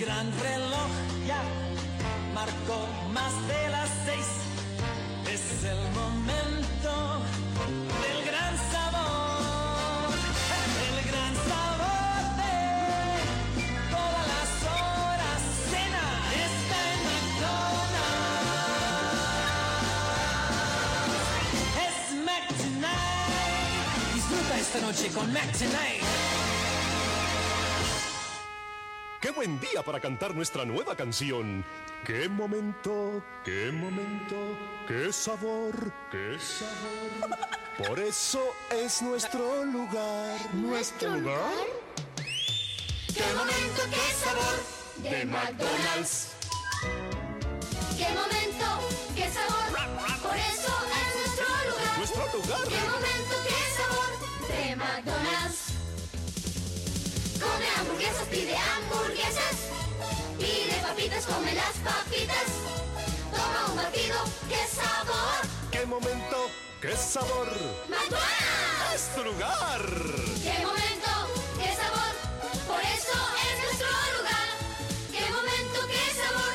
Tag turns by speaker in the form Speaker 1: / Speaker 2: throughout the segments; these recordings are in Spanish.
Speaker 1: gran reloj ya marcó más de las seis. Es el momento del gran sabor. El gran sabor de todas las horas. Cena está en McDonald's. Es Mac Tonight. Disfruta esta noche con Mac Tonight.
Speaker 2: ¡Qué buen día para cantar nuestra nueva canción! ¡Qué momento, qué momento, qué sabor, qué sabor! Por eso es nuestro lugar.
Speaker 3: ¿Nuestro lugar?
Speaker 4: ¡Qué momento, qué sabor!
Speaker 3: De McDonald's.
Speaker 4: ¡Qué momento, qué sabor! Por eso es nuestro lugar.
Speaker 3: Pues-
Speaker 2: ¡Nuestro lugar!
Speaker 4: ¡Qué momento, qué sabor! De McDonald's. Come hamburguesas, pide hamburguesas. Pide papitas, come las papitas. Toma un batido, qué sabor.
Speaker 2: ¡Qué momento, qué sabor!
Speaker 4: ¡McDonald's!
Speaker 2: ¡Nuestro lugar!
Speaker 4: ¡Qué momento, qué sabor! Por eso es nuestro lugar. ¡Qué momento, qué sabor!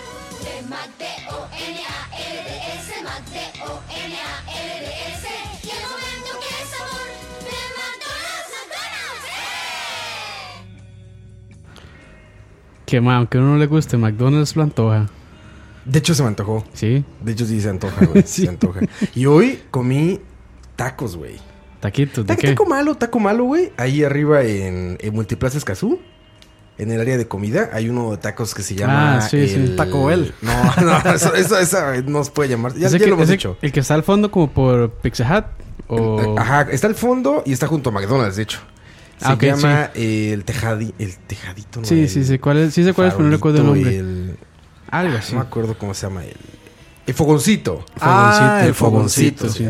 Speaker 4: De Mac, D-O-N-A-L-D-S, Mac, D-O-N-A-L-D-S. ¡Qué momento, qué sabor! De McDonald's, McDonald's. ¡Eh!
Speaker 5: Que ma, aunque a uno no le guste, McDonald's lo antoja.
Speaker 6: De hecho, se me antojó.
Speaker 5: Sí,
Speaker 6: De hecho, sí se antoja, güey.
Speaker 5: Sí.
Speaker 6: Se antoja. Y hoy comí tacos, güey.
Speaker 5: taquitos, ¿de
Speaker 6: Ta-
Speaker 5: qué?
Speaker 6: Taco malo, taco malo, güey. Ahí arriba en, en Multiplaza Escazú. En el área de comida hay uno de tacos que se llama
Speaker 5: Ah, sí, sí.
Speaker 6: el-
Speaker 5: Taco Bell.
Speaker 6: No, no, eso, eso, esa nos puede llamar. Ya,
Speaker 5: Ese
Speaker 6: ya
Speaker 5: que-
Speaker 6: lo hemos
Speaker 5: ese-
Speaker 6: dicho.
Speaker 5: El que está al fondo como por Pizza Hut o...
Speaker 6: Eh, Ajá, está al fondo y está junto a McDonald's, de hecho. Se
Speaker 5: Ah, ok,
Speaker 6: llama eh, el tejadi, el tejadito, ¿no?
Speaker 5: Sí,
Speaker 6: El
Speaker 5: sí, sí, ¿cuál es? Sí sé cuál es, pero no recuerdo el
Speaker 6: farolito,
Speaker 5: nombre.
Speaker 6: el-
Speaker 5: Algo
Speaker 6: Ah,
Speaker 5: así.
Speaker 6: No me acuerdo cómo se llama el. El fogoncito.
Speaker 5: Ah,
Speaker 6: el
Speaker 5: el
Speaker 6: fogoncito.
Speaker 5: fogoncito,
Speaker 6: se
Speaker 5: sí.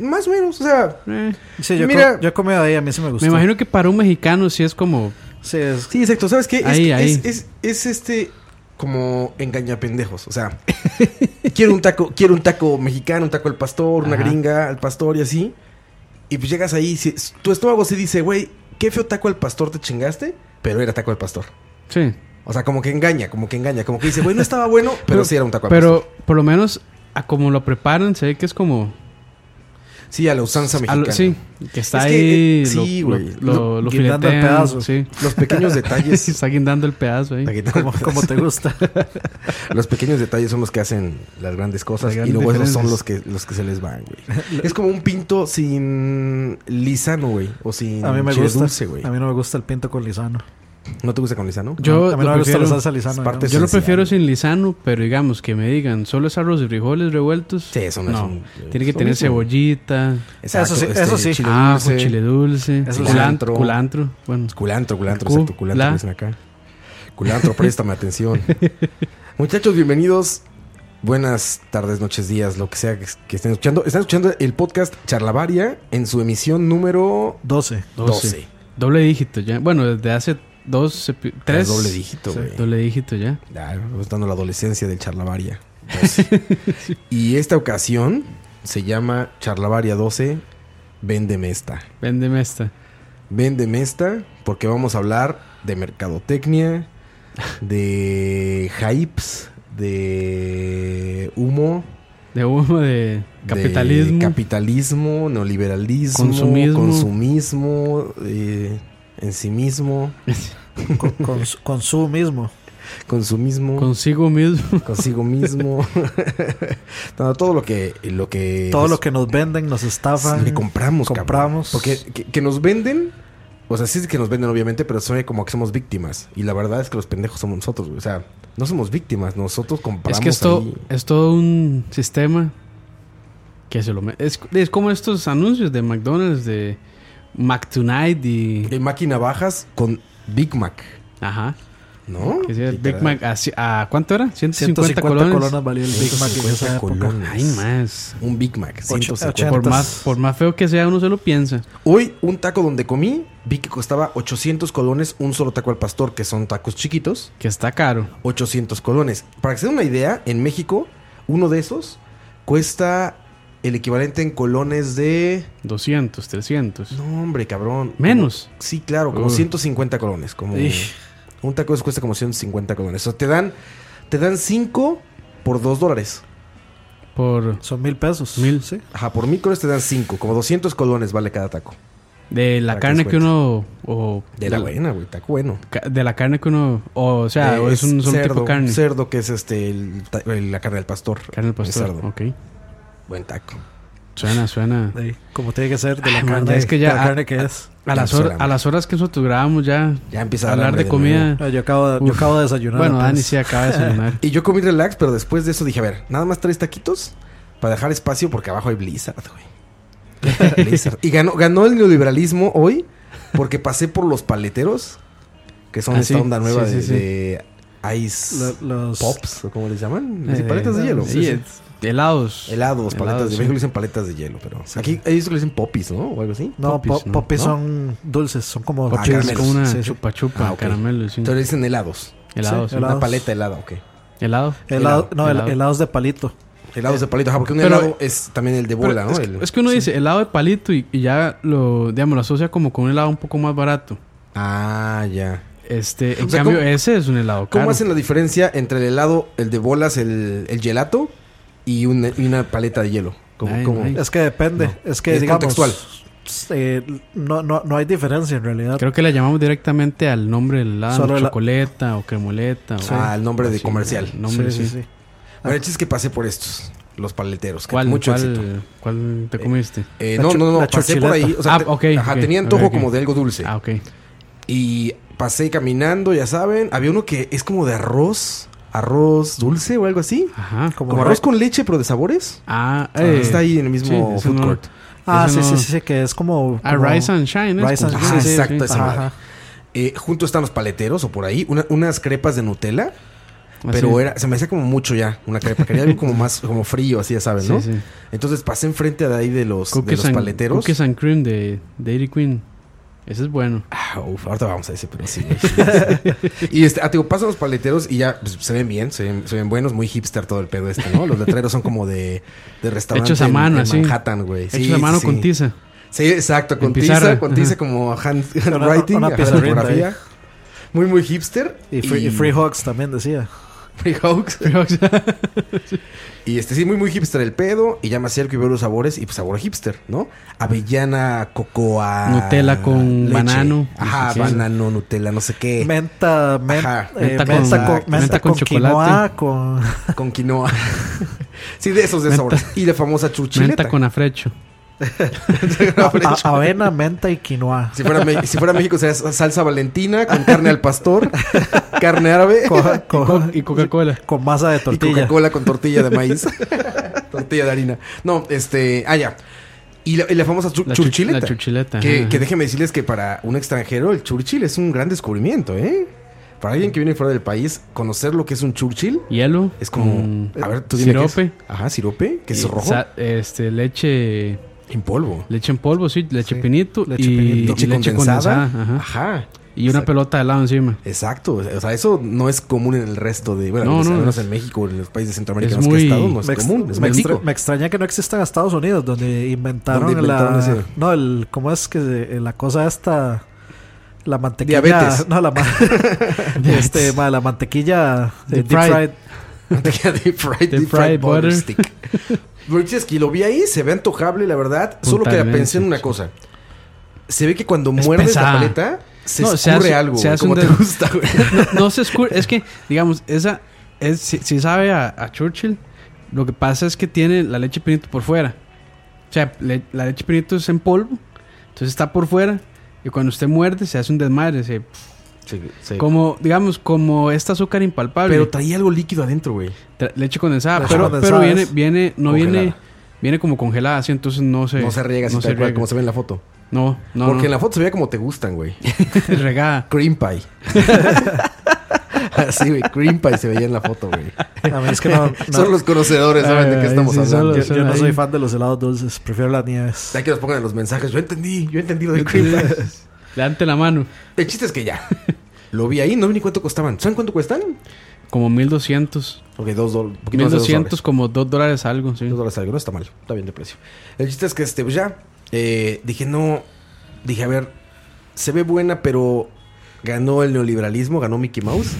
Speaker 6: llama. Más o menos, o sea.
Speaker 5: Eh,
Speaker 7: Sí, yo,
Speaker 6: Mira-
Speaker 7: com- yo he comido ahí, a mí se me gusta.
Speaker 5: me imagino que para un mexicano sí es como...
Speaker 7: Sí, es-
Speaker 6: Sí, exacto. ¿Sabes qué? Es-
Speaker 5: Ahí,
Speaker 6: es,
Speaker 5: ahí.
Speaker 6: Es, es este. Como engañapendejos. O sea. quiero un taco. Quiero un taco mexicano, un taco al pastor, una
Speaker 5: Ajá.
Speaker 6: gringa, al pastor y así. Y pues llegas ahí. y si- tu estómago se dice, güey, qué feo taco al pastor te chingaste. Pero era taco al pastor.
Speaker 5: Sí.
Speaker 6: O sea, como que engaña, como que engaña. Como que dice, güey, no estaba bueno, pero sí era un taco al pastor.
Speaker 5: Pero por lo menos a como lo preparan se ve que es como...
Speaker 6: Sí, a la usanza
Speaker 5: a
Speaker 6: mexicana.
Speaker 5: lo- sí, que está
Speaker 6: Es que,
Speaker 5: ahí...
Speaker 6: eh, sí,
Speaker 5: lo,
Speaker 6: güey.
Speaker 5: lo, lo, lo
Speaker 7: Guindando el
Speaker 5: filetean,
Speaker 7: pedazo.
Speaker 5: Sí.
Speaker 6: Los pequeños detalles.
Speaker 5: está guindando el pedazo ahí.
Speaker 7: como, como te gusta.
Speaker 6: Los pequeños detalles son los que hacen las grandes cosas
Speaker 5: Las grandes
Speaker 6: y luego esos son
Speaker 5: diferencias.
Speaker 6: los que, los que se les van, güey. es como un pinto sin lisano, güey. O sin
Speaker 7: A mí me
Speaker 6: chile
Speaker 7: gusta.
Speaker 6: dulce, güey.
Speaker 7: a mí no me gusta el pinto con lisano.
Speaker 6: ¿No te gusta con lisano?
Speaker 5: Yo
Speaker 7: a mí
Speaker 5: lo
Speaker 7: no me gusta la
Speaker 5: prefiero-
Speaker 7: salsa lisano.
Speaker 6: es parte
Speaker 7: digamos.
Speaker 5: Yo lo
Speaker 6: esencial.
Speaker 5: prefiero sin lisano, pero digamos que me digan, solo es arroz y frijoles revueltos.
Speaker 6: Sí, eso no es un-
Speaker 5: Tiene que
Speaker 6: eso
Speaker 5: tener
Speaker 6: mismo.
Speaker 5: cebollita,
Speaker 6: Exacto, este,
Speaker 7: Eso sí, eso sí.
Speaker 6: chile
Speaker 5: ajo,
Speaker 6: dulce,
Speaker 5: chile dulce,
Speaker 7: Eso sí.
Speaker 5: culantro,
Speaker 6: Culantro.
Speaker 5: culantro. Bueno,
Speaker 6: Culantro, culantro,
Speaker 5: Cu-
Speaker 6: exacto, culantro
Speaker 5: la-
Speaker 6: dicen acá. Culantro, préstame atención. Muchachos, bienvenidos. Buenas tardes, noches, días, lo que sea que, que estén escuchando. Están escuchando el podcast Charlavaria en su emisión número
Speaker 7: 12.
Speaker 6: 12.
Speaker 5: doble dígito ya. Bueno, desde hace dos, epi- tres.
Speaker 6: Es doble dígito,
Speaker 5: Sí,
Speaker 6: güey.
Speaker 5: Doble dígito ya.
Speaker 6: Ya, dando la adolescencia del Charlavaria. 12. y esta ocasión se llama Charlavaria 12, Véndeme esta.
Speaker 5: Véndeme esta.
Speaker 6: Véndeme esta porque vamos a hablar de mercadotecnia, de hypes, de humo,
Speaker 5: De humo de
Speaker 6: de
Speaker 5: capitalismo.
Speaker 6: capitalismo, neoliberalismo,
Speaker 5: Consumismo.
Speaker 6: consumismo, eh, en sí mismo,
Speaker 7: Con, con, su- con su mismo.
Speaker 6: consumismo.
Speaker 5: consigo mismo.
Speaker 6: consigo mismo. No, todo lo que lo
Speaker 5: pues.
Speaker 6: que
Speaker 7: Todo lo que nos venden, nos estafan.
Speaker 6: le compramos, cabrón.
Speaker 7: compramos.
Speaker 6: porque que, que nos venden o sea, sí es que nos venden, obviamente, pero suena como que somos víctimas. Y la verdad es que los pendejos somos nosotros, güey. O sea, no somos víctimas, nosotros compramos.
Speaker 5: es que esto
Speaker 6: ahí.
Speaker 5: es todo un sistema que se lo... me- Es, es como estos anuncios de McDonald's, de McTonight y...
Speaker 6: De máquina bajas con Big Mac,
Speaker 5: Ajá.
Speaker 6: ¿no?
Speaker 5: Que sea el Big
Speaker 6: Literal.
Speaker 5: Mac a, ci- a- ¿cuánto era? 150,
Speaker 7: 150
Speaker 5: colones.
Speaker 7: colones. valía el Big Mac en esa
Speaker 6: 150
Speaker 7: época.
Speaker 6: colones.
Speaker 5: Ay, más.
Speaker 6: Un Big Mac, 150.
Speaker 5: Por
Speaker 7: Tantas.
Speaker 5: más, por más feo que sea, uno se lo piensa.
Speaker 6: Hoy, un taco donde comí, vi que costaba 800 colones un solo taco al pastor, que son tacos chiquitos.
Speaker 5: Que está caro.
Speaker 6: 800 colones. Para que se den una idea, en México, uno de esos cuesta el equivalente en colones de.
Speaker 5: 200, 300.
Speaker 6: No, hombre, cabrón.
Speaker 5: Menos.
Speaker 6: Como- sí, claro, como
Speaker 5: Uh.
Speaker 6: 150 colones. Como.
Speaker 5: Ish.
Speaker 6: Un taco de esos cuesta como 150 colones. O sea, te dan, te dan 5 por 2 dólares.
Speaker 5: Por
Speaker 7: Son mil pesos.
Speaker 5: Mil.
Speaker 7: sí.
Speaker 6: Ajá, por mil colones te dan 5. Como 200 colones vale cada taco.
Speaker 5: de la
Speaker 6: Para que
Speaker 5: carne
Speaker 6: les
Speaker 5: que uno o
Speaker 6: De la buena, güey. Taco bueno.
Speaker 5: ca- de la carne que uno o, o sea, o es, un solo
Speaker 6: cerdo,
Speaker 5: tipo de carne.
Speaker 6: Cerdo que es este el ta- el- la carne del pastor.
Speaker 5: Carne al pastor.
Speaker 6: El cerdo.
Speaker 5: Ok.
Speaker 6: Buen taco.
Speaker 5: Suena, suena.
Speaker 7: Ahí, como tiene que ser de la
Speaker 5: Ay, man,
Speaker 7: carne,
Speaker 5: Ah, es que
Speaker 7: de
Speaker 5: ya-
Speaker 7: la carne que es.
Speaker 5: A
Speaker 6: Ya
Speaker 5: las,
Speaker 6: empezó el
Speaker 5: hor- a
Speaker 6: hambre.
Speaker 5: las horas que nosotros grabamos ya,
Speaker 6: Ya empieza a
Speaker 5: hablar de comida.
Speaker 7: No, yo, acabo de, yo
Speaker 5: Uf.
Speaker 7: acabo de desayunar.
Speaker 5: bueno, Dani
Speaker 6: pues.
Speaker 7: apenas.
Speaker 5: sí acaba de desayunar.
Speaker 6: Y yo comí relax, pero después de eso dije, a ver, nada más tres taquitos para dejar espacio porque abajo hay Blizzard, güey. Blizzard. Y ganó, ganó el neoliberalismo hoy porque pasé por los paleteros, que son
Speaker 5: Ah,
Speaker 6: esta
Speaker 5: sí.
Speaker 6: onda nueva
Speaker 5: Sí,
Speaker 6: de,
Speaker 5: sí,
Speaker 6: de ice
Speaker 7: Lo- los
Speaker 6: pops, o como les llaman. Les dicen
Speaker 5: Eh,
Speaker 6: paletas de hielo. pues,
Speaker 5: sí, eh, helados.
Speaker 6: Helados, paletas de
Speaker 5: sí.
Speaker 6: hielo. dicen paletas de hielo, pero... Aquí ellos le dicen popis, ¿no? O algo así.
Speaker 7: No,
Speaker 5: popis,
Speaker 7: popis,
Speaker 5: ¿no?
Speaker 7: popis
Speaker 6: ¿No?
Speaker 7: son dulces, son como
Speaker 6: Popis,
Speaker 5: Porque es
Speaker 6: caramelos.
Speaker 5: como una
Speaker 7: Sí, sí.
Speaker 5: chupa chupa,
Speaker 6: Ah, ok.
Speaker 5: caramelo, sí.
Speaker 6: Entonces le dicen helados.
Speaker 5: Helados,
Speaker 7: sí,
Speaker 5: sí.
Speaker 6: Una
Speaker 7: Helados.
Speaker 6: paleta helada, ok.
Speaker 5: helado.
Speaker 7: Helado- no, hel-
Speaker 5: Helado.
Speaker 7: helados de palito.
Speaker 6: Helados de palito, ajá, porque un
Speaker 5: Pero-
Speaker 6: helado es también el de bola,
Speaker 5: Pero
Speaker 6: ¿no?
Speaker 5: es,
Speaker 6: El-
Speaker 5: que, es que uno dice helado de palito y, y ya lo, digamos, lo asocia como con un helado un poco más barato.
Speaker 6: Ah, ya.
Speaker 5: Este, en
Speaker 6: O sea,
Speaker 5: cambio,
Speaker 6: ¿cómo-
Speaker 5: ese es un helado
Speaker 6: ¿Cómo
Speaker 5: caro.
Speaker 6: hacen la diferencia entre el helado, el de bolas, el, el gelato y una, y una paleta de hielo? ¿Cómo,
Speaker 5: Ay,
Speaker 6: cómo?
Speaker 5: ay.
Speaker 7: Es que depende. Es que
Speaker 6: Es
Speaker 7: digamos.
Speaker 6: contextual.
Speaker 7: eh, no, no, no hay diferencia en realidad.
Speaker 5: Creo que le llamamos directamente al nombre del helado,
Speaker 7: Solo la-
Speaker 5: chocoleta o cremoleta. o-
Speaker 6: Ah, el nombre de comercial.
Speaker 5: el nombre, sí.
Speaker 7: sí.
Speaker 6: Bueno, el chiste es que pasé por estos, los paleteros. que
Speaker 5: ¿Cuál,
Speaker 6: mucho
Speaker 5: cuál-
Speaker 6: éxito.
Speaker 5: cuál te comiste?
Speaker 6: Eh,
Speaker 7: La
Speaker 6: no,
Speaker 7: cho-
Speaker 6: no, no,
Speaker 7: la
Speaker 6: pasé por
Speaker 7: chorchileta.
Speaker 6: ahí. O sea,
Speaker 5: Ah,
Speaker 6: te-
Speaker 5: ok,
Speaker 6: ajá,
Speaker 5: ok,
Speaker 6: tenía antojo
Speaker 5: ok, ok.
Speaker 6: como de algo dulce.
Speaker 5: Ah, ok.
Speaker 6: Y pasé caminando, ya saben. Había uno que es como de arroz, arroz dulce o algo así.
Speaker 5: Ajá.
Speaker 7: Como
Speaker 6: Como arroz con leche, pero de sabores.
Speaker 5: Ah, eh,
Speaker 6: Está ahí en el mismo
Speaker 5: sí, ese
Speaker 6: food
Speaker 5: no-
Speaker 6: court.
Speaker 7: Ah,
Speaker 5: ese
Speaker 7: sí, sí,
Speaker 5: no-
Speaker 7: sí, sí, que es como.
Speaker 5: Ah,
Speaker 7: como-
Speaker 5: Rice and Shine. es
Speaker 7: Rice
Speaker 5: como- Ah,
Speaker 7: and
Speaker 6: Ajá,
Speaker 7: Sí, sí,
Speaker 6: exacto,
Speaker 7: sí.
Speaker 6: esa madre.
Speaker 7: Ajá.
Speaker 6: Eh, junto están los paleteros o por ahí. una- unas crepas de Nutella.
Speaker 5: Así.
Speaker 6: Pero era, se me hacía como mucho ya una crepa. Quería algo como más, como frío, así ya saben,
Speaker 5: Sí,
Speaker 6: ¿no?
Speaker 5: sí.
Speaker 6: Entonces pasé enfrente de ahí de los, de
Speaker 5: Cookies
Speaker 6: los
Speaker 5: and,
Speaker 6: paleteros.
Speaker 5: Cookies and Cream de Dairy Queen. Ese es bueno.
Speaker 6: Ah, uf, ahorita vamos a ese, pero sí. sí, sí. y este, ah, te digo, pasan los paleteros y ya pues, se ven bien, se ven, se ven buenos, muy hipster todo el pedo este, ¿no? Los letreros son como de, de restaurante
Speaker 5: Hechos a
Speaker 6: en-
Speaker 5: mano,
Speaker 6: en,
Speaker 5: así.
Speaker 6: Manhattan, güey. Sí,
Speaker 5: Hecho de
Speaker 6: sí,
Speaker 5: mano
Speaker 6: sí.
Speaker 5: con tiza.
Speaker 6: Sí, exacto, con
Speaker 5: En pizarra,
Speaker 6: tiza, con tiza
Speaker 5: ajá.
Speaker 6: como hand-
Speaker 7: Una-
Speaker 6: handwriting,
Speaker 7: una
Speaker 6: ajá,
Speaker 7: pizarrita ahí.
Speaker 6: tipografía. Muy, muy hipster.
Speaker 7: Y, free, y Free Hawks también decía.
Speaker 6: Free Hawks. Y este sí, muy, muy hipster el pedo. Y ya me acerco y veo los sabores. Y pues sabor hipster, ¿no? Avellana, cocoa.
Speaker 5: Nutella con banano, no
Speaker 6: Ajá,
Speaker 5: sé qué.
Speaker 6: banano, Nutella, no sé qué.
Speaker 7: Menta, men-
Speaker 6: Ajá.
Speaker 5: Eh,
Speaker 7: eh,
Speaker 5: Menta con-
Speaker 7: menta, con,
Speaker 5: exacto.
Speaker 7: menta
Speaker 5: Menta con
Speaker 7: con
Speaker 5: chocolate.
Speaker 7: quinoa, con
Speaker 6: Con quinoa. sí, de esos de sabores. Y la famosa chuchileta.
Speaker 5: Menta con afrecho.
Speaker 7: a- avena, menta y quinoa.
Speaker 6: si, fuera, Me- si fuera México, sería salsa valentina con carne al pastor, carne árabe.
Speaker 7: Con,
Speaker 5: Y, co-
Speaker 7: con-
Speaker 5: y Coca-Cola.
Speaker 7: con masa de
Speaker 6: Y
Speaker 7: tortilla.
Speaker 6: Coca-Cola con tortilla de maíz. tortilla de harina. No, este. Ah, ya. Y la, y la famosa chu-
Speaker 5: La chu-
Speaker 6: churchileta.
Speaker 5: la churchileta,
Speaker 6: Que,
Speaker 5: ajá.
Speaker 6: que déjenme decirles que para un extranjero, el Churchill es un gran descubrimiento, ¿eh? Para alguien que viene fuera del país, conocer lo que es un Churchill
Speaker 5: Hielo.
Speaker 6: es como.
Speaker 5: con
Speaker 6: a ver, tú dime. qué es.
Speaker 5: Mm, sirope.
Speaker 6: Ajá, sirope, que es
Speaker 5: y
Speaker 6: rojo.
Speaker 5: sa- Este, leche.
Speaker 6: En polvo.
Speaker 5: Leche en polvo, sí. Leche pinito.
Speaker 7: leche
Speaker 5: y,
Speaker 7: pinito.
Speaker 5: y
Speaker 6: Leche, condensada. ajá.
Speaker 5: ajá. Y una
Speaker 6: Exacto.
Speaker 5: pelota de helado encima.
Speaker 6: Exacto, o sea, eso no es común en el resto de, bueno,
Speaker 5: No,
Speaker 6: no,
Speaker 5: no,
Speaker 6: menos
Speaker 5: es-
Speaker 6: en México, en los países de Centroamérica, en los
Speaker 5: es
Speaker 6: que he
Speaker 5: muy-
Speaker 6: estado, no es
Speaker 7: Me, ex-
Speaker 6: común, es
Speaker 7: me
Speaker 6: muy rico.
Speaker 7: extra- me extraña que no exista en Estados Unidos, donde inventaron,
Speaker 6: Donde inventaron
Speaker 7: la.
Speaker 6: ese-
Speaker 7: No, el. ¿Cómo es que se- eh, la cosa esta. La mantequilla.
Speaker 6: Diabetes.
Speaker 7: No, la, ma- este, ma- la mantequilla de
Speaker 5: Deep
Speaker 7: deep
Speaker 5: fried.
Speaker 7: fried.
Speaker 6: Mantequilla de fried,
Speaker 5: De
Speaker 6: deep fried
Speaker 5: fried
Speaker 6: butter,
Speaker 5: butter.
Speaker 6: stick. Lo que es que lo vi ahí, se ve antojable, la verdad. Solo que la
Speaker 5: Puntalense.
Speaker 6: pensé en una cosa. Se ve que cuando
Speaker 5: Es
Speaker 6: muerdes
Speaker 5: pesada.
Speaker 6: la paleta, se
Speaker 5: No,
Speaker 6: escurre
Speaker 5: se hace-
Speaker 6: algo,
Speaker 5: se
Speaker 6: güey,
Speaker 5: hace
Speaker 6: como
Speaker 5: un
Speaker 6: te
Speaker 5: dedo.
Speaker 6: gusta, güey.
Speaker 5: No, no se escurre. Es que, digamos, esa. Es, si, si sabe a, a Churchill, lo que pasa es que tiene la leche pinito por fuera. O sea, le- la leche pinito es en polvo, entonces está por fuera. Y cuando usted muerde, se hace un desmadre. se- Como, digamos, como esta azúcar impalpable.
Speaker 6: Pero traía algo líquido adentro, güey.
Speaker 5: Tra- leche condensada,
Speaker 7: Leche
Speaker 5: pero,
Speaker 7: condensada
Speaker 5: pero viene,
Speaker 7: es
Speaker 5: viene, no
Speaker 6: congelada.
Speaker 5: viene, viene como congelada, así, entonces no se.
Speaker 6: no se riega así
Speaker 5: no
Speaker 6: tal cual,
Speaker 5: riega.
Speaker 6: como se ve en la foto.
Speaker 5: No, no, no.
Speaker 6: Porque en la foto se veía como te gustan, güey.
Speaker 5: regada.
Speaker 6: Cream pie. Así, güey, cream pie se veía en la foto, güey.
Speaker 7: A mí es que no. no-
Speaker 6: Son los conocedores, saben de qué
Speaker 5: Ay,
Speaker 6: estamos
Speaker 5: sí,
Speaker 6: hablando.
Speaker 5: solo-
Speaker 7: yo, yo no
Speaker 5: ahí.
Speaker 7: soy fan de los helados dulces, prefiero las nieves.
Speaker 6: Ya que nos pongan en los mensajes, yo entendí, yo entendí lo del cream pie.
Speaker 5: Levante la mano.
Speaker 6: El chiste es que ya. Lo vi ahí, no vi ni cuánto costaban. ¿Saben cuánto cuestan?
Speaker 5: Como 1200.
Speaker 6: Ok, dos dólares.
Speaker 5: 1200, como 2 dólares algo, sí.
Speaker 6: Dos dólares algo, no está mal, está bien de precio. El chiste es que este, pues ya. eh, dije, no. Dije, a ver, se ve buena, pero ganó el neoliberalismo, ganó Mickey Mouse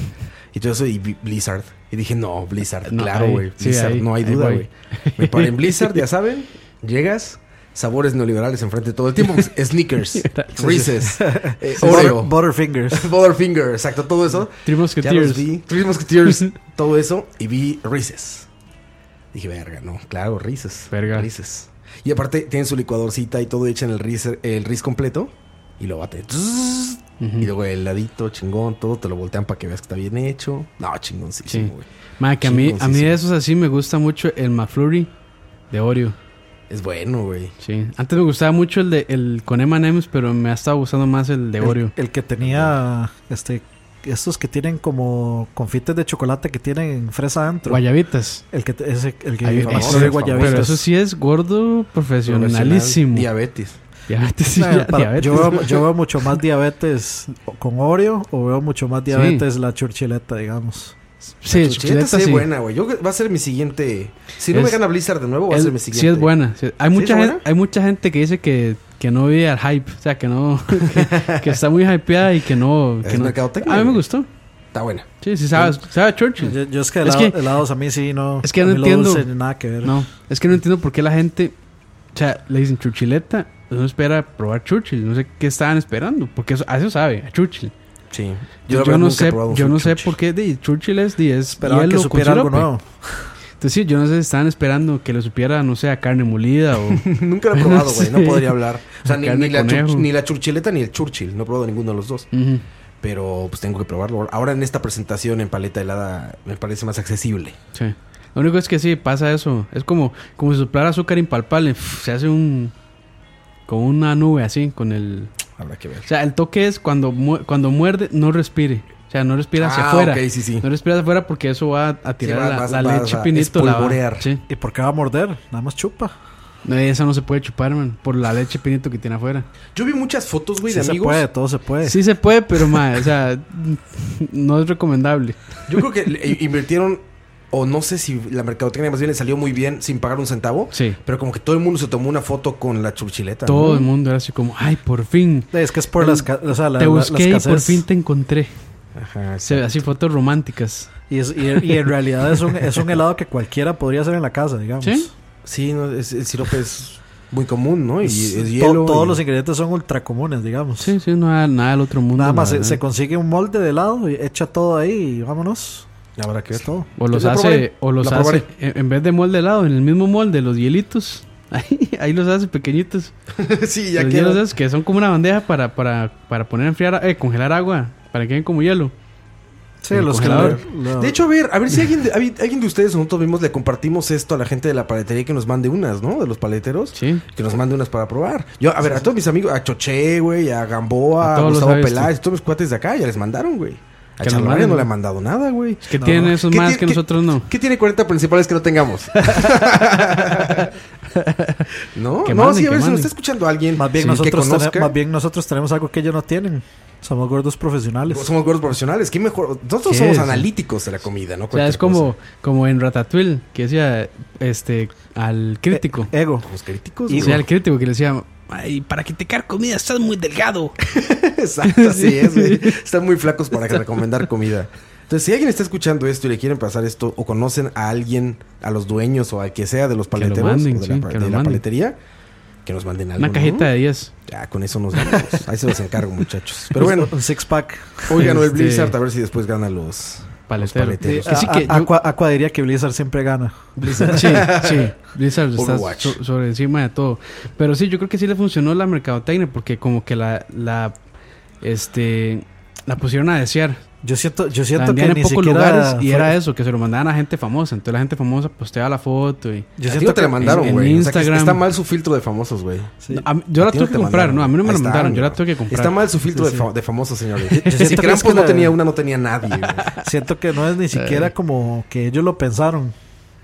Speaker 6: y todo eso y Bi- Blizzard. Y dije, no, Blizzard,
Speaker 5: No,
Speaker 6: claro,
Speaker 5: ahí,
Speaker 6: güey.
Speaker 5: sí,
Speaker 6: Blizzard,
Speaker 5: ahí,
Speaker 6: no hay
Speaker 5: ahí
Speaker 6: duda,
Speaker 5: voy.
Speaker 6: güey. Me paré en Blizzard, ya saben, llegas, sabores neoliberales enfrente todo el tiempo. pues, Sneakers, Reese's, eh,
Speaker 7: Butter-
Speaker 6: Oreo,
Speaker 7: Butterfingers.
Speaker 6: Butterfinger, exacto, todo eso.
Speaker 5: Three
Speaker 6: Ya los
Speaker 5: Musketeers.
Speaker 6: vi. Three Musketeers, todo eso. Y vi Reese's. Dije, verga, no. Claro, Reese's.
Speaker 5: Verga.
Speaker 6: Reese's. Y aparte tienen su licuadorcita y todo echan el Reese, el Reese completo. Y lo bate. Tzz. Y luego el ladito, chingón, todo te lo voltean para que veas que está bien hecho. No,
Speaker 5: Sí.
Speaker 6: chingoncísimo, güey.
Speaker 5: Ma, que a mí, a mí
Speaker 6: Chingoncísimo.
Speaker 5: de esos así me gusta mucho el McFlurry de Oreo.
Speaker 6: Es bueno, güey.
Speaker 5: Sí. Antes me gustaba mucho el de el con M&M's, pero me ha estado gustando más el de
Speaker 7: El-
Speaker 5: Oreo.
Speaker 7: El, que tenía este estos que tienen como confites de chocolate que tienen fresa adentro.
Speaker 5: Guayabitas.
Speaker 7: El que te- ese el que
Speaker 5: Ay,
Speaker 7: famoso
Speaker 5: eso-
Speaker 7: de
Speaker 5: Pero
Speaker 7: guayabitas.
Speaker 5: eso sí es gordo profesionalísimo.
Speaker 6: Diabetes.
Speaker 5: Diabetes, sí,
Speaker 7: No, para-
Speaker 5: diabetes.
Speaker 7: Yo, veo, yo veo mucho más diabetes con Oreo o veo mucho más diabetes la churchileta, digamos.
Speaker 5: sí,
Speaker 6: La chuchileta
Speaker 5: chuleta
Speaker 6: sí
Speaker 5: sí.
Speaker 6: es buena, güey. Yo creo que Va a ser mi siguiente. Si no
Speaker 5: Es-
Speaker 6: me gana Blizzard de nuevo, va a
Speaker 5: Es-
Speaker 6: ser mi siguiente.
Speaker 5: sí es buena. sí. Hay,
Speaker 6: ¿Sí
Speaker 5: mucha gen-
Speaker 6: es buena?
Speaker 5: hay mucha gente que dice que, que no vive al hype. O sea, que no... que, que está muy hypeada y que no...
Speaker 6: Es
Speaker 5: Que no-
Speaker 6: mercadotecnia,
Speaker 5: A mí me
Speaker 6: güey.
Speaker 5: gustó.
Speaker 6: Está buena.
Speaker 5: Sí, sí, sabe, sabe a Churchill.
Speaker 7: Yo, yo es que,
Speaker 5: Es
Speaker 7: helado-
Speaker 5: que-
Speaker 7: helados a mí sí no.
Speaker 5: es que
Speaker 7: a
Speaker 5: no
Speaker 7: mí lo
Speaker 5: entiendo.
Speaker 7: dulce nada que ver.
Speaker 5: No, es que no entiendo por qué la gente, o sea, le dicen Churchileta, uno espera probar Churchill, no sé qué estaban esperando, porque eso, a eso sabe, a Churchill.
Speaker 6: Sí.
Speaker 5: Yo,
Speaker 6: la verdad,
Speaker 5: no
Speaker 6: nunca he
Speaker 5: sé,
Speaker 6: probado
Speaker 5: yo
Speaker 6: un
Speaker 5: no sé
Speaker 6: chuchi.
Speaker 5: por qué de Churchill es, de, es
Speaker 7: Esperaba
Speaker 5: hielo
Speaker 7: que
Speaker 5: con
Speaker 7: supiera algo
Speaker 5: sirope.
Speaker 7: nuevo.
Speaker 5: Entonces sí, yo no sé si estaban esperando que lo supiera, no sé, a carne molida o...
Speaker 6: Nunca lo he probado, güey. No
Speaker 5: sé.
Speaker 6: podría hablar. O sea, ni,
Speaker 5: Carne
Speaker 6: ni la
Speaker 5: conejo.
Speaker 6: chur- ni la churchileta ni el churchill. No he probado ninguno de los dos.
Speaker 5: Ujú.
Speaker 6: Pero pues tengo que probarlo. Ahora en esta presentación en paleta helada me parece más accesible.
Speaker 5: Sí. Lo único es que sí, pasa eso. Es como, como si soplara azúcar impalpable. pf, Se hace un... Como una nube así, con el...
Speaker 6: Habrá que ver.
Speaker 5: O sea, el toque es cuando, mu- cuando muerde, no respire. O sea, no respira hacia
Speaker 6: Ah,
Speaker 5: afuera.
Speaker 6: ok, sí, sí.
Speaker 5: No respira hacia afuera porque eso va a tirar
Speaker 6: va-
Speaker 5: la,
Speaker 6: vas-
Speaker 5: la
Speaker 6: vas
Speaker 5: leche
Speaker 6: a
Speaker 5: pinito. La va,
Speaker 6: espolvorear.
Speaker 5: sí.
Speaker 7: ¿Y por qué va a morder? Nada más chupa.
Speaker 5: No, esa no se puede chupar, man. Por la leche pinito que tiene afuera.
Speaker 6: Yo vi muchas fotos, güey,
Speaker 7: Sí
Speaker 6: de
Speaker 7: se
Speaker 6: amigos.
Speaker 7: puede, todo se
Speaker 6: Eh.
Speaker 7: puede.
Speaker 5: Sí se puede, pero más, o sea, no es recomendable.
Speaker 6: Yo creo que le- invirtieron. O no sé si la mercadotecnia más bien le salió muy bien sin pagar un centavo.
Speaker 5: Sí.
Speaker 6: Pero como que todo el mundo se tomó una foto con la churchileta. ¿no?
Speaker 5: Todo el mundo era así como, ay, por fin.
Speaker 7: Es que es por
Speaker 5: El-
Speaker 7: las, ca- o sea, la-
Speaker 5: te
Speaker 7: la-
Speaker 5: busqué
Speaker 7: las
Speaker 5: y por
Speaker 7: cassettes.
Speaker 5: fin te encontré.
Speaker 6: Ajá.
Speaker 5: Se ve así fotos románticas.
Speaker 7: Y, es- y- y en realidad es un, es un helado que cualquiera podría hacer en la casa, digamos.
Speaker 5: ¿Sí?
Speaker 6: Sí, no, es- el sirope es muy común, ¿no? Y
Speaker 7: Es-
Speaker 6: es
Speaker 7: to-
Speaker 6: hielo.
Speaker 7: todos
Speaker 6: y-
Speaker 7: los ingredientes son ultra comunes, digamos.
Speaker 5: Sí, sí, no hay nada del otro mundo.
Speaker 7: Nada
Speaker 5: la
Speaker 7: más se,
Speaker 5: verdad.
Speaker 7: se consigue un molde de helado y echa todo ahí y vámonos.
Speaker 6: Habrá que ver.
Speaker 7: Es todo.
Speaker 5: e- O los
Speaker 6: La
Speaker 5: hace,
Speaker 6: probaré.
Speaker 5: o los
Speaker 6: La
Speaker 5: hace,
Speaker 6: probaré.
Speaker 5: en, en vez de molde helado, en el mismo molde, los hielitos. Ahí, ahí los hace pequeñitos.
Speaker 6: sí, ya
Speaker 5: Los
Speaker 6: queda.
Speaker 5: hielos esos que son como una bandeja para, para, para poner a enfriar, eh, congelar agua, para que queden como hielo.
Speaker 7: Sí,
Speaker 5: El
Speaker 7: los que
Speaker 5: congelador.
Speaker 7: lo- lo-
Speaker 6: De hecho, a ver, a ver si alguien de, a ver, alguien de ustedes o nosotros mismos le compartimos esto a la gente de la paletería que nos mande unas, ¿no? De los paleteros.
Speaker 5: Sí.
Speaker 6: Que nos mande unas para probar. Yo, a ver, a todos mis amigos, a Choche, güey, a Gamboa,
Speaker 5: A
Speaker 6: a,
Speaker 5: todos los
Speaker 6: Gustavo
Speaker 5: sabes tú.
Speaker 6: Peláez, todos mis cuates de acá, ya les mandaron, güey. A
Speaker 5: Que nos
Speaker 6: Charlavaria
Speaker 5: manden.
Speaker 6: no le han mandado nada, güey.
Speaker 5: Que
Speaker 6: No.
Speaker 5: tienen esos
Speaker 6: ¿Qué
Speaker 5: más
Speaker 6: tiene-
Speaker 5: que
Speaker 6: qué-
Speaker 5: nosotros no.
Speaker 6: ¿Qué tiene 40 principales que no tengamos? no,
Speaker 5: Que
Speaker 6: no,
Speaker 5: manden,
Speaker 6: sí, a
Speaker 5: que
Speaker 6: ver si
Speaker 5: manden.
Speaker 6: nos está escuchando alguien
Speaker 7: más, bien
Speaker 6: que
Speaker 7: nosotros tene-
Speaker 6: conozca.
Speaker 7: más bien nosotros tenemos algo que ellos no tienen. Somos gordos profesionales.
Speaker 6: Somos gordos profesionales, ¿qué mejor? Nosotros
Speaker 5: Sí,
Speaker 6: somos
Speaker 5: sí.
Speaker 6: analíticos de la comida, ¿no?
Speaker 5: O sea, es
Speaker 6: Cualquier
Speaker 5: como, como en Ratatouille, que decía este al crítico.
Speaker 6: Eh,
Speaker 7: Ego.
Speaker 6: cosa. Los críticos,
Speaker 5: o
Speaker 6: güey.
Speaker 5: sea, al crítico que le decía, ay, para criticar comida estás muy delgado.
Speaker 6: Exacto, así es, güey. Están muy flacos para recomendar comida. Entonces, si alguien está escuchando esto y le quieren pasar esto, o conocen a alguien, a los dueños o a que sea de los
Speaker 5: lo
Speaker 6: paleteros
Speaker 5: manden,
Speaker 6: o de, la,
Speaker 5: sí,
Speaker 6: pa-
Speaker 5: que
Speaker 6: de
Speaker 5: lo
Speaker 6: la
Speaker 5: manden.
Speaker 6: paletería, que nos manden algo.
Speaker 5: Una
Speaker 6: ¿no?
Speaker 5: cajita de 10.
Speaker 6: Ya, con eso nos vamos. Ahí se los encargo, muchachos. Pero bueno,
Speaker 7: Un six pack.
Speaker 6: hoy ganó el
Speaker 5: Este-
Speaker 6: Blizzard, a ver si después gana los.
Speaker 5: Paletero.
Speaker 6: paleteros. Ah,
Speaker 5: Sí, que sí
Speaker 7: A-
Speaker 5: que
Speaker 7: a-
Speaker 5: yo-
Speaker 7: Aqua, Aqua diría que Blizzard siempre gana.
Speaker 5: Sí, sí. Blizzard está
Speaker 6: Overwatch.
Speaker 5: so- sobre encima de todo. Pero sí, yo creo que sí le funcionó la mercadotecnia porque como que la, la este la pusieron a desear.
Speaker 7: Yo siento, yo
Speaker 5: La
Speaker 7: siento que
Speaker 5: vendían en
Speaker 7: ni
Speaker 5: pocos
Speaker 7: siquiera
Speaker 5: lugares y
Speaker 7: fue-
Speaker 5: era eso, que se lo mandaban a gente famosa. Entonces la gente famosa posteaba la foto y...
Speaker 7: Yo
Speaker 6: a ti
Speaker 7: siento
Speaker 6: no te
Speaker 7: que
Speaker 6: la mandaron,
Speaker 5: en
Speaker 6: güey. O sea, que
Speaker 5: Instagram-
Speaker 6: está mal su filtro de famosos, güey.
Speaker 7: Sí.
Speaker 5: No, a mí- yo la
Speaker 6: A ti
Speaker 5: tuve
Speaker 6: no
Speaker 5: que
Speaker 6: te
Speaker 5: comprar,
Speaker 6: mandaron.
Speaker 5: no, a mí no me
Speaker 6: Ahí
Speaker 5: la
Speaker 6: está,
Speaker 5: mandaron, yo la
Speaker 6: güey.
Speaker 5: tuve que comprar.
Speaker 6: Está mal su filtro
Speaker 5: Sí,
Speaker 6: de,
Speaker 5: sí.
Speaker 6: fa- de famosos, señores.
Speaker 7: yo siento
Speaker 6: si
Speaker 7: que
Speaker 6: Krampus
Speaker 7: es que
Speaker 6: no
Speaker 7: la-
Speaker 6: tenía una, no tenía nadie. güey.
Speaker 7: Siento que no es ni siquiera como que ellos lo pensaron.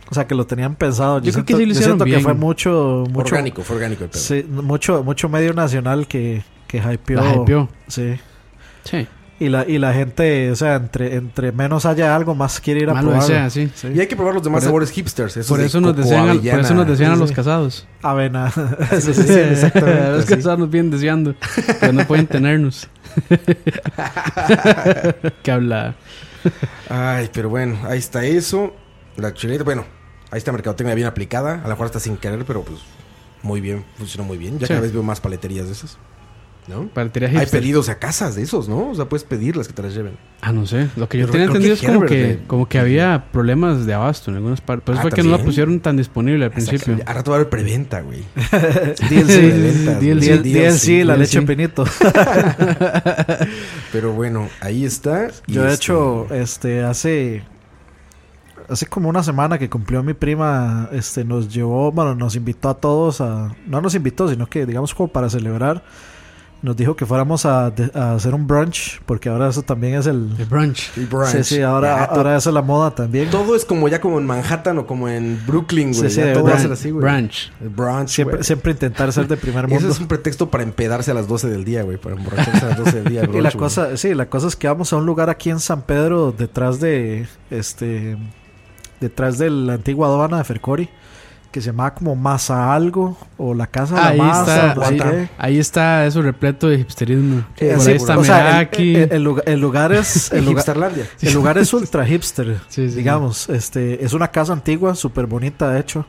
Speaker 7: O sea, que lo tenían pensado.
Speaker 5: Yo creo que
Speaker 7: siento-
Speaker 5: sí lo hicieron
Speaker 7: siento
Speaker 5: bien.
Speaker 7: que fue mucho, mucho,
Speaker 6: Orgánico, fue orgánico el pedo.
Speaker 7: sí, mucho, mucho medio nacional que, que hypeó.
Speaker 5: La hypeó.
Speaker 7: Sí.
Speaker 5: Sí.
Speaker 7: Y Y la, y la gente, o sea, entre, entre menos haya algo, más quiere ir a
Speaker 5: Malo
Speaker 7: probarlo.
Speaker 5: desea, sí.
Speaker 6: Y hay que probar los demás
Speaker 5: Por- e-
Speaker 6: sabores hipsters. esos
Speaker 5: Por
Speaker 6: de
Speaker 5: eso, nos
Speaker 6: coco,
Speaker 5: desean a, por
Speaker 6: avellana.
Speaker 5: eso nos desean a los
Speaker 7: Sí.
Speaker 5: casados.
Speaker 7: Avena. Sí, sí,
Speaker 5: Sí,
Speaker 7: sí, exactamente,
Speaker 5: los
Speaker 7: sí.
Speaker 5: casados nos vienen deseando, pero no pueden tenernos. que habla.
Speaker 6: Ay, pero bueno, ahí está eso. La chuleta, bueno, ahí está mercadotecnia bien aplicada. A lo mejor está sin querer, pero pues muy bien, funcionó muy bien. Ya
Speaker 5: Sí.
Speaker 6: cada vez veo más paleterías de esas. ¿No?
Speaker 5: Paletería
Speaker 6: Hay
Speaker 5: hipster.
Speaker 6: pedidos a casas de esos, ¿no? O sea, puedes pedirlas que te las lleven.
Speaker 5: Ah, no sé. Lo que yo
Speaker 6: Yo
Speaker 5: tenía
Speaker 6: creo que
Speaker 5: entendido es como
Speaker 6: Herbert
Speaker 5: que,
Speaker 6: de-
Speaker 5: como que había problemas de abasto en algunas partes. Por eso
Speaker 6: Ah,
Speaker 5: fue que no la
Speaker 6: ¿también?
Speaker 5: pusieron tan disponible al principio.
Speaker 6: Ahora rato va a haber preventa, güey.
Speaker 5: Sí,
Speaker 6: DLC de ventas.
Speaker 5: sí,
Speaker 6: güey.
Speaker 5: DLC,
Speaker 7: DLC, la
Speaker 5: DLC.
Speaker 7: leche pinito.
Speaker 6: Pero bueno, ahí está. Y
Speaker 7: Yo, de
Speaker 6: este,
Speaker 7: hecho, este, hace. Hace como una semana que cumplió mi prima, este, nos llevó, bueno, nos invitó a todos a. No nos invitó, sino que, digamos, como para celebrar, nos dijo que fuéramos a, de- a hacer un brunch, porque ahora eso también es el.
Speaker 5: El brunch.
Speaker 6: el brunch.
Speaker 7: Sí, sí, ahora,
Speaker 6: Ya, to-
Speaker 7: ahora eso es la moda también.
Speaker 6: Todo es como ya como en Manhattan o como en Brooklyn, güey.
Speaker 7: Sí, sí,
Speaker 6: ya
Speaker 7: de
Speaker 6: todo va a
Speaker 5: Brunch.
Speaker 6: ser así, güey.
Speaker 5: brunch.
Speaker 6: El brunch,
Speaker 7: Siempre,
Speaker 6: güey.
Speaker 7: siempre intentar ser de primer
Speaker 6: Ese
Speaker 7: mundo.
Speaker 6: es un pretexto para empedarse a las 12 del día, güey. Para emborracharse a las 12 del día.
Speaker 7: Y la
Speaker 6: brunch,
Speaker 7: cosa, sí, la cosa es que vamos a un lugar aquí en San Pedro, detrás de este detrás de la antigua aduana de Fercori, que se llamaba como Masa algo o la casa de
Speaker 5: Ahí
Speaker 7: la masa,
Speaker 5: está,
Speaker 7: no sé
Speaker 5: ahí,
Speaker 7: qué.
Speaker 5: ahí está eso repleto de hipsterismo.
Speaker 7: Sí,
Speaker 5: Por
Speaker 7: sí,
Speaker 5: ahí está
Speaker 7: o sea, el-
Speaker 5: Meraki.
Speaker 7: el, el lugar, el lugar es
Speaker 6: güey.
Speaker 7: el
Speaker 6: En
Speaker 7: lugar,
Speaker 6: Hipsterlandia.
Speaker 7: el lugar es ultra hipster,
Speaker 5: Sí, sí,
Speaker 7: digamos, este es una casa antigua, súper bonita de hecho.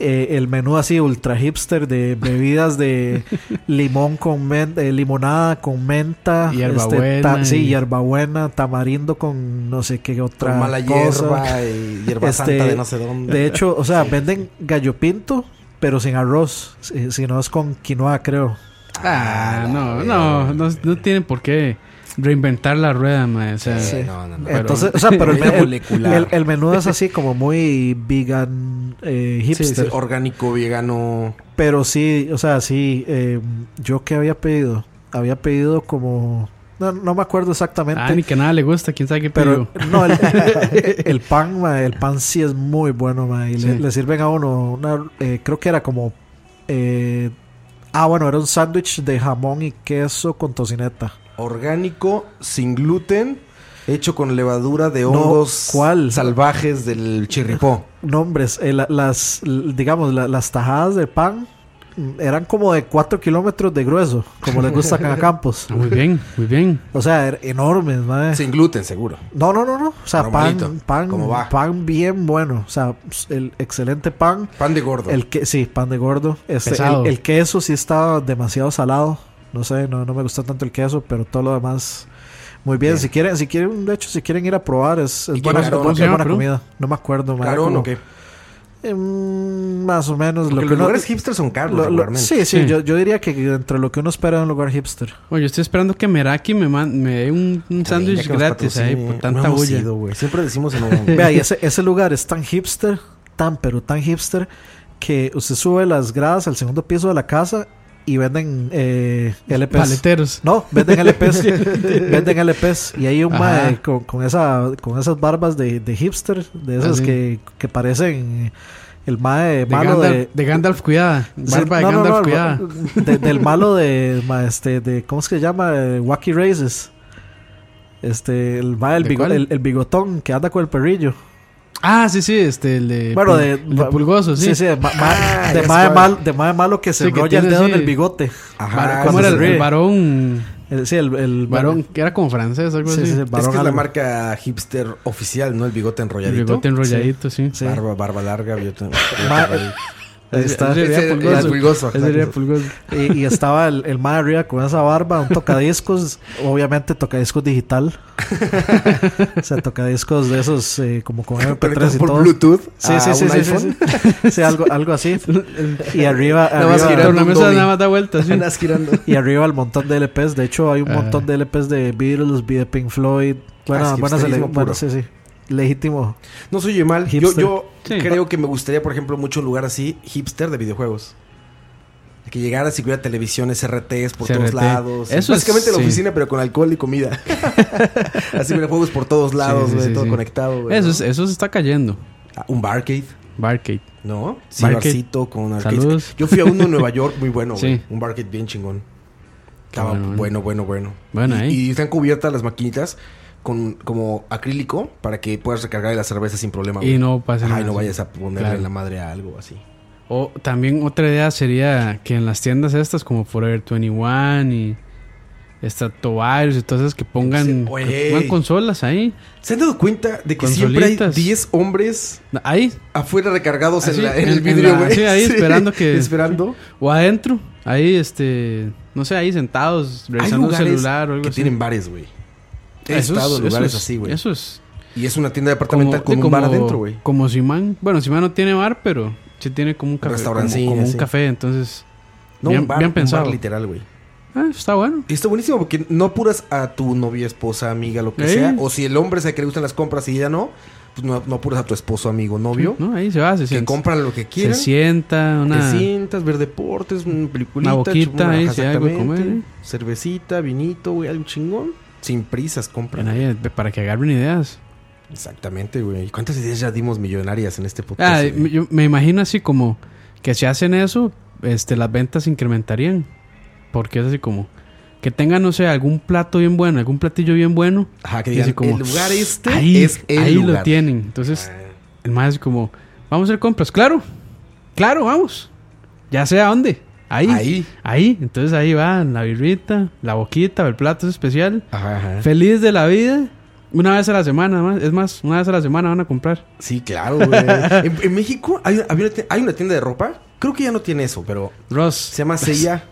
Speaker 7: Eh, el menú así ultra hipster de bebidas de limón con menta, limonada con menta, este,
Speaker 5: Hierbabuena
Speaker 7: ta- sí,
Speaker 5: y-
Speaker 7: hierbabuena, tamarindo con no sé qué otra
Speaker 6: Con mala
Speaker 7: cosa.
Speaker 6: hierba y hierba
Speaker 7: Este,
Speaker 6: santa de no sé dónde.
Speaker 7: De hecho, o sea, venden gallo pinto, pero sin arroz, si, si no es con quinoa, creo.
Speaker 5: Ah, no, no, no, no tienen por qué reinventar la rueda, mae, o sea,
Speaker 6: Eh, no, no, no.
Speaker 5: Pero-
Speaker 7: Entonces, o sea, pero el,
Speaker 6: Comida
Speaker 7: el-
Speaker 6: molecular.
Speaker 7: el- el menú es así como muy vegan eh,
Speaker 6: Sí, sí,
Speaker 7: hipster.
Speaker 6: orgánico, vegano.
Speaker 7: Pero sí, o sea, sí, eh, yo que había pedido, había pedido como, no, no me acuerdo exactamente,
Speaker 5: ah, ni que nada le gusta, quién sabe qué
Speaker 7: pero
Speaker 5: pero
Speaker 7: no, el, el pan, ma, el pan sí es muy bueno, ma, y le,
Speaker 5: Sí.
Speaker 7: le sirven a uno, una, eh, creo que era como, eh, ah, bueno, era un sándwich de jamón y queso con tocineta.
Speaker 6: Orgánico, sin gluten, hecho con levadura de hongos
Speaker 7: ¿cuál?
Speaker 6: salvajes del chirripó.
Speaker 7: Nombres, eh, la- las, l- digamos, la- las tajadas de pan mm, eran como de 4 kilómetros de grueso, como les gusta acá a Campos.
Speaker 5: Ah, muy bien, muy bien.
Speaker 7: O sea, er- enormes, madre.
Speaker 6: Sin gluten, seguro.
Speaker 7: No, no, no, no. O sea,
Speaker 6: Normalito,
Speaker 7: pan, pan,
Speaker 6: ¿cómo va?
Speaker 7: pan bien bueno. O sea, ps- el excelente pan.
Speaker 6: Pan de gordo.
Speaker 7: El que, sí, pan de gordo. Este,
Speaker 5: Pesado.
Speaker 7: el, el queso sí estaba demasiado salado. No sé, no, no me gusta tanto el queso, pero todo lo demás. Muy bien, si quieren, si quieren, de hecho, si quieren ir a probar, es, es
Speaker 6: qué
Speaker 7: buena,
Speaker 6: caro,
Speaker 7: es
Speaker 6: ¿cómo
Speaker 5: se llama,
Speaker 7: buena
Speaker 5: Perú?
Speaker 7: comida. No me acuerdo, madre,
Speaker 6: ¿Carón
Speaker 7: como-
Speaker 6: o qué?
Speaker 7: Eh, mm, Más o menos. Lo
Speaker 6: Porque
Speaker 7: que
Speaker 6: los
Speaker 7: uno-
Speaker 6: lugares hipsters son caros,
Speaker 7: lo- lo-
Speaker 6: regularmente.
Speaker 7: sí, sí,
Speaker 5: Sí.
Speaker 7: Yo, yo diría que entre lo que uno espera de un lugar hipster.
Speaker 5: Bueno, yo estoy esperando que Meraki me, man- me dé un, un
Speaker 6: También, ya
Speaker 5: sándwich
Speaker 6: que nos
Speaker 5: gratis ahí
Speaker 6: patrocine.
Speaker 5: por tanta
Speaker 6: No hemos
Speaker 5: bulla.
Speaker 6: ido, güey. Siempre decimos en un...
Speaker 7: Vea, y ese, ese lugar es tan hipster, tan pero tan hipster, que usted sube las gradas al segundo piso de la casa y venden eh,
Speaker 5: Pues,
Speaker 7: LPs.
Speaker 5: Paleteros.
Speaker 7: No, venden LPs. venden LPs. Y hay un
Speaker 5: Ajá.
Speaker 7: mae con, con, esa, con esas barbas de, de hipster, de esas
Speaker 5: Así.
Speaker 7: que, que parecen el mae
Speaker 5: De
Speaker 7: malo
Speaker 5: Gandalf,
Speaker 7: de.
Speaker 5: de Gandalf, cuidada.
Speaker 7: sí,
Speaker 5: Barba de
Speaker 7: no, no,
Speaker 5: Gandalf,
Speaker 7: no,
Speaker 5: cuidada.
Speaker 7: de- del malo de, ma, este, de. ¿Cómo es que se llama? Eh, Wacky Races. Este, el, mae, el,
Speaker 5: ¿De
Speaker 7: bigo-
Speaker 5: cuál?
Speaker 7: el- el bigotón que anda con el perrillo.
Speaker 5: Ah, sí, sí, este, el de,
Speaker 7: Bueno,
Speaker 5: pul-
Speaker 7: de,
Speaker 5: el de Pulgoso, sí.
Speaker 7: de, ma- ma-
Speaker 6: Ah,
Speaker 7: de
Speaker 6: ya
Speaker 7: mae
Speaker 6: sé cuál.
Speaker 7: mal, de mae malo que se
Speaker 5: Sí, que
Speaker 7: enrolla el
Speaker 5: tiene
Speaker 7: dedo en
Speaker 5: así-
Speaker 7: el bigote.
Speaker 5: Bar-
Speaker 6: Ajá.
Speaker 5: ¿Cómo era
Speaker 6: sí,
Speaker 5: el,
Speaker 6: sí.
Speaker 5: el
Speaker 7: ríe.
Speaker 5: varón?
Speaker 7: Eh, Sí, el, el
Speaker 5: Varón, que era como francés, algo
Speaker 7: Sí, sí,
Speaker 5: así.
Speaker 7: sí, el
Speaker 6: Es
Speaker 7: varón
Speaker 6: que es la
Speaker 7: algo.
Speaker 6: marca hipster oficial, ¿no? El bigote
Speaker 5: El
Speaker 6: enrolladito.
Speaker 5: bigote enrolladito, sí.
Speaker 7: Sí.
Speaker 6: Barba, barba larga, bigote.
Speaker 7: Ma- Ahí
Speaker 5: Ese-
Speaker 7: está.
Speaker 5: ese era
Speaker 6: Ese-
Speaker 5: Pulgoso.
Speaker 6: el Pulgoso,
Speaker 5: Ese era
Speaker 6: exacto.
Speaker 5: Pulgoso.
Speaker 7: Y, y estaba el, el mae arriba con esa barba, un tocadiscos, obviamente tocadiscos digital. o sea, tocadiscos de esos eh, como con MP3
Speaker 6: Conectas
Speaker 7: y
Speaker 6: por
Speaker 7: todo.
Speaker 6: Bluetooth
Speaker 7: Sí,
Speaker 6: a
Speaker 7: sí, sí,
Speaker 6: un
Speaker 7: sí, sí,
Speaker 6: iPhone.
Speaker 7: sí. Sí, algo, algo así. Y arriba,
Speaker 6: Nada más
Speaker 7: arriba-
Speaker 6: girando.
Speaker 5: Una
Speaker 6: un
Speaker 5: mesa
Speaker 6: doble.
Speaker 5: nada más da vueltas, sí.
Speaker 6: Andas girando.
Speaker 7: y arriba el montón de LPs. De hecho, hay un montón de LPs de Beatles, de Pink Floyd. Bueno,
Speaker 6: Ah, sí,
Speaker 7: bueno, se le-
Speaker 6: hipsterismo
Speaker 7: bueno,
Speaker 6: puro.
Speaker 7: sí, sí. Legítimo.
Speaker 6: No soy mal. Yo,
Speaker 7: Hipster.
Speaker 6: yo
Speaker 5: Sí.
Speaker 6: creo que me gustaría, por ejemplo, mucho un lugar así, hipster de videojuegos. Que llegara si hubiera televisiones, RTs por
Speaker 5: CRT.
Speaker 6: todos lados.
Speaker 5: Eso es-
Speaker 6: Básicamente la
Speaker 5: sí.
Speaker 6: oficina, pero con alcohol y comida. así hubiera juegos por todos
Speaker 5: Sí,
Speaker 6: lados,
Speaker 5: sí,
Speaker 6: güey,
Speaker 5: sí,
Speaker 6: todo
Speaker 5: sí.
Speaker 6: conectado. güey,
Speaker 5: Eso,
Speaker 6: ¿no?
Speaker 5: es- eso se está cayendo.
Speaker 6: Ah, Un barcade,
Speaker 5: Barcade.
Speaker 6: ¿no? Sí,
Speaker 5: Barcade.
Speaker 6: barcito con arcades.
Speaker 5: Saludos.
Speaker 6: Yo fui a uno en Nueva York muy bueno,
Speaker 5: Sí.
Speaker 6: güey. Un barcade bien chingón. Estaba
Speaker 5: bueno,
Speaker 6: bueno, bueno, bueno.
Speaker 5: Bueno, ¿eh?
Speaker 6: y,
Speaker 5: ahí.
Speaker 6: y están cubiertas las maquinitas con como acrílico para que puedas recargar la cerveza sin problema.
Speaker 5: Y no pase
Speaker 6: Ay,
Speaker 5: nada.
Speaker 6: no vayas a ponerle
Speaker 5: Claro.
Speaker 6: la madre a algo así.
Speaker 5: O también otra idea sería que en las tiendas estas como Forever 21 y Stratovarius y todas esas que
Speaker 6: Sí,
Speaker 5: pongan,
Speaker 6: güey.
Speaker 5: que pongan consolas ahí.
Speaker 6: ¿Se han dado cuenta de que siempre hay
Speaker 5: Consolitas.
Speaker 6: 10 hombres
Speaker 5: Ahí.
Speaker 6: afuera recargados
Speaker 5: Así,
Speaker 6: en, la- en
Speaker 5: en-
Speaker 6: el
Speaker 5: en
Speaker 6: vidrio,
Speaker 5: la-
Speaker 6: güey?
Speaker 5: sí, ahí esperando que-
Speaker 6: Esperando.
Speaker 5: O adentro. Ahí, este... No sé, ahí sentados,
Speaker 6: Hay
Speaker 5: revisando un
Speaker 6: lugares
Speaker 5: celular o algo
Speaker 6: que
Speaker 5: así.
Speaker 6: tienen bares, güey. He
Speaker 5: Eso es-
Speaker 6: estado en
Speaker 5: eso
Speaker 6: lugares
Speaker 5: es-
Speaker 6: así, güey.
Speaker 5: Eso es...
Speaker 6: Y es una tienda departamental con
Speaker 5: sí,
Speaker 6: un bar adentro, güey.
Speaker 5: Como Simán. Bueno, Simán no tiene bar, pero sí tiene como un café.
Speaker 6: Restaurancín,
Speaker 5: Como, como
Speaker 6: sí.
Speaker 5: un café, entonces...
Speaker 6: No,
Speaker 5: bien-
Speaker 6: un bar,
Speaker 5: bien
Speaker 6: un bar
Speaker 5: pensado.
Speaker 6: literal, güey.
Speaker 5: ah, está bueno.
Speaker 6: Y está buenísimo porque no apuras a tu novia, esposa, amiga, lo que
Speaker 5: Sí.
Speaker 6: sea. O si el hombre es el que le gustan las compras y ella no, pues no, no apuras a tu esposo, amigo, novio.
Speaker 5: ¿No? Ahí se va, se
Speaker 6: Que
Speaker 5: sienta.
Speaker 6: compran lo que
Speaker 5: Se
Speaker 6: quieran.
Speaker 5: sienta, una...
Speaker 6: Te sientas, ver deportes, una peliculita,
Speaker 5: Una boquita,
Speaker 6: chup-
Speaker 5: ahí,
Speaker 6: ajá,
Speaker 5: si hay algo de
Speaker 6: exactamente.
Speaker 5: comer, ¿eh?
Speaker 6: Cervecita, vinito, güey, algo chingón. Sin prisas,
Speaker 5: en
Speaker 6: compran.
Speaker 5: ahí, para que agarren ideas.
Speaker 6: Exactamente, güey. ¿Cuántas ideas ya dimos millonarias en este podcast?
Speaker 5: Ah,
Speaker 6: güey?
Speaker 5: me- yo me imagino así como que si hacen eso, este, las ventas se incrementarían. Porque es así como que tengan, no sé, algún plato bien bueno, algún platillo bien bueno.
Speaker 6: Ajá, que
Speaker 5: y
Speaker 6: digan,
Speaker 5: así como,
Speaker 6: el lugar este
Speaker 5: ahí,
Speaker 6: es el
Speaker 5: ahí
Speaker 6: lugar. Ah.
Speaker 5: lo tienen. Entonces, el más es como, vamos a hacer compras. Claro, claro, vamos. Ya sé a dónde. Ahí. Ahí.
Speaker 6: Ahí.
Speaker 5: Entonces ahí van la birrita, la boquita, el plato especial.
Speaker 6: Ajá, ajá.
Speaker 5: Feliz de la vida. Una vez a la semana, más- es más, una vez a la semana van a comprar.
Speaker 6: Sí, claro, güey. en, en México hay, había una tie- hay una tienda de ropa. Creo que ya no tiene eso, pero
Speaker 5: Ross.
Speaker 6: se llama Sella.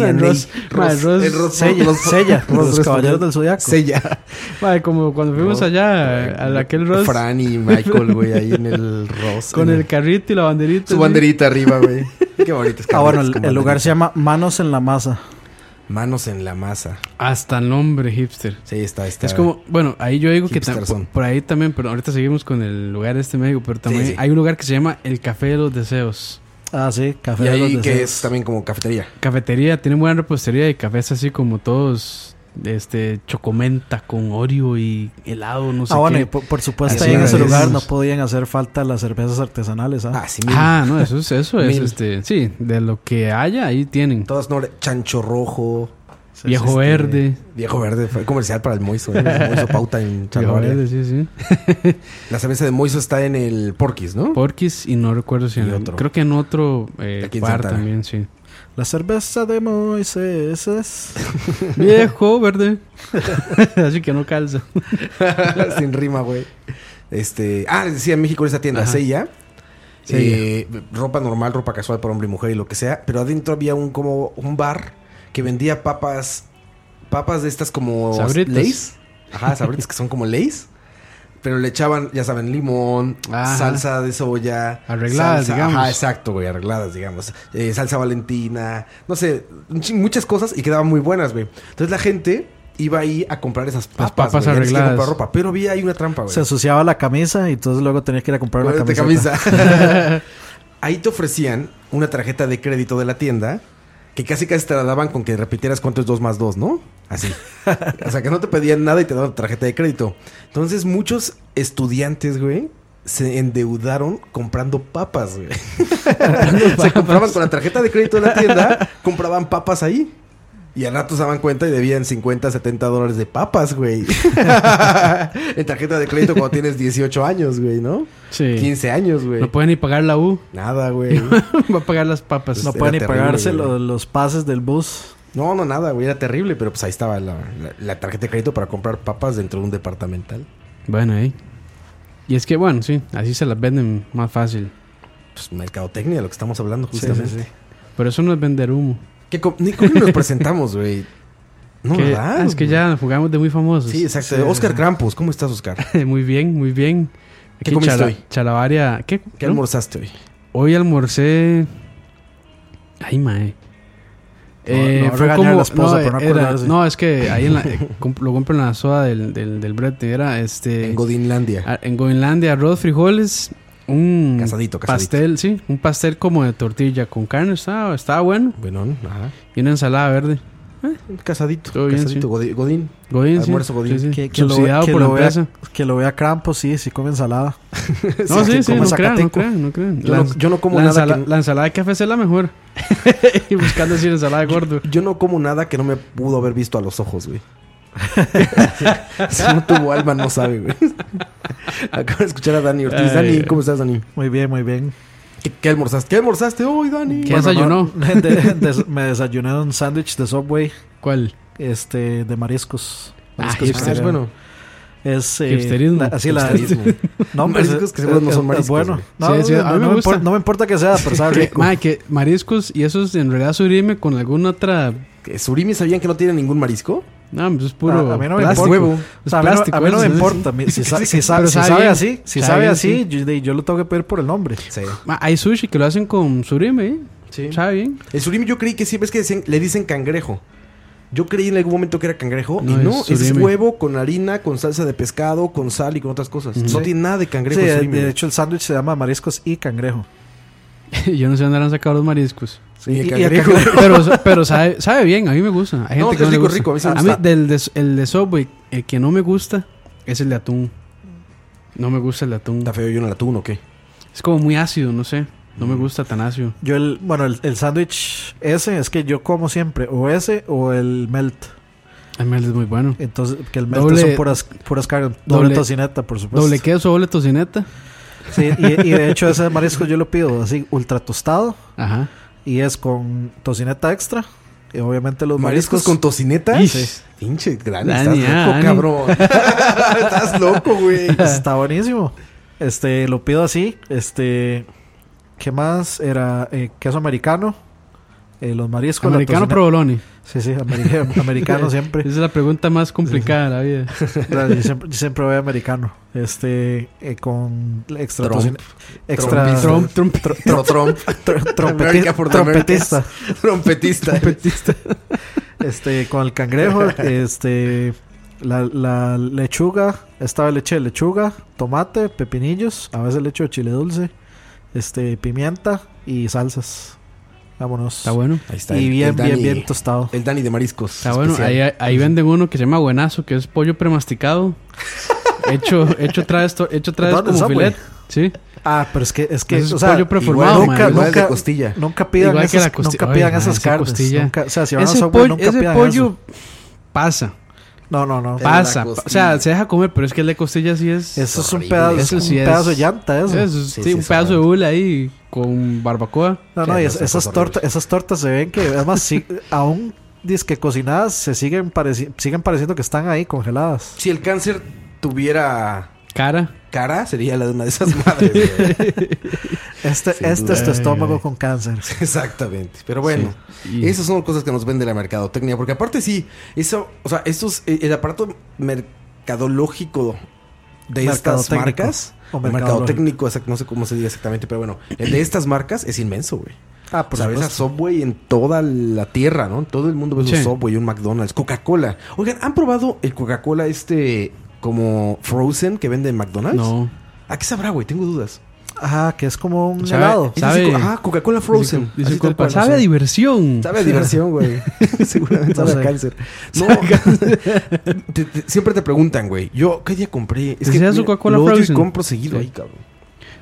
Speaker 6: O
Speaker 5: el
Speaker 6: Ney.
Speaker 5: Ross- ma, el Ross-
Speaker 6: el Ross-
Speaker 7: Sella,
Speaker 6: Ross-
Speaker 7: Sella,
Speaker 6: Ross-
Speaker 7: los
Speaker 6: Ross-
Speaker 7: caballeros del zodiaco.
Speaker 6: Sella.
Speaker 5: Madre, como cuando fuimos
Speaker 6: eh,
Speaker 5: allá a aquel Ross
Speaker 6: Fran y Michael, güey, ahí en el Ross.
Speaker 5: con
Speaker 6: en
Speaker 5: el carrito y la banderita.
Speaker 6: Su
Speaker 5: así.
Speaker 6: banderita arriba, güey. Qué bonito. es que
Speaker 7: Ah, bueno, el,
Speaker 6: con
Speaker 7: el lugar se
Speaker 6: banderita.
Speaker 7: llama Manos en la Masa.
Speaker 6: Manos en la masa.
Speaker 5: Hasta el nombre hipster.
Speaker 6: Sí, está, está.
Speaker 5: Es como, bueno, ahí yo digo que tam-
Speaker 6: Hipsterzón.
Speaker 5: por, por ahí también, pero ahorita seguimos con el lugar este médico, pero también
Speaker 6: Sí, sí.
Speaker 5: hay un lugar que se llama el Café de los Deseos.
Speaker 7: Ah, sí, café
Speaker 6: Y
Speaker 7: de los
Speaker 6: ahí que
Speaker 7: Deseos.
Speaker 6: es también como cafetería.
Speaker 5: Cafetería, tiene buena repostería y cafés así como todos, este, chocomenta con Oreo y helado, no sé
Speaker 7: Ah, bueno,
Speaker 5: qué.
Speaker 7: y
Speaker 6: pues,
Speaker 7: por, por supuesto,
Speaker 6: Así
Speaker 7: ahí en ese
Speaker 6: es.
Speaker 7: lugar no podían hacer falta las cervezas artesanales. ¿ah?
Speaker 6: Ah, sí, mira.
Speaker 5: Ah, no, eso es, eso es,
Speaker 6: Mil.
Speaker 5: este, sí, de lo que haya, ahí tienen.
Speaker 6: Todas no, chancho rojo.
Speaker 5: Viejo
Speaker 6: este,
Speaker 5: verde.
Speaker 6: Viejo verde. Fue comercial para el Moiso. ¿eh? El Moiso pauta en
Speaker 5: Viejo
Speaker 6: Chalabaria.
Speaker 5: verde, sí, sí.
Speaker 6: La cerveza de Moiso está en el Porquis, ¿no?
Speaker 5: Porquis y no recuerdo si en
Speaker 6: Y
Speaker 5: el-
Speaker 6: otro.
Speaker 5: creo que en otro eh,
Speaker 6: Aquí en
Speaker 5: bar
Speaker 6: Santana.
Speaker 5: también, sí.
Speaker 7: La cerveza de Moisés es...
Speaker 5: Viejo, verde. Así que no calza.
Speaker 6: Sin rima, güey. Este, ah, les decía, en México en esa tienda,
Speaker 5: Ajá.
Speaker 6: Seiya.
Speaker 5: Seiya.
Speaker 6: Eh, ropa normal, ropa casual para hombre y mujer y lo que sea. Pero adentro había un como un bar que vendía papas. Papas de estas como
Speaker 5: Sabritas.
Speaker 6: Lays. Ajá, sabritas que son como Lays. Pero le echaban, ya saben, limón,
Speaker 5: Ajá.
Speaker 6: salsa de soya.
Speaker 5: Arregladas,
Speaker 6: salsa-
Speaker 5: digamos.
Speaker 6: Ajá, exacto, güey, arregladas, digamos. Eh, salsa valentina, no sé, un chin- muchas cosas y quedaban muy buenas, güey. Entonces la gente iba ahí a comprar esas papas.
Speaker 5: papas
Speaker 6: güey, ya ni siquiera
Speaker 5: arregladas.
Speaker 6: comprar ropa. Pero había ahí una trampa, güey.
Speaker 7: Se ensuciaba la camisa y entonces luego tenía que ir a comprar una
Speaker 6: Ponerte
Speaker 7: camisa.
Speaker 6: camisa. Ahí te ofrecían una tarjeta de crédito de la tienda que casi casi te la daban con que repitieras cuánto es 2 más 2, ¿no? Así. O sea, que no te pedían nada y te daban tarjeta de crédito. Entonces, muchos estudiantes, güey, se endeudaron comprando papas, güey. se compraban con la tarjeta de crédito de la tienda, compraban papas ahí. Y al rato se daban cuenta y debían 50, 70 dólares de papas, güey. en tarjeta de crédito cuando tienes 18 años, güey, ¿no?
Speaker 5: Sí.
Speaker 6: 15 años, güey.
Speaker 5: No pueden ni pagar la U.
Speaker 6: Nada, güey.
Speaker 5: Va a pagar las papas.
Speaker 7: No
Speaker 6: Era
Speaker 7: pueden ni
Speaker 6: terrible,
Speaker 7: pagarse
Speaker 6: güey.
Speaker 7: los, los pases del bus.
Speaker 6: No, no, nada, güey. Era terrible, pero pues ahí estaba la, la- la tarjeta de crédito para comprar papas dentro de un departamental.
Speaker 5: Bueno, ahí. Y es que, bueno, sí, así se las venden más fácil.
Speaker 6: Pues mercadotecnia, lo que estamos hablando justamente.
Speaker 5: Pero eso no es vender humo.
Speaker 6: ¿Qué co- ni con quién nos presentamos, güey? No,
Speaker 5: Que-
Speaker 6: ¿verdad?
Speaker 5: ah, es que ya pues, jugamos de muy famosos.
Speaker 6: Sí, exacto. Oscar Krampus, ¿cómo estás, Oscar?
Speaker 5: muy bien, muy bien.
Speaker 6: ¿Qué comiste hoy?
Speaker 5: Chalabaria. ¿Qué?
Speaker 6: ¿Qué
Speaker 5: ¿No?
Speaker 6: almorzaste hoy?
Speaker 5: Hoy almorcé. Ay, mae.
Speaker 7: no regañar a la esposa por no
Speaker 5: era-
Speaker 7: acordarse.
Speaker 5: no, es que ahí en la, eh, comp- lo compro en la soda del, del, del brete. Era este.
Speaker 6: En Godinlandia.
Speaker 5: a- en Groenlandia, arroz, frijoles, un
Speaker 6: Casadito, casadito.
Speaker 5: pastel, sí, un pastel como de tortilla con carne, estaba, estaba bueno.
Speaker 6: Bueno, ajá.
Speaker 5: Y una ensalada verde.
Speaker 7: Casadito.
Speaker 5: Todo bien, sí.
Speaker 6: Casadito, Godi- Godín.
Speaker 5: Godín, sí.
Speaker 6: Almuerzo Godín.
Speaker 5: Sí, sí.
Speaker 7: Que, que lo vea,
Speaker 5: Subsidiado
Speaker 7: que
Speaker 5: por la
Speaker 7: lo vea-
Speaker 5: empresa.
Speaker 7: que lo vea Crampo, sí, sí come ensalada.
Speaker 5: No, sí,
Speaker 7: que
Speaker 5: sí,
Speaker 7: coma
Speaker 5: no crean, no
Speaker 7: Zacateco.
Speaker 5: crean, no crean.
Speaker 6: Yo,
Speaker 5: La-
Speaker 6: no, yo no como
Speaker 5: la,
Speaker 6: nada.
Speaker 5: ensala-
Speaker 6: que-
Speaker 5: la ensalada de café es la mejor. y buscando decir ensalada de gordo.
Speaker 6: Yo no como nada que no me pudo haber visto a los ojos, güey. si no tuvo alma, no sabe, güey. Acabo de escuchar a Dani Ortiz.
Speaker 5: Ay,
Speaker 6: Dani,
Speaker 5: güey.
Speaker 6: ¿cómo estás, Dani?
Speaker 7: Muy bien, muy bien.
Speaker 6: ¿Qué, qué almorzaste? ¿Qué almorzaste hoy, Dani?
Speaker 5: ¿Qué desayunó?
Speaker 7: no, de- des- me desayuné un sándwich de Subway
Speaker 5: ¿Cuál?
Speaker 7: este, de mariscos.
Speaker 5: Ah,
Speaker 6: Mariscos,
Speaker 5: hipster.
Speaker 6: es bueno.
Speaker 7: Es, eh,
Speaker 5: Hipsterismo.
Speaker 7: la- así la,
Speaker 6: Hipsterismo.
Speaker 7: no, hombre,
Speaker 6: Mariscos
Speaker 7: es-
Speaker 6: que seguro no
Speaker 7: es-
Speaker 6: son
Speaker 7: es
Speaker 6: mariscos,
Speaker 7: Bueno,
Speaker 6: güey.
Speaker 7: no,
Speaker 5: Sí, sí, a
Speaker 7: no
Speaker 5: mí me
Speaker 7: me
Speaker 5: gusta.
Speaker 7: impor- no me importa que sea, pero sabe
Speaker 5: Que,
Speaker 7: rico.
Speaker 5: mae, que mariscos y eso es en realidad subirme con alguna otra.
Speaker 6: ¿Que ¿Surimi sabían que no tiene ningún marisco?
Speaker 5: No, pues es puro.
Speaker 7: A- a mí no me
Speaker 5: plástico.
Speaker 7: importa.
Speaker 5: Huevo.
Speaker 7: O sea, a, mí no,
Speaker 5: plástico,
Speaker 7: a mí no
Speaker 5: eso,
Speaker 7: me
Speaker 5: sí,
Speaker 7: importa. mi- Si, sa- si sa-
Speaker 5: Pero
Speaker 7: si
Speaker 5: sabe
Speaker 7: sabe
Speaker 5: bien.
Speaker 7: así, si
Speaker 5: Sabe
Speaker 7: sabe
Speaker 5: bien,
Speaker 7: así, yo, yo lo tengo que pedir por el nombre.
Speaker 6: Sí.
Speaker 5: Ma, hay sushi que lo hacen con surime, ¿eh?
Speaker 6: Sí.
Speaker 5: ¿Sabe bien?
Speaker 6: El surimi yo creí que siempre es que decían- le dicen cangrejo. Yo creí en algún momento que era cangrejo
Speaker 5: No,
Speaker 6: y no,
Speaker 5: es
Speaker 6: es,
Speaker 5: surimi.
Speaker 6: huevo con harina, con salsa de pescado, con sal y con otras cosas. No
Speaker 7: Sí.
Speaker 6: tiene nada de
Speaker 7: Sí,
Speaker 6: cangrejo el
Speaker 7: de,
Speaker 6: surimi.
Speaker 7: de hecho, el sándwich se llama mariscos y cangrejo.
Speaker 5: Yo no sé dónde han sacado los mariscos.
Speaker 6: Ni el
Speaker 7: y- y
Speaker 6: cangrejo.
Speaker 5: Pero, pero sabe, sabe bien, a mí me gusta. Hay gente
Speaker 6: No,
Speaker 5: que
Speaker 6: es
Speaker 5: no le
Speaker 6: rico,
Speaker 5: gusta.
Speaker 6: rico, a mí sí me gusta.
Speaker 5: del de, el de Subway, el que no me gusta es el de atún. No me gusta el de atún.
Speaker 6: ¿Está feo yo en el atún o qué?
Speaker 5: Es como muy ácido, no sé. No
Speaker 7: Mm.
Speaker 5: me gusta tan ácido.
Speaker 7: Yo el, bueno, el, el sándwich ese es que yo como siempre, o ese o el melt.
Speaker 5: El mel es muy bueno.
Speaker 7: Entonces, que el melt
Speaker 5: Doble-
Speaker 7: son puras, puras cargas, doble,
Speaker 5: doble-
Speaker 7: tocineta, por supuesto.
Speaker 5: Doble queso, doble tocineta.
Speaker 7: Sí, y, y de hecho ese marisco yo lo pido así ultra tostado
Speaker 5: Ajá.
Speaker 7: y es con tocineta extra. Y obviamente los
Speaker 6: ¿Mariscos
Speaker 7: mariscos,
Speaker 6: con tocineta?
Speaker 5: Ish.
Speaker 6: Sí. Pinche, Dani,
Speaker 5: Dani,
Speaker 6: estás
Speaker 5: ah,
Speaker 6: loco,
Speaker 5: Dani.
Speaker 6: cabrón. estás loco, güey.
Speaker 7: está buenísimo. Este, lo pido así, este ¿qué más? Era eh, queso americano. eh, los mariscos la
Speaker 5: Americano
Speaker 7: tocineta-
Speaker 5: provolone.
Speaker 7: Sí, sí, ameri- americano siempre.
Speaker 5: Esa es la pregunta más complicada de la vida.
Speaker 7: Yo siempre, yo siempre voy americano. Este, eh, con extra
Speaker 6: Trump.
Speaker 7: tocin- extra
Speaker 6: Trumpi-
Speaker 5: Trump, Trump.
Speaker 6: Tro Trump.
Speaker 7: tr- trompeti-
Speaker 6: America for the
Speaker 7: trompetista.
Speaker 6: Trompetista.
Speaker 7: Este, con el cangrejo, este, la, la lechuga, esta vez le eché lechuga, tomate, pepinillos, a veces le echo chile dulce, este, pimienta y salsas. Vámonos.
Speaker 5: Está bueno.
Speaker 6: Ahí está.
Speaker 7: Y
Speaker 6: el-
Speaker 7: bien,
Speaker 6: el
Speaker 7: bien,
Speaker 6: Dani-
Speaker 7: bien tostado.
Speaker 6: El Dani de mariscos.
Speaker 5: Está Ah, bueno.
Speaker 6: especial.
Speaker 5: Ahí, ahí venden uno que se llama buenazo, que es pollo premasticado. hecho, hecho otra vez, to- hecho otra vez
Speaker 7: ¿Dónde?
Speaker 5: como
Speaker 7: ¿Subway?
Speaker 5: filet. Sí.
Speaker 7: Ah, pero es que, es que,
Speaker 5: Ese es
Speaker 7: o sea,
Speaker 5: pollo preformado,
Speaker 7: igual
Speaker 5: man.
Speaker 7: nunca,
Speaker 6: Igual de
Speaker 7: nunca,
Speaker 6: costilla.
Speaker 7: nunca pidan
Speaker 5: Igual que
Speaker 7: esas,
Speaker 5: la costi-
Speaker 7: nunca
Speaker 5: Ay,
Speaker 7: pidan
Speaker 5: man,
Speaker 7: esas
Speaker 5: esa
Speaker 7: carnes.
Speaker 5: costilla.
Speaker 7: Nunca, o sea, si van a
Speaker 5: Ese,
Speaker 7: Subway,
Speaker 5: poll-
Speaker 7: nunca
Speaker 5: ese
Speaker 7: pidan
Speaker 5: pollo
Speaker 7: eso.
Speaker 5: pasa,
Speaker 7: No, no, no.
Speaker 6: Pero la
Speaker 5: pasa. O sea,
Speaker 6: costilla.
Speaker 5: se deja comer, pero es que el de costilla sí es.
Speaker 7: Eso es un
Speaker 6: horrible.
Speaker 7: pedazo,
Speaker 5: Eso
Speaker 7: un
Speaker 5: sí es-
Speaker 7: pedazo de llanta, eso.
Speaker 5: Eso es-
Speaker 6: Sí,
Speaker 5: sí,
Speaker 6: sí,
Speaker 5: un
Speaker 6: es
Speaker 5: pedazo de hule ahí con barbacoa.
Speaker 7: No,
Speaker 6: Sí,
Speaker 7: no, y
Speaker 6: no,
Speaker 7: es-
Speaker 6: son
Speaker 7: esas,
Speaker 6: cosas
Speaker 7: tortas, esas tortas se ven que, además, sí, aún disque cocinadas, se siguen, pareci- siguen pareciendo que están ahí congeladas.
Speaker 6: Si el cáncer tuviera
Speaker 5: Cara.
Speaker 6: cara, sería la de una de esas madres. güey.
Speaker 7: Este,
Speaker 6: Sin
Speaker 7: este
Speaker 6: duda.
Speaker 7: es tu estómago con cáncer.
Speaker 6: Exactamente. Pero bueno,
Speaker 5: Y-
Speaker 6: esas son cosas que nos vende la mercadotecnia. Porque aparte sí, eso, o sea, estos, eh, el aparato mercadológico de estas
Speaker 7: Mercadotécnico.
Speaker 6: marcas.
Speaker 7: O
Speaker 6: O mercadotécnico, exact- no sé cómo se diga exactamente, pero bueno, el de estas marcas es inmenso, güey.
Speaker 7: Ah, por
Speaker 6: Pues ves a
Speaker 7: supuesto.
Speaker 6: Subway en toda la tierra, ¿no? En Todo el mundo ve
Speaker 5: Sí.
Speaker 6: un Subway, un McDonald's, Coca-Cola. Oigan, ¿han probado el Coca-Cola este como Frozen que vende en McDonald's?
Speaker 5: No.
Speaker 6: ¿A qué sabrá, güey? Tengo dudas.
Speaker 7: Ajá, que es como un
Speaker 5: ¿Sabe?
Speaker 7: helado.
Speaker 6: Es así
Speaker 5: Sabe-
Speaker 6: co- ah, Coca-Cola
Speaker 5: Dice-
Speaker 6: Frozen.
Speaker 5: dice
Speaker 6: Así
Speaker 5: compa,
Speaker 6: tal cual,
Speaker 5: sabe a
Speaker 6: así.
Speaker 5: diversión.
Speaker 6: Sabe a diversión, güey. Seguramente
Speaker 7: No
Speaker 6: sabe a
Speaker 7: sé.
Speaker 6: cáncer. No, te- te- siempre te preguntan, güey. Yo, ¿qué día compré? Es
Speaker 5: Decía su
Speaker 6: mira,
Speaker 5: Coca-Cola
Speaker 6: lo odio y
Speaker 5: Frozen.
Speaker 6: compro seguido
Speaker 5: Sí.
Speaker 6: ahí, cabrón.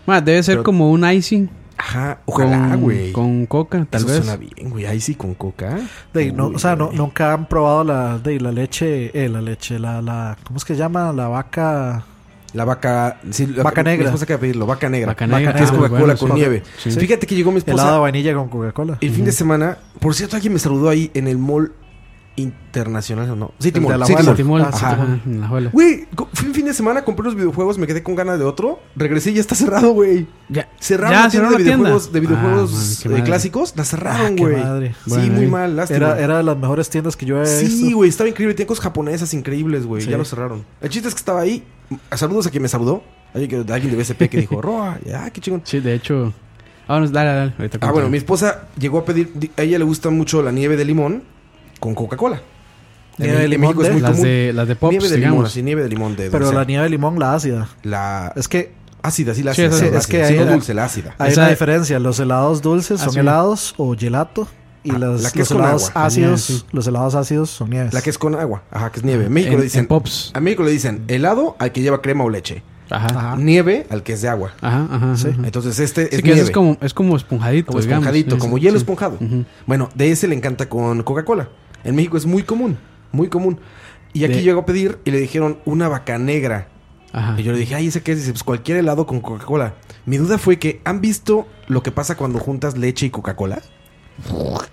Speaker 5: Ma, debe ser
Speaker 6: Pero-
Speaker 5: como un icing
Speaker 6: Ajá, ojalá, güey.
Speaker 5: con, con coca, tal
Speaker 6: Eso
Speaker 5: vez.
Speaker 6: suena bien, güey. Ahí sí con coca.
Speaker 7: De- no,
Speaker 6: Uy,
Speaker 7: o sea, no-
Speaker 6: güey.
Speaker 7: nunca han probado la, de, la leche, eh, la leche, la, la, ¿cómo es que llama? La vaca.
Speaker 6: La vaca. sí, la-
Speaker 7: Vaca negra.
Speaker 6: Mi esposa acaba de pedirlo, vaca negra.
Speaker 5: Vaca negra,
Speaker 6: Que es
Speaker 5: ah,
Speaker 6: Coca-Cola
Speaker 5: bueno,
Speaker 6: con
Speaker 5: sí.
Speaker 6: nieve.
Speaker 5: Sí.
Speaker 6: Fíjate que llegó mi esposa
Speaker 7: helado de vainilla con Coca-Cola.
Speaker 6: el fin de semana. Por cierto, alguien me saludó ahí en el mall internacional o no. City
Speaker 7: El de
Speaker 6: Mall.
Speaker 7: la
Speaker 6: City
Speaker 7: Juana.
Speaker 6: Mall.
Speaker 5: City Mall,
Speaker 7: Ah,
Speaker 5: City
Speaker 6: ajá.
Speaker 5: Mall, en la juela.
Speaker 6: Güey, co- fui un fin de semana, compré unos videojuegos, me quedé con ganas de otro. Regresé y ya está cerrado, güey.
Speaker 5: Ya,
Speaker 6: Cerraron
Speaker 5: ya
Speaker 6: la tienda
Speaker 5: cerraron la
Speaker 6: de
Speaker 5: tienda.
Speaker 6: videojuegos, de
Speaker 5: Ah, man,
Speaker 6: videojuegos
Speaker 5: qué
Speaker 6: eh,
Speaker 5: madre.
Speaker 6: clásicos. La cerraron,
Speaker 7: Ah, qué
Speaker 6: güey.
Speaker 7: madre.
Speaker 6: Sí,
Speaker 5: Bueno,
Speaker 6: muy
Speaker 5: ahí.
Speaker 6: mal, lástima.
Speaker 7: Era, era de las mejores tiendas que yo había visto.
Speaker 6: Sí, güey, estaba increíble. Tiene cosas japonesas increíbles, güey.
Speaker 7: Sí.
Speaker 6: Ya lo cerraron. El chiste es que estaba ahí. A Saludos a quien me saludó. Alguien, que- alguien de BSP que dijo, Roa, ya, qué chingón.
Speaker 5: Sí, de hecho. Ah, bueno, dale, dale. ahorita
Speaker 6: Ah,
Speaker 5: continúo.
Speaker 6: bueno, mi esposa llegó a pedir. di- A ella le gusta mucho la nieve de limón con Coca-Cola. En,
Speaker 7: Nieve de
Speaker 6: en
Speaker 7: limón
Speaker 6: México es
Speaker 7: de-
Speaker 6: muy
Speaker 5: las
Speaker 6: común.
Speaker 5: de, las de Pops,
Speaker 6: nieve de limón,
Speaker 5: digamos.
Speaker 6: así, nieve de limón de
Speaker 7: Pero
Speaker 6: dulce.
Speaker 7: la nieve de limón, la ácida.
Speaker 6: La
Speaker 7: Es que
Speaker 6: ácida, sí, la
Speaker 5: Sí,
Speaker 6: ácida.
Speaker 5: esa-
Speaker 6: sí,
Speaker 5: es
Speaker 6: la ácida,
Speaker 7: que
Speaker 6: sí,
Speaker 7: ahí
Speaker 6: no
Speaker 7: la-
Speaker 6: dulce, la ácida.
Speaker 7: Hay
Speaker 5: Esa-
Speaker 7: una diferencia, los helados dulces
Speaker 5: Ah,
Speaker 7: son
Speaker 5: sí.
Speaker 7: helados o gelato y
Speaker 6: Ah,
Speaker 7: los,
Speaker 6: la que
Speaker 7: los
Speaker 6: es con
Speaker 7: helados
Speaker 6: agua.
Speaker 7: ácidos,
Speaker 5: Nieve, sí.
Speaker 7: los helados ácidos son nieves.
Speaker 6: La que es con agua. Ajá, que es nieve. En México
Speaker 5: En-
Speaker 6: le dicen. ah,
Speaker 5: en Pops.
Speaker 6: A México le dicen helado al que lleva crema o leche.
Speaker 5: Ajá. Ajá,
Speaker 6: Nieve al que es de agua.
Speaker 5: ajá. ajá.
Speaker 7: Sí.
Speaker 5: Ajá.
Speaker 6: Entonces este
Speaker 5: Sí,
Speaker 6: es
Speaker 5: que ese
Speaker 6: nieve.
Speaker 5: es como, es como esponjadito,
Speaker 6: como
Speaker 5: digamos.
Speaker 6: esponjadito,
Speaker 5: Sí,
Speaker 6: como
Speaker 5: sí,
Speaker 6: hielo
Speaker 5: sí.
Speaker 6: esponjado.
Speaker 5: Ujú.
Speaker 6: Bueno, de ese le encanta con Coca-Cola. En México es muy común, muy común. Y aquí
Speaker 5: De- Ah.
Speaker 6: llegó a pedir y le dijeron una vaca negra.
Speaker 5: Ajá.
Speaker 6: Y yo le dije, ay, ¿ese qué es? Dice, pues cualquier helado con Coca-Cola. Mi duda fue que, ¿han visto lo que pasa cuando juntas leche y Coca-Cola?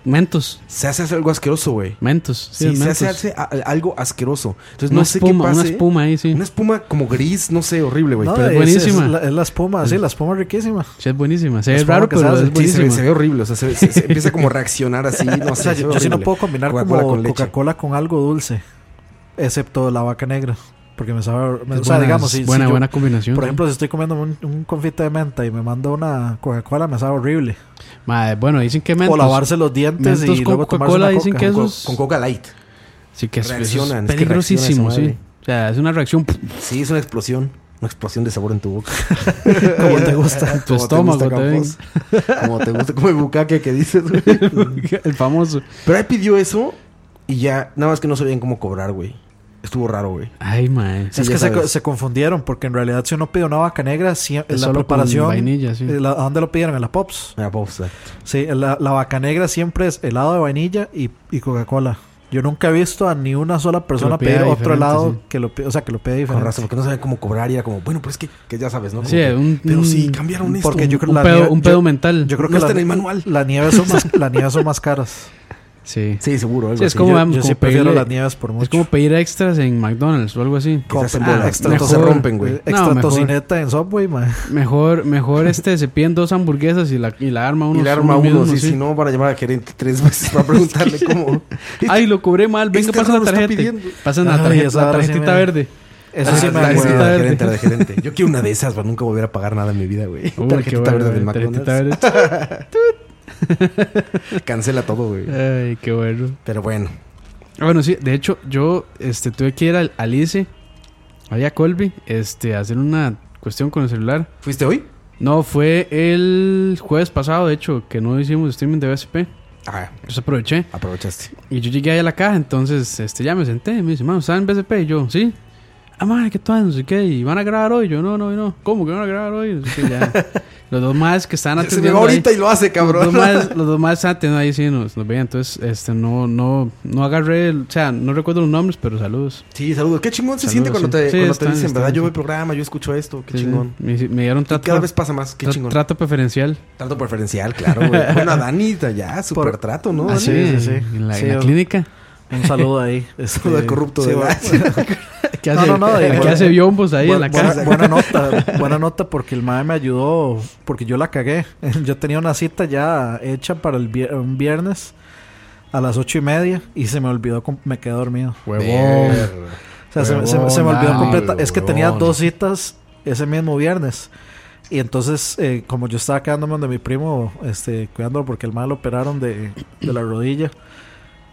Speaker 5: Mentos,
Speaker 6: Se hace algo asqueroso, güey.
Speaker 5: mentos.
Speaker 6: Sí,
Speaker 5: es
Speaker 6: se
Speaker 5: mentos.
Speaker 6: hace, hace a- algo asqueroso. Entonces,
Speaker 5: Una
Speaker 6: no sé
Speaker 5: espuma,
Speaker 6: qué
Speaker 5: una
Speaker 6: pase. ¿eh?
Speaker 5: espuma ahí, sí.
Speaker 6: Una espuma como gris, no sé, horrible, güey.
Speaker 7: No,
Speaker 6: pero-
Speaker 5: es
Speaker 7: es,
Speaker 5: buenísima.
Speaker 7: es la, es la espuma, sí, la espuma es riquísima.
Speaker 5: Sí, es buenísima. Se
Speaker 7: Es
Speaker 5: ve
Speaker 7: como
Speaker 5: raro,
Speaker 7: que
Speaker 5: pero
Speaker 7: sabes,
Speaker 5: es
Speaker 6: Sí, se, ve,
Speaker 5: buenísima.
Speaker 6: se ve horrible, o sea, se, se- se empieza como a reaccionar así, no
Speaker 7: O
Speaker 6: sé,
Speaker 7: sea,
Speaker 6: se ve
Speaker 7: yo, yo sí no
Speaker 6: horrible.
Speaker 7: puedo combinar
Speaker 6: Coca-Cola
Speaker 7: como
Speaker 6: con leche.
Speaker 7: Coca-Cola con algo dulce, excepto la vaca negra, porque me sabe... me-
Speaker 5: Es
Speaker 7: o sea,
Speaker 5: buena,
Speaker 7: digamos,
Speaker 5: es
Speaker 7: si, si
Speaker 5: buena,
Speaker 7: yo-
Speaker 5: buena combinación.
Speaker 7: Por
Speaker 5: sí.
Speaker 7: ejemplo, si estoy comiendo un, un confite de menta y me mando una Coca-Cola, me sabe horrible.
Speaker 5: Madre, bueno, dicen que mentos.
Speaker 7: o lavarse los dientes
Speaker 5: mentos
Speaker 7: y
Speaker 5: con
Speaker 7: luego tomarse
Speaker 5: Coca-Cola
Speaker 7: una
Speaker 5: dicen
Speaker 7: coca.
Speaker 5: que
Speaker 6: Con co-
Speaker 5: esos-
Speaker 6: con Coca Light.
Speaker 5: Sí, que es, eso es
Speaker 6: Reaccionan, es que
Speaker 5: peligrosísimo,
Speaker 6: reacciona esa
Speaker 5: sí. O sea, es una reacción pff,
Speaker 6: Sí, es una explosión. Una explosión de sabor en tu boca.
Speaker 7: como te gusta.
Speaker 5: en tu estómago.
Speaker 6: Te
Speaker 5: te ven.
Speaker 6: gusta, Campos. como te gusta, como el bucaque que dices, güey.
Speaker 5: el famoso.
Speaker 6: Pero él pidió eso y ya, nada más que no sabían cómo cobrar, güey. Estuvo raro, güey.
Speaker 5: Ay, madre.
Speaker 6: Sí,
Speaker 7: es
Speaker 6: ya
Speaker 7: que se,
Speaker 6: sabes.
Speaker 7: se confundieron, porque en realidad si uno pide una vaca negra, si, en la
Speaker 5: solo con
Speaker 7: preparación...
Speaker 5: vainilla, sí.
Speaker 7: eh, la- ¿A dónde lo pidieron? En la Pops.
Speaker 6: Ah, pues, exacto.
Speaker 7: Sí, la, la vaca negra siempre es helado de vainilla y, y Coca-Cola. Yo nunca he visto a ni una sola persona
Speaker 5: pida
Speaker 7: pedir otro
Speaker 5: diferente,
Speaker 7: helado
Speaker 5: sí.
Speaker 7: que lo pida, o sea, que lo pida
Speaker 6: Con
Speaker 7: diferente.
Speaker 6: razón, porque no sabían cómo cobrar y era como, bueno, pero es que, que ya sabes, ¿no? Como
Speaker 5: Sí,
Speaker 6: que,
Speaker 5: un-
Speaker 6: pero
Speaker 5: un-
Speaker 6: sí, cambiaron esto.
Speaker 7: porque yo creo
Speaker 5: un
Speaker 7: la
Speaker 5: pedo-
Speaker 7: nieve-
Speaker 5: un
Speaker 7: yo-
Speaker 5: pedo mental.
Speaker 7: Yo creo
Speaker 6: No
Speaker 7: que
Speaker 6: está
Speaker 7: la-
Speaker 6: en el manual.
Speaker 7: Las nieves son más, las nieves son más caras.
Speaker 5: Sí.
Speaker 6: Sí, seguro. algo
Speaker 5: Sí, es
Speaker 6: así.
Speaker 5: como,
Speaker 7: Yo,
Speaker 5: vamos,
Speaker 7: yo sí
Speaker 5: como
Speaker 7: prefiero
Speaker 5: pedirle-
Speaker 7: las nieves por mucho.
Speaker 5: Es como pedir extras en McDonald's o algo así.
Speaker 6: Que se hacen
Speaker 7: Ah,
Speaker 6: bolas.
Speaker 7: extra,
Speaker 6: No, se
Speaker 5: mejor.
Speaker 6: rompen, güey.
Speaker 7: Extra
Speaker 5: No, mejor.
Speaker 7: tocineta en Subway, man.
Speaker 5: Mejor, mejor este, se piden dos hamburguesas y la, y la arma uno.
Speaker 6: Y le arma uno, sí, si no, van a llamar al gerente tres veces para preguntarle cómo.
Speaker 5: Ay, lo cobré mal, venga,
Speaker 6: Este
Speaker 5: pasa la
Speaker 6: raro está
Speaker 5: tarjeta.
Speaker 6: pidiendo.
Speaker 5: Pasan la
Speaker 7: Ay,
Speaker 5: tarjeta,
Speaker 7: esa
Speaker 5: la
Speaker 7: ahora sí
Speaker 5: tarjetita
Speaker 7: me-
Speaker 5: verde.
Speaker 7: Eso
Speaker 6: Ah,
Speaker 7: sí me
Speaker 6: la de-
Speaker 5: acuerdo.
Speaker 6: la de
Speaker 5: Tarjeta
Speaker 6: gerente, la de gerente. Yo quiero una de esas, pero nunca volver a pagar nada en mi vida, güey.
Speaker 5: Uy, qué
Speaker 6: Tarjetita
Speaker 5: bueno,
Speaker 6: verde del
Speaker 5: güey,
Speaker 6: McDonald's.
Speaker 5: tarjetita
Speaker 6: Cancela todo, güey.
Speaker 5: verde. Ay, qué bueno.
Speaker 6: Pero bueno,
Speaker 5: Ah, Bueno, sí, de hecho, yo este, tuve que ir al Alice, allá a Colby, este, a hacer una cuestión con el celular.
Speaker 6: ¿fuiste hoy?
Speaker 5: No, fue el jueves pasado, de hecho, que no hicimos streaming de BSP.
Speaker 6: Ah,
Speaker 5: Yo aproveché.
Speaker 6: aprovechaste.
Speaker 5: Y yo llegué ahí a la caja, entonces este, ya me senté. Y me dice, mano, ¿saben BSP? Y yo, sí. Ah, madre, ¿qué tal? No sé qué. ¿Y van a grabar hoy? Yo, no, no, no. ¿Cómo que van a grabar hoy? No sé qué, ya. Los dos más que estaban
Speaker 6: Se me
Speaker 5: atendiendo.
Speaker 6: va
Speaker 5: ahí-
Speaker 6: ahorita y lo hace,
Speaker 5: Los
Speaker 6: cabrón.
Speaker 5: dos más, los dos más estaban atendiendo ahí, sí, nos, nos veían. Entonces, este, no, no, no agarré, el- o sea, no recuerdo los nombres, pero saludos.
Speaker 6: Sí, saludos. Qué chingón se
Speaker 5: Saludos,
Speaker 6: siente cuando
Speaker 5: sí.
Speaker 6: te,
Speaker 5: Sí,
Speaker 6: cuando te
Speaker 5: están-
Speaker 6: dicen,
Speaker 5: están-
Speaker 6: ¿verdad? Yo
Speaker 5: sí.
Speaker 6: veo el programa, yo escucho esto. Qué
Speaker 5: Sí, sí.
Speaker 6: chingón.
Speaker 5: Me, me dieron
Speaker 6: Y
Speaker 5: trato,
Speaker 6: cada vez pasa más. Qué
Speaker 5: tra-
Speaker 6: chingón.
Speaker 5: trato preferencial.
Speaker 6: Trato preferencial, claro, güey. Bueno, a Dani ya, super trato, ¿no?
Speaker 5: Ah,
Speaker 6: Dani?
Speaker 5: sí,
Speaker 7: sí,
Speaker 5: en-
Speaker 7: sí.
Speaker 5: En la, en
Speaker 7: Sí,
Speaker 5: la
Speaker 6: oh.
Speaker 7: o-
Speaker 5: clínica.
Speaker 7: Un saludo ahí. este,
Speaker 6: Saludo al corrupto de
Speaker 7: sí,
Speaker 6: la-
Speaker 5: ¿Qué
Speaker 7: No,
Speaker 5: hace,
Speaker 7: no, no,
Speaker 5: ¿qué
Speaker 7: igual-
Speaker 5: hace biombos ahí
Speaker 7: bu-
Speaker 5: en la
Speaker 7: buena,
Speaker 5: casa?
Speaker 7: buena nota, buena nota porque el mae me ayudó, porque yo la cagué. Yo tenía una cita ya hecha para el vier- un viernes a las ocho y media y se me olvidó, com- me quedé dormido.
Speaker 5: Huevón.
Speaker 7: O sea, se, me- se me-
Speaker 5: Huevón,
Speaker 7: se me olvidó
Speaker 5: ah,
Speaker 7: completa. Es que tenía
Speaker 6: huevón.
Speaker 7: dos citas ese mismo viernes. Y entonces, eh, como yo estaba quedándome donde mi primo, este, cuidándolo porque el mal lo operaron de, de la rodilla.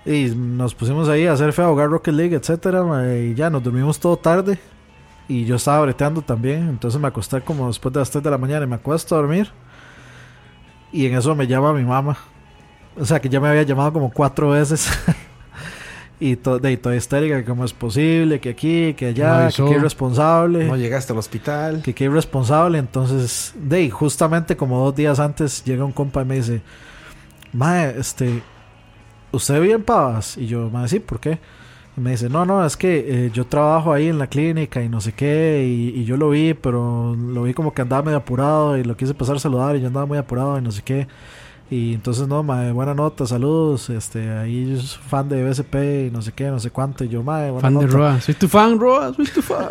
Speaker 7: Y nos pusimos ahí a hacer feo, jugar Rocket League, etcétera. ma, Y ya nos dormimos todo tarde. Y yo estaba breteando también. Entonces me acosté como después de las 3 de la mañana y me acuesto a dormir. Y en eso me llama mi mamá. O sea, que ya me había llamado como cuatro veces. y to- de, y toda histérica, que cómo es posible, que aquí, que
Speaker 5: No
Speaker 7: allá, que
Speaker 5: avisó.
Speaker 7: qué
Speaker 5: Eh.
Speaker 7: irresponsable.
Speaker 6: No llegaste al hospital.
Speaker 7: Que qué irresponsable. Entonces, de ahí, justamente como dos días antes, llega un compa y me dice: Mae, este, ¿usted vive en Pavas? Y yo, Mae, sí, ¿por qué? Y me dice: No, no, es que eh, yo trabajo ahí en la clínica y no sé qué. Y, y yo lo vi, pero lo vi como que andaba medio apurado y lo quise pasar a saludar y yo andaba muy apurado y no sé qué. Y entonces, no, mae, buena nota, saludos. Este, ahí yo soy fan de BSP y no sé qué, no sé cuánto. Y yo, mae, buena
Speaker 5: Fan de
Speaker 7: nota.
Speaker 5: Roa. Soy tu fan, Roa. Soy tu fan.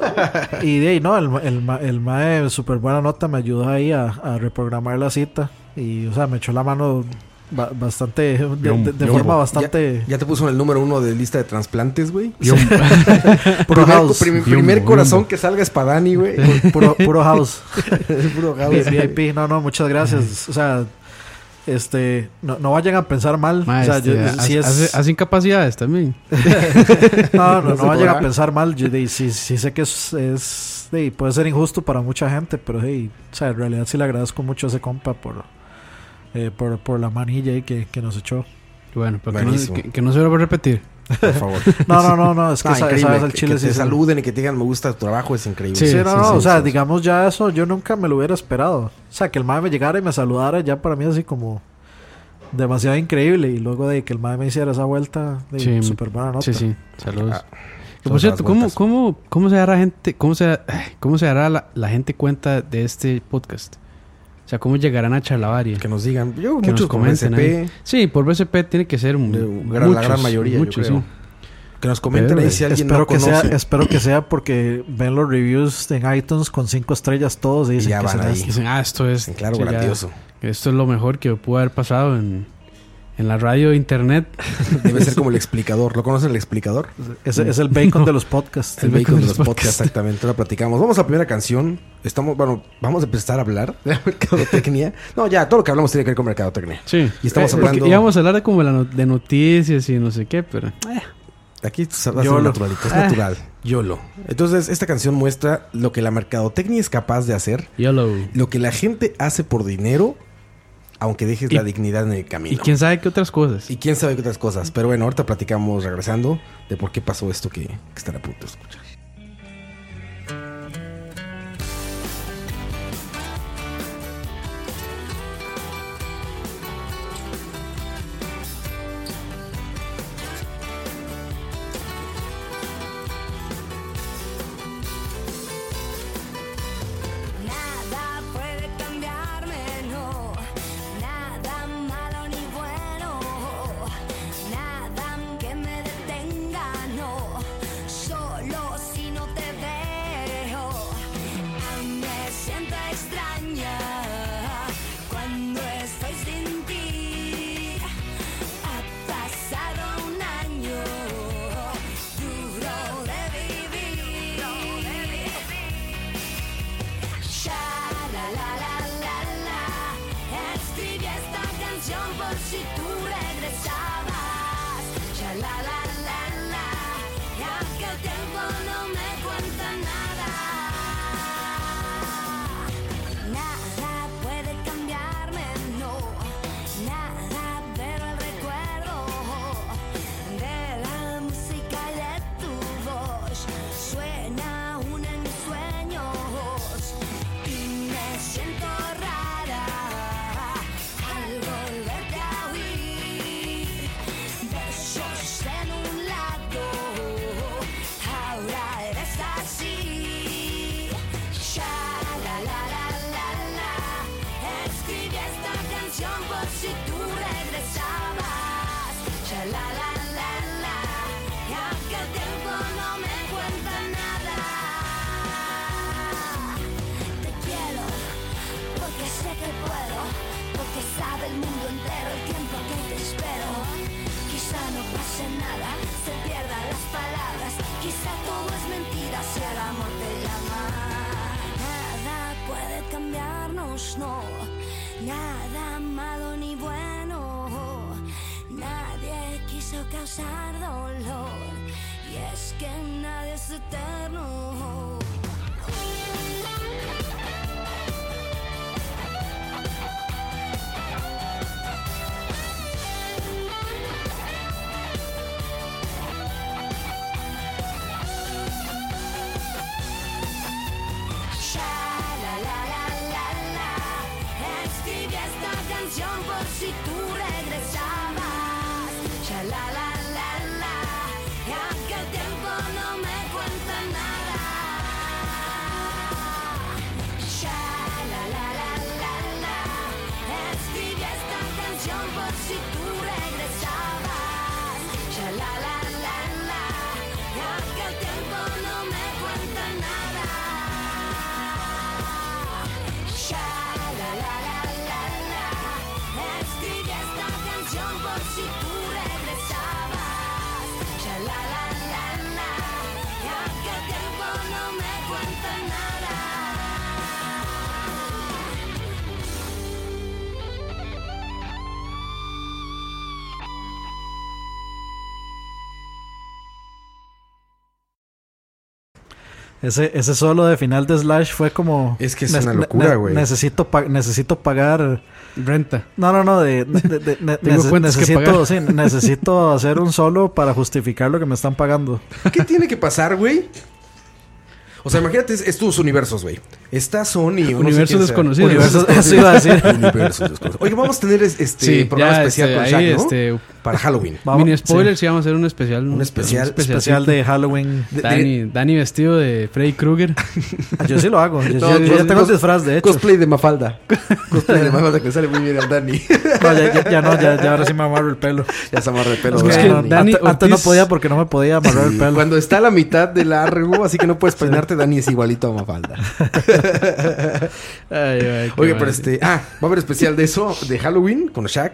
Speaker 7: Y de ahí, no, el, ma- el, ma- el mae, súper buena nota, me ayudó ahí a, a reprogramar la cita. Y, o sea, me echó la mano ba- bastante, de, de- de forma bastante.
Speaker 6: Ya, ya te puso en el número uno de lista de trasplantes, güey.
Speaker 7: puro
Speaker 6: Primer,
Speaker 7: house.
Speaker 6: prim-
Speaker 5: Biombo,
Speaker 6: primer
Speaker 5: biombo.
Speaker 6: corazón que salga es para Dani, güey.
Speaker 7: Puro, puro house.
Speaker 6: Es puro
Speaker 7: Vi-
Speaker 6: house.
Speaker 7: VIP. No, no, muchas gracias. O sea, este, no, no vayan a pensar mal.
Speaker 5: Ma,
Speaker 7: o sea,
Speaker 5: este,
Speaker 7: yo-
Speaker 5: ha-
Speaker 7: si es-
Speaker 5: hace, hace incapacidades también.
Speaker 7: no, no,
Speaker 6: no
Speaker 7: no,
Speaker 6: se
Speaker 7: vayan
Speaker 6: podrá.
Speaker 7: a pensar mal. Yo, de, sí, sí sé que es, es- de, puede ser injusto para mucha gente, pero de, o sea, en realidad sí le agradezco mucho a ese compa por, eh, por, por la manilla ahí que, que nos echó.
Speaker 5: Bueno, pero que no,
Speaker 6: Buenísimo.
Speaker 5: que- que no se vuelva a repetir.
Speaker 6: por favor.
Speaker 7: No, no, no, no, es que
Speaker 6: No,
Speaker 7: esa- esa
Speaker 6: Ah, increíble,
Speaker 7: vez al
Speaker 6: que-
Speaker 7: chile
Speaker 6: que
Speaker 7: sí
Speaker 6: te
Speaker 7: se-
Speaker 6: saluden y que te digan me gusta tu trabajo es increíble. Ah,
Speaker 7: Sí, no, no,
Speaker 6: sí,
Speaker 7: o sea,
Speaker 6: sí.
Speaker 7: digamos ya eso, yo nunca me lo hubiera esperado. O sea, que el mae me llegara y me saludara, ya para mí así como demasiado increíble. Y luego de que el mae me hiciera esa vuelta, de
Speaker 5: Sí,
Speaker 7: super buena nota.
Speaker 5: Sí, sí. Saludos.
Speaker 6: Ah,
Speaker 5: Que, pues, por
Speaker 6: todas
Speaker 5: cierto,
Speaker 6: las
Speaker 5: ¿cómo,
Speaker 6: vueltas.
Speaker 5: cómo, ¿cómo se dará gente, cómo se, cómo se dará la, la gente cuenta de este podcast? O sea, ¿cómo llegarán a Charlavaria?
Speaker 6: Que nos digan. Yo,
Speaker 5: Que
Speaker 6: muchos
Speaker 5: nos comenten
Speaker 6: por BSP,
Speaker 5: ahí. Sí, por BCP tiene que ser
Speaker 6: de-
Speaker 5: mu-
Speaker 6: gran- la
Speaker 5: muchos,
Speaker 6: gran mayoría,
Speaker 5: muchos,
Speaker 6: yo creo.
Speaker 5: sí.
Speaker 6: Que nos comenten
Speaker 5: Pero,
Speaker 6: ahí si alguien
Speaker 7: espero,
Speaker 6: no
Speaker 7: que sea,
Speaker 6: conoce.
Speaker 7: espero que sea porque ven los reviews en iTunes con cinco estrellas todos y dicen
Speaker 6: ya
Speaker 7: que
Speaker 6: van
Speaker 7: será
Speaker 6: ahí.
Speaker 7: este.
Speaker 5: Que Dicen, ah, esto es...
Speaker 6: Claro,
Speaker 5: sí, ya,
Speaker 6: grandioso.
Speaker 5: esto es lo mejor que pudo haber pasado en, en la radio e internet.
Speaker 6: Debe ser como el explicador. ¿Lo conocen el explicador?
Speaker 7: Es, este, es el bacon de los podcasts.
Speaker 6: El vehículo de los
Speaker 5: podcast.
Speaker 6: podcasts, exactamente. Ahora platicamos. Vamos a la primera canción. Estamos, bueno, vamos a empezar a hablar de la mercadotecnia. No, ya, todo lo que hablamos tiene que ver con mercadotecnia.
Speaker 5: Sí.
Speaker 6: Y estamos
Speaker 5: Eh, porque
Speaker 6: hablando-
Speaker 5: Íbamos a hablar de como la no- de noticias y no sé qué, pero...
Speaker 6: Aquí se va a ser
Speaker 7: Yolo.
Speaker 6: naturalito, es
Speaker 5: Ah.
Speaker 6: natural. YOLO. Entonces, esta canción muestra lo que la mercadotecnia es capaz de hacer,
Speaker 5: Yellow.
Speaker 6: lo que la gente hace por dinero, aunque dejes
Speaker 5: Y-
Speaker 6: la dignidad en el
Speaker 5: Y
Speaker 6: camino.
Speaker 5: quién sabe qué otras cosas.
Speaker 6: Y quién sabe qué otras cosas. Pero bueno, ahorita platicamos regresando de por qué pasó esto que, que están a punto de escuchar.
Speaker 8: Nada puede cambiarme, no. Nada malo ni bueno. Nada que me detenga, no. Solo si no te veo. Aún me siento extraña cuando estoy sin ti. Ha pasado un año duro de vivir. Sha la la la la la Escribí esta canción por si tú regresabas Sha la la la la Ya que el tiempo no me cuenta nada Nada puede cambiarme, no. Nada, pero el recuerdo de la música y de tu voz suena aún en mis sueños y me siento rara al volverte a oír. Besos en un lado, ahora eres así. Sha la la la la la, escribí esta canción por si tú regresabas. Sha la la la la, y aunque el tiempo no me cuenta nada, te quiero. Porque sé que puedo, porque sabe el mundo entero el tiempo que te espero. Quizá no pase nada, se pierdan las palabras, quizá todo es mentira si el amor te llama. Nada puede cambiarnos, no, nada malo ni bueno. Nadie quiso causar dolor, y es que nadie es eterno. Sha la la la la la Escribí esta canción por si tú regresabas Sha la la la la Ya que el tiempo no me cuenta nada
Speaker 7: Ese, ese solo de final de Slash fue como.
Speaker 6: Es que es
Speaker 7: "Ne-
Speaker 6: una
Speaker 7: ne-
Speaker 6: locura,
Speaker 7: ne-
Speaker 6: güey.
Speaker 7: Necesito, pa- necesito pagar.
Speaker 5: Renta.
Speaker 7: No, no, no. De, de- de- ne-
Speaker 5: Tengo
Speaker 7: nece-
Speaker 5: cuentas que
Speaker 7: necesito,
Speaker 5: pagar.
Speaker 7: sí, necesito hacer un solo para justificar lo que me están pagando.
Speaker 6: ¿Qué tiene que pasar, güey? O sea, imagínate es- estos universos, güey. Está Sony. o no sé
Speaker 5: Universos
Speaker 6: quién sea.
Speaker 5: desconocidos.
Speaker 7: Universos- eso iba a decir.
Speaker 6: Universos desconocidos. Oye, vamos a tener es- este
Speaker 5: Sí,
Speaker 6: programa
Speaker 5: ya,
Speaker 6: especial
Speaker 5: este,
Speaker 6: con
Speaker 5: ahí,
Speaker 6: Shaq, ¿no?
Speaker 5: este,
Speaker 6: Para Halloween.
Speaker 7: Vamos-
Speaker 5: Mini spoilers, sí, vamos a hacer un especial.
Speaker 6: Un especial-
Speaker 7: Especial de Halloween.
Speaker 6: De-
Speaker 5: Dani, Dani vestido de Freddy Krueger.
Speaker 7: Ah, Yo sí lo hago. Yo,
Speaker 6: No,
Speaker 7: yo- yo
Speaker 6: cos-
Speaker 5: pues,
Speaker 7: ya tengo
Speaker 6: cos-
Speaker 7: el disfraz, de hecho.
Speaker 6: Cosplay de Mafalda. Cosplay de Mafalda que le sale muy bien al Dani.
Speaker 5: Pues,
Speaker 7: No, ya, ya- ya no, ya, ya ahora sí me amarro el pelo.
Speaker 6: ya se amarra el pelo.
Speaker 5: Es
Speaker 7: No,
Speaker 5: que
Speaker 6: ¿verdad,
Speaker 7: no,
Speaker 6: Dani?
Speaker 5: Dani
Speaker 7: antes, antes no
Speaker 5: Ortiz-
Speaker 7: podía porque no me podía amarrar el
Speaker 6: Sí,
Speaker 7: pelo.
Speaker 6: Cuando está a la mitad de largo, así que no puedes peinarte, Dani es igualito a Mafalda.
Speaker 5: Ay, ay, qué
Speaker 6: Oye,
Speaker 5: mal.
Speaker 6: pero este, ah, va a haber especial de eso, de Halloween, con Shaq,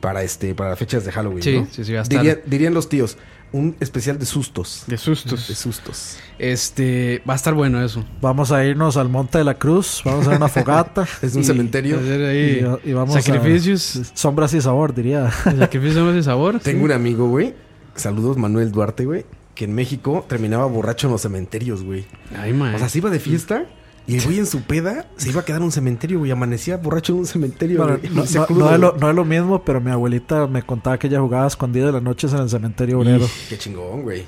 Speaker 6: para este, para fechas de Halloween.
Speaker 5: Sí,
Speaker 6: ¿no?
Speaker 5: sí, sí, va a estar.
Speaker 6: Diría- dirían los tíos, un especial de sustos.
Speaker 5: De
Speaker 6: De
Speaker 5: sustos.
Speaker 6: sustos.
Speaker 5: Este, va a estar bueno eso.
Speaker 7: Vamos a irnos al Monte de la Cruz. Vamos a hacer una fogata.
Speaker 6: Es un
Speaker 5: Y-
Speaker 6: cementerio.
Speaker 5: hacer ahí
Speaker 7: Y- y vamos a-
Speaker 5: sacrificios.
Speaker 7: Sombras y sabor, diría.
Speaker 5: Sacrificios de sabor.
Speaker 6: Tengo un amigo, güey. Saludos, Manuel Duarte, güey. Que en México terminaba borracho en los cementerios, güey.
Speaker 5: Ay, mae.
Speaker 6: O sea, se iba de fiesta y el güey en su peda se iba a quedar en un cementerio, güey. Amanecía borracho en un cementerio,
Speaker 7: Bueno,
Speaker 6: güey.
Speaker 7: no,
Speaker 6: Y se
Speaker 7: no-
Speaker 6: crudo,
Speaker 7: no es lo,
Speaker 6: güey.
Speaker 7: no es lo mismo, pero mi abuelita me contaba que ella jugaba escondida de las noches en el cementerio obrero.
Speaker 6: Qué chingón, güey.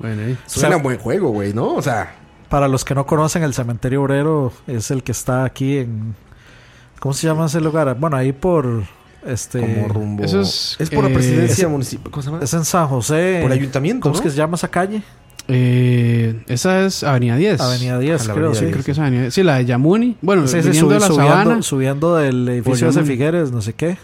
Speaker 5: Bueno, ahí.
Speaker 6: Suena
Speaker 7: O sea-
Speaker 6: buen juego, güey, ¿no? O sea,
Speaker 7: Para los que no conocen, el cementerio obrero es el que está aquí en. ¿Cómo se llama ese lugar? Bueno, ahí por. Este,
Speaker 6: como rumbo.
Speaker 5: eh, eso es,
Speaker 6: por
Speaker 5: eh,
Speaker 6: la presidencia
Speaker 5: es-
Speaker 6: municipal. ¿Cómo se llama?
Speaker 7: Es en San José.
Speaker 6: Por ayuntamiento,
Speaker 7: ¿Cómo es
Speaker 6: ¿no?
Speaker 7: que se llama esa calle?
Speaker 5: Eh, esa es Avenida 10.
Speaker 7: Avenida 10,
Speaker 6: la
Speaker 7: creo,
Speaker 6: Avenida
Speaker 7: sí.
Speaker 6: 10.
Speaker 5: Creo que es Avenida 10. Sí, la de Yamuni. Bueno,
Speaker 7: Sí, sí,
Speaker 5: viniendo de
Speaker 7: subi-
Speaker 5: la Sabana.
Speaker 7: subiendo, subiendo del edificio de
Speaker 5: Yamuni.
Speaker 7: Figueres, no sé qué.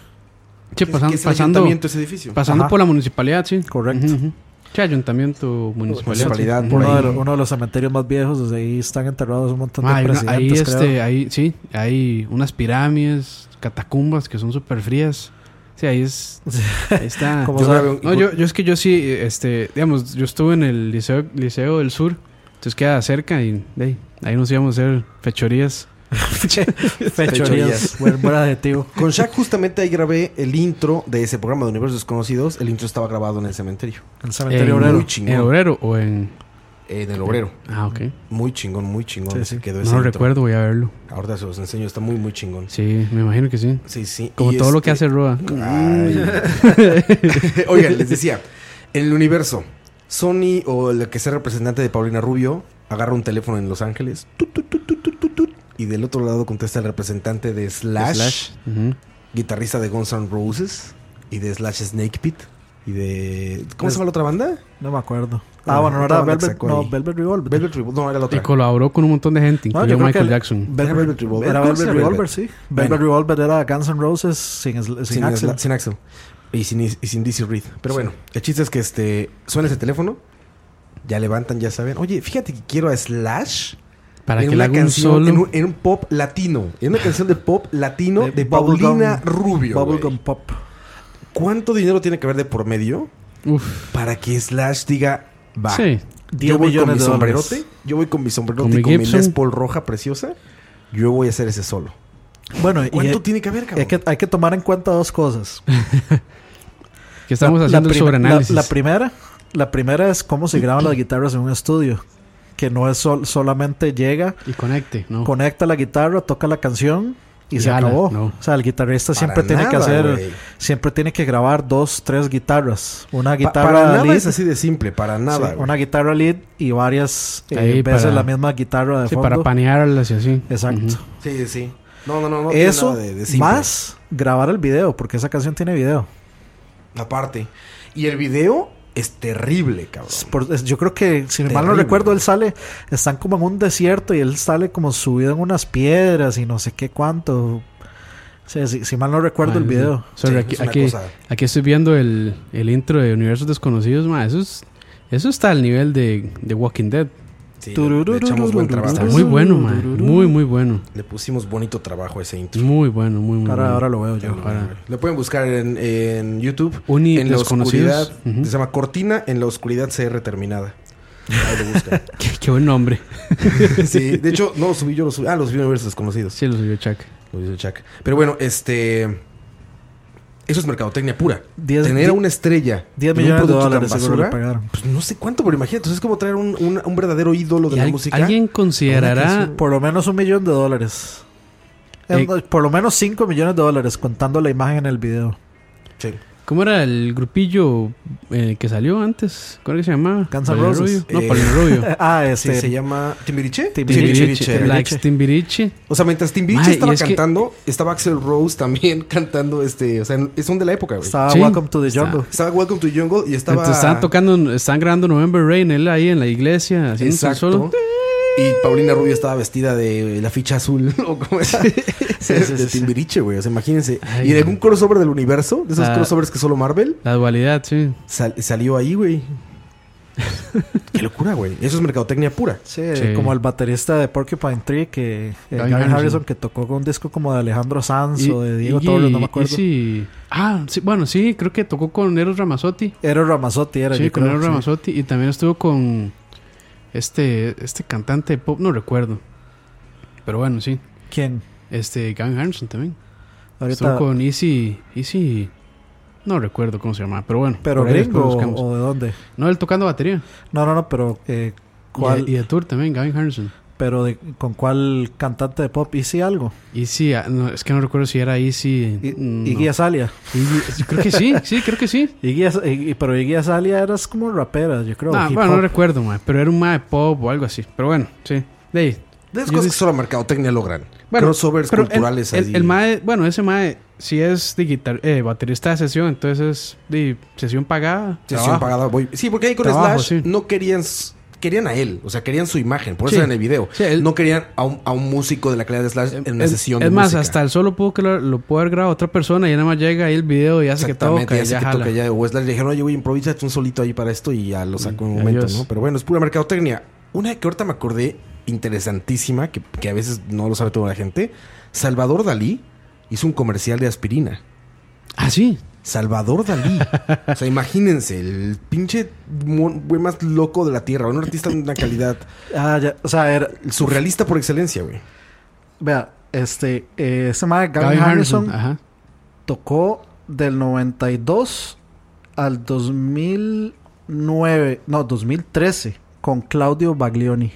Speaker 5: Sí, pasan-
Speaker 6: ¿Qué es el
Speaker 5: pasando,
Speaker 6: ayuntamiento ese edificio?
Speaker 5: pasando
Speaker 7: Ajá.
Speaker 5: por la municipalidad, sí.
Speaker 7: Correcto.
Speaker 5: Ujú, ujú. Sí, ayuntamiento, municipalidad.
Speaker 6: Pues, Municipalidad,
Speaker 5: sí.
Speaker 6: por
Speaker 7: Uno
Speaker 6: ahí.
Speaker 7: de, los, uno de los cementerios más viejos, desde ahí están enterrados un montón
Speaker 5: Ah,
Speaker 7: de
Speaker 5: hay una-
Speaker 7: presidentes,
Speaker 5: ahí,
Speaker 7: creo.
Speaker 5: este, ahí, sí, hay unas pirámides, catacumbas que son súper frías. Sí, ahí es. Ahí está.
Speaker 7: Como
Speaker 6: Yo
Speaker 7: sabe-
Speaker 6: grabé un-
Speaker 5: No, yo, yo es que yo sí, este, digamos, yo estuve en el Liceo, liceo del Sur, entonces queda cerca y de ahí, ahí nos íbamos a hacer fechorías.
Speaker 7: Fechorías. buen, buen adjetivo.
Speaker 6: Con Shaq justamente ahí grabé el intro de ese programa de Universos Desconocidos. El intro estaba grabado en el cementerio.
Speaker 7: El cementerio
Speaker 5: En-
Speaker 7: obrero.
Speaker 6: Muy chingón.
Speaker 5: ¿En obrero o en.?
Speaker 6: En el Eh, obrero.
Speaker 5: Ah, ok.
Speaker 6: Muy chingón, muy chingón.
Speaker 7: Sí,
Speaker 6: Se
Speaker 7: sí.
Speaker 6: quedó
Speaker 5: No
Speaker 6: ese
Speaker 5: lo
Speaker 6: intro.
Speaker 5: recuerdo, voy a verlo.
Speaker 6: Ahorita se los enseño, está muy, muy chingón.
Speaker 5: Sí, me imagino que sí.
Speaker 6: Sí, sí.
Speaker 5: Como
Speaker 6: Y
Speaker 5: todo lo
Speaker 6: este-
Speaker 5: que hace Roa.
Speaker 6: Ay. Oigan, les decía, en el universo, Sony o el que sea representante de Paulina Rubio agarra un teléfono en Los Ángeles tut, tut, tut, tut, tut, tut, tut, y del otro lado contesta el representante de Slash,
Speaker 5: Ujú.
Speaker 6: guitarrista de Guns N' Roses y de Slash Snake Pit y de ¿cómo se llama la otra banda?
Speaker 7: No me acuerdo.
Speaker 6: Ah,
Speaker 7: Ah, bueno, no
Speaker 6: otra
Speaker 7: era
Speaker 6: banda que
Speaker 7: Velvet,
Speaker 6: sacó
Speaker 7: no,
Speaker 6: ahí.
Speaker 7: Velvet Revolver.
Speaker 6: Velvet Revolver, no, era la
Speaker 5: Y
Speaker 6: otra.
Speaker 5: colaboró con un montón de gente,
Speaker 7: No, yo
Speaker 5: incluyó
Speaker 7: creo
Speaker 5: Michael
Speaker 7: que-
Speaker 5: Jackson.
Speaker 6: Era Velvet Revolver.
Speaker 7: Era
Speaker 6: ¿Cómo se
Speaker 7: Velvet
Speaker 6: llama
Speaker 7: Revolver, sí. Velvet
Speaker 6: Bueno.
Speaker 7: Revolver era Guns N' Roses sin, es- sin,
Speaker 6: sin,
Speaker 7: Axl.
Speaker 6: Axl- sin Axl. Y sin, y sin Dizzy Reed. Pero bueno, el chiste es que este suena ese teléfono. Ya levantan, ya saben. Oye, fíjate que quiero a Slash
Speaker 5: Para
Speaker 6: en
Speaker 5: que le
Speaker 6: una
Speaker 5: haga un
Speaker 6: canción,
Speaker 5: solo.
Speaker 6: En, un, en un pop latino. En una canción de pop latino de,
Speaker 7: Bubblegum-
Speaker 6: Paulina Rubio. güey.
Speaker 7: Bubblegum Pop.
Speaker 6: ¿Cuánto dinero tiene que haber de por medio
Speaker 5: Uf.
Speaker 6: para que Slash diga va?
Speaker 5: Sí.
Speaker 7: 10
Speaker 6: Yo voy con
Speaker 7: millones
Speaker 6: mi
Speaker 7: de dólares.
Speaker 6: sombrerote. Yo voy con mi sombrerote
Speaker 5: Con
Speaker 6: y
Speaker 5: mi
Speaker 6: con mi
Speaker 5: Gibson.
Speaker 6: Les Paul roja preciosa. Yo voy a hacer ese solo.
Speaker 7: Bueno, y
Speaker 6: ¿Cuánto
Speaker 7: eh,
Speaker 6: tiene que haber, cabrón?
Speaker 7: hay que, hay que tomar en cuenta dos cosas.
Speaker 5: Que estamos
Speaker 7: La- la
Speaker 5: haciendo
Speaker 7: prim-
Speaker 5: sobre análisis.
Speaker 7: La, la primera, la primera es cómo se graban las guitarras en un estudio. Que no es sol- solamente llega,
Speaker 5: y conecte, ¿no?
Speaker 7: conecta la guitarra, toca la canción y,
Speaker 5: Y
Speaker 7: se
Speaker 5: ala,
Speaker 7: acabó.
Speaker 5: no.
Speaker 7: O sea, el guitarrista
Speaker 6: Para
Speaker 7: siempre tiene que
Speaker 6: nada,
Speaker 7: hacer,
Speaker 6: güey.
Speaker 7: siempre tiene que grabar dos, tres guitarras. Una
Speaker 6: Pa-
Speaker 7: guitarra
Speaker 6: para nada
Speaker 7: lead,
Speaker 6: es así de simple, para
Speaker 7: sí,
Speaker 6: nada. güey.
Speaker 7: una guitarra lead y varias eh,
Speaker 5: Ahí
Speaker 7: veces
Speaker 5: para-
Speaker 7: la misma guitarra de
Speaker 5: Sí,
Speaker 7: fondo.
Speaker 5: para panearlas y así.
Speaker 7: Exacto.
Speaker 5: Ujú.
Speaker 6: Sí, sí. No, no, no, no. tiene
Speaker 7: Eso
Speaker 6: nada de- de simple.
Speaker 7: más grabar el video, porque esa canción tiene video.
Speaker 6: Aparte. Y el video es terrible, cabrón.
Speaker 7: Es por- es- yo creo que, si mal no
Speaker 6: Terrible.
Speaker 7: recuerdo, él sale, están como en un desierto y él sale como subido en unas piedras y no sé qué cuánto. O sea, si, si mal no recuerdo el
Speaker 5: Mae,
Speaker 7: video.
Speaker 5: sí. Sorry,
Speaker 6: Sí,
Speaker 5: aquí,
Speaker 6: es una
Speaker 5: aquí,
Speaker 6: cosa.
Speaker 5: aquí estoy viendo el, el intro de Universos Desconocidos, ma. Eso, es, eso está al nivel de, de Walking Dead.
Speaker 6: Sí, le, le echamos buen trabajo.
Speaker 5: Está muy bueno, ma. Muy, muy bueno.
Speaker 6: Le pusimos bonito trabajo a ese intro.
Speaker 5: Muy bueno, muy, muy
Speaker 7: Ahora,
Speaker 5: bueno.
Speaker 7: ahora lo veo yo.
Speaker 5: Mm, Ahora.
Speaker 6: Lo pueden buscar en, en YouTube.
Speaker 5: Uni
Speaker 6: en la
Speaker 5: Desconocidos.
Speaker 6: oscuridad.
Speaker 5: Ujú.
Speaker 6: Se llama Cortina en la oscuridad CR terminada. Ahí lo buscan.
Speaker 5: Qué, qué buen nombre.
Speaker 6: sí, de hecho, no lo subí yo, lo subí. Ah, los vi en Universos Desconocidos.
Speaker 5: Sí, lo subió Chuck.
Speaker 6: Lo hizo Chuck. Pero bueno, este. Eso es mercadotecnia pura.
Speaker 7: Diez-
Speaker 6: Tener a
Speaker 7: die-
Speaker 6: una estrella
Speaker 7: 10
Speaker 6: en un
Speaker 7: millones de
Speaker 6: producto tan
Speaker 7: dólares seguro le
Speaker 6: basura,
Speaker 7: pagaron.
Speaker 6: Pues no sé cuánto, pero imagínate. entonces es como traer un, un- un verdadero ídolo de
Speaker 5: Y
Speaker 6: la
Speaker 5: al-
Speaker 6: música.
Speaker 5: alguien considerará
Speaker 6: canción.
Speaker 7: Por lo menos un millón de dólares. Eh,
Speaker 5: Eh,
Speaker 7: por lo menos 5 millones de dólares contando la imagen en el video.
Speaker 6: Sí.
Speaker 5: ¿Cómo era el grupillo eh, que salió antes? ¿Cuál que se llamaba?
Speaker 7: Guns N'
Speaker 5: Paulino
Speaker 7: Roses.
Speaker 5: Rubio. No,
Speaker 6: Eh,
Speaker 5: Paulino Rubio.
Speaker 7: Ah,
Speaker 6: Sí,
Speaker 7: este.
Speaker 6: se llama Timbiriche.
Speaker 7: Timbiriche,
Speaker 5: Timbiriche.
Speaker 6: era.
Speaker 5: La
Speaker 7: Timbiriche.
Speaker 5: ex Timbiriche.
Speaker 6: O sea, mientras Timbiriche
Speaker 5: Mae, y
Speaker 6: estaba
Speaker 5: es que-
Speaker 6: cantando, estaba Axel Rose también cantando este, o sea, es un de la época, güey.
Speaker 7: estaba
Speaker 5: Sí.
Speaker 7: Welcome to the
Speaker 5: Está-
Speaker 7: Jungle.
Speaker 6: Estaba Welcome to Jungle y estaba
Speaker 5: Entonces estaban tocando, estaban grabando November Rain, él ahí en la iglesia, haciendo su
Speaker 6: Exacto.
Speaker 5: solo.
Speaker 6: Y Paulina Rubio estaba vestida de la ficha azul o como era.
Speaker 7: sí, sí,
Speaker 6: de
Speaker 7: sí.
Speaker 6: Timbiriche, güey. O sea, imagínense.
Speaker 5: Ay, Ah.
Speaker 6: y en
Speaker 5: güey.
Speaker 6: algún crossover del universo, de esos
Speaker 5: La-
Speaker 6: crossovers que solo Marvel,
Speaker 5: La dualidad, sí.
Speaker 6: sal- salió ahí, güey. Qué locura, güey. Eso es mercadotecnia pura.
Speaker 7: Sí,
Speaker 5: Sí.
Speaker 7: como el baterista de Porcupine Tree, que eh,
Speaker 5: Gavin
Speaker 7: Gavin
Speaker 5: Harrison.
Speaker 7: Harrison. que tocó con un disco como de Alejandro Sanz
Speaker 5: Y-
Speaker 7: o de Diego
Speaker 5: y-
Speaker 7: Torres, no
Speaker 5: y
Speaker 7: me acuerdo.
Speaker 5: sí- ah, sí, bueno, sí, creo que tocó con Eros Ramazzotti.
Speaker 7: Era Ramazzotti, era
Speaker 5: Sí,
Speaker 7: yo
Speaker 5: con
Speaker 7: creo,
Speaker 5: Eros
Speaker 7: sí.
Speaker 5: Ramazzotti. Y también estuvo con este, este cantante de pop, no recuerdo. Pero bueno, sí.
Speaker 7: ¿Quién?
Speaker 5: Este, Gavin Harrison también.
Speaker 7: Ahorita,
Speaker 5: Estuvo con Easy, Easy. No recuerdo cómo se llamaba, pero bueno.
Speaker 7: ¿Pero
Speaker 5: por ahí
Speaker 7: gringo
Speaker 5: después buscamos.
Speaker 7: o de dónde?
Speaker 5: No, él tocando batería.
Speaker 7: No, no, no, pero eh,
Speaker 5: Y
Speaker 7: ¿cuál?
Speaker 5: de, y de tour también, Gavin Harrison.
Speaker 7: pero de- ¿con cuál cantante de pop hice algo?
Speaker 5: Easy, ah, no, es que no recuerdo si era Easy.
Speaker 7: Y,
Speaker 5: mm,
Speaker 7: Iggy
Speaker 5: no.
Speaker 7: Azalea.
Speaker 5: Iggy- yo creo que sí, sí, creo que sí.
Speaker 7: Iggy Az- Iggy- pero Iggy Azalea eras como rapera, yo creo.
Speaker 5: Ah,
Speaker 7: hip
Speaker 5: bueno, no
Speaker 7: hop.
Speaker 5: recuerdo, mae, pero era un mae pop o algo así. Pero bueno, sí. De ahí.
Speaker 6: De esas
Speaker 5: Yo
Speaker 6: cosas
Speaker 5: dis-
Speaker 6: que solo mercadotecnia logran.
Speaker 5: Bueno,
Speaker 6: crossovers
Speaker 5: pero el-
Speaker 6: culturales
Speaker 5: el,
Speaker 6: así.
Speaker 5: el mae, bueno, ese mae sí es de guitar- eh, baterista de sesión, entonces es de sesión pagada.
Speaker 6: Sesión
Speaker 5: trabajo.
Speaker 6: pagada, voy- Sí, porque ahí con
Speaker 5: Trabajo,
Speaker 6: Slash
Speaker 5: sí.
Speaker 6: no querían. s- Querían a él, o sea, querían su imagen, por
Speaker 5: Sí.
Speaker 6: eso era en el video.
Speaker 5: Sí, él-
Speaker 6: no querían a un, a un músico de la calidad de Slash en una
Speaker 5: Es-
Speaker 6: sesión
Speaker 5: es
Speaker 6: de
Speaker 5: más,
Speaker 6: música.
Speaker 5: hasta el solo pudo que lo, lo puede haber grabado otra persona y nada más llega ahí el video y hace que toca
Speaker 6: Exactamente,
Speaker 5: y
Speaker 6: ya
Speaker 5: ya
Speaker 6: sé que
Speaker 5: jala. Mm,
Speaker 6: toca ya de Westlife. Le dijeron, oye, güey, improvisate un solito ahí para esto y ya lo saco en un momento,
Speaker 5: adiós.
Speaker 6: ¿no? Pero bueno, es pura mercadotecnia. Una que ahorita me acordé interesantísima, que, que a veces no lo sabe toda la gente. Salvador Dalí hizo un comercial de aspirina.
Speaker 5: Ah, sí.
Speaker 6: Salvador Dalí. O sea, imagínense, el pinche mon- güey más loco de la tierra. Un artista de una calidad
Speaker 7: Ah, ya, o sea, era,
Speaker 6: el surrealista por excelencia, güey.
Speaker 7: vea, este, eh, ese mae, Gavin,
Speaker 5: Gavin
Speaker 7: Harrison,
Speaker 5: Ajá.
Speaker 7: tocó del 92 al 2009, no, 2013, con Claudio Baglioni.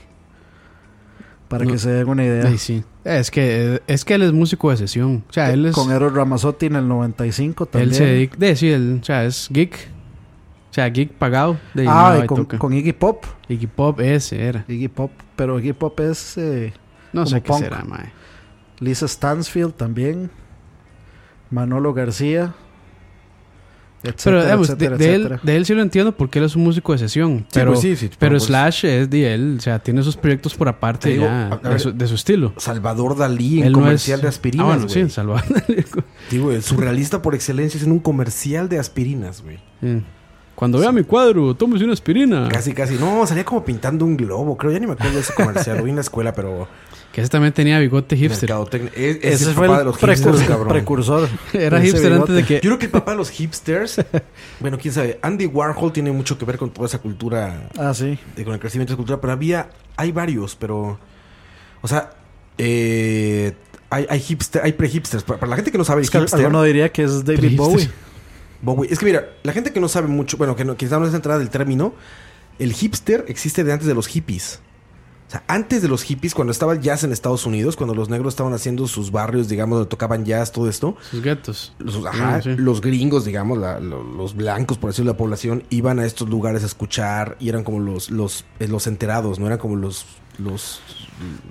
Speaker 7: Para
Speaker 5: No.
Speaker 7: que se den una idea.
Speaker 5: Ahí sí. Es que, es que él es músico de sesión. O sea, él es.
Speaker 7: Con Eros Ramazzotti en el 95 también.
Speaker 5: Él se dedica. De, sí, él, o sea, es geek. O sea, geek pagado. De,
Speaker 7: ah,
Speaker 5: no,
Speaker 7: y
Speaker 5: ahí
Speaker 7: con,
Speaker 5: toca.
Speaker 7: con Iggy Pop.
Speaker 5: Iggy Pop, ese era.
Speaker 7: Iggy Pop, pero Iggy Pop es eh,
Speaker 5: No sé
Speaker 7: Como
Speaker 5: qué
Speaker 7: punk.
Speaker 5: será, mae.
Speaker 7: Lisa Stansfield también. Manolo García.
Speaker 5: Pero
Speaker 7: Etcétera,
Speaker 5: digamos,
Speaker 7: etcétera,
Speaker 5: de, de él,
Speaker 7: etcétera.
Speaker 5: de él sí lo entiendo porque él es un músico de sesión. pero
Speaker 6: pues sí, sí,
Speaker 5: pero
Speaker 6: por- por-
Speaker 5: Slash es de él. O sea, tiene sus proyectos por aparte
Speaker 6: Te digo,
Speaker 5: ya,
Speaker 6: a- a
Speaker 5: de,
Speaker 6: ver.
Speaker 5: su, de su estilo.
Speaker 6: Salvador Dalí en
Speaker 5: Él no
Speaker 6: comercial
Speaker 5: es-
Speaker 6: de aspirinas,
Speaker 5: Ah, bueno,
Speaker 6: güey.
Speaker 5: sí, Salvador.
Speaker 6: Digo, el surrealista por excelencia es en un comercial de aspirinas, güey.
Speaker 5: Sí. Cuando vea mi cuadro, tómese una aspirina.
Speaker 6: Casi, casi. No, salía como pintando un globo. Creo, ya ni me acuerdo de ese comercial. Lo vi en la escuela, pero...
Speaker 5: Que ese también tenía bigote hipster.
Speaker 6: mercadotecnia. Es, es
Speaker 7: Ese
Speaker 6: el
Speaker 7: fue
Speaker 6: papá de
Speaker 7: el
Speaker 6: los hipsters,
Speaker 7: precursor.
Speaker 6: cabrón.
Speaker 7: precursor.
Speaker 5: Era
Speaker 7: Ese
Speaker 5: hipster antes de
Speaker 7: bigote.
Speaker 5: que.
Speaker 6: Yo creo que el papá de los hipsters... Bueno, quién sabe. Andy Warhol tiene mucho que ver con toda esa cultura...
Speaker 7: Ah, sí.
Speaker 6: de- con el crecimiento de esa cultura. Pero había... Hay varios, pero... O sea... eh, hay, hay hipster, hay pre-hipsters. Para, para la gente que no sabe,
Speaker 7: Es que
Speaker 6: hipster-
Speaker 7: alguno diría que es David
Speaker 5: Pero
Speaker 7: Bowie.
Speaker 5: hipster.
Speaker 6: Bowie. Es que mira, la gente que no sabe mucho, bueno, que no, quizás no es entrada del término, el hipster existe de antes de los hippies. O sea, antes de los hippies, cuando estaba el jazz en Estados Unidos, cuando los negros estaban haciendo sus barrios, digamos, donde tocaban jazz, todo esto,
Speaker 5: Sus gatos.
Speaker 6: los, ajá,
Speaker 5: Sí, sí.
Speaker 6: los gringos, digamos, la- lo- los blancos, por decirlo, la población, iban a estos lugares a escuchar y eran como los, los, eh, los enterados, no eran como los, los,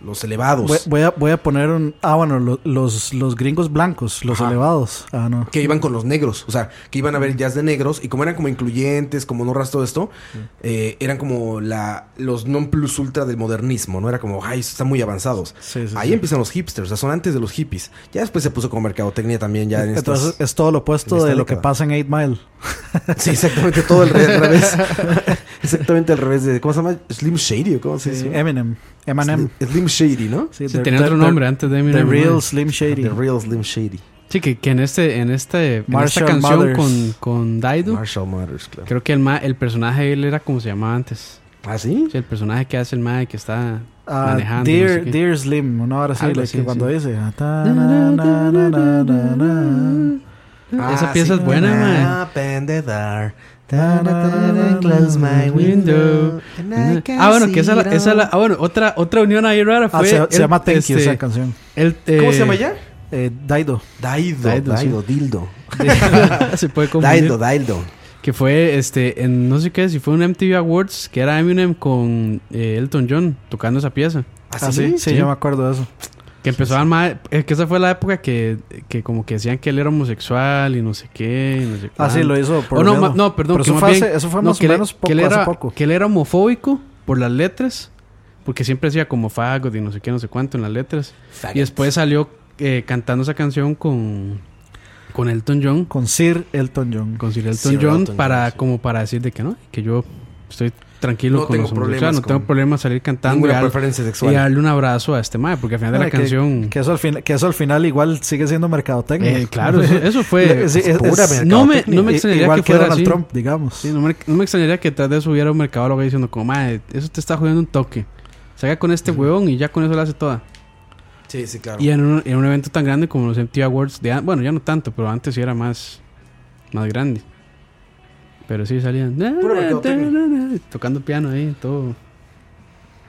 Speaker 6: los elevados.
Speaker 7: Voy, voy a, voy a poner un. Ah, bueno, lo- los, los gringos blancos, los
Speaker 6: Ajá.
Speaker 7: elevados. Ah, no.
Speaker 6: que iban con los negros, o sea, que iban a ver jazz de negros y como eran como incluyentes, como no todo esto,
Speaker 7: Mm.
Speaker 6: eh, eran como la los non plus ultra del modernismo, no era como, ay, están muy avanzados.
Speaker 7: Sí, sí,
Speaker 6: Ahí
Speaker 7: sí.
Speaker 6: empiezan los hipsters, o sea, son antes de los hippies. Ya después se puso como mercadotecnia también ya en estas-
Speaker 7: Entonces es todo lo
Speaker 6: en
Speaker 7: opuesto
Speaker 6: esta
Speaker 7: de lo que
Speaker 6: década.
Speaker 7: pasa en 8 Mile.
Speaker 6: Sí, exactamente todo al re- al revés. exactamente al revés de ¿cómo se llama? Slim Shady o cómo se
Speaker 7: Sí,
Speaker 6: dice?
Speaker 7: Eminem. Eminem.
Speaker 6: Slim, Slim Shady, ¿no?
Speaker 7: Sí,
Speaker 5: Sí,
Speaker 7: the-
Speaker 5: tenía
Speaker 7: the-
Speaker 5: otro nombre antes de
Speaker 7: The,
Speaker 5: Eminem, Ah,
Speaker 7: Real
Speaker 5: mae.
Speaker 7: Slim Shady.
Speaker 6: The real Slim Shady.
Speaker 5: Sí, que, que en este, en este, en esta
Speaker 7: Marshall
Speaker 5: canción
Speaker 7: Mathers.
Speaker 5: con, con Daido,
Speaker 6: Marshall Matters, claro.
Speaker 5: creo que el, ma- el personaje de él era como se llamaba antes.
Speaker 6: ¿Ah, sí?
Speaker 5: O sea, el personaje que hace el mae que está
Speaker 7: Ah,
Speaker 5: manejando. no sé
Speaker 7: Dear,
Speaker 5: qué.
Speaker 7: Dear Slim, una hora así,
Speaker 5: Algo
Speaker 7: la
Speaker 5: así,
Speaker 7: que cuando
Speaker 5: sí.
Speaker 7: dice. ah, ta, na, na, na, na, na, na.
Speaker 5: Esa pieza es buena, man.
Speaker 9: Open the door. Ta-ra-ta-ra-ra, Close my window. and I can
Speaker 5: Ah, bueno, que esa,
Speaker 9: see
Speaker 5: la-
Speaker 9: it
Speaker 5: esa
Speaker 9: all.
Speaker 5: la, ah, bueno, otra, otra unión ahí rara fue.
Speaker 7: Ah, se, se
Speaker 5: el-
Speaker 7: llama Thank You
Speaker 5: este,
Speaker 7: esa canción.
Speaker 5: el,
Speaker 9: ¿Cómo
Speaker 5: eh,
Speaker 9: se llama ya?
Speaker 7: Eh, Daido.
Speaker 9: Daido.
Speaker 5: Daido, sí.
Speaker 9: Daido, dildo.
Speaker 5: se puede confundir.
Speaker 9: Daido, Daido.
Speaker 5: Que fue, este, en no sé qué, si fue un MTV Awards, que era Eminem con eh, Elton John tocando esa pieza.
Speaker 7: Ah, sí, sí, yo me acuerdo de eso.
Speaker 5: Que empezaban más, eh, que esa fue la época que, que como que decían que él era homosexual y no sé qué, y no sé
Speaker 7: Ah, sí,
Speaker 5: cuándo.
Speaker 7: lo hizo por
Speaker 5: Oh, no,
Speaker 7: dedo.
Speaker 5: ma- no, perdón,
Speaker 7: Pero
Speaker 5: que
Speaker 7: eso
Speaker 5: más
Speaker 7: fue,
Speaker 5: bien-
Speaker 7: hace- eso fue
Speaker 5: no,
Speaker 7: más
Speaker 5: que
Speaker 7: o
Speaker 5: le-
Speaker 7: menos poco,
Speaker 5: que él era,
Speaker 7: hace poco.
Speaker 5: Que él era homofóbico por las letras, porque siempre decía como fagot y no sé qué, no sé cuánto en las letras. Y después salió eh, cantando esa canción con, con Elton John,
Speaker 7: Con Sir Elton John.
Speaker 5: con Sir Elton
Speaker 9: Sir
Speaker 5: John,
Speaker 9: Elton John,
Speaker 5: para
Speaker 9: sí.
Speaker 5: como para decir de que no, que yo estoy tranquilo
Speaker 6: No
Speaker 5: con
Speaker 6: tengo
Speaker 5: los homosexuales,
Speaker 6: problemas
Speaker 5: no tengo
Speaker 6: con
Speaker 5: problema salir cantando y
Speaker 6: Ninguna
Speaker 5: darle,
Speaker 6: preferencia
Speaker 5: y
Speaker 6: sexual.
Speaker 5: darle un abrazo a este mae, porque al final de
Speaker 7: Ah,
Speaker 5: la
Speaker 7: que-
Speaker 5: canción...
Speaker 7: Que eso, al fin- que eso al final igual sigue siendo mercadotecnia.
Speaker 5: Eh, claro, eso, eso fue.
Speaker 7: Sí, es-
Speaker 6: pura
Speaker 7: es-
Speaker 5: no me, no me extrañaría
Speaker 7: Igual
Speaker 5: que fuera
Speaker 7: Donald
Speaker 5: así.
Speaker 7: Trump, digamos.
Speaker 5: Sí, no, me, no me extrañaría que tras de eso hubiera un mercadólogo ahí diciendo, como, madre, eso te está jugando un toque. Salga con este huevón y ya con eso la hace toda.
Speaker 6: Sí, sí, claro.
Speaker 5: Y en un, en un evento tan grande como los MTV Awards, de, an- bueno, ya no tanto, pero antes sí era más, más grande. Pero sí salían
Speaker 6: Pura mercadotecnia.
Speaker 5: tocando piano ahí, todo,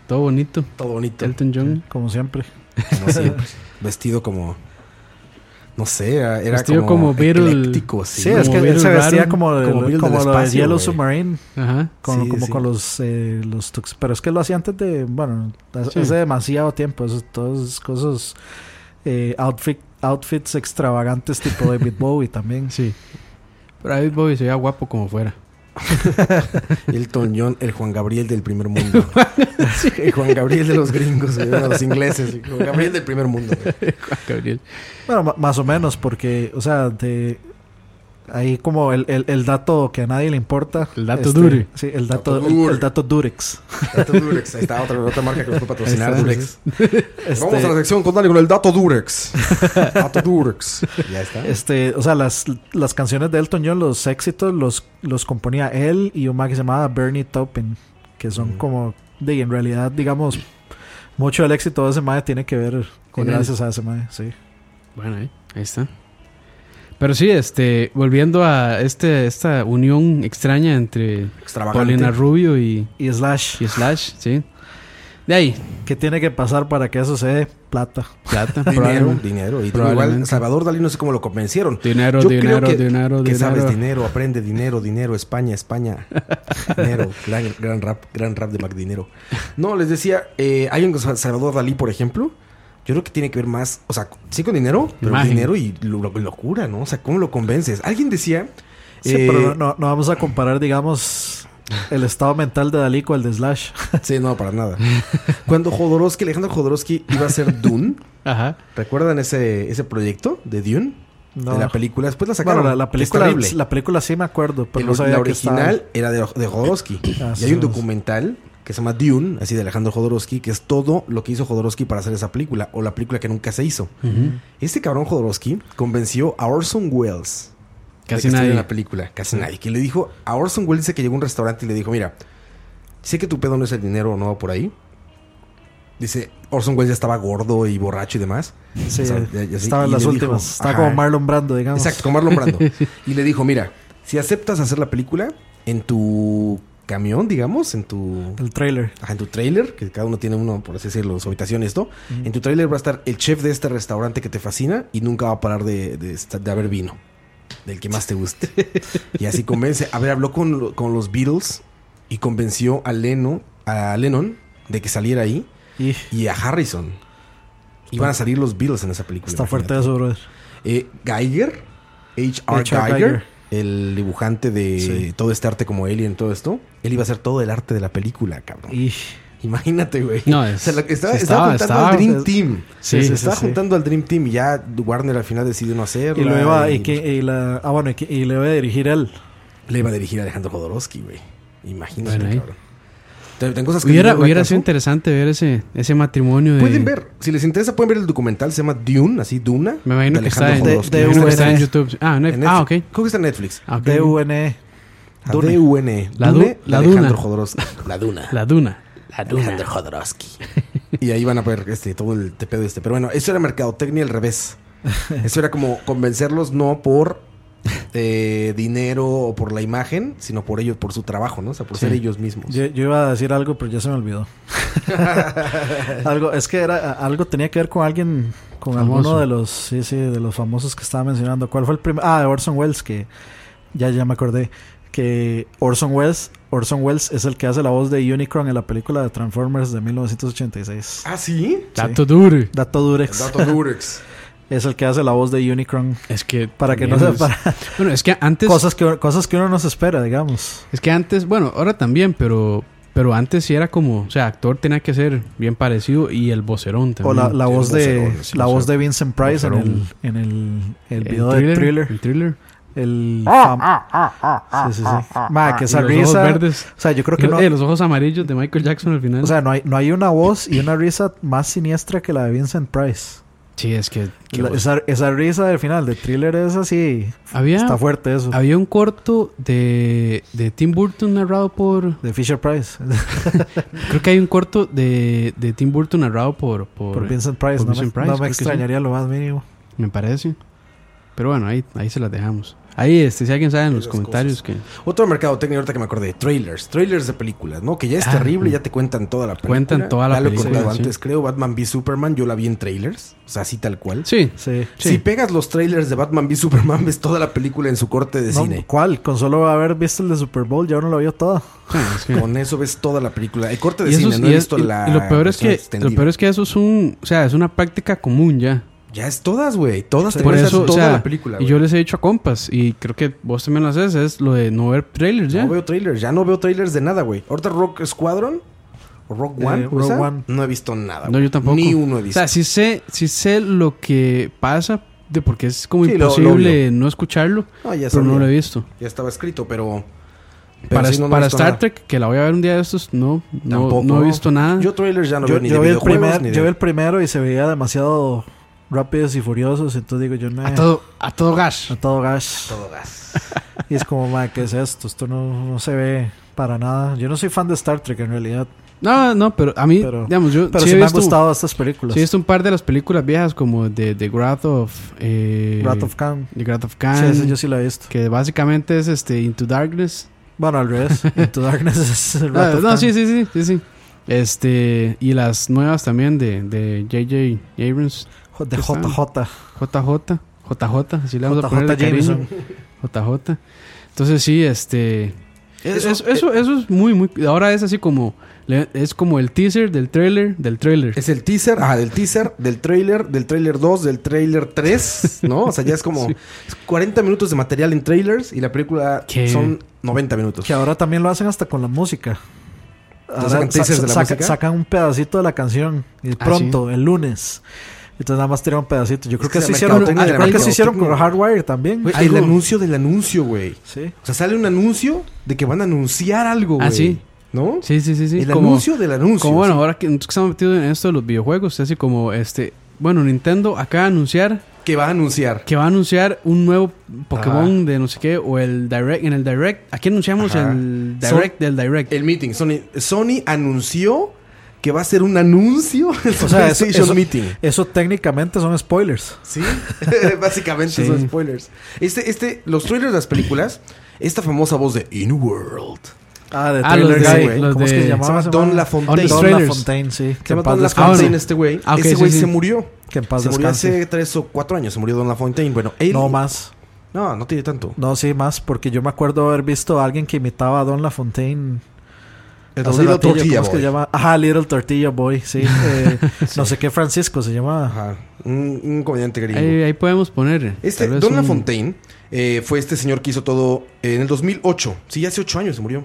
Speaker 5: todo bonito.
Speaker 6: Todo bonito.
Speaker 5: Elton John.
Speaker 7: Como siempre.
Speaker 6: Como siempre. Vestido como. No sé, era
Speaker 5: Vestido como
Speaker 6: como.
Speaker 5: Beatle.
Speaker 6: ecléctico,
Speaker 5: Sí,
Speaker 6: sí.
Speaker 7: Sí, es
Speaker 5: como
Speaker 7: que él
Speaker 5: Beatle
Speaker 7: se vestía
Speaker 5: raro,
Speaker 7: como, el-
Speaker 6: como
Speaker 7: como,
Speaker 6: Beatle del
Speaker 7: lo de
Speaker 6: espacio,
Speaker 7: Yellow
Speaker 6: güey.
Speaker 7: Submarine.
Speaker 5: Ajá.
Speaker 7: Con,
Speaker 6: Sí,
Speaker 7: como
Speaker 6: sí.
Speaker 7: con los, eh, los tux- Pero es que lo hacía antes de. Bueno, hace
Speaker 5: Sí.
Speaker 7: hace demasiado tiempo. Eso, todas esas cosas. eh, outfit, outfits extravagantes tipo David Bowie también.
Speaker 5: Sí. Pero David Bowie se veía guapo como fuera.
Speaker 6: Elton John, el Juan Gabriel del primer mundo. El Juan Gabriel de los gringos, güey, de los ingleses. El Juan Gabriel del primer mundo. güey.
Speaker 5: Ah, Gabriel.
Speaker 7: Bueno, ma- más o menos, porque, o sea, de. Ahí como el, el, el dato que a nadie le importa. este,
Speaker 5: El dato dure.
Speaker 7: Sí, el dato,
Speaker 6: Dato
Speaker 7: el-
Speaker 6: dure.
Speaker 7: el dato Durex.
Speaker 6: Dato Este Durex. Ahí está otra, otra marca que nos puede patrocinar.
Speaker 7: Ahí está,
Speaker 6: Durex.
Speaker 7: Este,
Speaker 6: Vamos a la sección con Dani con el dato Durex. Dato Durex. Ya está.
Speaker 7: Este, o sea, las, las canciones de Elton John, los éxitos, los, los componía él y un man que se llamaba Bernie Taupin, que
Speaker 6: Mm.
Speaker 7: son como, de, en realidad, digamos, mucho del éxito de ese mae tiene que ver con
Speaker 5: Con él.
Speaker 7: gracias a ese mae, sí.
Speaker 5: Bueno, ahí, ahí está. Pero sí, este, volviendo a este, esta unión extraña entre
Speaker 6: Extravagante.
Speaker 5: Paulina Rubio y,
Speaker 7: Y Slash,
Speaker 5: y Slash, ¿sí? De ahí,
Speaker 7: ¿qué tiene que pasar para que eso se dé plata?
Speaker 5: plata,
Speaker 6: Dinero,
Speaker 5: probablemente.
Speaker 6: dinero. Y
Speaker 5: Probablemente.
Speaker 6: igual, Salvador Dalí no sé cómo lo convencieron.
Speaker 5: Dinero,
Speaker 6: Yo
Speaker 5: dinero,
Speaker 6: creo que,
Speaker 5: dinero,
Speaker 6: que sabes
Speaker 5: dinero.
Speaker 6: dinero, aprende dinero, dinero, España, España, dinero, gran, gran rap, gran rap de Macdinero. No, les decía, eh, hay un Sa- Salvador Dalí, por ejemplo. Yo creo que tiene que ver más, o sea, sí con dinero, pero
Speaker 5: Imagen.
Speaker 6: dinero y lo- lo- locura, ¿no? O sea, ¿cómo lo convences? Alguien decía,
Speaker 7: Sí,
Speaker 6: eh,
Speaker 7: pero no, no vamos a comparar, digamos, el estado mental de Dalí con el de Slash.
Speaker 6: sí, no, para nada. Cuando Jodorowsky, Alejandro Jodorowsky iba a ser Dune,
Speaker 5: Ajá.
Speaker 6: ¿recuerdan ese, ese proyecto de Dune?
Speaker 7: No.
Speaker 6: De la película, después la sacaron.
Speaker 7: Bueno, la, la
Speaker 6: que es
Speaker 7: película,
Speaker 6: terrible.
Speaker 7: la película sí me acuerdo, pero
Speaker 6: El
Speaker 7: no
Speaker 6: or-
Speaker 7: sabía
Speaker 6: la
Speaker 7: que estaba-
Speaker 6: original era de, de Jodorowsky.
Speaker 7: Ah,
Speaker 6: y hay un
Speaker 7: sí.
Speaker 6: documental que se llama Dune, así de Alejandro Jodorowsky, que es todo lo que hizo Jodorowsky para hacer esa película, o la película que nunca se hizo. Este cabrón Jodorowsky convenció a Orson Welles
Speaker 5: Casi
Speaker 6: de que estuviera
Speaker 5: nadie.
Speaker 6: en la película, casi nadie, que le dijo, a Orson Welles dice que llegó a un restaurante y le dijo, mira, sé que tu pedo no es el dinero o no por ahí. Dice, Orson Welles ya estaba gordo y borracho y demás.
Speaker 7: Sí,
Speaker 6: O sea, ya- ya-
Speaker 7: estaba en
Speaker 6: y
Speaker 7: las
Speaker 6: le dijo,
Speaker 7: últimas. estaba
Speaker 6: ajá.
Speaker 7: como Marlon Brando, digamos.
Speaker 6: Exacto, con Marlon Brando. y le dijo, mira, si aceptas hacer la película en tu camión, digamos, en tu...
Speaker 7: El trailer.
Speaker 6: ajá, en tu trailer, que cada uno tiene uno, por así decirlo, su habitación y esto. En tu trailer va a estar el chef de este restaurante que te fascina y nunca va a parar de, de, esta- de haber vino. Del que más te guste. y así convence. A ver, habló con, lo- con los Beatles y convenció a, Leno, a Lennon de que saliera ahí
Speaker 7: Y
Speaker 6: y a Harrison. Iban a salir los Beatles en esa película.
Speaker 7: está
Speaker 6: imagínate.
Speaker 7: fuerte eso, brother.
Speaker 6: Eh, Geiger, H.R.
Speaker 7: H.R.
Speaker 6: Geiger,
Speaker 7: Geiger.
Speaker 6: el dibujante de
Speaker 7: Sí.
Speaker 6: todo este arte como Alien, todo esto, él iba a hacer todo el arte de la película, cabrón.
Speaker 7: Y
Speaker 6: Imagínate, güey.
Speaker 5: No, es-
Speaker 6: O sea, la- estaba,
Speaker 5: sí,
Speaker 6: estaba
Speaker 5: estaba-
Speaker 6: juntando
Speaker 5: estaba-
Speaker 6: al Dream
Speaker 5: es-
Speaker 6: Team.
Speaker 5: sí,
Speaker 6: Se
Speaker 5: sí,
Speaker 6: estaba
Speaker 7: sí, sí.
Speaker 6: juntando al Dream Team y ya Warner al final decidió no hacerlo.
Speaker 7: y lo iba, y, que, y la, ah, bueno, y, que- y le iba a dirigir él.
Speaker 6: Le iba a dirigir a Alejandro Jodorowsky, güey. Imagínate,
Speaker 5: Bueno, ahí.
Speaker 6: cabrón. Te- tengo cosas que
Speaker 5: Hubiera,
Speaker 6: no me
Speaker 5: hubiera
Speaker 6: acaso.
Speaker 5: sido interesante ver ese, ese matrimonio de...
Speaker 6: Pueden ver, si les interesa, pueden ver el documental, se llama Dune, así Duna.
Speaker 5: Me imagino
Speaker 6: de
Speaker 5: que está, en,
Speaker 6: Alejandro
Speaker 7: de-
Speaker 5: me
Speaker 6: Jodorowsky.
Speaker 5: imagino que está en
Speaker 7: VHS.
Speaker 5: YouTube. Ah, no,
Speaker 6: En
Speaker 5: ah,
Speaker 6: Netflix.
Speaker 5: ok.
Speaker 6: Creo que está en Netflix.
Speaker 5: Ah, ok.
Speaker 7: DUNE.
Speaker 6: A
Speaker 7: Dune.
Speaker 6: D-U-N.
Speaker 5: La
Speaker 6: Dune
Speaker 5: du- la
Speaker 6: de Alejandro
Speaker 5: duna.
Speaker 6: Jodorowsky. La Duna.
Speaker 5: La duna. La
Speaker 6: Alejandro Jodorowsky. y ahí van a ver este, todo el tepedo este. Pero bueno, eso era mercadotecnia al revés. Eso era como convencerlos no por eh, dinero o por la imagen, sino por ellos, por su trabajo, ¿no? O sea, por ser ellos mismos.
Speaker 7: Yo, yo iba a decir algo, pero ya se me olvidó. algo, es que era algo tenía que ver con alguien, con alguno de los, sí, sí, de los famosos que estaba mencionando. ¿Cuál fue el primer? Ah, de Orson Welles, que ya, ya me acordé. Que Orson Welles, Orson Welles es el que hace la voz de Unicron en la película de Transformers de 1986.
Speaker 6: ¿Ah, sí?
Speaker 5: Dato duro.
Speaker 7: Dato Durex.
Speaker 6: Dato Durex.
Speaker 7: es el que hace la voz de Unicron.
Speaker 5: Es que.
Speaker 7: Para que no
Speaker 5: también
Speaker 7: se
Speaker 5: es-
Speaker 7: para
Speaker 5: Bueno, es que antes.
Speaker 7: cosas que cosas que uno no se espera, digamos.
Speaker 5: Es que antes, bueno, ahora también, pero. Pero antes sí era como. O sea, actor tenía que ser bien parecido y el vocerón
Speaker 7: O
Speaker 5: también.
Speaker 7: la, la voz de
Speaker 6: vocerón, sí,
Speaker 7: la
Speaker 6: vocerón.
Speaker 7: voz de Vincent Price en el,
Speaker 5: Vocerón.
Speaker 7: en el, el
Speaker 5: El
Speaker 7: video de Thriller.
Speaker 5: El Ah, thriller.
Speaker 7: El fam-
Speaker 5: ah,
Speaker 7: sí, sí, sí. Ma, que
Speaker 5: Y
Speaker 7: esa
Speaker 5: los ojos
Speaker 7: risa.
Speaker 5: verdes.
Speaker 7: O sea, yo creo que
Speaker 5: Lo-
Speaker 7: no.
Speaker 5: eh, los ojos amarillos de Michael Jackson al final.
Speaker 7: O sea, no hay, no hay una voz y una risa más siniestra que la de Vincent Price.
Speaker 5: sí, es que. qué
Speaker 7: La-
Speaker 5: voz.
Speaker 7: esa, esa risa del final de thriller es así.
Speaker 5: había,
Speaker 7: Está fuerte eso.
Speaker 5: había un corto de, de Tim Burton narrado por.
Speaker 7: De Fisher Price.
Speaker 5: Creo que hay un corto de, de Tim Burton narrado por. Por,
Speaker 7: Por Vincent Price.
Speaker 5: por
Speaker 7: no,
Speaker 5: Vincent
Speaker 7: me,
Speaker 5: Price,
Speaker 7: no me
Speaker 5: creo que sí.
Speaker 7: extrañaría lo más mínimo.
Speaker 5: Me parece. Pero bueno, ahí, ahí se las dejamos. Ahí, este, si alguien sabe en los comentarios que
Speaker 6: Otro mercadotecnia ahorita que me acordé, trailers, trailers de películas, ¿no? Que ya es
Speaker 5: Ah,
Speaker 6: terrible,
Speaker 5: mm.
Speaker 6: ya te cuentan toda la película.
Speaker 5: Cuentan toda la
Speaker 6: Ya
Speaker 5: película,
Speaker 6: lo he contado
Speaker 5: sí.
Speaker 6: antes, creo, Batman v Superman, yo la vi en trailers, o sea, así tal cual.
Speaker 5: Sí.
Speaker 7: Sí.
Speaker 5: sí.
Speaker 6: Si pegas los trailers de Batman v Superman, ves toda la película en su corte de
Speaker 7: No,
Speaker 6: cine.
Speaker 7: ¿Cuál? Con solo haber visto el de Super Bowl, ya uno lo vio todo.
Speaker 5: Sí, es que-
Speaker 6: Con eso ves toda la película. El corte de
Speaker 5: y, eso
Speaker 6: cine,
Speaker 5: es-
Speaker 6: no
Speaker 5: y
Speaker 6: he
Speaker 5: es-
Speaker 6: visto
Speaker 5: y-
Speaker 6: la.
Speaker 5: y lo peor es
Speaker 6: versión
Speaker 5: que
Speaker 6: extendida.
Speaker 5: lo peor es que eso es un, o sea, es una práctica común ya.
Speaker 6: Ya es todas, güey. Todas te
Speaker 5: Por
Speaker 6: cuentan
Speaker 5: eso, o
Speaker 6: toda
Speaker 5: sea,
Speaker 6: la película.
Speaker 5: y
Speaker 6: güey.
Speaker 5: yo les he dicho a compas y creo que vos también lo haces es lo de no ver trailers ya.
Speaker 6: No veo trailers, ya no veo trailers de nada, güey. Ahorita Rock Squadron o Rock
Speaker 7: Eh,
Speaker 6: One, o
Speaker 7: Rogue
Speaker 6: sea,
Speaker 7: One.
Speaker 6: no he visto nada.
Speaker 5: No,
Speaker 6: güey.
Speaker 5: yo tampoco.
Speaker 6: Ni uno he visto.
Speaker 5: O sea, sí sé, sí sé lo que pasa de porque es como
Speaker 6: Sí, lo- lo
Speaker 5: imposible no escucharlo,
Speaker 6: No, ya
Speaker 5: pero no
Speaker 6: sabía.
Speaker 5: lo he visto.
Speaker 6: Ya estaba escrito, pero. pero
Speaker 5: para
Speaker 6: sí, no, no he
Speaker 5: para
Speaker 6: visto
Speaker 5: Star
Speaker 6: nada.
Speaker 5: Trek, que la voy a ver un día de estos, no, no,
Speaker 6: Tampoco.
Speaker 5: no he visto nada.
Speaker 6: Yo trailers ya no
Speaker 7: yo
Speaker 6: veo ni
Speaker 7: yo
Speaker 6: de
Speaker 7: vi el
Speaker 6: videojuegos,
Speaker 7: primer,
Speaker 6: ni de-
Speaker 7: yo vi el primero y se veía demasiado rápidos y furiosos. Entonces digo, yo no.
Speaker 5: a todo, a todo gas.
Speaker 7: A todo gas. Y es como, ma, ¿qué es esto? Esto no, no se ve para nada. Yo no soy fan de Star Trek en realidad.
Speaker 5: No, no, pero a mí,
Speaker 7: Pero-
Speaker 5: digamos, yo
Speaker 7: Pero
Speaker 5: sí
Speaker 7: sí,
Speaker 5: he
Speaker 7: me han
Speaker 5: visto-
Speaker 7: gustado estas películas.
Speaker 5: Sí, he visto un par de las películas viejas como de The Wrath of... Eh,
Speaker 7: Wrath of Khan.
Speaker 5: The Wrath of
Speaker 7: Sí,
Speaker 5: Khan.
Speaker 7: ese yo sí la he visto.
Speaker 5: Que básicamente es este Into Darkness.
Speaker 7: Bueno, al revés. Into Darkness es el Wrath
Speaker 5: Ah,
Speaker 7: of
Speaker 5: no,
Speaker 7: Khan.
Speaker 5: sí, sí, sí, sí, sí. Este, y las nuevas también de, de J.J. Abrams,
Speaker 7: Jo- De
Speaker 5: ¿Qué están?
Speaker 7: JJ.
Speaker 5: JJ, JJ, así le vamos a
Speaker 7: JJ
Speaker 5: poner de cariño.
Speaker 7: Jameson.
Speaker 5: JJ. Entonces sí, este... es-
Speaker 6: Eso- eh,
Speaker 5: Eso, eso, eso es muy, muy... Ahora es así como... le- Es como el teaser del trailer del trailer.
Speaker 6: Es el teaser, ajá, del teaser, del trailer, del trailer 2, del trailer 3, ¿no? O sea, ya es como 40 minutos de material en trailers y la película
Speaker 5: ¿Qué?
Speaker 6: son 90 minutos.
Speaker 7: Que ahora también lo hacen hasta con la música. Ahora
Speaker 6: sacan
Speaker 7: sa-
Speaker 6: teasers de la
Speaker 7: saca-
Speaker 6: música? Ah,
Speaker 7: sacan un pedacito de la canción. Y pronto, el lunes. Entonces nada más tiran un pedacito. Yo creo
Speaker 6: que
Speaker 7: que,
Speaker 6: la
Speaker 7: se hicieron,
Speaker 6: mercadotecnia
Speaker 7: ah,
Speaker 6: de la
Speaker 7: creo que se hicieron con
Speaker 6: mercadotecnia.
Speaker 7: Hardwire también.
Speaker 6: Güey, el
Speaker 7: Algo-
Speaker 6: anuncio del anuncio, güey.
Speaker 7: Sí.
Speaker 6: O sea, sale un anuncio de que van a anunciar algo,
Speaker 5: Ah,
Speaker 6: güey.
Speaker 5: sí.
Speaker 6: ¿No?
Speaker 5: Sí, sí, sí, sí.
Speaker 6: el anuncio del anuncio.
Speaker 5: Como bueno,
Speaker 6: sí.
Speaker 5: ahora que nosotros que estamos metidos en esto de los videojuegos, así como este. Bueno, Nintendo acaba de anunciar
Speaker 6: Que va a anunciar.
Speaker 5: que va a anunciar un nuevo Pokémon
Speaker 6: Ajá.
Speaker 5: de no sé qué, o el Direct. En el Direct, aquí anunciamos
Speaker 6: Ajá.
Speaker 5: el Direct del Direct.
Speaker 6: El meeting. Sony, Sony anunció que va a ser un anuncio en su
Speaker 7: O sea, eso,
Speaker 6: PlayStation
Speaker 7: eso-
Speaker 6: Meeting.
Speaker 7: eso técnicamente son spoilers.
Speaker 6: Sí, básicamente son spoilers. Este, este, los trailers de las películas, esta famosa voz de In World.
Speaker 7: Ah, de
Speaker 5: Ah, los
Speaker 7: Trailer
Speaker 5: de-
Speaker 7: Guy.
Speaker 5: los
Speaker 7: ¿Cómo es
Speaker 5: de-
Speaker 7: que se
Speaker 6: Se
Speaker 7: llamaba?
Speaker 6: llama
Speaker 7: ese
Speaker 6: Don
Speaker 7: man?
Speaker 5: On
Speaker 6: LaFontaine.
Speaker 5: the
Speaker 7: Don
Speaker 5: Trailers.
Speaker 7: LaFontaine, sí.
Speaker 6: Se
Speaker 7: Que en
Speaker 6: llama
Speaker 7: paz
Speaker 6: Don
Speaker 7: descanse.
Speaker 5: Ah,
Speaker 6: LaFontaine
Speaker 5: bueno.
Speaker 6: este güey.
Speaker 5: Ah, ok,
Speaker 6: Ese
Speaker 5: sí,
Speaker 6: güey
Speaker 5: sí.
Speaker 6: se murió.
Speaker 7: Que en paz
Speaker 6: se murió
Speaker 7: descanse.
Speaker 6: hace tres o cuatro años, se murió Don LaFontaine. Bueno, él...
Speaker 7: No más.
Speaker 6: No, no tiene tanto.
Speaker 7: No, sí, más. Porque yo me acuerdo haber visto a alguien que imitaba a Don LaFontaine.
Speaker 6: El
Speaker 7: hace
Speaker 6: Little
Speaker 7: ratillo,
Speaker 6: Tortilla
Speaker 7: ¿cómo es que
Speaker 6: Boy.
Speaker 7: se llama? Ajá, Little Tortilla Boy, sí. Eh, No sé qué Francisco se llamaba.
Speaker 6: Ajá, un, un comediante gringo.
Speaker 5: ahí, ahí podemos poner.
Speaker 6: Este,
Speaker 5: tal vez
Speaker 6: Don
Speaker 5: un-
Speaker 6: LaFontaine eh, fue este señor que hizo todo eh, en el 2008. Sí, hace ocho años se murió.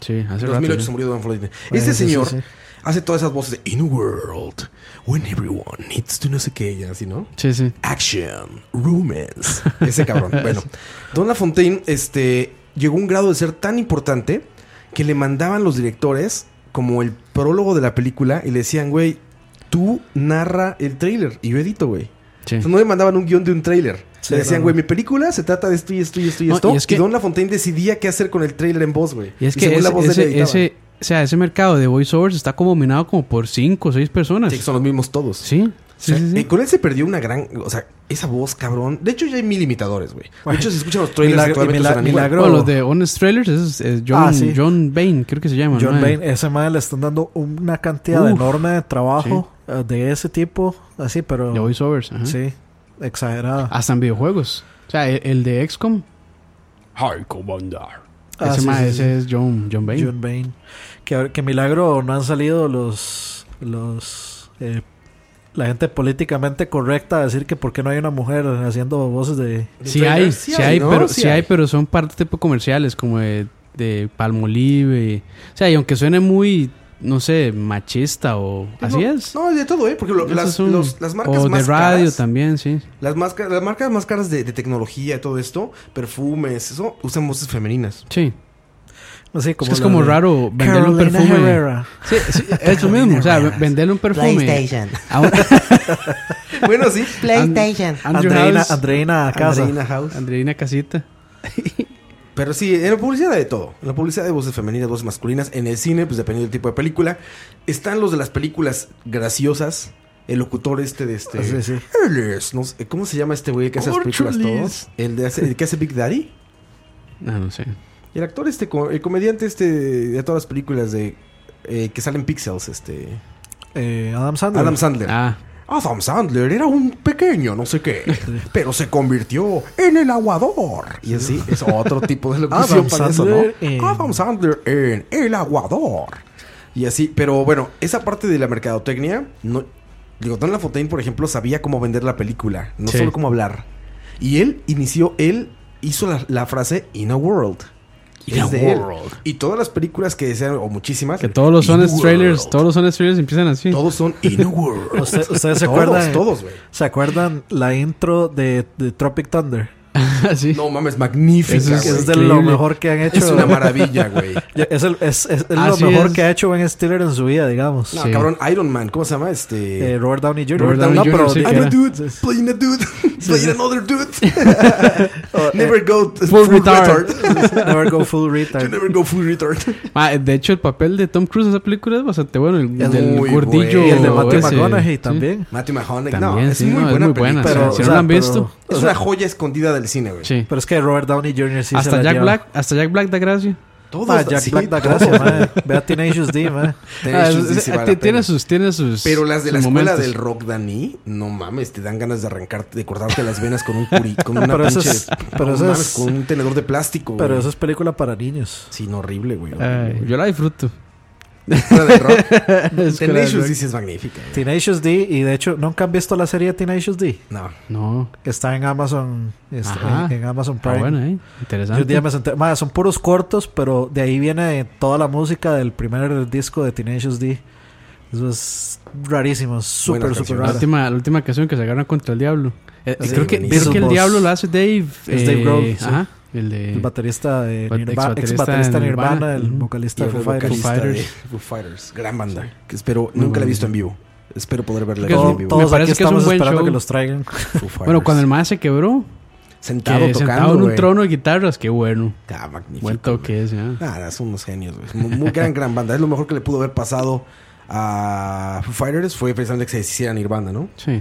Speaker 5: Sí, hace rato.
Speaker 6: En 2008
Speaker 5: ya.
Speaker 6: se murió Don LaFontaine.
Speaker 7: Bueno,
Speaker 6: este
Speaker 7: sí,
Speaker 6: señor
Speaker 7: sí, sí.
Speaker 6: hace todas esas voces de In a World, when everyone needs to no sé qué, y así, ¿no?
Speaker 5: Sí, sí.
Speaker 6: Action, Rumors. Ese cabrón. Bueno, Don LaFontaine este, llegó a un grado de ser tan importante que le mandaban los directores como el prólogo de la película y le decían, güey, tú narra el trailer y yo edito, güey.
Speaker 5: sí.
Speaker 6: O sea, no le mandaban un guión de un trailer.
Speaker 7: Sí,
Speaker 6: le decían,
Speaker 7: no,
Speaker 6: güey,
Speaker 7: no.
Speaker 6: mi película se trata de esto y esto y esto y
Speaker 5: No,
Speaker 6: esto.
Speaker 5: y
Speaker 6: Y,
Speaker 5: es que-
Speaker 6: Don LaFontaine decidía qué hacer con el trailer en voz, güey.
Speaker 5: Y es que
Speaker 6: según
Speaker 5: ese,
Speaker 6: de él
Speaker 5: ese,
Speaker 6: editaban.
Speaker 5: ese- o sea, ese mercado de voiceovers está como dominado como por 5 o 6 personas.
Speaker 6: Sí, que son los mismos todos.
Speaker 5: Sí. Sí,
Speaker 6: O sea,
Speaker 5: sí, sí.
Speaker 6: eh, con él se perdió una gran. O sea, esa voz, cabrón. De hecho, ya hay mil imitadores, güey. De
Speaker 7: Güey.
Speaker 6: hecho, si escuchan los trailers,
Speaker 7: Milagro-
Speaker 6: actualmente
Speaker 7: milagro-
Speaker 6: suenan igual.
Speaker 7: milagro-
Speaker 5: O los de Honest Trailers, esos, es John,
Speaker 7: Ah, sí.
Speaker 5: John Bain, creo que se llama.
Speaker 7: John
Speaker 5: ¿no?
Speaker 7: Bain, ese madre le están dando una cantidad
Speaker 5: Uf.
Speaker 7: enorme de trabajo eh, de ese tipo, así, pero
Speaker 5: De voiceovers. ajá. Ah,
Speaker 7: sí, exagerada.
Speaker 5: Hasta en videojuegos. O sea, el, el de XCOM. Hi, Commander.
Speaker 7: Ah,
Speaker 5: ese
Speaker 7: sí,
Speaker 5: ma-
Speaker 7: sí,
Speaker 5: ese
Speaker 7: sí.
Speaker 5: es John, John Bain.
Speaker 7: John Bain. Que, ahora- que milagro no han salido los los eh, la gente políticamente correcta a decir que por qué no hay una mujer haciendo voces de
Speaker 5: Sí
Speaker 6: trailer?
Speaker 5: hay,
Speaker 6: Sí
Speaker 5: sí,
Speaker 6: hay,
Speaker 5: hay,
Speaker 6: ¿no?
Speaker 5: pero
Speaker 6: Sí
Speaker 5: sí hay,
Speaker 6: hay.
Speaker 5: pero son parte tipo comerciales como de, de Palmolive. O sea, y aunque suene muy, no sé, machista o así
Speaker 6: no,
Speaker 5: es.
Speaker 6: No, de todo, ¿eh? Porque lo-
Speaker 5: Eso
Speaker 6: las,
Speaker 5: es un-
Speaker 6: los- las marcas
Speaker 5: o de
Speaker 6: más
Speaker 5: radio
Speaker 6: caras,
Speaker 5: también, sí.
Speaker 6: Las, más ca- las marcas más caras de, de tecnología y todo esto, perfumes, eso, usan voces femeninas.
Speaker 5: Sí.
Speaker 7: así como
Speaker 5: es que es
Speaker 7: la
Speaker 5: como
Speaker 7: de
Speaker 5: raro venderle un
Speaker 7: Carolina
Speaker 5: perfume.
Speaker 7: Herrera.
Speaker 5: Sí, sí, es lo mismo, o sea,
Speaker 9: Herrera.
Speaker 5: venderle un perfume
Speaker 9: PlayStation.
Speaker 5: a un-
Speaker 6: Bueno, sí.
Speaker 9: PlayStation.
Speaker 5: Andrew
Speaker 7: Andreina,
Speaker 5: House,
Speaker 7: Andreina Casa.
Speaker 6: Andreina House.
Speaker 5: Andreina Casita.
Speaker 6: Pero sí, en la publicidad hay de todo. En la publicidad de voces femeninas, voces masculinas. En el cine, pues dependiendo del tipo de película. Están los de las películas graciosas. El locutor este de este.
Speaker 7: Ah, sí, sí.
Speaker 6: Earless, no sé, ¿Cómo se llama este güey que hace las películas
Speaker 5: Orchulis.
Speaker 6: todos? El, de hace- el que hace Big Daddy.
Speaker 5: No, no sé.
Speaker 6: Y el actor este, co- el comediante este de todas las películas de eh, que salen Pixels, este.
Speaker 7: Eh, Adam Sandler.
Speaker 6: Adam Sandler.
Speaker 5: Ah,
Speaker 6: Adam Sandler era un pequeño, no sé qué, pero se convirtió en el aguador. Y así es otro tipo de locución
Speaker 7: Adam
Speaker 6: para eso, ¿no?
Speaker 7: Sandler en-
Speaker 6: Adam Sandler en el aguador. Y así, pero bueno, esa parte de la mercadotecnia, no, digo, Don Lafontaine, por ejemplo, sabía cómo vender la película, no
Speaker 5: Sí.
Speaker 6: solo cómo hablar. Y él inició, él hizo la, la frase In a World.
Speaker 5: In
Speaker 6: Es
Speaker 5: a
Speaker 6: de él.
Speaker 5: World.
Speaker 6: Y todas las películas que desean, o muchísimas.
Speaker 5: que todos los
Speaker 6: In a
Speaker 5: Honest
Speaker 6: World.
Speaker 5: Trailers, todos los Honest Trailers empiezan así.
Speaker 6: Todos son In a World.
Speaker 7: Usted- ¿Ustedes se
Speaker 6: Todos,
Speaker 7: acuerdan?
Speaker 6: todos, güey.
Speaker 7: ¿Se acuerdan la intro de, de Tropic Thunder?
Speaker 5: Así.
Speaker 6: No mames, magnífica.
Speaker 5: Eso
Speaker 6: güey.
Speaker 7: Que es
Speaker 6: Es,
Speaker 7: de lo
Speaker 5: Ah, increíble.
Speaker 7: mejor que han hecho.
Speaker 6: una maravilla, güey.
Speaker 7: Ya, Es, el- es- es- es lo
Speaker 5: Así
Speaker 7: mejor
Speaker 5: es.
Speaker 7: que ha hecho Ben Stiller en su vida, digamos.
Speaker 6: No,
Speaker 5: Sí.
Speaker 6: Ah, cabrón, Iron Man, ¿cómo se llama? Este.
Speaker 7: Eh, Robert Downey Jr.
Speaker 5: Robert Downey
Speaker 7: no,
Speaker 5: Jr.,
Speaker 7: pero
Speaker 5: sí,
Speaker 7: di-
Speaker 5: que
Speaker 6: I'm a
Speaker 5: era.
Speaker 6: dude, playing a dude, playing another dude. never go full,
Speaker 5: retard.
Speaker 6: retard.
Speaker 7: Never go full
Speaker 6: You
Speaker 7: retard.
Speaker 6: never go full retard.
Speaker 5: Ah, de hecho, el papel de Tom Cruise en esa película es bastante bueno. El
Speaker 6: Es
Speaker 5: del
Speaker 6: muy
Speaker 5: gordillo.
Speaker 6: bueno.
Speaker 7: Y el de Matthew
Speaker 5: ese,
Speaker 7: McConaughey
Speaker 5: Oh, sí.
Speaker 7: también.
Speaker 6: Matthew McConaughey.
Speaker 5: También,
Speaker 6: no, es
Speaker 5: sí,
Speaker 6: muy
Speaker 5: no, es
Speaker 6: buena
Speaker 5: muy buena,
Speaker 6: película.
Speaker 5: Pero,
Speaker 7: o
Speaker 5: si no
Speaker 7: sea,
Speaker 5: la han
Speaker 7: pero-
Speaker 5: visto.
Speaker 6: Es una joya escondida del cine, güey.
Speaker 5: Sí.
Speaker 7: Pero es que Robert Downey Jr. sí se
Speaker 5: hasta
Speaker 7: la
Speaker 5: Jack
Speaker 7: lleva.
Speaker 5: Black, hasta Jack Black da gracia.
Speaker 6: Todos,
Speaker 7: Ah, Jack
Speaker 6: sí,
Speaker 7: Black da
Speaker 6: todos.
Speaker 7: gracia, mae. Ve a Tenacious D, mae.
Speaker 5: Ah,
Speaker 6: Tenacious D
Speaker 5: es-
Speaker 6: sí
Speaker 5: es-
Speaker 6: vale
Speaker 5: ti- tiene
Speaker 6: la pena.
Speaker 5: sus, tiene sus.
Speaker 6: Pero las de la
Speaker 5: sus
Speaker 6: escuela
Speaker 5: momentos.
Speaker 6: del rock Dani, no mames, te dan ganas de arrancarte, de cortarte las venas con un curi, con una
Speaker 7: Pero eso
Speaker 6: pinche,
Speaker 7: es- pero
Speaker 6: no
Speaker 7: eso
Speaker 6: mames,
Speaker 7: es-
Speaker 6: con un tenedor de plástico.
Speaker 7: Pero
Speaker 6: güey.
Speaker 7: eso es película para niños.
Speaker 6: Sí, no, horrible, güey.
Speaker 5: Ay, yo la disfruto.
Speaker 6: Fuera del rock.
Speaker 5: Ah. Escuela del
Speaker 6: Tenacious
Speaker 5: rock.
Speaker 6: D sí es magnífica. güey.
Speaker 7: Tenacious D, y de hecho, ¿nunca han visto la serie de Tenacious D?
Speaker 6: No.
Speaker 5: No.
Speaker 7: Que está en Amazon, este,
Speaker 5: Ajá.
Speaker 7: en, en Amazon
Speaker 5: Ah,
Speaker 7: Prime.
Speaker 5: bueno, eh.
Speaker 7: Yo un
Speaker 5: Interesante.
Speaker 7: día me senté- mae, son puros cortos, pero de ahí viene toda la música del primer disco de Tenacious D. Eso es rarísimo, es súper,
Speaker 6: Buenas
Speaker 7: súper
Speaker 5: la,
Speaker 6: canciones.
Speaker 7: raro. Ah,
Speaker 5: última, la última canción que se agarran contra el diablo. Eh,
Speaker 6: Sí,
Speaker 5: creo que, creo
Speaker 6: buenísimo.
Speaker 5: que el
Speaker 7: Beatles.
Speaker 5: diablo lo hace Dave. eh,
Speaker 7: Es Dave Grohl, sí.
Speaker 5: Ajá. El de.
Speaker 7: El baterista de
Speaker 5: Bat-
Speaker 7: Nirvana,
Speaker 5: ex-baterista
Speaker 7: ex baterista
Speaker 5: de
Speaker 7: de Nirvana,
Speaker 5: Nirvana,
Speaker 7: el
Speaker 5: ujú.
Speaker 6: Y
Speaker 7: vocalista de
Speaker 6: el
Speaker 7: Foo Fighters.
Speaker 6: vocalista de
Speaker 5: Fighters.
Speaker 6: Foo Fighters. Gran banda. Que espero, nunca la he visto en vivo. Espero poder verla
Speaker 5: Creo que
Speaker 7: Todo-
Speaker 5: es
Speaker 6: en
Speaker 5: un-
Speaker 6: vivo.
Speaker 5: todo-
Speaker 7: todos
Speaker 5: parece
Speaker 7: aquí
Speaker 5: que es un
Speaker 7: estamos
Speaker 5: buen
Speaker 7: esperando
Speaker 5: show.
Speaker 7: que los traigan.
Speaker 6: Foo Fighters.
Speaker 5: Bueno, cuando el más se quebró,
Speaker 6: sentado
Speaker 5: que
Speaker 6: tocando
Speaker 5: sentado en un
Speaker 6: güey.
Speaker 5: trono de guitarras, qué bueno.
Speaker 6: Ah, magnífico.
Speaker 5: Buen toque ese, ¿eh?
Speaker 6: güey. Nada, son unos genios, güey. Muy, muy gran, gran banda. Es lo mejor que le pudo haber pasado a Foo Fighters. Fue precisamente que se hicieran Nirvana, ¿no?
Speaker 5: Sí.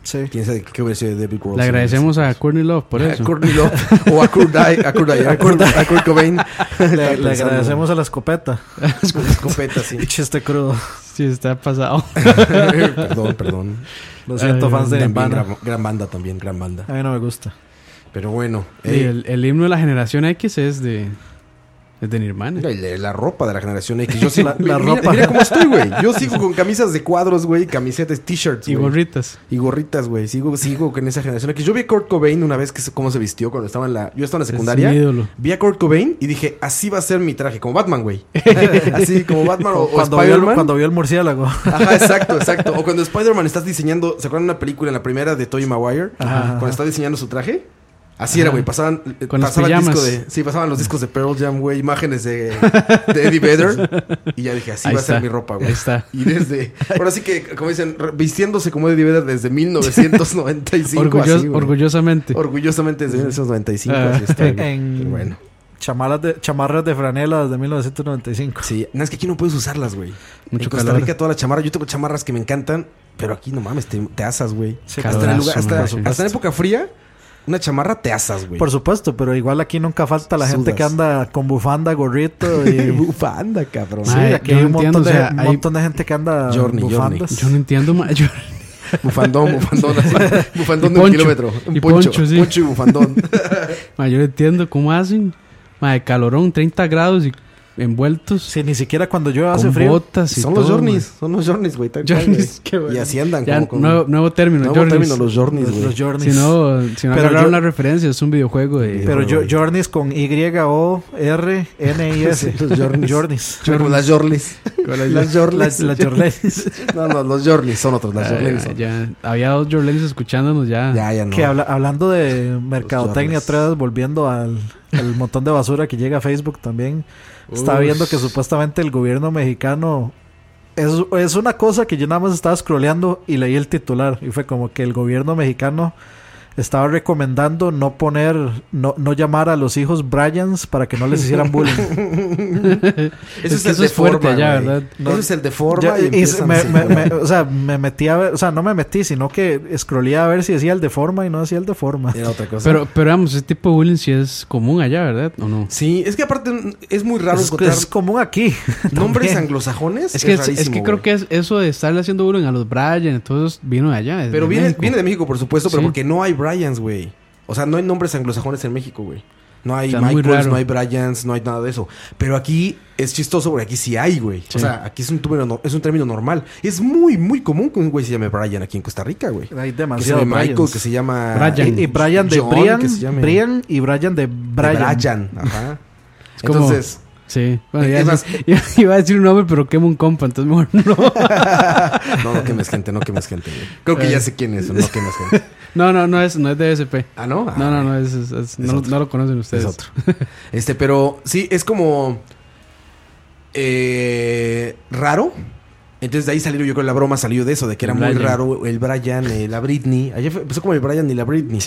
Speaker 7: Sí.
Speaker 6: Quién sabe qué hubiera sido de David Grohl.
Speaker 5: Le agradecemos a Courtney Love por
Speaker 6: A
Speaker 5: eso.
Speaker 6: Courtney Love o a Kurt Dye- a Kurt Dye- a Kurt- a Kurt Cobain.
Speaker 7: Le, le agradecemos a la escopeta.
Speaker 6: Escopeta, sí.
Speaker 7: Chiste crudo.
Speaker 5: Sí, está pasado.
Speaker 6: perdón, perdón.
Speaker 7: Lo siento,
Speaker 5: Ay,
Speaker 7: fans de
Speaker 6: También
Speaker 7: Nirvana.
Speaker 6: gran, gran banda también, gran banda.
Speaker 7: A mí no me gusta.
Speaker 6: Pero bueno,
Speaker 5: Y
Speaker 6: eh,
Speaker 5: el, el himno de la generación X es de, es de Nirvana.
Speaker 6: mira, la, la ropa de la generación X. Yo sigo,
Speaker 7: La-
Speaker 6: mira,
Speaker 7: la ropa.
Speaker 6: mira cómo estoy, güey. Yo sigo con camisas de cuadros, güey, camisetas, t-shirts,
Speaker 5: Y
Speaker 6: güey.
Speaker 5: gorritas.
Speaker 6: Y gorritas, güey. Sigo, sigo con esa generación X. Yo vi a Kurt Cobain una vez que se- cómo se vistió cuando estaba en la. Yo estaba en la secundaria.
Speaker 5: Es mi ídolo.
Speaker 6: Vi a Kurt Cobain y dije, así va a ser mi traje, como Batman, güey. así como Batman o, o
Speaker 7: Cuando vio, el,
Speaker 6: Spider-Man.
Speaker 7: cuando vio el murciélago.
Speaker 6: Ajá, exacto, exacto. O cuando Spider-Man estás diseñando, ¿se acuerdan de una película en la primera de Tobey Maguire? Cuando está diseñando su traje. Así era, güey. Pasaban, eh,
Speaker 5: Con las
Speaker 6: pasaba el disco
Speaker 5: pijamas.
Speaker 6: de. Sí, pasaban los discos de Pearl Jam, güey. Imágenes de, de Eddie Vedder. Y ya dije, así
Speaker 5: Ahí
Speaker 6: va a
Speaker 5: está,
Speaker 6: ser mi ropa,
Speaker 5: ahí
Speaker 6: güey.
Speaker 5: está.
Speaker 6: Y desde. Ahora sí que, como dicen, re- vistiéndose como Eddie Vedder desde 1995.
Speaker 5: Orgullos-
Speaker 6: así, güey.
Speaker 5: orgullosamente.
Speaker 6: Orgullosamente desde 1995.
Speaker 5: Ah.
Speaker 6: así está, güey.
Speaker 7: En-
Speaker 6: Pero bueno.
Speaker 7: Chamaras de, chamarras de franela de 1995.
Speaker 6: Sí, no es que aquí no puedes usarlas, güey.
Speaker 5: Mucho
Speaker 6: en Costa
Speaker 5: calor.
Speaker 6: Rica todas las chamarras, yo tengo chamarras que me encantan, Pero aquí no mames, te, te asas, güey.
Speaker 7: Sí,
Speaker 6: hasta, en
Speaker 5: cabrazo,
Speaker 6: el lugar- hasta-
Speaker 5: por
Speaker 7: supuesto.
Speaker 6: hasta en época fría, una chamarra te asas, güey.
Speaker 7: Por supuesto, pero igual aquí nunca falta la gente
Speaker 6: Sudas.
Speaker 7: que anda con bufanda, gorrito y...
Speaker 6: bufanda, cabrón.
Speaker 7: Sí,
Speaker 5: Mae,
Speaker 7: aquí
Speaker 5: yo
Speaker 7: hay
Speaker 5: no
Speaker 7: un montón,
Speaker 5: entiendo, o
Speaker 7: de,
Speaker 5: sea,
Speaker 7: un
Speaker 5: hay-
Speaker 7: montón de gente que anda
Speaker 6: Journey,
Speaker 7: bufandas.
Speaker 5: Yo no entiendo, ma. yo-
Speaker 6: Bufandón, bufandón, así. Bufandón
Speaker 5: Y
Speaker 6: de un
Speaker 5: poncho.
Speaker 6: kilómetro. Un
Speaker 5: Y
Speaker 6: poncho.
Speaker 5: poncho, sí.
Speaker 6: poncho y bufandón.
Speaker 5: ma, yo no entiendo cómo hacen. Ma, de calorón, 30 grados y envueltos.
Speaker 7: Sí, ni siquiera cuando llueve hace
Speaker 5: con
Speaker 7: frío.
Speaker 5: botas y
Speaker 6: son
Speaker 5: todo,
Speaker 6: los
Speaker 5: ma.
Speaker 6: journeys. Son los journeys, güey. tal cual,
Speaker 5: Journeys,
Speaker 6: güey.
Speaker 5: qué bueno.
Speaker 6: Y así andan.
Speaker 5: Ya,
Speaker 6: como con-
Speaker 5: nuevo, nuevo término,
Speaker 6: nuevo
Speaker 5: journeys.
Speaker 6: término, los journeys,
Speaker 7: Los,
Speaker 6: güey.
Speaker 7: los
Speaker 5: Si
Speaker 7: journeys.
Speaker 5: no, si no
Speaker 7: Pero
Speaker 5: agarraron la
Speaker 7: yo-
Speaker 5: referencia, es un videojuego de...
Speaker 7: Pero yo,
Speaker 6: güey.
Speaker 7: journeys con Y-O-R-N-I-S.
Speaker 6: Sí, los journeys.
Speaker 7: journeys.
Speaker 6: Como las Jorlis. Las Jorlis.
Speaker 7: Las, las journeys.
Speaker 6: No, no, los Jorlis son otros. Las
Speaker 5: Ay,
Speaker 6: Jorlis
Speaker 5: ma,
Speaker 6: son.
Speaker 5: Ah, ya, había dos Jorlenes escuchándonos ya.
Speaker 6: Ya, ya no.
Speaker 7: Que habla- hablando de mercadotecnia,
Speaker 6: journeys.
Speaker 7: otra vez volviendo al, al montón de basura que llega a Facebook también. Estaba viendo que supuestamente el gobierno mexicano. Es, es una cosa que yo nada más estaba scrolleando y leí el titular. Y fue como que el gobierno mexicano estaba recomendando no poner, no, no llamar a los hijos Bryans para que no les hicieran bullying.
Speaker 6: Eso
Speaker 5: Es que eso es fuerte allá,
Speaker 6: güey.
Speaker 5: ¿verdad?
Speaker 6: Eso es el de forma.
Speaker 7: Ya,
Speaker 6: y
Speaker 7: y
Speaker 6: empiezan
Speaker 7: me-
Speaker 6: así,
Speaker 7: me-
Speaker 6: güey.
Speaker 7: me- o sea, me metí a ver, o sea, no me metí, sino que scrollé a ver si decía el de forma y no decía el de forma.
Speaker 6: Era otra cosa.
Speaker 5: Pero, pero vamos, ese tipo de bullying sí es común allá, ¿verdad? ¿O no?
Speaker 6: sí, es que aparte es muy raro
Speaker 7: Es,
Speaker 6: encontrar
Speaker 7: es común aquí.
Speaker 6: nombres
Speaker 7: también.
Speaker 6: anglosajones.
Speaker 5: Es que, es,
Speaker 6: rarísimo,
Speaker 5: que creo
Speaker 6: güey.
Speaker 5: que es eso de estarle haciendo bullying a los Brian, entonces vino de allá.
Speaker 6: Pero
Speaker 5: desde
Speaker 6: viene,
Speaker 5: México.
Speaker 6: viene de México, por supuesto, pero
Speaker 5: Sí.
Speaker 6: porque no hay Bryans, güey. O sea, no hay nombres anglosajones en México, güey. No hay
Speaker 5: O sea, muy
Speaker 6: Michaels,
Speaker 5: raro.
Speaker 6: no hay Bryans, no hay nada de eso. Pero aquí es chistoso porque aquí sí hay, güey. O
Speaker 5: Sí.
Speaker 6: sea, aquí es un, término, no- es un término normal. Es muy, muy común que un güey se llame Brian aquí en Costa Rica, güey.
Speaker 7: Hay
Speaker 6: Que se llame
Speaker 7: demasiado
Speaker 6: Michael, que se llama...
Speaker 5: Brian.
Speaker 7: Y, y Brian de
Speaker 6: John,
Speaker 7: Brian,
Speaker 6: que se llame-
Speaker 7: Brian y Brian de Brian.
Speaker 6: Brian. Ajá.
Speaker 5: como-
Speaker 6: Entonces,
Speaker 5: Sí. Bueno,
Speaker 6: Es
Speaker 5: ya-
Speaker 6: más-
Speaker 5: ya iba a decir un nombre, pero quemo un compa, entonces mejor no.
Speaker 6: no, no quemes gente, no quemes gente, güey. Creo que ya sé quién es, no quemes gente.
Speaker 5: No, no, no es, no es de SP.
Speaker 6: Ah, ¿no? Ah,
Speaker 5: No, no, no, es, es- es- no,
Speaker 6: otro.
Speaker 5: no lo conocen ustedes.
Speaker 6: Es otro. Este, pero sí, es como eh, raro. Entonces de ahí salió, yo creo que la broma salió de eso, de que era muy
Speaker 5: Brian.
Speaker 6: raro el Brian, eh, la Britney. Ayer fue- empezó como el Brian y la Britney.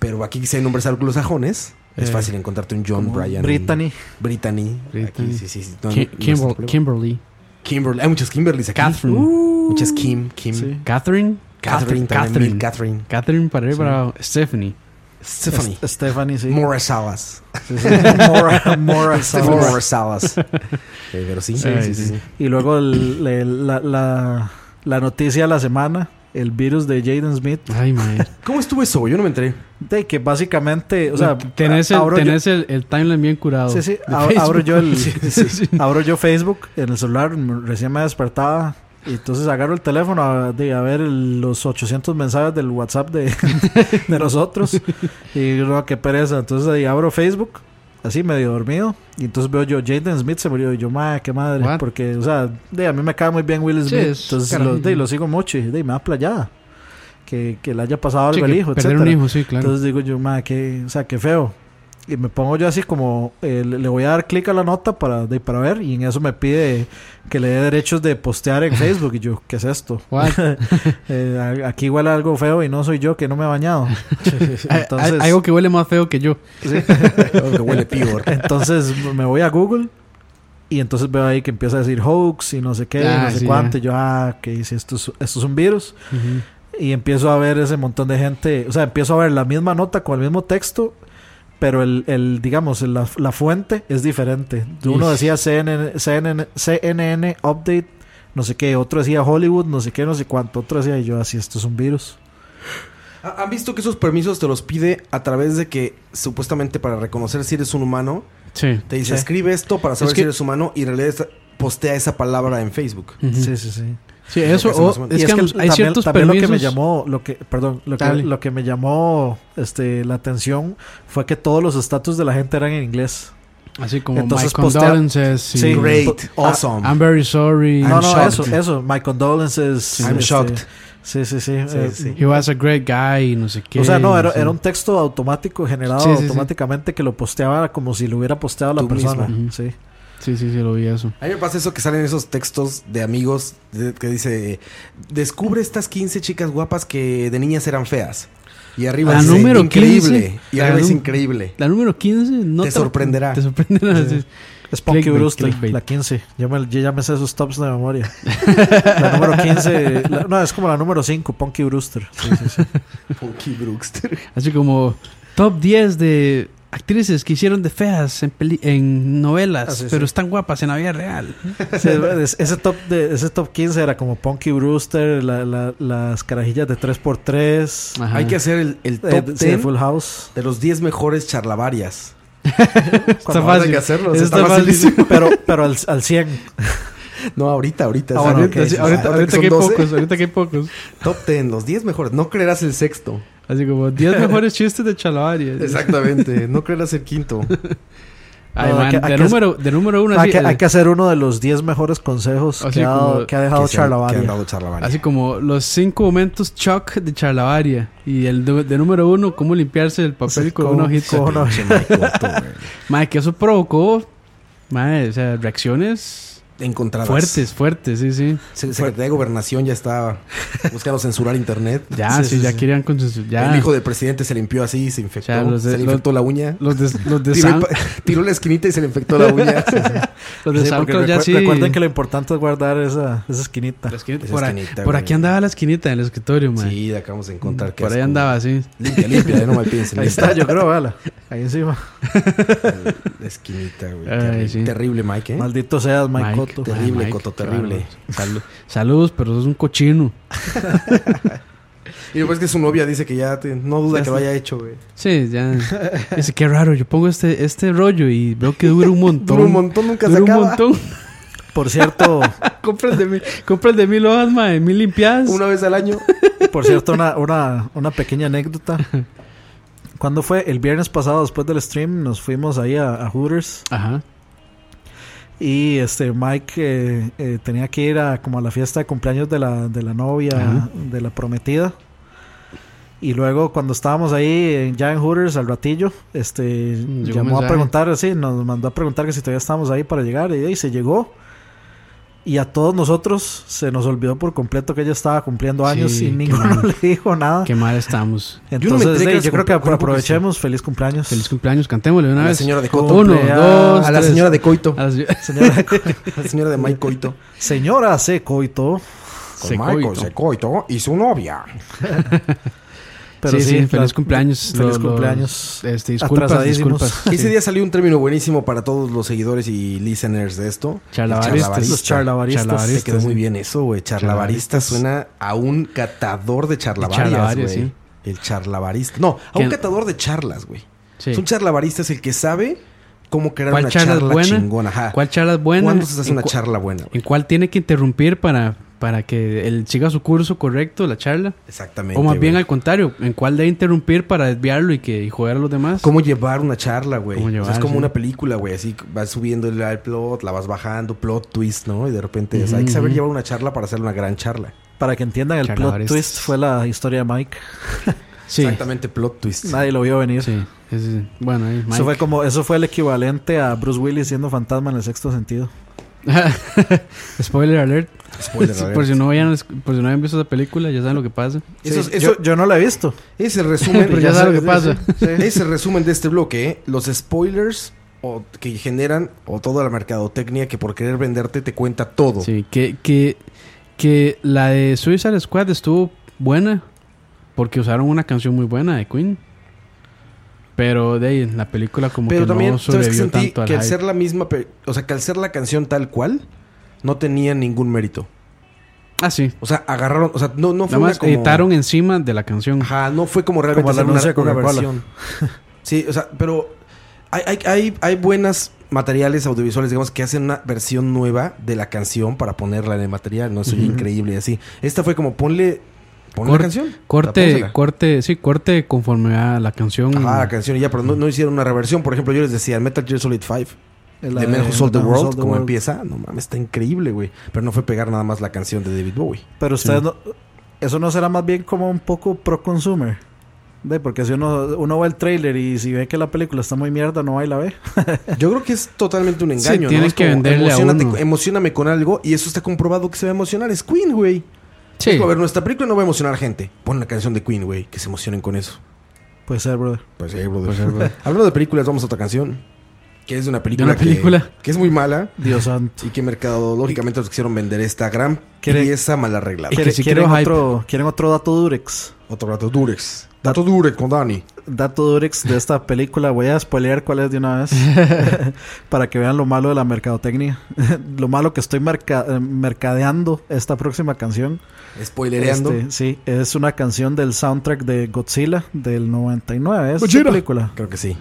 Speaker 6: pero aquí si hay nombres anglosajones, es
Speaker 5: Eh,
Speaker 6: fácil encontrarte un John
Speaker 7: como
Speaker 6: Brian.
Speaker 7: Brittany.
Speaker 6: Brittany.
Speaker 5: Brittany.
Speaker 6: Aquí, sí, sí, sí. No, no,
Speaker 5: Ki-
Speaker 6: no es este
Speaker 5: Kimber-
Speaker 6: problema.
Speaker 5: Kimberly.
Speaker 6: Kimberly. Hay muchas Kimberlys aquí.
Speaker 5: Catherine.
Speaker 6: Uh, muchas Kim. Kim.
Speaker 5: Catherine.
Speaker 6: Catherine.
Speaker 5: Catherine.
Speaker 6: Catherine. Catherine.
Speaker 5: Catherine para arriba, para abajo. Stephanie.
Speaker 6: Stephanie.
Speaker 7: Es- Stephanie, sí.
Speaker 6: Mora Salas.
Speaker 7: Sí, sí. Mora, Mora Salas.
Speaker 6: Mora Salas. Eh, pero sí.
Speaker 5: Sí,
Speaker 6: Ay,
Speaker 5: sí, sí.
Speaker 7: Y luego el- el- la, la- la noticia de la semana, el virus de Jaden Smith.
Speaker 5: Ay, madre.
Speaker 6: ¿Cómo estuvo eso? Yo no me enteré.
Speaker 7: De que básicamente, o sea,
Speaker 5: tenés el,
Speaker 7: abro yo-
Speaker 5: tenés el, el timeline bien curado.
Speaker 7: Sí, sí,
Speaker 5: de
Speaker 7: ab-
Speaker 5: Facebook.
Speaker 7: abro yo el-
Speaker 5: Sí, sí, sí.
Speaker 7: abro yo Facebook en el celular, m- recién me despertaba. Y entonces agarro el teléfono a, de, a ver el- los 800 mensajes del WhatsApp de, de nosotros. Y no, qué pereza. Entonces ahí abro Facebook, así medio dormido. Y entonces veo yo, Jaden Smith se murió. Y yo, madre, qué madre.
Speaker 5: What?
Speaker 7: Porque, o sea, de, a mí me cae muy bien Will Smith.
Speaker 5: es
Speaker 7: entonces
Speaker 5: carajillo.
Speaker 7: lo, de, lo sigo mucho. Y de, me da playada. Que, que le haya pasado algo
Speaker 5: Sí,
Speaker 7: al
Speaker 5: que
Speaker 7: hijo,
Speaker 5: Perder
Speaker 7: etcétera.
Speaker 5: un hijo, sí, claro.
Speaker 7: Entonces digo yo, madre, qué, o sea, qué feo. Y me pongo yo así como, eh, le le voy a dar clic a la nota para, de, para ver. Y en eso me pide que le dé derechos de postear en Facebook. Y yo, ¿qué es esto?
Speaker 5: What?
Speaker 7: Eh, a- aquí huele algo feo y no soy yo que no me he bañado.
Speaker 5: Hay-
Speaker 7: Entonces,
Speaker 5: hay Algo que huele más feo que yo.
Speaker 6: Algo que huele peor.
Speaker 7: entonces me voy a Google. Y entonces veo ahí que empieza a decir hoax y no sé qué,
Speaker 5: Ah,
Speaker 7: no sé
Speaker 5: sí,
Speaker 7: cuánto.
Speaker 5: ya.
Speaker 7: Y yo, ah, ok, si esto es, esto es un virus. Y empiezo a ver ese montón de gente. O sea, empiezo a ver la misma nota con el mismo texto. Pero el, el digamos, el- la, la fuente es diferente. Uno
Speaker 5: Ish.
Speaker 7: decía CNN, CNN, CNN Update, no sé qué. Otro decía Hollywood, no sé qué, no sé cuánto. Otro decía, y yo, así, esto es un virus.
Speaker 6: ¿Ha- ¿Han visto que esos permisos te los pide a través de que supuestamente para reconocer si eres un humano,
Speaker 5: Sí.
Speaker 6: te dice
Speaker 7: Sí.
Speaker 6: escribe esto para saber
Speaker 5: Es que-
Speaker 6: si eres humano y en realidad es- postea esa palabra en Facebook?
Speaker 5: Ujú.
Speaker 7: Sí, sí, sí.
Speaker 5: Sí, eso.
Speaker 6: Lo que hacen
Speaker 5: o-
Speaker 6: los
Speaker 5: es,
Speaker 6: humanos.
Speaker 7: Y
Speaker 5: que hay
Speaker 7: también-
Speaker 5: ciertos
Speaker 7: también
Speaker 5: permisos.
Speaker 7: lo que me llamó lo que perdón lo que,
Speaker 5: Dale.
Speaker 7: lo que me llamó este la atención fue que todos los estatus de la gente eran en inglés
Speaker 5: Así como
Speaker 7: Entonces
Speaker 5: my
Speaker 7: postea-
Speaker 5: condolences. Sí.
Speaker 7: Sí.
Speaker 6: Great,
Speaker 7: Ah,
Speaker 6: awesome,
Speaker 5: I'm very sorry.
Speaker 7: no no
Speaker 6: shocked.
Speaker 7: eso eso my condolences
Speaker 6: I'm
Speaker 7: este,
Speaker 6: shocked.
Speaker 7: sí sí sí, eh,
Speaker 6: sí.
Speaker 5: He was a great guy. No sé qué.
Speaker 7: o sea no era,
Speaker 5: sí.
Speaker 7: era un texto automático generado
Speaker 5: Sí, sí, sí.
Speaker 7: automáticamente que lo posteaba como si lo hubiera posteado la
Speaker 6: Tú
Speaker 7: persona
Speaker 5: mismo.
Speaker 7: sí
Speaker 5: Sí, sí, sí, lo vi eso.
Speaker 6: A mí me pasa eso que salen esos textos de amigos de- que dice, descubre estas 15 chicas guapas que de niñas eran feas. Y arriba
Speaker 5: La
Speaker 6: dice,
Speaker 5: número
Speaker 6: increíble.
Speaker 5: 15.
Speaker 6: Y arriba
Speaker 5: La
Speaker 6: es
Speaker 5: num-
Speaker 6: increíble.
Speaker 5: La número 15 no
Speaker 6: Te sorprenderá.
Speaker 5: Te sorprenderá. sí.
Speaker 7: Es Punky
Speaker 5: Clickbait,
Speaker 7: Brewster,
Speaker 5: clickbait.
Speaker 7: la 15. Yo, me, yo ya me sé sus tops de memoria. la número 15. la- no, es como la número 5, Punky Brewster. Sí, sí, sí.
Speaker 6: Punky Brookster.
Speaker 5: Así como top 10 de actrices que hicieron de feas en, peli- en novelas,
Speaker 7: Ah, sí,
Speaker 5: pero
Speaker 7: sí.
Speaker 5: están guapas en la vida real.
Speaker 7: Sí, es verdad, es- ese, top de, ese top 15 era como Punky Brewster, la- la- las carajillas de 3x3,
Speaker 5: Ajá.
Speaker 6: Hay que hacer el, el
Speaker 7: eh,
Speaker 6: top
Speaker 7: de-
Speaker 6: 10
Speaker 7: sí, de Full House.
Speaker 6: de los 10 mejores charlavarias.
Speaker 5: Está
Speaker 6: ahora hay
Speaker 5: fácil.
Speaker 6: que hacerlo, o sea,
Speaker 5: Está
Speaker 6: está
Speaker 5: facilísimo.
Speaker 7: Pero, pero al, al 100.
Speaker 6: No, ahorita, ahorita.
Speaker 7: Ah,
Speaker 6: O sea,
Speaker 7: bueno,
Speaker 6: ahorita-
Speaker 7: ok, sí,
Speaker 5: Así-
Speaker 7: sí,
Speaker 5: ahorita,
Speaker 6: ahorita
Speaker 5: ahorita que
Speaker 6: son
Speaker 5: hay
Speaker 6: 12.
Speaker 5: pocos, ahorita que hay pocos.
Speaker 6: Top 10, los 10 mejores. No creerás el sexto.
Speaker 5: Así como 10 mejores chistes de Chalabaria.
Speaker 6: Exactamente. no creerás el quinto.
Speaker 5: Ay,
Speaker 7: No,
Speaker 5: man,
Speaker 7: hay que- hay
Speaker 5: de,
Speaker 7: que-
Speaker 5: número, de número uno,
Speaker 7: hay,
Speaker 5: así,
Speaker 7: que, hay
Speaker 5: eh,
Speaker 7: que hacer uno de los 10 mejores consejos
Speaker 5: Así
Speaker 7: que ha, dado-
Speaker 5: como-
Speaker 7: que ha dejado
Speaker 6: Que se han- que han
Speaker 7: Charlavaria.
Speaker 6: dado charlavaria.
Speaker 5: así como los cinco momentos shock de Chalabaria. Y el de, de número uno, cómo limpiarse el papel con
Speaker 7: ¿cómo-
Speaker 5: una hojita.
Speaker 7: cómo no?
Speaker 6: Che, Mike Cotto, güey.
Speaker 5: Madre, que eso provocó madre, o sea, reacciones
Speaker 6: Encontradas.
Speaker 5: fuertes, fuertes, sí, sí.
Speaker 6: Se- Secretaría de Gobernación ya está buscando censurar internet.
Speaker 5: Ya,
Speaker 7: Sí,
Speaker 5: sí,
Speaker 7: sí,
Speaker 5: ya
Speaker 7: sí.
Speaker 5: querían con sus- ya.
Speaker 6: El hijo del presidente se limpió así, se infectó.
Speaker 5: Ya, los de-
Speaker 6: se le infectó la uña.
Speaker 5: Los de, los de,
Speaker 6: Tiró, el
Speaker 5: Sam-
Speaker 6: pa- tiró la esquinita y se le infectó la uña. Sí, sí.
Speaker 5: los de
Speaker 7: Sí, porque
Speaker 5: SoundCloud ya
Speaker 7: recuer-
Speaker 5: sí.
Speaker 7: Recuerden que lo importante es guardar esa, esa esquinita.
Speaker 5: La esquinita-
Speaker 6: Esa
Speaker 5: por, ahí-
Speaker 6: esquinita,
Speaker 5: por
Speaker 6: güey.
Speaker 5: aquí andaba la esquinita del escritorio, man.
Speaker 6: Sí, la acabamos de encontrar. qué
Speaker 5: por ahí
Speaker 6: asco.
Speaker 5: andaba, sí.
Speaker 6: Limpia, limpia, ya no me piensen.
Speaker 7: Ahí está, yo creo, véala. Ahí encima.
Speaker 6: La esquinita, güey.
Speaker 5: Ay,
Speaker 6: terrible,
Speaker 5: sí.
Speaker 6: terrible, Mike, ¿eh?
Speaker 7: Maldito seas, Mike,
Speaker 5: Mike.
Speaker 7: Cotto. Ah,
Speaker 5: Ay,
Speaker 6: terrible,
Speaker 5: Mike,
Speaker 6: Coto,
Speaker 5: qué
Speaker 6: terrible.
Speaker 5: bárbaro. Salu- saludos, pero sos un cochino.
Speaker 6: Y después que su novia dice que ya te- no
Speaker 5: Ya
Speaker 6: duda que
Speaker 5: está.
Speaker 6: lo haya hecho, güey.
Speaker 5: Sí, ya. Dice, qué raro, yo pongo este, este rollo y veo que dura un montón.
Speaker 6: Dura un montón, nunca se
Speaker 5: Dura un
Speaker 6: acaba.
Speaker 5: montón.
Speaker 7: Por cierto,
Speaker 5: compra el de mil, compra el de mil hojas, madre, mil limpiadas.
Speaker 6: Una vez al año.
Speaker 7: por cierto una, una, una pequeña anécdota. Cuando fue el viernes pasado, después del stream, nos fuimos ahí a, a Hooters.
Speaker 5: Ajá.
Speaker 7: Y este Mike eh, eh, tenía que ir a como a la fiesta de cumpleaños de la, de la novia,
Speaker 5: Ajá.
Speaker 7: de la prometida. Y luego cuando estábamos ahí eh, ya en Hooters al ratillo, este
Speaker 5: un
Speaker 7: llamó
Speaker 5: mensaje.
Speaker 7: a preguntar, así nos mandó a preguntar que si todavía estábamos ahí para llegar y, ahí se llegó. Y a todos nosotros se nos olvidó por completo que ella estaba cumpliendo años
Speaker 5: Sí,
Speaker 7: y
Speaker 5: qué
Speaker 7: ninguno
Speaker 5: mal.
Speaker 7: le dijo nada.
Speaker 5: Qué mal estamos.
Speaker 6: Yo no me
Speaker 7: Entonces,
Speaker 6: enteré que
Speaker 7: sí,
Speaker 6: eras
Speaker 7: yo creo que
Speaker 6: compa- compa-
Speaker 7: aprovechemos. Feliz cumpleaños.
Speaker 5: Feliz cumpleaños, cantémosle una
Speaker 6: A la
Speaker 5: vez.
Speaker 6: señora de Coto.
Speaker 5: Uno,
Speaker 7: Cumpleaños.
Speaker 5: dos,
Speaker 6: A la
Speaker 5: tres.
Speaker 6: señora de Coito.
Speaker 5: A la señora-
Speaker 7: Señora,
Speaker 6: A la señora de Mike Coito.
Speaker 7: señora se coitó.
Speaker 6: Con
Speaker 5: Se
Speaker 6: Michael,
Speaker 5: coito.
Speaker 6: se coito y su novia.
Speaker 7: Pero
Speaker 5: sí,
Speaker 7: sí,
Speaker 5: sí,
Speaker 7: la-
Speaker 5: feliz cumpleños.
Speaker 7: feliz
Speaker 5: Lo- lo-
Speaker 7: cumpleaños.
Speaker 5: este, disculpas,
Speaker 7: Atrasadísimos.
Speaker 5: disculpas.
Speaker 6: Ese día salió un término buenísimo para todos los seguidores y listeners de esto.
Speaker 5: Charlavaristas.
Speaker 7: Los charlavaristas.
Speaker 5: Charlavaristas.
Speaker 6: Se quedó muy
Speaker 5: sí.
Speaker 6: bien eso, güey. Charlavarista
Speaker 5: Charlavaristas.
Speaker 6: suena a un catador de charlavarias,
Speaker 5: charlavarias,
Speaker 6: güey.
Speaker 5: sí.
Speaker 6: El charlavarista. No, a un
Speaker 5: Que-
Speaker 6: catador de charlas, güey.
Speaker 5: Sí.
Speaker 6: Es un charlavarista, es el que sabe cómo crear
Speaker 5: ¿Cuál
Speaker 6: una
Speaker 5: charla
Speaker 6: charla,
Speaker 5: es buena?
Speaker 6: chingona. Ajá.
Speaker 5: ¿Cuál charla es buena?
Speaker 6: ¿Cuándo se hace
Speaker 5: ¿En
Speaker 6: una
Speaker 5: cu-
Speaker 6: charla buena? güey?
Speaker 5: ¿En cuál tiene que interrumpir para, para que él siga su curso correcto, la charla?
Speaker 6: Exactamente.
Speaker 5: O más bien
Speaker 6: güey.
Speaker 5: al contrario, ¿en cuál debe interrumpir para desviarlo y que y joder a los demás?
Speaker 6: Cómo llevar una charla, güey.
Speaker 5: Cómo
Speaker 6: O sea,
Speaker 5: llevar,
Speaker 6: es como
Speaker 5: sí.
Speaker 6: una película, güey. Así vas subiendo el al plot, la vas bajando, plot twist, ¿no? Y de repente o sea, hay que saber llevar una charla para hacer una gran charla.
Speaker 7: Para que entiendan, el plot
Speaker 5: Charlavaristas.
Speaker 7: twist fue la historia de Mike.
Speaker 5: Sí,
Speaker 6: Exactamente, plot twist.
Speaker 7: Nadie lo vio venir.
Speaker 5: sí. sí, sí. Bueno, ahí, Mike.
Speaker 7: Eso fue como, eso fue el equivalente a Bruce Willis siendo fantasma en el sexto sentido.
Speaker 5: Spoiler alert.
Speaker 6: Spoiler,
Speaker 5: Sí,
Speaker 6: a ver.
Speaker 5: por, si no habían, por si no habían visto esa película, ya saben lo que pasa.
Speaker 6: Eso-
Speaker 7: Sí,
Speaker 6: eso-
Speaker 7: yo, yo no la he visto.
Speaker 6: Ese resumen,
Speaker 5: Pero ya sabe lo que pasa.
Speaker 6: Ese resumen de este bloque, ¿eh? los spoilers o que generan o toda la mercadotecnia que por querer venderte te cuenta todo.
Speaker 5: Sí, que, que, que la de Suicide Squad estuvo buena porque usaron una canción muy buena de Queen. Pero de ahí, la película como
Speaker 6: Pero
Speaker 5: que
Speaker 6: también
Speaker 5: no
Speaker 6: sabes que
Speaker 5: sobrevivió
Speaker 6: sentí
Speaker 5: tanto al
Speaker 6: que al
Speaker 5: hype.
Speaker 6: ser la misma, pe- o sea, que al ser la canción tal cual no tenía ningún mérito.
Speaker 5: Ah, sí.
Speaker 6: O sea, agarraron, o sea, no no fue
Speaker 5: Nada más
Speaker 6: una como-
Speaker 5: editaron encima de la canción.
Speaker 6: Ajá, no fue como realmente
Speaker 7: Como el
Speaker 6: hacer
Speaker 7: anuncio de
Speaker 6: una, una
Speaker 7: Coca-Cola.
Speaker 6: versión. Sí, o sea, pero hay, hay, hay, hay buenas materiales audiovisuales, digamos, que hacen una versión nueva de la canción para ponerla en el material, ¿no? Eso es increíble y así. Esta fue como ponle, ponle la
Speaker 5: Cor-
Speaker 6: canción.
Speaker 5: Corte,
Speaker 6: pónsela.
Speaker 5: corte, sí, corte conforme a la canción.
Speaker 6: Ajá, la canción y ya, pero no, no hicieron una reversión. Por ejemplo, yo les decía, el Metal Gear Solid 5.
Speaker 7: La
Speaker 6: de Men Who Sold the
Speaker 7: Man Who
Speaker 6: World,
Speaker 7: Sold the
Speaker 6: como
Speaker 7: World.
Speaker 6: empieza, no mames, está increíble, güey. Pero no fue pegar nada más la canción de David Bowie.
Speaker 7: Pero ustedes no, eso no será más bien como un poco pro consumer. De, porque si uno, uno ve el trailer y si ve que la película está muy mierda, no va y la ve.
Speaker 6: Yo creo que es totalmente un engaño.
Speaker 5: tienen
Speaker 6: ¿no? Es
Speaker 5: que
Speaker 6: como,
Speaker 5: venderle a
Speaker 6: "Emocionate-
Speaker 5: uno".
Speaker 6: Emocioname con algo y eso está comprobado que se va a emocionar. Es Queen, güey.
Speaker 5: Sí.
Speaker 6: Es como, A ver, nuestra película no va a emocionar a gente. Pon la canción de Queen, güey, que se emocionen con eso. eh,
Speaker 7: Puede ser, brother. Pues, eh,
Speaker 6: Pues sí, brother. Hablando de películas, vamos a otra canción. que es de una película,
Speaker 5: De una película.
Speaker 6: Que, que es muy mala
Speaker 7: Dios santo.
Speaker 6: y que mercadológicamente nos quisieron vender esta gran
Speaker 7: ¿Quiere-
Speaker 6: pieza mal arreglada.
Speaker 5: Y que
Speaker 7: ¿Quiere-
Speaker 5: si
Speaker 7: ¿Quieren,
Speaker 5: quiero hype.
Speaker 7: otro, ¿Quieren otro dato Durex?
Speaker 6: Otro dato Durex. Dato Durex con Dani.
Speaker 7: Dato Durex de esta película. Voy a spoilear cuál es de una vez. para que vean lo malo de la mercadotecnia. lo malo que estoy marca- eh, mercadeando esta próxima canción.
Speaker 6: Spoilereando.
Speaker 7: Este, sí, es una canción del soundtrack de Godzilla del 99. Es
Speaker 10: Godzilla.
Speaker 7: esa película.
Speaker 6: Creo que sí.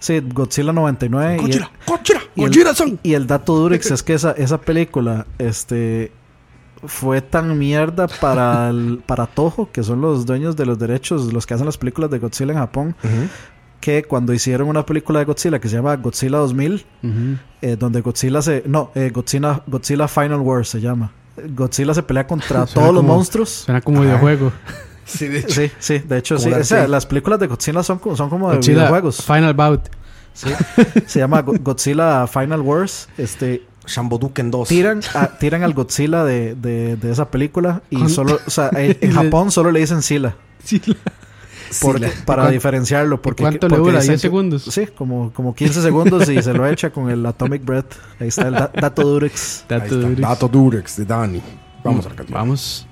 Speaker 7: Sí, Godzilla 99. y-
Speaker 10: Godzilla, Godzilla,
Speaker 7: y el-
Speaker 10: Godzilla son.
Speaker 7: Y el dato Durex es que esa, esa película este, fue tan mierda para, el- para Toho, que son los dueños de los derechos, los que hacen las películas de Godzilla en Japón, que cuando hicieron una película de Godzilla que se llama Godzilla 2000, eh, donde Godzilla se... No, eh, Godzilla, Godzilla Final War se llama. Godzilla se pelea contra todos los
Speaker 5: como-
Speaker 7: monstruos.
Speaker 5: Suena como videojuego.
Speaker 6: Sí, de hecho.
Speaker 7: Sí, sí, de hecho
Speaker 6: Como
Speaker 7: sí.
Speaker 6: la-
Speaker 7: O sea,
Speaker 6: sí.
Speaker 7: las películas de Godzilla son, co- son como de
Speaker 5: Godzilla
Speaker 7: videojuegos.
Speaker 5: Final Bout.
Speaker 7: Sí. Se llama Go- Godzilla Final Wars. Este,
Speaker 6: Shamboduken 2.
Speaker 7: tiran, a- tiran al Godzilla de, de- de esa película y
Speaker 5: Con-
Speaker 7: solo, o sea, en, en
Speaker 5: Le-
Speaker 7: Japón solo le dicen Sila porque- para
Speaker 5: ¿Cuán-
Speaker 7: diferenciarlo. Porque,
Speaker 5: cuánto le
Speaker 7: porque
Speaker 5: dura?
Speaker 7: dicen
Speaker 5: ¿10
Speaker 7: que-
Speaker 5: segundos?
Speaker 7: Sí, como, como 15 segundos y se lo echa con el Atomic Breath. Ahí está el da- dato Durex.
Speaker 6: Ahí
Speaker 5: Dato
Speaker 6: está,
Speaker 5: Durex.
Speaker 6: Dato Durex de Dani. Vamos a la canción.
Speaker 5: Vamos.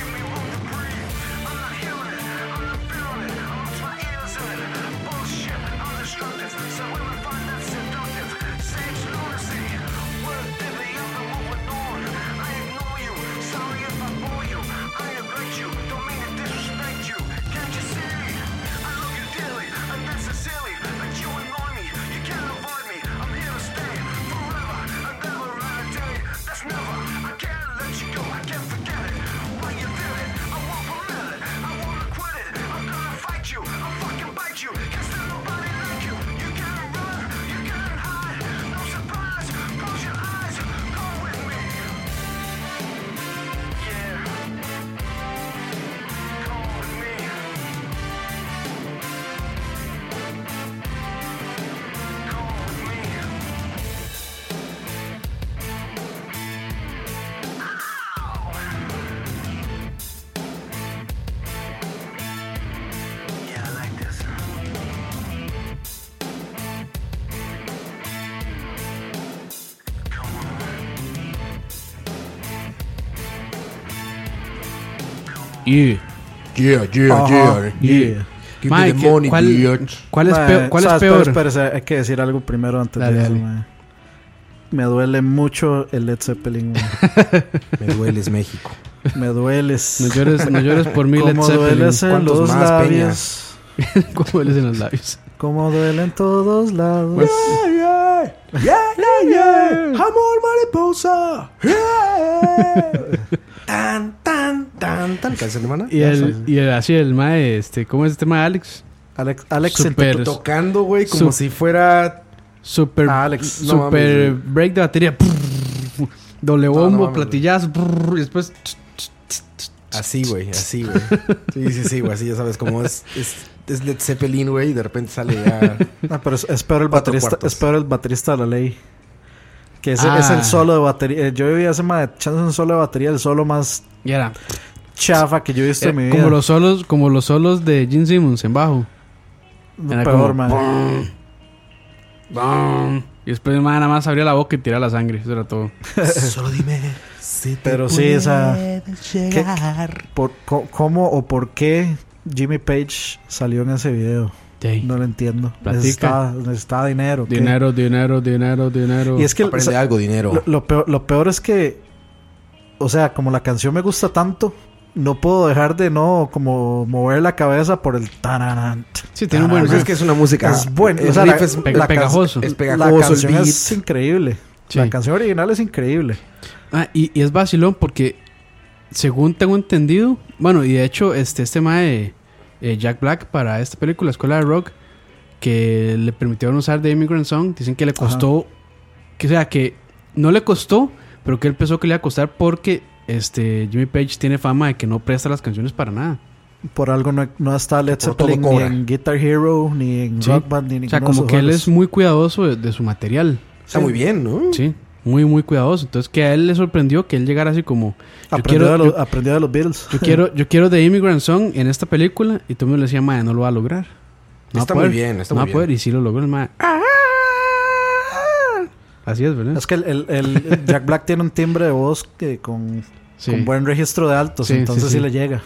Speaker 1: Bullshit, I'm destructive, so we will find that symptom.
Speaker 5: Yeah.
Speaker 6: Yeah, yeah, yeah.
Speaker 7: Yeah.
Speaker 6: Give
Speaker 5: Mae,
Speaker 6: me the
Speaker 5: ¿qué-
Speaker 6: money,
Speaker 5: ¿Cuál,
Speaker 6: bitch.
Speaker 5: cuál es
Speaker 7: Mae,
Speaker 5: peor? ¿Cuál
Speaker 7: o sea,
Speaker 5: es peor?
Speaker 7: espera, espera, hay que decir algo primero antes
Speaker 5: Dale,
Speaker 7: de eso,
Speaker 5: dale.
Speaker 7: mae. Me duele mucho el Led Zeppelin, mae.
Speaker 6: Me dueles México.
Speaker 7: Me dueles.
Speaker 5: No llores, no llores por mí, Led
Speaker 7: ¿Cómo
Speaker 5: Zeppelin.
Speaker 7: dueles en
Speaker 6: ¿Cuántos
Speaker 7: los
Speaker 6: más,
Speaker 7: labios?
Speaker 5: ¿Cómo dueles en los labios?
Speaker 7: ¿Cómo duele en todos lados?
Speaker 5: Pues,
Speaker 6: yeah, yeah, yeah, yeah, amor mariposa. Yeah. tan, tan, tan, tan. Canción hermana.
Speaker 5: Y el, y el, así el mae, este, ¿cómo es el tema de Alex?
Speaker 7: Alex, Alex
Speaker 5: Super-
Speaker 7: en tu-
Speaker 6: Tocando, güey, como
Speaker 5: Sup-
Speaker 6: si fuera.
Speaker 5: Super,
Speaker 7: Ah, Alex,
Speaker 6: no
Speaker 5: super
Speaker 6: mames,
Speaker 5: break de batería. Doble
Speaker 6: no
Speaker 5: bombo,
Speaker 6: mames,
Speaker 5: platillazo. y después.
Speaker 6: Así, güey, así, güey. Sí, sí, sí, güey, así ya sabes cómo es. Es, es Led Zeppelin, güey, y de repente sale ya.
Speaker 7: Ah, pero es, es peor el
Speaker 6: Cuatro
Speaker 7: baterista,
Speaker 6: cuartos.
Speaker 7: es peor el baterista de la ley. Que ese
Speaker 5: Ah.
Speaker 7: es el solo de batería. Eh, Yo viví hace más de chance un solo de batería, el solo más
Speaker 5: Y era.
Speaker 7: chafa que yo he visto en mi
Speaker 5: era
Speaker 7: vida.
Speaker 5: Eh, como, los solos, como los solos de Gene Simmons en bajo.
Speaker 7: No,
Speaker 5: Era
Speaker 7: peor,
Speaker 5: como,
Speaker 7: man.
Speaker 5: ¡Bum! Y después el mae nada más abría la boca y tiraba la sangre. Eso era todo.
Speaker 6: Solo dime si te
Speaker 7: Pero sí, esa-
Speaker 6: puedes
Speaker 7: ¿Qué-
Speaker 6: llegar.
Speaker 7: Por, co- ¿Cómo o por qué Jimmy Page salió en ese video?
Speaker 5: Yay.
Speaker 7: No lo entiendo.
Speaker 5: Platica.
Speaker 7: Necesitaba, necesitaba dinero. ¿qué?
Speaker 5: Dinero, dinero, dinero, dinero.
Speaker 7: Y es que o
Speaker 6: Aprende
Speaker 7: sea,
Speaker 6: algo, dinero.
Speaker 7: lo, lo peor, lo peor es que, o sea, como la canción me gusta tanto, no puedo dejar de no como mover la cabeza por el tararán.
Speaker 5: sí, tiene un buen
Speaker 6: Pues es
Speaker 5: riff.
Speaker 6: que es una música.
Speaker 7: Es bueno,
Speaker 6: El
Speaker 7: o sea, la-
Speaker 6: riff es,
Speaker 5: Pe-
Speaker 7: la
Speaker 5: pegajoso.
Speaker 6: es
Speaker 7: La
Speaker 6: pegajoso.
Speaker 7: canción
Speaker 6: el beat.
Speaker 7: es increíble.
Speaker 5: Sí.
Speaker 7: La canción original es increíble.
Speaker 5: Ah, y, y es vacilón porque, según tengo entendido, bueno, y de hecho, este, este mae, eh, Jack Black, para esta película, Escuela de Rock, que le permitieron usar The Immigrant Song, dicen que le costó, que o sea, que no le costó, pero que él pensó que le iba a costar porque este, Jimmy Page tiene fama de que no presta las canciones para nada.
Speaker 7: Por algo no, no está Led
Speaker 6: Por todo
Speaker 7: Zeppelin ni
Speaker 6: cobra.
Speaker 7: en Guitar Hero, ni en
Speaker 5: Sí.
Speaker 7: Rock Band, ni en
Speaker 5: O sea,
Speaker 7: ninguno de
Speaker 5: como
Speaker 7: esos
Speaker 5: que él
Speaker 7: juegos.
Speaker 5: es muy cuidadoso de, de su material.
Speaker 6: Está muy bien, ¿no?
Speaker 5: Sí, muy, muy cuidadoso. Entonces, que a él le sorprendió que él llegara así como... yo
Speaker 7: aprendió,
Speaker 5: quiero-
Speaker 7: de
Speaker 5: yo-
Speaker 7: los, aprendió de los Beatles.
Speaker 5: Yo quiero, yo quiero The Immigrant Song en esta película y todo el mundo le decía, madre, no lo va a lograr. No va a
Speaker 6: Está
Speaker 5: poder,
Speaker 6: muy bien, está
Speaker 5: no
Speaker 6: muy
Speaker 5: va a poder
Speaker 6: bien.
Speaker 5: y sí lo logró el mae. Así es, ¿verdad?
Speaker 7: Ah. Es que el, el- el Jack Black tiene un timbre de voz que con,
Speaker 5: Sí,
Speaker 7: con buen registro de altos,
Speaker 5: Sí, sí,
Speaker 7: entonces sí,
Speaker 5: sí.
Speaker 7: le llega.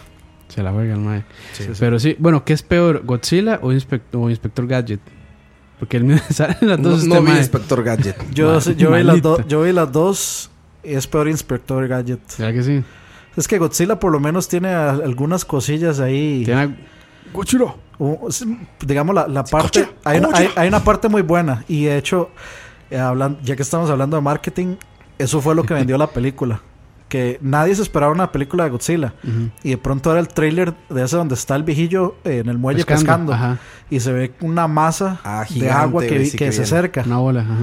Speaker 5: se la juega el mae.
Speaker 6: Sí, sí.
Speaker 5: Pero sí, bueno, ¿qué es peor, Godzilla o, Inspec- o Inspector Gadget? Porque él me sale en las
Speaker 6: No,
Speaker 5: dos
Speaker 6: no
Speaker 5: este
Speaker 6: vi
Speaker 5: mae.
Speaker 6: Inspector Gadget.
Speaker 7: Yo,
Speaker 5: Mal-
Speaker 7: yo, vi las do-
Speaker 5: malito.
Speaker 7: yo vi las dos y es peor Inspector Gadget.
Speaker 5: ¿Será que sí?
Speaker 7: Es que Godzilla por lo menos tiene a- algunas cosillas ahí.
Speaker 5: Tiene a-
Speaker 6: Godzilla.
Speaker 7: Un- es- digamos la, la parte
Speaker 6: coche,
Speaker 7: hay una,
Speaker 6: coche.
Speaker 7: hay- hay una parte muy buena y de hecho eh, hablan- ya que estamos hablando de marketing eso fue lo que vendió la película que nadie se esperaba una película de Godzilla y de pronto era el tráiler de ese donde está el viejillo eh, en el muelle pescando,
Speaker 5: pescando, ajá.
Speaker 7: y se ve una masa
Speaker 6: Ah,
Speaker 7: de
Speaker 6: gigante,
Speaker 7: agua que,
Speaker 6: güey,
Speaker 7: vi-
Speaker 6: sí
Speaker 7: que
Speaker 6: que
Speaker 7: se
Speaker 6: viene.
Speaker 7: acerca
Speaker 5: una bola. ajá.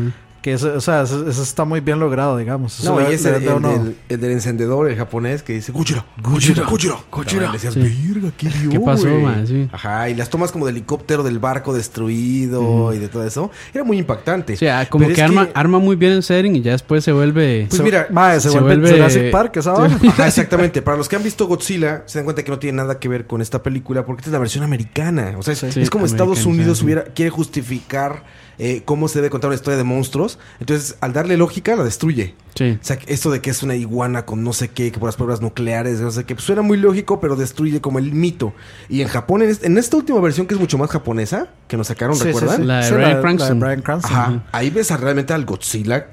Speaker 7: que eso, o sea eso, eso está muy bien logrado digamos Eso
Speaker 6: No,
Speaker 7: le-
Speaker 6: y
Speaker 7: le
Speaker 6: ese, el,
Speaker 7: da uno-
Speaker 6: del, el del encendedor, el japonés, que dice Godzilla, Godzilla, Godzilla, Godzilla. Le decías, verga, qué dio,
Speaker 5: ¿Qué pasó,
Speaker 6: güey?"
Speaker 5: man? Sí.
Speaker 6: Ajá, y las tomas como de helicóptero, del barco destruido y de todo eso. Era muy impactante.
Speaker 5: O sea, ah, como
Speaker 6: Pero
Speaker 5: que
Speaker 6: es
Speaker 5: arma, arma muy bien el setting y ya después se vuelve...
Speaker 6: Pues
Speaker 7: se-
Speaker 6: mira,
Speaker 7: mae, se,
Speaker 5: se
Speaker 7: vuelve,
Speaker 5: vuelve-
Speaker 7: Jurassic Park esa vara.
Speaker 6: Ajá, exactamente. Para los que han visto Godzilla, se dan cuenta que no tiene nada que ver con esta película porque esta es la versión americana. O sea, es,
Speaker 5: Sí,
Speaker 6: es como Estados
Speaker 5: americana,
Speaker 6: Unidos
Speaker 5: sí.
Speaker 6: hubiera, quiere justificar eh, cómo se debe contar una historia de monstruos. Entonces, al darle lógica, la destruye.
Speaker 5: Sí.
Speaker 6: O sea, que esto de que es una iguana con no sé qué, que por las pruebas nucleares, no sé qué, pues, suena muy lógico, pero destruye como el mito. Y en Japón, en, este- en esta última versión que es mucho más japonesa, que nos sacaron,
Speaker 7: Sí, sí,
Speaker 6: ¿recuerdan?
Speaker 7: sí.
Speaker 5: La de
Speaker 7: Sí,
Speaker 5: Bryan
Speaker 7: de
Speaker 5: Cranston.
Speaker 7: Bryan Cranston.
Speaker 6: Ajá. Ahí ves a- realmente al Godzilla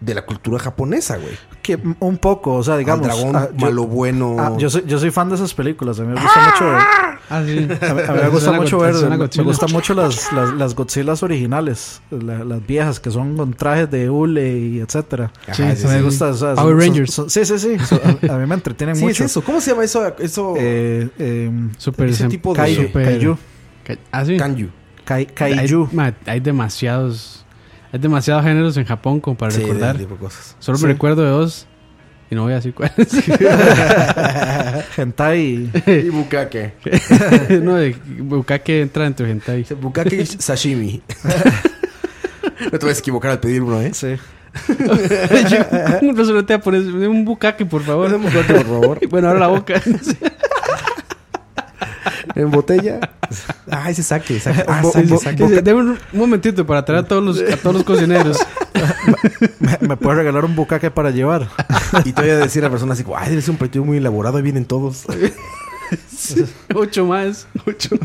Speaker 6: de la cultura japonesa, güey.
Speaker 7: que m- un poco o sea digamos
Speaker 6: al dragón
Speaker 7: ah, yo-
Speaker 6: malo bueno.
Speaker 7: Ah, yo, soy, yo soy fan de esas películas. A mí me gusta mucho. A
Speaker 5: Ah, sí.
Speaker 7: mí, a mí me gusta
Speaker 5: Suena
Speaker 7: mucho
Speaker 5: Go-
Speaker 7: ver.
Speaker 5: suena
Speaker 7: Me
Speaker 5: Godzilla.
Speaker 7: gustan mucho las, las, las Godzillas originales. la- las viejas que son con trajes de hule y etcétera. Ah,
Speaker 5: Sí,
Speaker 6: Ajá,
Speaker 5: sí, me
Speaker 7: Me
Speaker 5: sí.
Speaker 7: gusta. o sea, son-
Speaker 5: Power
Speaker 7: son-
Speaker 5: Rangers.
Speaker 7: son- sí, sí, sí. son- a, a mí me entretienen
Speaker 6: Sí, es
Speaker 7: mucho.
Speaker 6: eso. ¿Cómo se llama eso? eso
Speaker 7: Eh, eh,
Speaker 5: Super
Speaker 6: Ese
Speaker 5: sem-
Speaker 6: tipo de-
Speaker 5: Kaiju.
Speaker 7: Kaiju. Kaiju.
Speaker 5: Ca- Ah, sí.
Speaker 6: Kanyu.
Speaker 7: Kai-
Speaker 5: Hay-
Speaker 7: Kaiju.
Speaker 5: ma, Hay, demasiados hay demasiados géneros en Japón como para
Speaker 6: Sí,
Speaker 5: recordar.
Speaker 6: de- de cosas.
Speaker 5: Solo me recuerdo de dos y no voy a decir cuáles.
Speaker 7: Hentai.
Speaker 6: Y bucaque.
Speaker 5: no, de Bukake entra dentro de hentai.
Speaker 6: Bucaque y sashimi. no te vas a equivocar al pedir uno, ¿eh?
Speaker 7: Sí.
Speaker 5: Yo- un restaurante japonés, deme un bukake, por favor.
Speaker 6: Un bucaque, por favor.
Speaker 5: Bueno, ahora la boca.
Speaker 6: Ah, En botella. Ah, ese saque. saque. Ah,
Speaker 7: Bo-
Speaker 6: saque,
Speaker 7: bo-
Speaker 6: saque.
Speaker 5: Dice, Deme un, un momentito para traer a todos los, a todos los cocineros.
Speaker 7: Me, me puedes regalar un bucaque para llevar.
Speaker 6: Y te voy a decir a la persona así, como, ay, debe ser un platillo muy elaborado, ahí vienen todos.
Speaker 5: Ocho más. Ocho.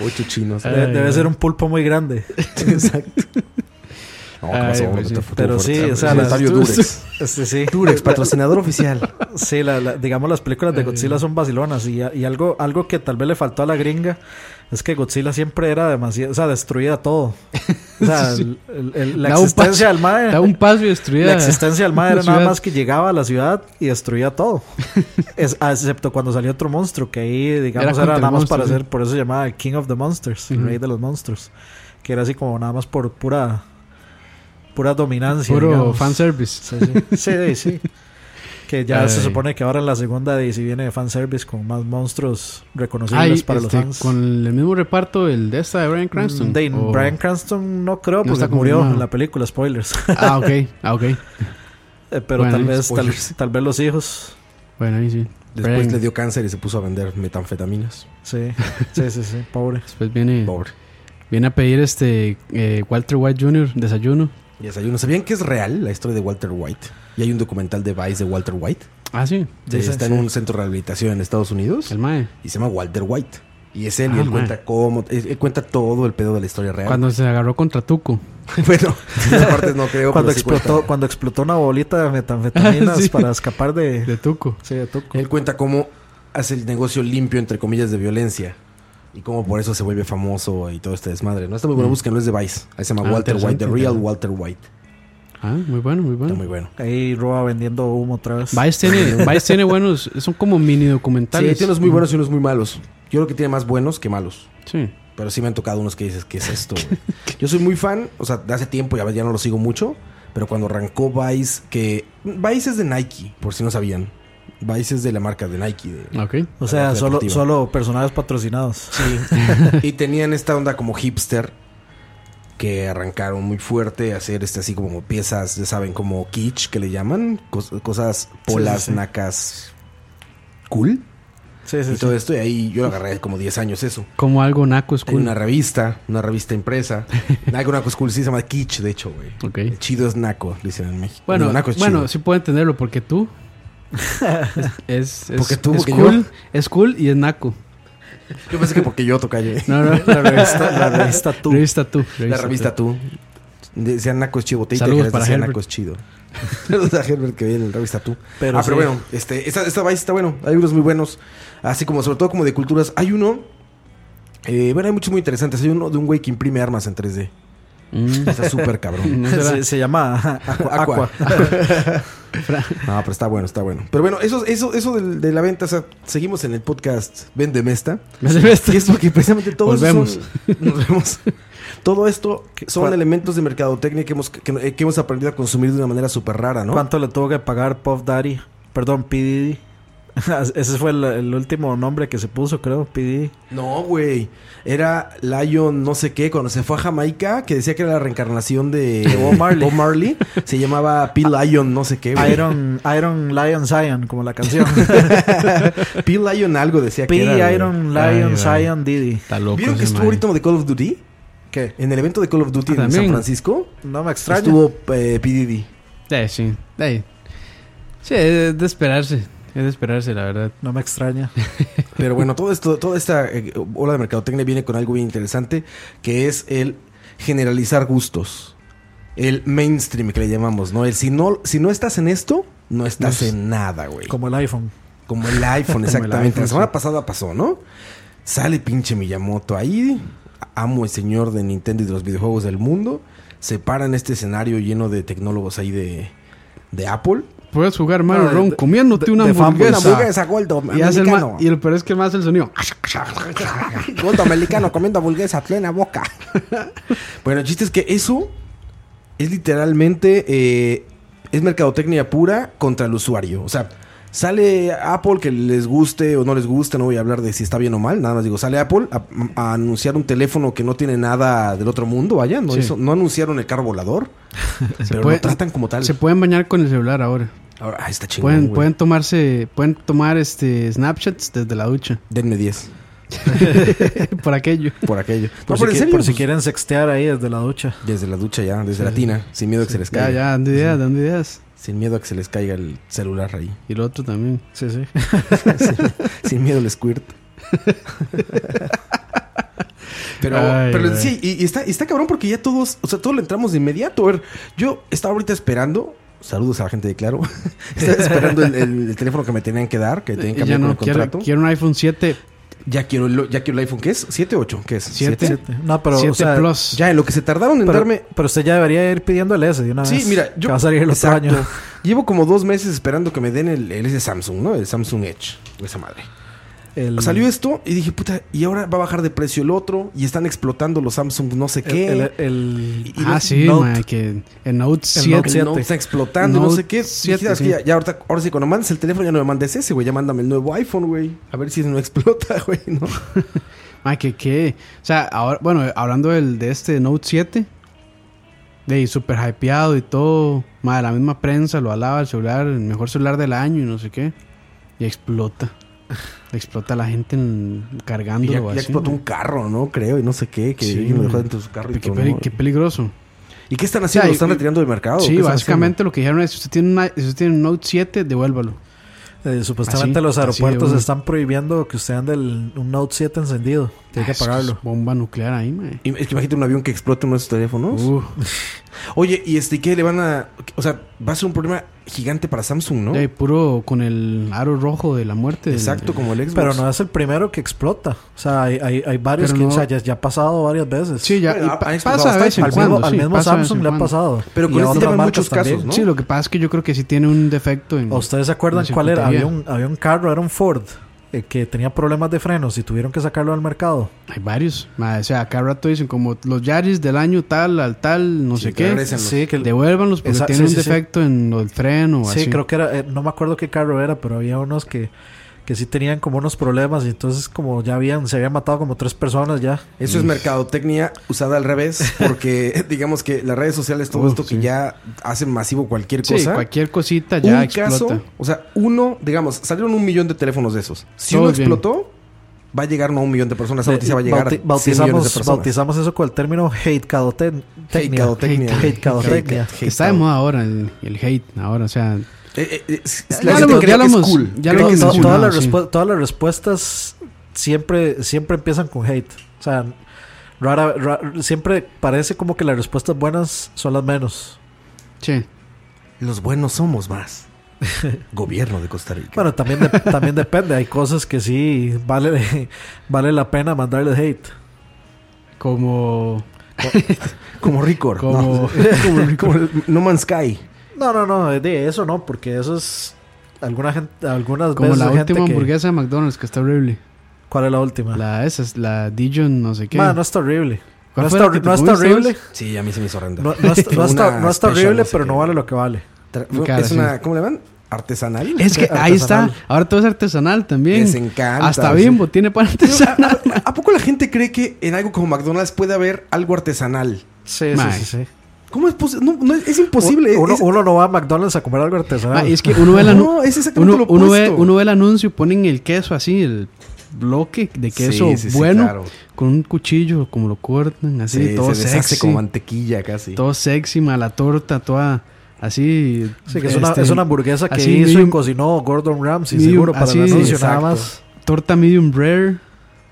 Speaker 6: Ocho chinos.
Speaker 7: Debe,
Speaker 5: Ay,
Speaker 7: debe
Speaker 5: güey.
Speaker 7: ser un pulpo muy grande.
Speaker 6: Exacto. No, ¿qué
Speaker 5: Ay,
Speaker 6: pasó?
Speaker 5: pues sí.
Speaker 6: No te- te-
Speaker 7: Pero sí,
Speaker 6: te-
Speaker 7: o sea,
Speaker 6: te-
Speaker 7: las-
Speaker 6: Tario Durex.
Speaker 7: Este, sí.
Speaker 9: Durex, patrocinador oficial.
Speaker 7: Sí, la- la- digamos las películas de Godzilla son vacilonas y, y algo, algo que tal vez le faltó a la gringa es que Godzilla siempre era demasiado, o sea, destruía todo. O sea, el- el- el- la
Speaker 5: Da un
Speaker 7: existencia del mae,
Speaker 5: Da un paso y destruida.
Speaker 7: la existencia del mae era
Speaker 5: la
Speaker 7: nada
Speaker 5: ciudad.
Speaker 7: más que llegaba a la ciudad y destruía todo. Es- ah, excepto cuando salió otro monstruo que ahí digamos
Speaker 5: contra
Speaker 7: era,
Speaker 5: el
Speaker 7: nada más
Speaker 5: monstruo,
Speaker 7: para
Speaker 5: sí.
Speaker 7: hacer, por eso se llamaba el King of the Monsters, el rey de los monstruos, que era así como nada más por pura pura dominancia,
Speaker 5: Puro
Speaker 7: digamos.
Speaker 5: fanservice.
Speaker 7: Sí, sí, sí. sí. Que ya se
Speaker 5: Ay.
Speaker 7: supone que ahora en la segunda de si viene de fanservice con más monstruos reconocibles
Speaker 5: Ay,
Speaker 7: para
Speaker 5: este,
Speaker 7: los fans.
Speaker 5: con el mismo reparto el de esta de Brian Cranston.
Speaker 7: Mm, Dane-
Speaker 5: o-
Speaker 7: Bryan Cranston no creo
Speaker 5: No
Speaker 7: porque
Speaker 5: está
Speaker 7: murió
Speaker 5: confirmado.
Speaker 7: en la película, spoilers.
Speaker 5: Ah, ok. Ah, ok.
Speaker 7: Eh, Pero
Speaker 5: Bueno,
Speaker 7: tal vez tal,
Speaker 6: spoilers.
Speaker 7: tal vez los hijos.
Speaker 5: Bueno, ahí sí.
Speaker 6: Después
Speaker 5: Brian.
Speaker 6: le dio cáncer y se puso a vender metanfetaminas.
Speaker 7: Sí, sí, sí, sí, pobre.
Speaker 5: Después viene,
Speaker 6: Pobre.
Speaker 5: viene a pedir este eh, Walter White Jr. desayuno.
Speaker 6: Y desayuno. ¿Sabían que es real la historia de Walter White? Y hay un documental de Vice de Walter White.
Speaker 5: Ah, sí.
Speaker 6: Sí, está en un centro de rehabilitación en Estados Unidos.
Speaker 5: El mae.
Speaker 6: Y se llama Walter White. Y es él, y
Speaker 5: Ah,
Speaker 6: él
Speaker 5: man.
Speaker 6: cuenta cómo, él, él cuenta todo el pedo de la historia real.
Speaker 5: Cuando se agarró contra Tuco.
Speaker 6: bueno, esa parte no creo.
Speaker 7: Cuando
Speaker 6: pero sí
Speaker 7: explotó,
Speaker 6: cuenta.
Speaker 7: cuando explotó una bolita de metanfetaminas
Speaker 5: Sí.
Speaker 7: para escapar de,
Speaker 5: De Tuco.
Speaker 7: sí, de Tuco.
Speaker 6: Él cuenta cómo hace el negocio limpio, entre comillas, de violencia. Y cómo por eso se vuelve famoso y todo este desmadre. No está muy bueno, búsquenlo, es de Vice. Ahí se llama
Speaker 5: Mm. Ah,
Speaker 6: Walter White, The
Speaker 5: interesante,
Speaker 6: Real
Speaker 5: interesante.
Speaker 6: Walter White.
Speaker 5: Ah, muy bueno, muy
Speaker 6: Está
Speaker 5: bueno.
Speaker 6: muy bueno.
Speaker 7: Ahí Roa vendiendo humo otra vez.
Speaker 5: Vice tiene, Vice tiene buenos, son como mini
Speaker 6: Sí,
Speaker 5: documentales.
Speaker 6: tiene unos muy buenos y unos muy malos. Yo creo que tiene más buenos que malos.
Speaker 5: Sí.
Speaker 6: Pero sí me han tocado unos que dices, ¿qué es esto? güey?". Yo soy muy fan, o sea, de hace tiempo, ya, ya no lo sigo mucho. Pero cuando arrancó Vice, que. Vice es de Nike, por si no sabían. Vice es de la marca de Nike. de-
Speaker 5: Ok.
Speaker 7: O sea,
Speaker 6: La
Speaker 7: solo,
Speaker 6: deportiva.
Speaker 7: solo personajes patrocinados.
Speaker 6: y tenían esta onda como hipster que arrancaron muy fuerte a hacer este así como piezas, ya saben, como kitsch que le llaman, cos- cosas polas,
Speaker 7: sí, sí.
Speaker 6: nacas, cool
Speaker 7: Sí, sí,
Speaker 6: y
Speaker 7: sí.
Speaker 6: todo esto. Y ahí yo agarré como 10 años eso.
Speaker 5: Como algo naco es
Speaker 6: Hay
Speaker 5: cool.
Speaker 6: una revista, una revista impresa. Algo naco es cool, sí se llama kitsch, de hecho, güey.
Speaker 5: Ok.
Speaker 6: El Chido es naco, le dicen en México.
Speaker 5: Bueno,
Speaker 6: Digo, naco es
Speaker 5: bueno,
Speaker 6: chido.
Speaker 5: sí puedo entenderlo porque tú es, es, es-
Speaker 6: Porque tú,
Speaker 5: es
Speaker 6: porque
Speaker 5: cool, es cool y es naco.
Speaker 6: Yo pensé que porque yo tocalle.
Speaker 5: No, no,
Speaker 7: La revista, la revista tú.
Speaker 5: revista tú.
Speaker 6: La revista tú. Decían Naco es chido, botellita
Speaker 5: eh. Saludos
Speaker 6: de Jerez
Speaker 5: para
Speaker 6: decía
Speaker 5: Herbert.
Speaker 6: Naco es chido. Saludos a Herbert que viene en la revista tú.
Speaker 7: Pero
Speaker 6: ah, pero
Speaker 7: sí.
Speaker 6: bueno, este, esta, esta Vice está bueno. Hay unos muy buenos. Así como, sobre todo como de culturas. Hay uno. eh, bueno, hay muchos muy interesantes. Hay uno de un güey que imprime armas en 3D.
Speaker 5: Mm,
Speaker 6: Está súper cabrón.
Speaker 5: ¿No será?
Speaker 7: se, se llama ajá, Aqua.
Speaker 6: Aqua.
Speaker 7: Aqua.
Speaker 6: No, pero está bueno, está bueno. Pero bueno, eso, eso, eso del- de, la venta, o sea, seguimos en el podcast Vende Mesta.
Speaker 5: Me hace esto.
Speaker 6: Y es porque precisamente todo eso
Speaker 5: Volvemos.
Speaker 6: son- nos vemos. Todo esto son
Speaker 7: ¿Cuál?
Speaker 6: elementos de mercadotecnia que hemos, que, que hemos aprendido a consumir de una manera súper rara, ¿no?
Speaker 7: ¿Cuánto le tuvo que pagar Puff Daddy? Perdón, P. Diddy. Ese fue el, el último nombre que se puso, creo, P. Diddy.
Speaker 6: No, güey. Era Lion no sé qué, cuando se fue a Jamaica, que decía que era la reencarnación de Bob Marley. Se llamaba P. Lion no sé qué, güey.
Speaker 7: Ah, Iron, Iron Lion Zion, como la canción.
Speaker 6: P. Lion algo decía
Speaker 7: P.
Speaker 6: que era. güey.
Speaker 7: Iron
Speaker 5: Ay,
Speaker 7: Lion
Speaker 5: güey.
Speaker 7: Zion Diddy.
Speaker 5: Está loco.
Speaker 6: ¿Vieron que
Speaker 5: ese
Speaker 6: estuvo
Speaker 5: mae.
Speaker 6: ahorita de Call of Duty?
Speaker 7: ¿Qué?
Speaker 6: En el evento de Call of
Speaker 5: Ah,
Speaker 6: Duty en
Speaker 5: también.
Speaker 6: San Francisco.
Speaker 7: No me extraña.
Speaker 6: Estuvo eh, P. Diddy.
Speaker 5: Eh, sí. eh. Sí, es de esperarse. Es de esperarse, la verdad.
Speaker 7: No me extraña.
Speaker 6: Pero bueno, todo esto, toda esta eh, ola de mercadotecnia viene con algo bien interesante, que es el generalizar gustos. El mainstream que le llamamos, ¿no? El si no, si no estás en esto, no estás
Speaker 5: No es-
Speaker 6: en nada, güey.
Speaker 7: Como el iPhone.
Speaker 6: Como el iPhone, exactamente.
Speaker 5: iPhone,
Speaker 6: La semana
Speaker 5: sí.
Speaker 6: pasada pasó, ¿no? Sale pinche Miyamoto ahí, amo el señor de Nintendo y de los videojuegos del mundo, se para en este escenario lleno de tecnólogos ahí de, de Apple.
Speaker 5: Puedes jugar Mario
Speaker 7: Ah,
Speaker 5: Ron
Speaker 7: de-
Speaker 5: comiéndote
Speaker 7: de-
Speaker 5: una
Speaker 7: de fanboy,
Speaker 5: hamburguesa.
Speaker 6: Una hamburguesa, Goldo,
Speaker 5: Pues, ah, Y, hace el
Speaker 6: americano.
Speaker 5: ma- y lo peor es que más el sonido. ah,
Speaker 6: Gordo americano comiendo hamburguesa plena boca. bueno, el chiste es que eso es literalmente eh, es mercadotecnia pura contra el usuario. O sea, sale Apple que les guste o no les guste, no voy a hablar de si está bien o mal, nada más digo, sale Apple a, a anunciar un teléfono que no tiene nada del otro mundo, vaya, no,
Speaker 5: Sí.
Speaker 6: hizo- no anunciaron el carro volador, pero
Speaker 5: puede-
Speaker 6: lo tratan como tal.
Speaker 5: Se pueden bañar con el celular ahora.
Speaker 6: Ahora, ah, está chingón,
Speaker 5: Pueden,
Speaker 6: güey.
Speaker 5: pueden tomarse, pueden tomar este snapshots desde la ducha.
Speaker 6: Denme 10
Speaker 5: Por aquello.
Speaker 6: por aquello. No,
Speaker 7: Por,
Speaker 6: pero en
Speaker 7: si, qui-
Speaker 6: serio,
Speaker 7: por si
Speaker 6: pues,
Speaker 7: quieren sextear ahí desde la ducha.
Speaker 6: Desde la ducha ya, desde la tina, sin miedo a que se les
Speaker 5: Ya,
Speaker 6: caiga.
Speaker 5: ya, dando ideas, dando ideas.
Speaker 6: Sin miedo a que se les caiga el celular ahí.
Speaker 5: Y el otro también.
Speaker 7: Sí, sí.
Speaker 6: Sin miedo al squirt. pero,
Speaker 5: Ay,
Speaker 6: pero
Speaker 5: güey.
Speaker 6: sí, y, y está, y está cabrón porque ya todos, o sea, todos le entramos de inmediato. A ver, yo estaba ahorita esperando. Saludos a la gente de Claro. Estaba esperando el, el- el teléfono que me tenían que dar, que tenían que
Speaker 5: Y ya
Speaker 6: cambiar con
Speaker 5: no,
Speaker 6: el
Speaker 5: quiero,
Speaker 6: contrato.
Speaker 5: quiero un iPhone 7.
Speaker 6: Ya, quiero el, ya quiero el iPhone, ¿qué es? ¿7 8? ¿Qué es?
Speaker 5: Siete.
Speaker 6: ¿Siete?
Speaker 7: No, pero. o
Speaker 5: 7
Speaker 7: sea,
Speaker 5: Plus.
Speaker 6: Ya, en lo que se tardaron en
Speaker 7: Pero,
Speaker 6: darme.
Speaker 7: pero usted ya debería ir pidiendo el S de una vez.
Speaker 6: Sí, mira, yo.
Speaker 7: Que va a salir el otro
Speaker 6: Exacto.
Speaker 7: año.
Speaker 6: Llevo como dos meses esperando que me den el, el ese Samsung, ¿no? El Samsung Edge. o Esa madre.
Speaker 7: El,
Speaker 6: Salió esto y dije, puta, y ahora va a bajar de precio el otro y están explotando los Samsung no sé
Speaker 7: el,
Speaker 6: qué.
Speaker 7: el, el-
Speaker 6: Y- y
Speaker 5: Ah,
Speaker 6: no-
Speaker 5: sí,
Speaker 7: Note.
Speaker 5: mae, que el Note
Speaker 7: El
Speaker 5: 7.
Speaker 7: Note
Speaker 6: el
Speaker 7: siete.
Speaker 6: Note está explotando, no
Speaker 5: Note
Speaker 6: sé qué.
Speaker 5: siete,
Speaker 6: Dije, "Es que
Speaker 5: sí.
Speaker 6: ya, ya ahorita, ahora sí, cuando mandes el teléfono ya no me mandes ese, güey. Ya mándame el nuevo iPhone, güey. A ver si no explota, güey, ¿no?
Speaker 5: Mae, que qué. O sea, ahora, bueno, hablando del, de este Note 7, de ahí súper hypeado y todo. Mae, la misma prensa lo alaba el celular, el mejor celular del año y no sé qué. Y explota. Explota la gente en-
Speaker 6: Y ya,
Speaker 5: cargándolo.
Speaker 6: ya
Speaker 5: así,
Speaker 6: explotó un
Speaker 5: mae.
Speaker 6: carro, ¿no? Creo, y no sé qué. Que
Speaker 5: Sí,
Speaker 6: alguien lo dejó
Speaker 5: güey.
Speaker 6: dentro de su carro y
Speaker 5: Qué,
Speaker 6: todo,
Speaker 5: peli-
Speaker 6: ¿no?
Speaker 5: qué peligroso.
Speaker 6: ¿Y qué están haciendo?
Speaker 5: O sea,
Speaker 6: ¿Lo están
Speaker 5: y-
Speaker 6: retirando del mercado?
Speaker 5: Sí,
Speaker 6: ¿Qué están haciendo?
Speaker 5: básicamente lo que dijeron es: si usted tiene, una- si usted tiene un Note 7, devuélvalo.
Speaker 7: eh, supuestamente
Speaker 5: Así, así
Speaker 7: los
Speaker 5: de
Speaker 7: aeropuertos
Speaker 5: una.
Speaker 7: están prohibiendo que usted ande el, un Note 7 encendido. Tiene
Speaker 5: Ah,
Speaker 7: que
Speaker 5: eso
Speaker 7: apagarlo.
Speaker 5: es Bomba nuclear ahí, mae.
Speaker 6: Y- Es que imagínate un avión que explote uno de esos teléfonos.
Speaker 5: Uf.
Speaker 6: Oye, ¿y este qué le van a.? O sea, va a ser un problema gigante para Samsung, ¿no?
Speaker 5: Ya, y puro con el aro rojo de la muerte. del-
Speaker 6: Exacto, como el Xbox.
Speaker 7: Pero no es el primero que explota. O sea, hay, hay, hay varios
Speaker 5: Pero
Speaker 7: que
Speaker 5: no-
Speaker 7: o sea, ya, ya ha pasado varias veces.
Speaker 5: Sí, ya.
Speaker 6: Bueno,
Speaker 5: y
Speaker 6: ha-
Speaker 5: pa-
Speaker 6: ha explotado
Speaker 5: pasa de vez en
Speaker 7: al
Speaker 5: cuando.
Speaker 7: mismo, al
Speaker 5: sí,
Speaker 7: mismo
Speaker 5: pasa de vez
Speaker 7: Samsung
Speaker 5: en
Speaker 7: le ha
Speaker 5: cuando.
Speaker 7: pasado.
Speaker 6: Pero
Speaker 7: Y
Speaker 6: con
Speaker 7: a
Speaker 6: este
Speaker 7: otras
Speaker 6: tema en
Speaker 7: marcas
Speaker 6: muchos
Speaker 7: también.
Speaker 6: casos, ¿no?
Speaker 5: Sí, lo que pasa es que yo creo que sí tiene un defecto en.
Speaker 7: ¿O ¿Ustedes se acuerdan
Speaker 5: La
Speaker 7: cuál era?
Speaker 5: circuitería.
Speaker 7: Había un, había un carro, era un Ford, eh, que tenía problemas de frenos y tuvieron que sacarlo al mercado.
Speaker 5: Hay varios. ma, o sea, cada rato dicen como los Yaris del año tal al tal, no
Speaker 6: Sí,
Speaker 5: sé
Speaker 6: que
Speaker 5: qué.
Speaker 6: regrésenlos.
Speaker 7: Sí, que
Speaker 5: Devuélvanlos porque
Speaker 7: Esa-
Speaker 5: tienen
Speaker 7: sí, sí,
Speaker 5: un
Speaker 7: sí.
Speaker 5: defecto en el freno o
Speaker 7: sí,
Speaker 5: así.
Speaker 7: creo que era, eh, no me acuerdo qué carro era, pero había unos que, que sí tenían como unos problemas y entonces como ya habían, se habían matado como tres personas ya.
Speaker 6: Eso es mercadotecnia usada al revés, porque digamos que las redes sociales, todo
Speaker 5: Uf,
Speaker 6: esto que
Speaker 5: sí.
Speaker 6: ya hacen masivo cualquier
Speaker 5: Sí,
Speaker 6: cosa.
Speaker 5: cualquier cosita ya
Speaker 6: un
Speaker 5: explota.
Speaker 6: caso, o sea, uno, digamos, salieron un millón de teléfonos de esos. Si
Speaker 5: Todos
Speaker 6: uno explotó, va a llegar no a un millón de personas,
Speaker 5: Eh,
Speaker 6: esa noticia va a llegar a
Speaker 7: Bauti-
Speaker 6: 100 millones de
Speaker 7: bautizamos,
Speaker 6: personas.
Speaker 7: bautizamos eso con el término hatecadoten- técnica.
Speaker 6: Hatecadotecnia.
Speaker 7: Hatecadotecnia.
Speaker 6: Hate-
Speaker 5: Está de
Speaker 6: hateado.
Speaker 5: moda ahora el, el hate. Ahora, o sea,
Speaker 6: Eh, eh, es-
Speaker 5: Ya
Speaker 6: la
Speaker 5: lo
Speaker 6: gente
Speaker 5: hemos-
Speaker 6: cree
Speaker 5: ya
Speaker 6: que
Speaker 5: lo
Speaker 6: es
Speaker 5: hemos-
Speaker 6: cool.
Speaker 5: ya lo
Speaker 6: Cree que
Speaker 5: hemos
Speaker 6: es
Speaker 7: To-
Speaker 6: cool.
Speaker 5: mencionado.
Speaker 7: todas, las
Speaker 5: sí.
Speaker 7: respu- todas las respuestas siempre, siempre empiezan con hate. O sea, rara, ra- siempre parece como que las respuestas buenas son las menos.
Speaker 5: che.
Speaker 6: Los buenos somos más. Gobierno de Costa Rica.
Speaker 7: Bueno, también, de- también depende. Hay cosas que sí vale, vale la pena mandarle hate.
Speaker 5: Como.
Speaker 6: Como Ricor.
Speaker 5: Como-
Speaker 6: No, como, como el No Man's Sky.
Speaker 7: No, no, no, de eso no, porque eso es. Alguna gente, algunas
Speaker 5: Como
Speaker 7: veces
Speaker 5: la
Speaker 7: hay gente
Speaker 5: última
Speaker 7: que-
Speaker 5: hamburguesa de McDonald's que está horrible.
Speaker 7: ¿Cuál es la última?
Speaker 5: La esa es la Dijon, no sé qué.
Speaker 7: Ma, no está horrible.
Speaker 5: ¿Cuál
Speaker 7: No
Speaker 5: fue
Speaker 7: está,
Speaker 5: la que te
Speaker 7: no está
Speaker 5: comiste
Speaker 7: horrible.
Speaker 5: vos?
Speaker 6: Sí, a mí se me hizo horrenda.
Speaker 7: No, no está, no
Speaker 6: Una
Speaker 7: está- no está
Speaker 6: special,
Speaker 7: horrible,
Speaker 6: no sé
Speaker 7: pero
Speaker 6: qué.
Speaker 7: no vale lo que vale.
Speaker 6: Tra-
Speaker 5: Mi cara,
Speaker 6: es
Speaker 5: sí.
Speaker 6: una, ¿cómo le llaman? Artesanal.
Speaker 5: Es que ahí está.
Speaker 7: Artesanal.
Speaker 5: Ahora todo es artesanal también.
Speaker 6: Les encanta,
Speaker 5: Hasta
Speaker 6: sí.
Speaker 5: Bimbo tiene pan
Speaker 6: Pero,
Speaker 5: artesanal.
Speaker 6: ¿a, a- a poco la gente cree que en algo como McDonald's puede haber algo artesanal?
Speaker 7: Sí,
Speaker 5: Ma,
Speaker 7: sí, sí, sí.
Speaker 6: ¿Cómo es posible? No, no, es imposible.
Speaker 7: Uno,
Speaker 6: es-
Speaker 7: uno no va a McDonald's a comer algo artesanal.
Speaker 5: Ma, es que uno ve, el anu-
Speaker 6: No, es exactamente
Speaker 5: uno,
Speaker 6: lo
Speaker 5: uno ve,
Speaker 6: opuesto.
Speaker 5: uno ve el anuncio, ponen el queso así, el bloque de queso
Speaker 6: Sí, sí, sí,
Speaker 5: bueno,
Speaker 6: claro.
Speaker 5: con un cuchillo, como lo cortan, así,
Speaker 6: Sí,
Speaker 5: todo
Speaker 6: se deshace
Speaker 5: sexy.
Speaker 6: como mantequilla casi.
Speaker 5: Todo sexy, ma, la torta, toda así.
Speaker 7: Sí, que es, una,
Speaker 5: este,
Speaker 7: es una hamburguesa que
Speaker 5: así,
Speaker 7: hizo
Speaker 5: medium-
Speaker 7: y cocinó Gordon Ramsay,
Speaker 5: medium,
Speaker 7: seguro, para
Speaker 5: así,
Speaker 7: el anuncio nada
Speaker 6: exacto.
Speaker 7: más.
Speaker 5: torta medium rare,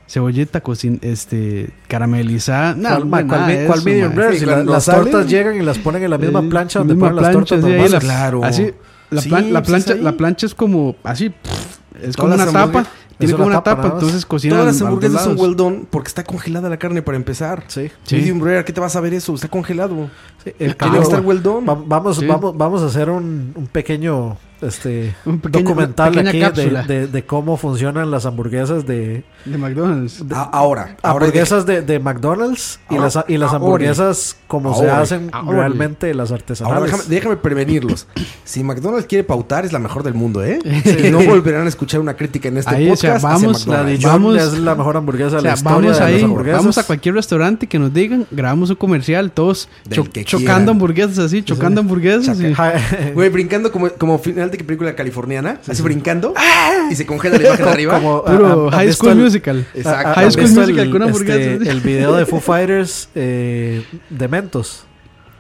Speaker 5: cebolleta cocin este, caramelizada. Nah,
Speaker 7: ¿Cuál, ma,
Speaker 5: Ah, nada
Speaker 7: cuál
Speaker 5: de
Speaker 7: me-
Speaker 5: eso,
Speaker 7: cuál medium
Speaker 5: ma.
Speaker 7: rare?
Speaker 6: Sí,
Speaker 7: Si la-
Speaker 6: cuando
Speaker 7: las
Speaker 6: salen-
Speaker 7: tortas llegan y las ponen en la misma
Speaker 5: Eh,
Speaker 7: plancha
Speaker 5: la
Speaker 7: donde
Speaker 5: misma
Speaker 7: ponen las
Speaker 5: plancha,
Speaker 7: tortas
Speaker 5: sí, ahí
Speaker 7: normales.
Speaker 5: la-
Speaker 6: Claro.
Speaker 5: Así, la,
Speaker 6: Sí,
Speaker 5: plan- la
Speaker 6: pues
Speaker 5: plancha,
Speaker 6: ahí.
Speaker 5: la plancha es como así, pff, es como
Speaker 6: Todas
Speaker 5: una
Speaker 6: las
Speaker 5: tapa,
Speaker 6: hamburguesas-
Speaker 5: tiene
Speaker 7: es
Speaker 5: como
Speaker 7: una
Speaker 5: una
Speaker 7: tapa
Speaker 5: tapa,
Speaker 7: nada más.
Speaker 5: entonces cocina
Speaker 6: Todas
Speaker 5: al-
Speaker 6: las
Speaker 5: a los
Speaker 6: hamburguesas son
Speaker 5: lados.
Speaker 6: well done porque está congelada la carne para empezar.
Speaker 7: Sí.
Speaker 5: Sí.
Speaker 6: Medium rare, ¿a ¿qué te vas a ver eso? Está congelado.
Speaker 7: Sí, el-
Speaker 6: Tiene que estar well done.
Speaker 7: Va- vamos,
Speaker 5: Sí.
Speaker 7: vamos, vamos a hacer un, un pequeño este
Speaker 5: Un pequeño-
Speaker 7: documental
Speaker 5: una pequeña
Speaker 7: aquí de-
Speaker 5: cápsula.
Speaker 7: de, de cómo funcionan las hamburguesas de
Speaker 5: De McDonald's.
Speaker 6: A- ahora. ahora
Speaker 7: hamburguesas de, Ah, de McDonald's y
Speaker 6: Ahora-
Speaker 7: las y las
Speaker 6: ahora.
Speaker 7: hamburguesas como se
Speaker 6: Ahora.
Speaker 7: hacen
Speaker 5: Ahora.
Speaker 7: realmente las
Speaker 6: Ahora
Speaker 7: artesanales.
Speaker 6: déjame, déjame prevenirlos. Si McDonald's quiere pautar, es la mejor del mundo, ¿eh? Y no volverán a escuchar una crítica en este
Speaker 5: Ahí, o
Speaker 6: podcast.
Speaker 5: sea,
Speaker 6: hacia
Speaker 5: vamos, la
Speaker 6: McDonald's.
Speaker 5: de-
Speaker 7: John
Speaker 5: Vamos-
Speaker 7: es la mejor
Speaker 5: O
Speaker 7: hamburguesa de la
Speaker 5: sea,
Speaker 7: historia
Speaker 5: vamos
Speaker 7: de las
Speaker 5: ahí,
Speaker 7: hamburguesas.
Speaker 5: vamos a cualquier restaurante que nos digan, grabamos un comercial, todos
Speaker 6: Del
Speaker 5: cho-
Speaker 6: que
Speaker 5: chocando
Speaker 6: quieran.
Speaker 5: hamburguesas así, chocando hamburguesas. y-
Speaker 7: Ja-
Speaker 6: Güey, brincando como, como final de que película californiana. así brincando.
Speaker 5: Ah.
Speaker 6: Y se congela la imagen de arriba.
Speaker 7: como- ah,
Speaker 5: Puro
Speaker 7: ¿han- han
Speaker 5: High
Speaker 7: visto
Speaker 5: School
Speaker 7: el-
Speaker 5: Musical.
Speaker 6: Exacto. Pues,
Speaker 7: ¿han
Speaker 5: ah, High School
Speaker 7: visto
Speaker 5: Musical
Speaker 7: el-
Speaker 5: con hamburguesas?
Speaker 7: este, el video de Foo Fighters eh, de Mentos.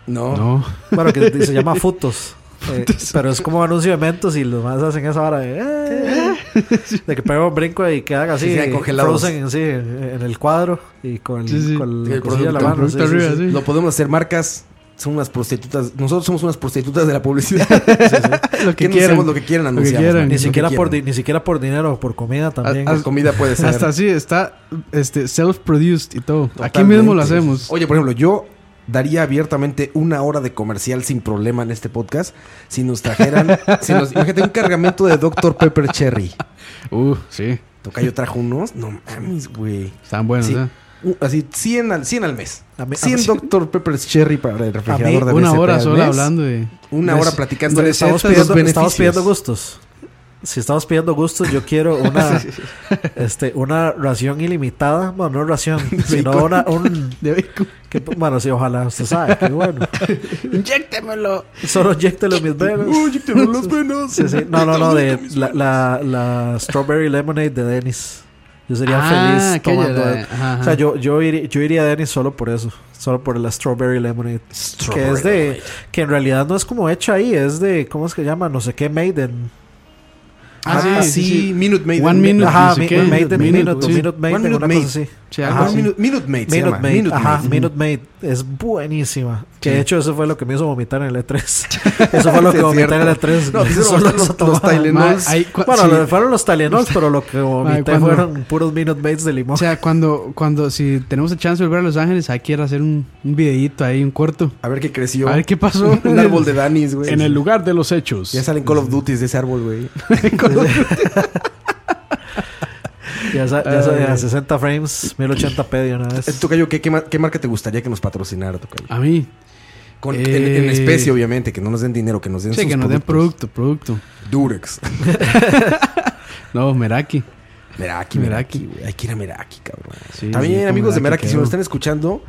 Speaker 6: No.
Speaker 5: No,
Speaker 7: Bueno, que se llama Futos. Eh, pero es como anuncio de mentos y los más hacen esa hora de, eh, de que pega un brinco y quedan así
Speaker 6: Sí, sí,
Speaker 7: eh,
Speaker 6: congelados.
Speaker 7: frozen en sí, en el cuadro y con,
Speaker 5: Sí, sí.
Speaker 7: con
Speaker 6: Sí,
Speaker 7: la
Speaker 6: el
Speaker 7: cosilla en la
Speaker 6: producto,
Speaker 7: mano.
Speaker 5: el
Speaker 7: sí,
Speaker 5: producto
Speaker 7: sí,
Speaker 5: arriba,
Speaker 7: sí.
Speaker 5: sí.
Speaker 6: Lo podemos hacer marcas. Son unas prostitutas. Nosotros somos unas prostitutas de la publicidad.
Speaker 5: Lo que
Speaker 6: Que
Speaker 5: quieran.
Speaker 6: anunciamos lo que quieran
Speaker 5: Lo que
Speaker 6: anunciar.
Speaker 5: quieran.
Speaker 7: Ni siquiera, por, di-
Speaker 6: dinero.
Speaker 7: ni siquiera por dinero, por comida también.
Speaker 5: Ah,
Speaker 6: La comida puede ser.
Speaker 5: Hasta así está este, self-produced y todo. Aquí
Speaker 6: Totalmente.
Speaker 5: mismo lo hacemos.
Speaker 6: Oye, por ejemplo, yo daría abiertamente una hora de comercial sin problema en este podcast si nos trajeran. si nos, imagínate un cargamento de Dr. Pepper Cherry.
Speaker 5: Uh, sí.
Speaker 6: Tocayo trajo unos. No mames, güey.
Speaker 5: Están buenos,
Speaker 6: Sí.
Speaker 5: ¿eh?
Speaker 6: Un- Así, 100 al, 100 al mes.
Speaker 7: A mí- a
Speaker 6: 100
Speaker 7: mí-
Speaker 6: Dr. Pepper Cherry para el refrigerador de
Speaker 5: Una
Speaker 6: BCP
Speaker 5: hora
Speaker 6: al
Speaker 5: sola
Speaker 6: mes.
Speaker 5: hablando de...
Speaker 6: Una
Speaker 7: Rec-
Speaker 6: hora platicando
Speaker 5: recetas,
Speaker 6: estamos
Speaker 5: los
Speaker 7: Estamos
Speaker 6: pidiendo,
Speaker 7: pidiendo, estamos
Speaker 6: beneficios.
Speaker 7: pidiendo gustos. Si estamos pidiendo gustos, yo quiero una, este, una ración ilimitada. Bueno, no ración, sino una, un.
Speaker 5: De bacon.
Speaker 7: que- bueno, sí, ojalá usted sabe. Qué bueno. Solo inyectelo en mis venas.
Speaker 6: los buenos.
Speaker 7: Sí, sí. No, no, no, de la, la, la Strawberry Lemonade de Dennis. Yo sería
Speaker 5: Ah,
Speaker 7: feliz
Speaker 5: aquella
Speaker 7: tomando.
Speaker 5: de-
Speaker 7: eh.
Speaker 5: ajá, ajá.
Speaker 7: O sea, yo, yo, iría, yo iría a Dennis solo por eso. Solo por la Strawberry Lemonade. que es de. Que en realidad no es como hecha ahí, es de. ¿Cómo es que llama? No sé qué Maiden.
Speaker 6: Ah, sí, Minute Maid.
Speaker 5: One Minute,
Speaker 7: Ajá,
Speaker 5: no sé
Speaker 7: Mi-
Speaker 5: qué,
Speaker 7: Maiden,
Speaker 5: Minute,
Speaker 7: Minute,
Speaker 5: sí.
Speaker 7: Minute Maiden,
Speaker 6: One Minute
Speaker 7: una
Speaker 6: Maid.
Speaker 7: cosa así.
Speaker 5: Sí, algo
Speaker 6: Ah,
Speaker 5: así.
Speaker 6: Minute, Minute Maid se
Speaker 7: Minute
Speaker 6: llama,
Speaker 7: Maid,
Speaker 6: Minute
Speaker 7: ajá,
Speaker 6: Maid.
Speaker 7: Minute Maid es buenísima. Que de hecho eso fue lo que me hizo vomitar en el E3. Eso fue lo
Speaker 6: Sí,
Speaker 7: que
Speaker 6: es
Speaker 7: vomité en el
Speaker 6: cierto.
Speaker 7: E3.
Speaker 6: No, te hicieron
Speaker 7: Solo
Speaker 6: vomitar los-
Speaker 7: esa tomada.
Speaker 6: los Tylenol.
Speaker 5: Ma,
Speaker 6: Tylenols.
Speaker 5: ahí cua-
Speaker 7: Bueno,
Speaker 5: sí.
Speaker 7: lo- fueron los Tylenols, pero lo que vomité
Speaker 5: cuando-
Speaker 7: fueron puros Minute Maids de limón.
Speaker 5: O sea, cuando, cuando si tenemos la chance de volver a Los Ángeles, ahí quiero hacer un, un videíto ahí, un corto.
Speaker 6: A ver qué creció.
Speaker 5: A ver qué pasó.
Speaker 6: Un árbol de Danis, güey.
Speaker 5: En el lugar de los hechos.
Speaker 6: Ya salen Call of Duties de ese árbol, güey.
Speaker 7: ya sa- ya sa- ya 60 frames, 1080p de una
Speaker 6: Eh,
Speaker 7: vez.
Speaker 6: Tocayo, ¿qué, qué, mar- qué marca te gustaría que nos patrocinara, Tocayo?
Speaker 5: A mí.
Speaker 6: Con,
Speaker 5: eh,
Speaker 6: en, en especie, obviamente, que no nos den dinero, que nos den
Speaker 5: Sí,
Speaker 6: sus
Speaker 5: que nos den
Speaker 6: productos.
Speaker 5: producto, producto.
Speaker 6: Durex.
Speaker 5: No, Meraki. Meraki.
Speaker 6: Meraki, Meraki, güey. Hay que ir a Meraki, cabrón.
Speaker 5: Sí,
Speaker 6: También,
Speaker 5: sí,
Speaker 6: amigos de
Speaker 5: Meraki,
Speaker 6: Meraki, si
Speaker 5: creo.
Speaker 6: nos están escuchando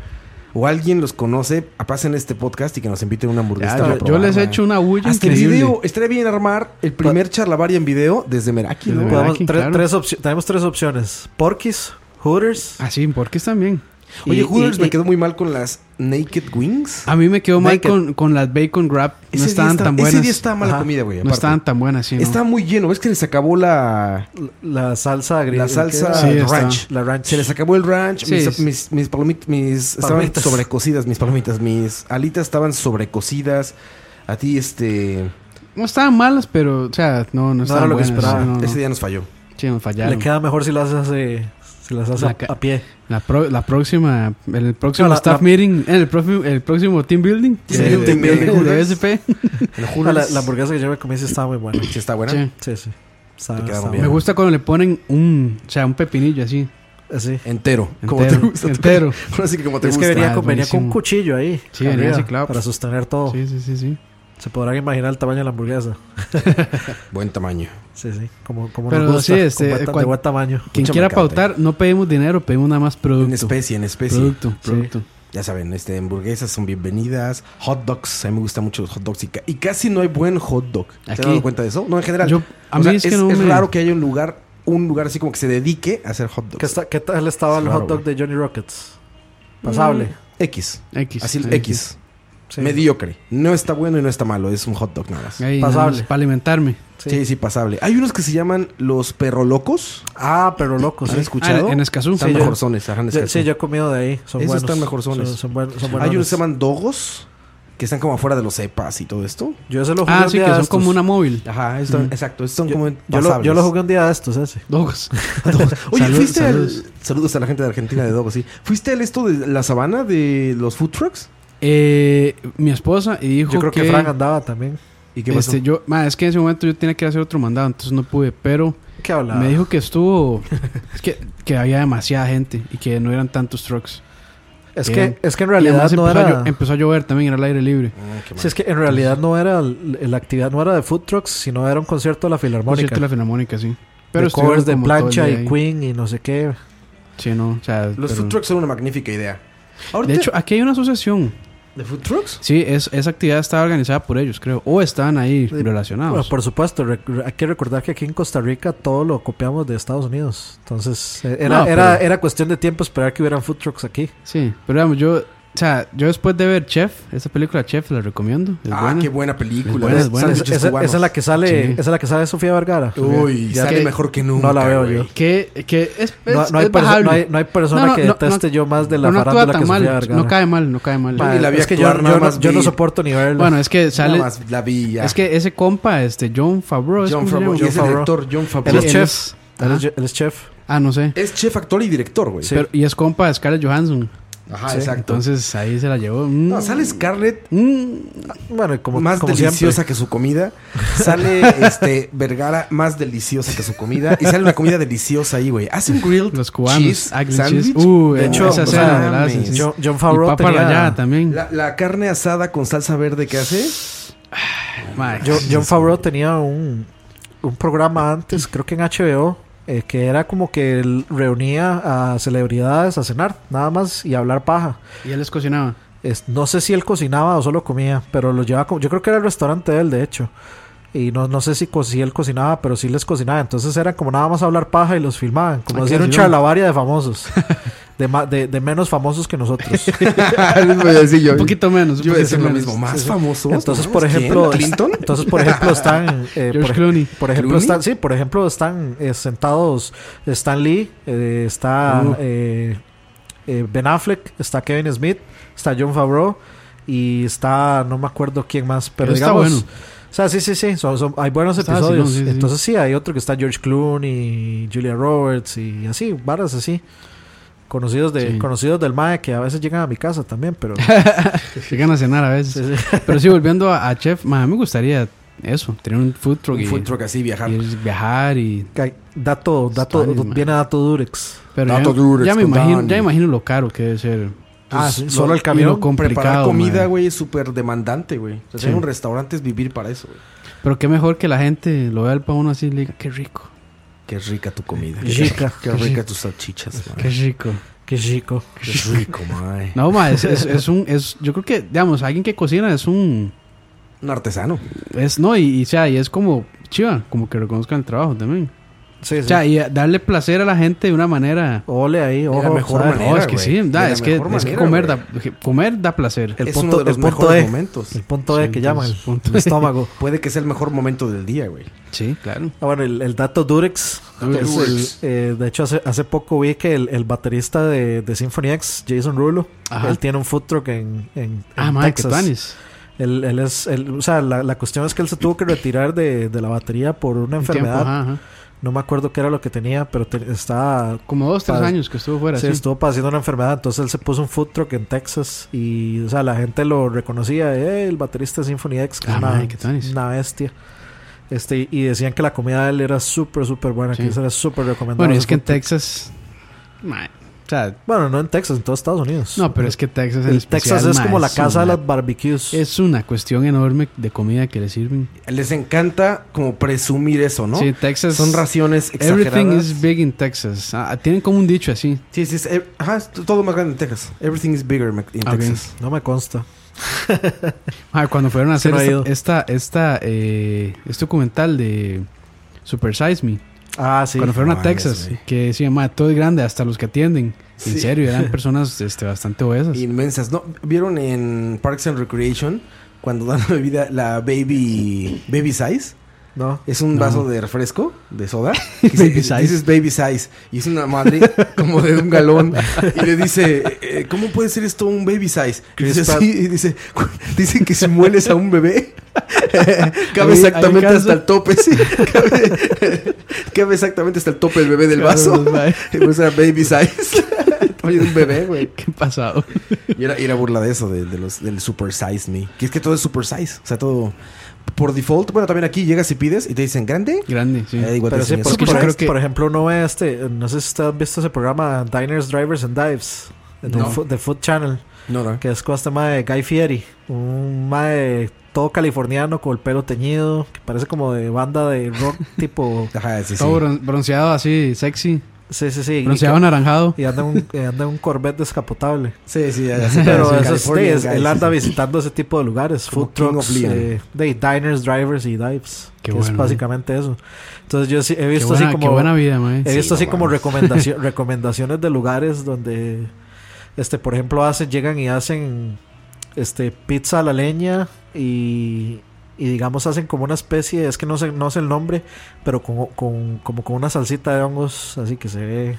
Speaker 6: o alguien los conoce, pasen este podcast y que nos inviten a una hamburguesa.
Speaker 5: Ya,
Speaker 6: para
Speaker 5: yo, yo
Speaker 6: probar,
Speaker 5: les he
Speaker 6: güey.
Speaker 5: hecho una bulla
Speaker 6: Hasta el
Speaker 5: increíble.
Speaker 6: video, estaría bien armar el primer charlavaria en video desde Meraki,
Speaker 5: Desde
Speaker 6: ¿no?
Speaker 5: Meraki.
Speaker 7: Podemos- tre-
Speaker 5: claro.
Speaker 7: tres opci- tenemos tres opciones. Porky's, Hooters.
Speaker 5: Ah, sí, porque están bien.
Speaker 6: Oye,
Speaker 7: Y-
Speaker 6: Hooters
Speaker 7: y-
Speaker 6: me
Speaker 7: y-
Speaker 6: quedó muy mal con las Naked Wings.
Speaker 5: A mí me quedó mal
Speaker 7: Naked.
Speaker 5: con, con las bacon wrap.
Speaker 6: Ese
Speaker 5: no
Speaker 6: día
Speaker 5: estaban
Speaker 6: está-
Speaker 5: tan buenas.
Speaker 6: Ese día estaba mala
Speaker 7: Ajá.
Speaker 6: comida, güey.
Speaker 5: no
Speaker 6: aparte.
Speaker 5: estaban tan buenas, sí. ¿no?
Speaker 6: Estaba muy lleno. ¿Ves que les acabó la,
Speaker 7: La salsa agrícola.
Speaker 6: la salsa
Speaker 5: Sí, está.
Speaker 6: ranch?
Speaker 7: La ranch.
Speaker 6: Se les acabó el ranch.
Speaker 5: Sí,
Speaker 6: mis,
Speaker 5: sí.
Speaker 6: mis, mis palomitas, mis
Speaker 7: Palomitas.
Speaker 6: estaban sobrecocidas, mis palomitas, mis alitas estaban sobrecocidas. A ti, este.
Speaker 5: No estaban malas, pero, o sea, no, no estaban
Speaker 7: era lo que
Speaker 5: buenas.
Speaker 7: esperaba.
Speaker 5: no, no.
Speaker 6: Ese día nos falló.
Speaker 5: Sí, nos
Speaker 7: Le
Speaker 5: fallaron.
Speaker 7: queda mejor si las hace, si las hace
Speaker 5: La
Speaker 7: a-
Speaker 5: ca-
Speaker 7: a pie.
Speaker 5: La, pro- la próxima, el próximo
Speaker 7: No, la-
Speaker 5: staff
Speaker 7: la-
Speaker 5: meeting, eh, el, próximo, el próximo team building.
Speaker 6: Team
Speaker 5: eh,
Speaker 6: building, team
Speaker 5: de-
Speaker 6: building.
Speaker 5: de BSP.
Speaker 6: En
Speaker 7: Ah,
Speaker 6: Hooters.
Speaker 7: la, la hamburguesa que yo me comí sí estaba muy buena.
Speaker 6: Sí, está buena.
Speaker 5: Sí.
Speaker 7: Sí, sí. Está-
Speaker 6: Te quedaron
Speaker 7: está
Speaker 6: bien.
Speaker 5: Me
Speaker 7: buena.
Speaker 5: gusta cuando le ponen un, o sea, un pepinillo así.
Speaker 7: Eh, Sí.
Speaker 6: Entero. Como te
Speaker 5: Entero,
Speaker 6: gusta.
Speaker 5: entero.
Speaker 6: Ahora sí que como te
Speaker 7: Es que
Speaker 6: gusta.
Speaker 7: venía
Speaker 5: Ah,
Speaker 7: con, venía con un
Speaker 5: buenísimo.
Speaker 7: cuchillo ahí.
Speaker 5: Sí, venía
Speaker 7: arriba,
Speaker 5: así, claro.
Speaker 7: Para sostener todo.
Speaker 5: Sí, sí, sí, sí.
Speaker 7: Se podrán imaginar el tamaño de la hamburguesa.
Speaker 6: Buen tamaño.
Speaker 7: Sí, sí. Como, como
Speaker 5: Pero
Speaker 7: nos gusta.
Speaker 5: sí, este,
Speaker 7: con buen ta-
Speaker 5: cuan-
Speaker 7: de buen tamaño.
Speaker 5: Quien
Speaker 6: Mucho
Speaker 5: quiera
Speaker 6: mercado,
Speaker 7: eh.
Speaker 5: pautar, no pedimos dinero, pedimos nada más producto.
Speaker 6: En especie, en especie.
Speaker 5: Producto, producto.
Speaker 6: Ya saben, este, hamburguesas son bienvenidas. Hot dogs, a mí me gustan mucho los hot dogs. Y, ca- y casi no hay buen hot dog. ¿Te has
Speaker 5: Aquí-
Speaker 6: dado cuenta de eso? No, en general.
Speaker 5: Yo- a
Speaker 6: O
Speaker 5: mí
Speaker 6: sea,
Speaker 5: es que no
Speaker 6: es
Speaker 5: me-
Speaker 6: raro que haya un lugar, un lugar así como que se dedique a hacer hot dogs.
Speaker 7: ¿Qué, está- qué tal estaba el
Speaker 6: Claro,
Speaker 7: hot dog
Speaker 6: güey.
Speaker 7: de Johnny Rockets? Pasable.
Speaker 6: Mm, X.
Speaker 5: X.
Speaker 6: Así
Speaker 5: ahí,
Speaker 6: X.
Speaker 7: Sí.
Speaker 6: Mediocre. No está bueno y no está malo. Es un hot dog nada más.
Speaker 5: ahí, nada
Speaker 7: Pasable.
Speaker 5: más Para alimentarme. Ah,
Speaker 6: Sí. sí, pasable. Hay unos que se llaman los perro locos.
Speaker 7: Ah, pero loco,
Speaker 6: ¿Has
Speaker 7: sí.
Speaker 6: escuchado?
Speaker 5: Ah, en Escazú.
Speaker 6: Están
Speaker 7: Sí, yo-
Speaker 6: mejorzones. ajá, en
Speaker 7: Yo-
Speaker 6: Escazú.
Speaker 7: sí, yo pues- he comido de ahí. Son
Speaker 6: Esos
Speaker 7: buenos.
Speaker 6: están mejorzones.
Speaker 7: Son, son buenos. Son
Speaker 6: Hay unos que
Speaker 7: buenones.
Speaker 6: se llaman dogos, que están como afuera de los cepas y todo esto.
Speaker 7: Yo ese lo jugué
Speaker 5: Ah,
Speaker 7: un
Speaker 5: sí,
Speaker 7: día
Speaker 5: que
Speaker 7: de
Speaker 5: son
Speaker 7: estos.
Speaker 5: como una móvil.
Speaker 6: Ajá, están- exacto. Son
Speaker 7: Yo,
Speaker 6: como
Speaker 7: yo lo, yo
Speaker 6: pasables.
Speaker 7: lo jugué un día de estos, ese.
Speaker 5: Dogos.
Speaker 6: Oye,
Speaker 5: Salud-
Speaker 6: ¿fuiste al-
Speaker 5: saludos.
Speaker 6: Saludos a la gente de Argentina de Dogos, sí. ¿Fuiste al esto de la sabana de los food trucks?
Speaker 5: Eh, mi esposa y dijo
Speaker 7: Yo creo que,
Speaker 5: que
Speaker 7: Frank andaba también.
Speaker 6: ¿Y qué pasó?
Speaker 5: este, yo, ma, es que en ese momento yo tenía que ir a hacer otro mandado, entonces no pude, pero
Speaker 7: ¿Qué hablaba?
Speaker 5: me dijo que estuvo es que, que había demasiada gente y que no eran tantos trucks.
Speaker 7: es,
Speaker 5: Bien.
Speaker 7: que, es que en
Speaker 5: Y
Speaker 7: realidad
Speaker 5: además
Speaker 7: no
Speaker 5: empezó,
Speaker 7: era...
Speaker 5: a llo- empezó a llover también, era al aire libre.
Speaker 6: Ah, qué mal.
Speaker 7: Sí, es que en realidad no era l- la actividad no era de food trucks, sino era un concierto de la Filarmónica.
Speaker 5: Concierto de la Filarmónica, sí. Pero
Speaker 7: de covers
Speaker 5: estuvieron como
Speaker 7: de
Speaker 5: todo el
Speaker 7: plancha
Speaker 5: día
Speaker 7: y
Speaker 5: ahí.
Speaker 7: Queen y no sé qué.
Speaker 5: Sí, no, o sea,
Speaker 6: los
Speaker 5: pero-
Speaker 6: food trucks son una magnífica idea. Ahorita-
Speaker 5: De hecho, aquí hay una asociación.
Speaker 6: ¿De food trucks?
Speaker 5: Sí, es, esa actividad estaba organizada por ellos, creo. O estaban ahí
Speaker 7: Bueno,
Speaker 5: relacionados.
Speaker 7: Pues, por supuesto, re- re- hay que recordar que aquí en Costa Rica todo lo copiamos de Estados Unidos. Entonces, eh, era,
Speaker 5: No, pero-
Speaker 7: era, era cuestión de tiempo esperar que hubieran food trucks aquí.
Speaker 5: Sí, pero digamos, yo O sea, yo después de ver Chef, esa película Chef la recomiendo. Es
Speaker 6: ah,
Speaker 5: buena.
Speaker 6: qué buena película.
Speaker 5: Es buena, es buena.
Speaker 7: Esa,
Speaker 6: Sándwiches
Speaker 7: esa- esa
Speaker 6: cubanos.
Speaker 7: es la que sale,
Speaker 5: Sí.
Speaker 7: esa es la que sale Sofía Vergara.
Speaker 6: Uy,
Speaker 7: Ya
Speaker 6: sale
Speaker 5: que-
Speaker 6: mejor que nunca.
Speaker 7: no la veo
Speaker 6: güey.
Speaker 7: yo.
Speaker 5: Que, que es, es,
Speaker 7: No, no hay
Speaker 5: es
Speaker 7: perso-
Speaker 5: bajable.
Speaker 7: no hay- no hay persona que deteste yo más de la
Speaker 5: pero no actúa
Speaker 7: farándula
Speaker 5: tan
Speaker 7: que Sofía
Speaker 5: mal,
Speaker 7: Vergara.
Speaker 5: No cae mal, no cae mal.
Speaker 6: Yo ni la vi
Speaker 7: es que yo,
Speaker 6: actuar,
Speaker 7: yo
Speaker 6: nada
Speaker 7: no,
Speaker 6: más
Speaker 7: yo no
Speaker 6: vi-
Speaker 7: soporto ni verla.
Speaker 5: bueno, es que sale...
Speaker 6: Nada más la vi ya.
Speaker 5: Es que ese compa, este, John Favreau. ¿es
Speaker 6: John
Speaker 5: como se
Speaker 6: Favreau.
Speaker 5: llama?
Speaker 6: Y es el
Speaker 7: Favreau.
Speaker 6: director John Favreau.
Speaker 7: él es
Speaker 5: él
Speaker 7: chef.
Speaker 5: es-
Speaker 7: Él,
Speaker 5: ajá.
Speaker 7: es, él es chef.
Speaker 5: Ah, no sé.
Speaker 6: Es chef, actor y director, güey.
Speaker 7: Eh, Sí.
Speaker 5: Pero- y es compa de Scarlett Johansson.
Speaker 6: Ajá,
Speaker 7: Sí,
Speaker 6: exacto.
Speaker 5: Entonces ahí se la llevó. Mm.
Speaker 6: No, sale Scarlett
Speaker 5: Mm.
Speaker 7: Bueno, y como,
Speaker 6: más
Speaker 7: como
Speaker 6: deliciosa
Speaker 7: siempre.
Speaker 6: que su comida. Sale este Vergara más deliciosa que su comida. Y sale una comida deliciosa ahí, güey. Hace un grilled
Speaker 5: Los cubanos.
Speaker 6: cheese
Speaker 5: Agri-
Speaker 6: sandwich.
Speaker 5: cheese. Uh,
Speaker 7: De hecho,
Speaker 5: esa
Speaker 7: o
Speaker 5: cena
Speaker 7: sea,
Speaker 5: me la hacen, sí.
Speaker 7: John, John
Speaker 5: Y
Speaker 7: Favreau
Speaker 5: papa
Speaker 7: tenía-
Speaker 5: rallada también.
Speaker 6: La, la carne asada con salsa verde que hace.
Speaker 5: Mae.
Speaker 7: Yo- John Favreau tenía un, un programa antes, creo que en HBO, eh, que era como que él reunía a celebridades a cenar, nada más, y a hablar paja.
Speaker 5: y él les cocinaba.
Speaker 7: Es- no sé si él cocinaba o solo comía, pero lo llevaba como, yo creo que era el restaurante de él, de hecho. Y no, no sé si, co- si él cocinaba, pero sí les cocinaba. Entonces era como nada más hablar paja y los filmaban. Como
Speaker 5: Ah,
Speaker 7: hacer
Speaker 5: qué
Speaker 7: un
Speaker 5: vacilón.
Speaker 7: charlavaria de famosos. De, ma- de, de menos famosos que nosotros.
Speaker 5: Un poquito menos. un
Speaker 6: Yo iba
Speaker 5: poquito
Speaker 6: a decir lo
Speaker 5: menos.
Speaker 6: mismo. Más famoso.
Speaker 7: Entonces, por ejemplo, este,
Speaker 6: Clinton.
Speaker 7: entonces por ejemplo están eh,
Speaker 5: George
Speaker 7: por, ej-
Speaker 5: Clooney.
Speaker 7: por ejemplo
Speaker 6: ¿Clooney?
Speaker 7: están sí, por ejemplo están eh, sentados Stan Lee, eh, está
Speaker 5: Uh.
Speaker 7: eh, eh, Ben Affleck, está Kevin Smith, está John Favreau y está no me acuerdo quién más,
Speaker 5: Pero
Speaker 7: pero
Speaker 5: está
Speaker 7: digamos
Speaker 5: bueno.
Speaker 7: O sea, sí, sí, sí, son- son- hay buenos
Speaker 5: Está
Speaker 7: episodios.
Speaker 5: vacilón, sí, sí, sí.
Speaker 7: Entonces sí, hay otro que está George Clooney, Julia Roberts y así, varas así. Conocidos, de,
Speaker 5: Sí.
Speaker 7: conocidos del MAE que a veces llegan a mi casa también, pero...
Speaker 5: Llegan a cenar a veces. Pero sí, volviendo a, a Chef, mae, me gustaría eso, tener un food truck,
Speaker 6: Un
Speaker 5: y,
Speaker 6: food truck así, viajar.
Speaker 5: y ir viajar y...
Speaker 7: Ca- Dato, dato,
Speaker 5: Está bien, man.
Speaker 7: viene dato Durex.
Speaker 5: Pero
Speaker 6: Dato
Speaker 5: ya,
Speaker 6: Durex
Speaker 5: ya me
Speaker 6: con
Speaker 5: imagino,
Speaker 6: Dani.
Speaker 5: ya imagino lo caro que debe ser.
Speaker 7: Ah,
Speaker 6: Pues,
Speaker 7: sí,
Speaker 6: lo-
Speaker 7: solo el
Speaker 5: y
Speaker 7: camión.
Speaker 5: lo com- complicado,
Speaker 6: Preparar comida,
Speaker 5: mae.
Speaker 6: güey, es súper demandante, güey. O sea, tener un restaurante es vivir para eso, güey.
Speaker 5: Pero qué mejor que la gente lo vea el pa' uno así y le diga, qué rico,
Speaker 6: Qué rica tu comida.
Speaker 7: Rica.
Speaker 6: Qué rica tus salchichas,
Speaker 5: qué
Speaker 6: man.
Speaker 5: rico.
Speaker 7: Qué chico.
Speaker 6: Qué rico, man.
Speaker 5: No, ma, es, es- es un... Es, yo creo que, digamos, alguien que cocina es un...
Speaker 6: Un artesano.
Speaker 5: Es, no, y, y, o sea, y es como chiva, como que reconozcan el trabajo también.
Speaker 7: Sí,
Speaker 5: O
Speaker 7: sí.
Speaker 5: sea, y a- darle placer a la gente de una manera...
Speaker 7: Ole ahí, ojo.
Speaker 6: mejor
Speaker 7: ¿sabes?
Speaker 6: manera.
Speaker 5: No, es que
Speaker 6: güey.
Speaker 5: sí, da,
Speaker 6: De la
Speaker 5: es, que,
Speaker 6: mejor
Speaker 5: es que
Speaker 6: manera,
Speaker 5: comer
Speaker 6: güey.
Speaker 5: da, comer da placer.
Speaker 7: El
Speaker 6: es
Speaker 7: punto,
Speaker 6: uno de los
Speaker 7: el punto
Speaker 6: mejores
Speaker 7: E.
Speaker 6: momentos.
Speaker 7: El punto E
Speaker 5: Sí,
Speaker 7: que llaman. El
Speaker 5: entonces, punto
Speaker 7: el
Speaker 5: E.
Speaker 7: estómago.
Speaker 6: Puede que sea el mejor momento del día, güey.
Speaker 5: Sí, claro.
Speaker 7: Ah, bueno, el, el dato Durex.
Speaker 6: Dato
Speaker 7: es
Speaker 6: Durex.
Speaker 7: el- eh, de hecho, hace, hace poco vi que el, el baterista de, de Symphony X, Jason Rulo,
Speaker 5: Ajá.
Speaker 7: él tiene un food truck en, en, en
Speaker 5: Ah, madre, que
Speaker 7: Texas.
Speaker 5: tuanis.
Speaker 7: él, él es, él- o sea, la, la cuestión es que él se tuvo que retirar de, de la batería por una
Speaker 5: El tiempo,
Speaker 7: enfermedad.
Speaker 5: ajá, ajá.
Speaker 7: No me acuerdo qué era lo que tenía, pero te- estaba
Speaker 5: Como dos, tres
Speaker 7: Para-
Speaker 5: años que estuvo fuera.
Speaker 7: Sí,
Speaker 5: sí.
Speaker 7: estuvo padeciendo una enfermedad, entonces él se puso un food truck en Texas y, o sea, la gente lo reconocía, "Eh, el baterista de Symphony X, que es
Speaker 5: Ah,
Speaker 7: una,
Speaker 5: madre, qué tanis.
Speaker 7: una bestia. Este, y decían que la comida de él era súper, súper buena,
Speaker 5: Sí.
Speaker 7: que eso era súper recomendable.
Speaker 5: Bueno, y es que en
Speaker 7: Texas...
Speaker 5: Texas. mae, o sea,
Speaker 7: Bueno, no en Texas, en todos Estados Unidos.
Speaker 5: no, pero es que Texas en
Speaker 7: el
Speaker 5: especial,
Speaker 7: Texas es
Speaker 5: mae,
Speaker 7: como la casa de
Speaker 5: una-
Speaker 7: los barbecues.
Speaker 5: Es una cuestión enorme de comida que le sirven.
Speaker 6: Les encanta como presumir eso, ¿no?
Speaker 5: Sí, Texas.
Speaker 6: Son raciones
Speaker 5: Everything
Speaker 6: exageradas.
Speaker 5: is big in Texas. Ah, tienen como un dicho así.
Speaker 6: Sí, sí, es, eh, ajá, es todo más grande en Texas. Everything is bigger in
Speaker 5: Ah, bien.
Speaker 6: Texas.
Speaker 7: No me consta.
Speaker 5: Ah, cuando fueron a
Speaker 7: Sí,
Speaker 5: hacer
Speaker 7: no he ido.
Speaker 5: esta, esta, esta, eh, este documental de Super Size Me.
Speaker 7: Ah, sí.
Speaker 5: cuando fueron a
Speaker 6: no
Speaker 5: Texas,
Speaker 6: mames, güey.
Speaker 5: que decían, ma, todo es grande, hasta los que atienden. En
Speaker 6: Sí.
Speaker 5: serio, eran personas este, bastante obesas.
Speaker 6: Inmensas. ¿No? ¿Vieron en Parks and Recreation cuando dan la bebida, la baby, baby size?
Speaker 7: No.
Speaker 6: Es un
Speaker 5: No.
Speaker 6: vaso de refresco, de soda. que dice,
Speaker 5: Baby size.
Speaker 6: This is baby size. Y es una madre como de un galón. Y le dice, eh, ¿cómo puede ser esto un baby size? Y
Speaker 7: Chris
Speaker 6: dice,
Speaker 7: Pratt.
Speaker 6: "Sí", y dice, "Cu- dicen que si mueles a un bebé, cabe
Speaker 5: Ahí- ahí
Speaker 6: exactamente
Speaker 5: alcanza.
Speaker 6: hasta el tope. sí. Cabe, cabe exactamente hasta el tope el bebé del vaso.
Speaker 5: Cabrón, mae.
Speaker 6: Y pues era baby size. Oye, un bebé, güey.
Speaker 5: ¿Qué pasado?
Speaker 6: Y era, y era burla de eso, de, de los, del super size me. Que es que todo es super size. O sea, todo por default. Bueno, también aquí llegas y pides y te dicen grande.
Speaker 5: Grande, sí.
Speaker 6: Eh, igual te
Speaker 7: Pero sí,
Speaker 6: enseñan
Speaker 7: por,
Speaker 5: porque
Speaker 6: super
Speaker 5: yo
Speaker 7: por-
Speaker 6: size.
Speaker 5: creo que-
Speaker 7: por ejemplo, uno ve este, no sé si ustedes han visto ese programa Diners, Drivers and Dives de,
Speaker 6: No.
Speaker 7: Food- de Food Channel.
Speaker 6: No, no.
Speaker 7: Que es con este mae Guy Fieri, un mae todo californiano con el pelo teñido, que parece como de banda de rock tipo.
Speaker 6: Ajá, sí, sí.
Speaker 5: Todo bron- bronceado así, sexy.
Speaker 7: Sí, sí, sí. y-
Speaker 5: Bronceado anaranjado.
Speaker 7: Y anda en un, eh, anda en un Corvette descapotable.
Speaker 6: Sí, sí, ya, ya sé.
Speaker 7: Pero
Speaker 6: Sí,
Speaker 7: eso es,
Speaker 6: California,
Speaker 7: sí, es-
Speaker 6: guys.
Speaker 7: él anda visitando ese tipo de lugares,
Speaker 6: Como
Speaker 7: food
Speaker 6: King of
Speaker 7: trucks,
Speaker 6: Leon. ¿eh?
Speaker 7: eh, de diners, drivers y dives.
Speaker 5: Qué
Speaker 7: que es
Speaker 5: bueno,
Speaker 7: básicamente eso. Entonces yo sí he
Speaker 5: Qué
Speaker 7: visto
Speaker 5: buena,
Speaker 7: así
Speaker 5: qué
Speaker 7: como
Speaker 5: buena vida, mae.
Speaker 7: He
Speaker 6: Sí, no
Speaker 7: visto así como
Speaker 6: mames.
Speaker 7: recomendacio- recomendaciones de lugares donde Este, por ejemplo, hace, llegan y hacen este, pizza a la leña y, y digamos hacen como una especie, es que no sé, no sé el nombre, pero con, con- como con una salsita de hongos, así que se ve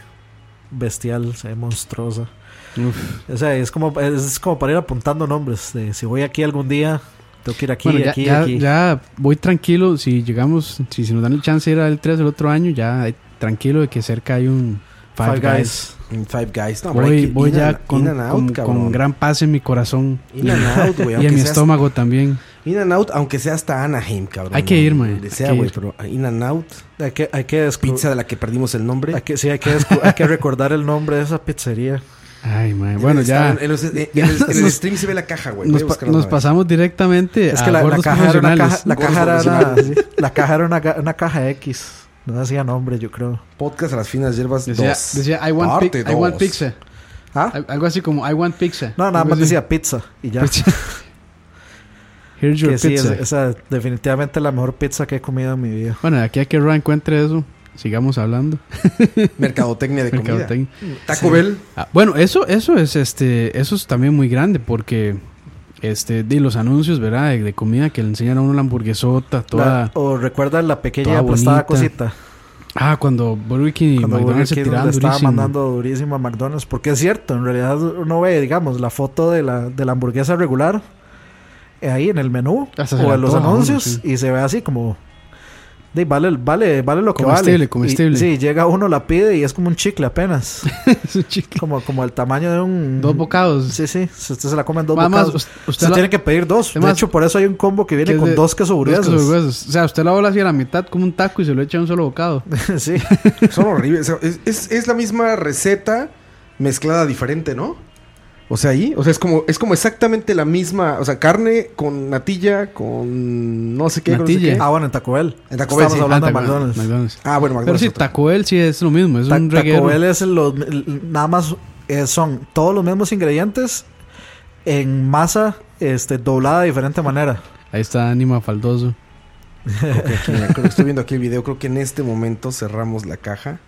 Speaker 7: bestial, se ve monstruosa.
Speaker 5: Uf.
Speaker 7: O sea, es como, es como para ir apuntando nombres. de si voy aquí algún día, tengo que ir aquí,
Speaker 5: Bueno, ya,
Speaker 7: aquí,
Speaker 5: ya-
Speaker 7: aquí.
Speaker 5: ya voy tranquilo. Si llegamos, si se nos dan el chance de ir al 3 el otro año, ya eh, tranquilo de que cerca hay un Five, Guys.
Speaker 6: En Five Guys. No,
Speaker 5: voy
Speaker 6: hay que
Speaker 5: voy
Speaker 6: in
Speaker 5: ya
Speaker 6: and-
Speaker 5: con,
Speaker 6: in and out,
Speaker 5: con- con
Speaker 6: cabrón.
Speaker 5: gran paz en mi corazón
Speaker 6: In and out, güey.
Speaker 5: y
Speaker 6: aunque
Speaker 5: en mi
Speaker 6: seas-
Speaker 5: estómago también.
Speaker 6: In and out, aunque sea hasta Anaheim, cabrón.
Speaker 5: Hay que ir, man.
Speaker 6: Donde
Speaker 5: Hay
Speaker 6: sea,
Speaker 5: que
Speaker 6: güey,
Speaker 5: ir.
Speaker 6: pero In and out,
Speaker 7: Hay que, hay que descu-
Speaker 6: pizza de la que perdimos el nombre.
Speaker 7: hay que- sí, hay que, descu- hay que recordar el nombre de esa pizzería.
Speaker 5: Ay, mae, Bueno,
Speaker 6: Está
Speaker 5: ya
Speaker 6: En, en los- en- en el, en el stream se ve la caja, güey. Voy
Speaker 5: nos,
Speaker 6: a
Speaker 5: pa-
Speaker 6: buscarla
Speaker 5: nos
Speaker 6: una vez.
Speaker 5: pasamos directamente
Speaker 7: Es
Speaker 5: a
Speaker 7: que la, la
Speaker 5: gordos
Speaker 7: caja era una caja,
Speaker 5: profesionales.
Speaker 7: la
Speaker 6: Gordos
Speaker 7: caja era una, la caja era una, ga- una caja X. No decía nombre, yo creo.
Speaker 6: Podcast a las finas hierbas
Speaker 5: Decía,
Speaker 6: 2.
Speaker 5: decía, I, want
Speaker 6: Parte
Speaker 5: pic- I want
Speaker 6: dos".
Speaker 5: pizza.
Speaker 7: ¿Ah?
Speaker 5: Al- Algo así como I want pizza.
Speaker 7: No, nada
Speaker 5: Algo
Speaker 7: más
Speaker 5: así.
Speaker 7: decía pizza y ya.
Speaker 5: Here's your
Speaker 7: Que sí, es-
Speaker 5: pizza.
Speaker 7: esa definitivamente la mejor pizza que he comido en mi vida.
Speaker 5: Bueno, de aquí a que Ra encuentre eso, sigamos hablando.
Speaker 6: Mercadotecnia de comida.
Speaker 5: Mercadotecnia.
Speaker 6: Taco Bell.
Speaker 5: Ah, bueno, eso, eso es este, eso es también muy grande porque este, de los anuncios, ¿verdad? De, de comida que le enseñan a uno la hamburguesota, toda.
Speaker 7: La- o recuerda la pequeña
Speaker 5: toda
Speaker 7: aplastada
Speaker 5: bonita.
Speaker 7: cosita.
Speaker 5: Ah, cuando Burger King y
Speaker 7: cuando Burger
Speaker 5: McDonald's se
Speaker 7: King
Speaker 5: tiraban
Speaker 7: le estaba
Speaker 5: durísimo.
Speaker 7: mandando durísimo a McDonald's. Porque es cierto, en realidad uno ve, digamos, la foto de la, de la hamburguesa regular eh, ahí en el menú
Speaker 5: Hasta se
Speaker 7: o
Speaker 5: la
Speaker 7: en los
Speaker 5: antoja uno,
Speaker 7: anuncios
Speaker 5: sí.
Speaker 7: y se ve así como. De, vale, vale, vale lo que
Speaker 5: Comestible,
Speaker 7: vale. Y-
Speaker 5: comestible.
Speaker 7: sí, llega uno, la pide y es como un chicle apenas.
Speaker 5: Su chicle.
Speaker 7: como, como el tamaño de un.
Speaker 5: Dos bocados.
Speaker 7: Sí, sí. si Usted se la come en dos
Speaker 5: Además,
Speaker 7: bocados.
Speaker 5: us-
Speaker 7: Usted,
Speaker 5: usted la-
Speaker 7: tiene que pedir dos.
Speaker 5: Además,
Speaker 7: de hecho, por eso hay un combo que viene
Speaker 5: que es
Speaker 7: con
Speaker 5: de-
Speaker 7: dos queso
Speaker 5: Dos
Speaker 7: burguesas.
Speaker 5: quesoburguesas. O sea, usted la bola así a la mitad como un taco y se lo echa en un solo bocado.
Speaker 7: sí.
Speaker 6: Son horribles. O sea, Es, es- es la misma receta mezclada diferente, ¿no? O sea, ahí, o sea, es como, es como exactamente la misma, o sea, carne con natilla, con no sé qué, con no sé
Speaker 5: Natilla.
Speaker 6: qué.
Speaker 7: Ah, bueno, en Taco Bell.
Speaker 6: En Taco Bell,
Speaker 7: Estamos
Speaker 6: sí.
Speaker 7: hablando
Speaker 5: Ah,
Speaker 7: de
Speaker 5: Taco-
Speaker 7: McDonald's.
Speaker 6: Ah, bueno,
Speaker 5: Pero
Speaker 6: McDonald's.
Speaker 5: sí,
Speaker 6: otra.
Speaker 5: Taco Bell sí es lo mismo, es
Speaker 7: Ta-
Speaker 5: un
Speaker 7: Taco
Speaker 5: reguero.
Speaker 7: Bell es los, nada más eh, son todos los mismos ingredientes en masa este doblada de diferente manera.
Speaker 5: Ahí está Anima Faldoso.
Speaker 6: Ok, mira, creo que estoy viendo aquí el video, creo que en este momento cerramos la caja.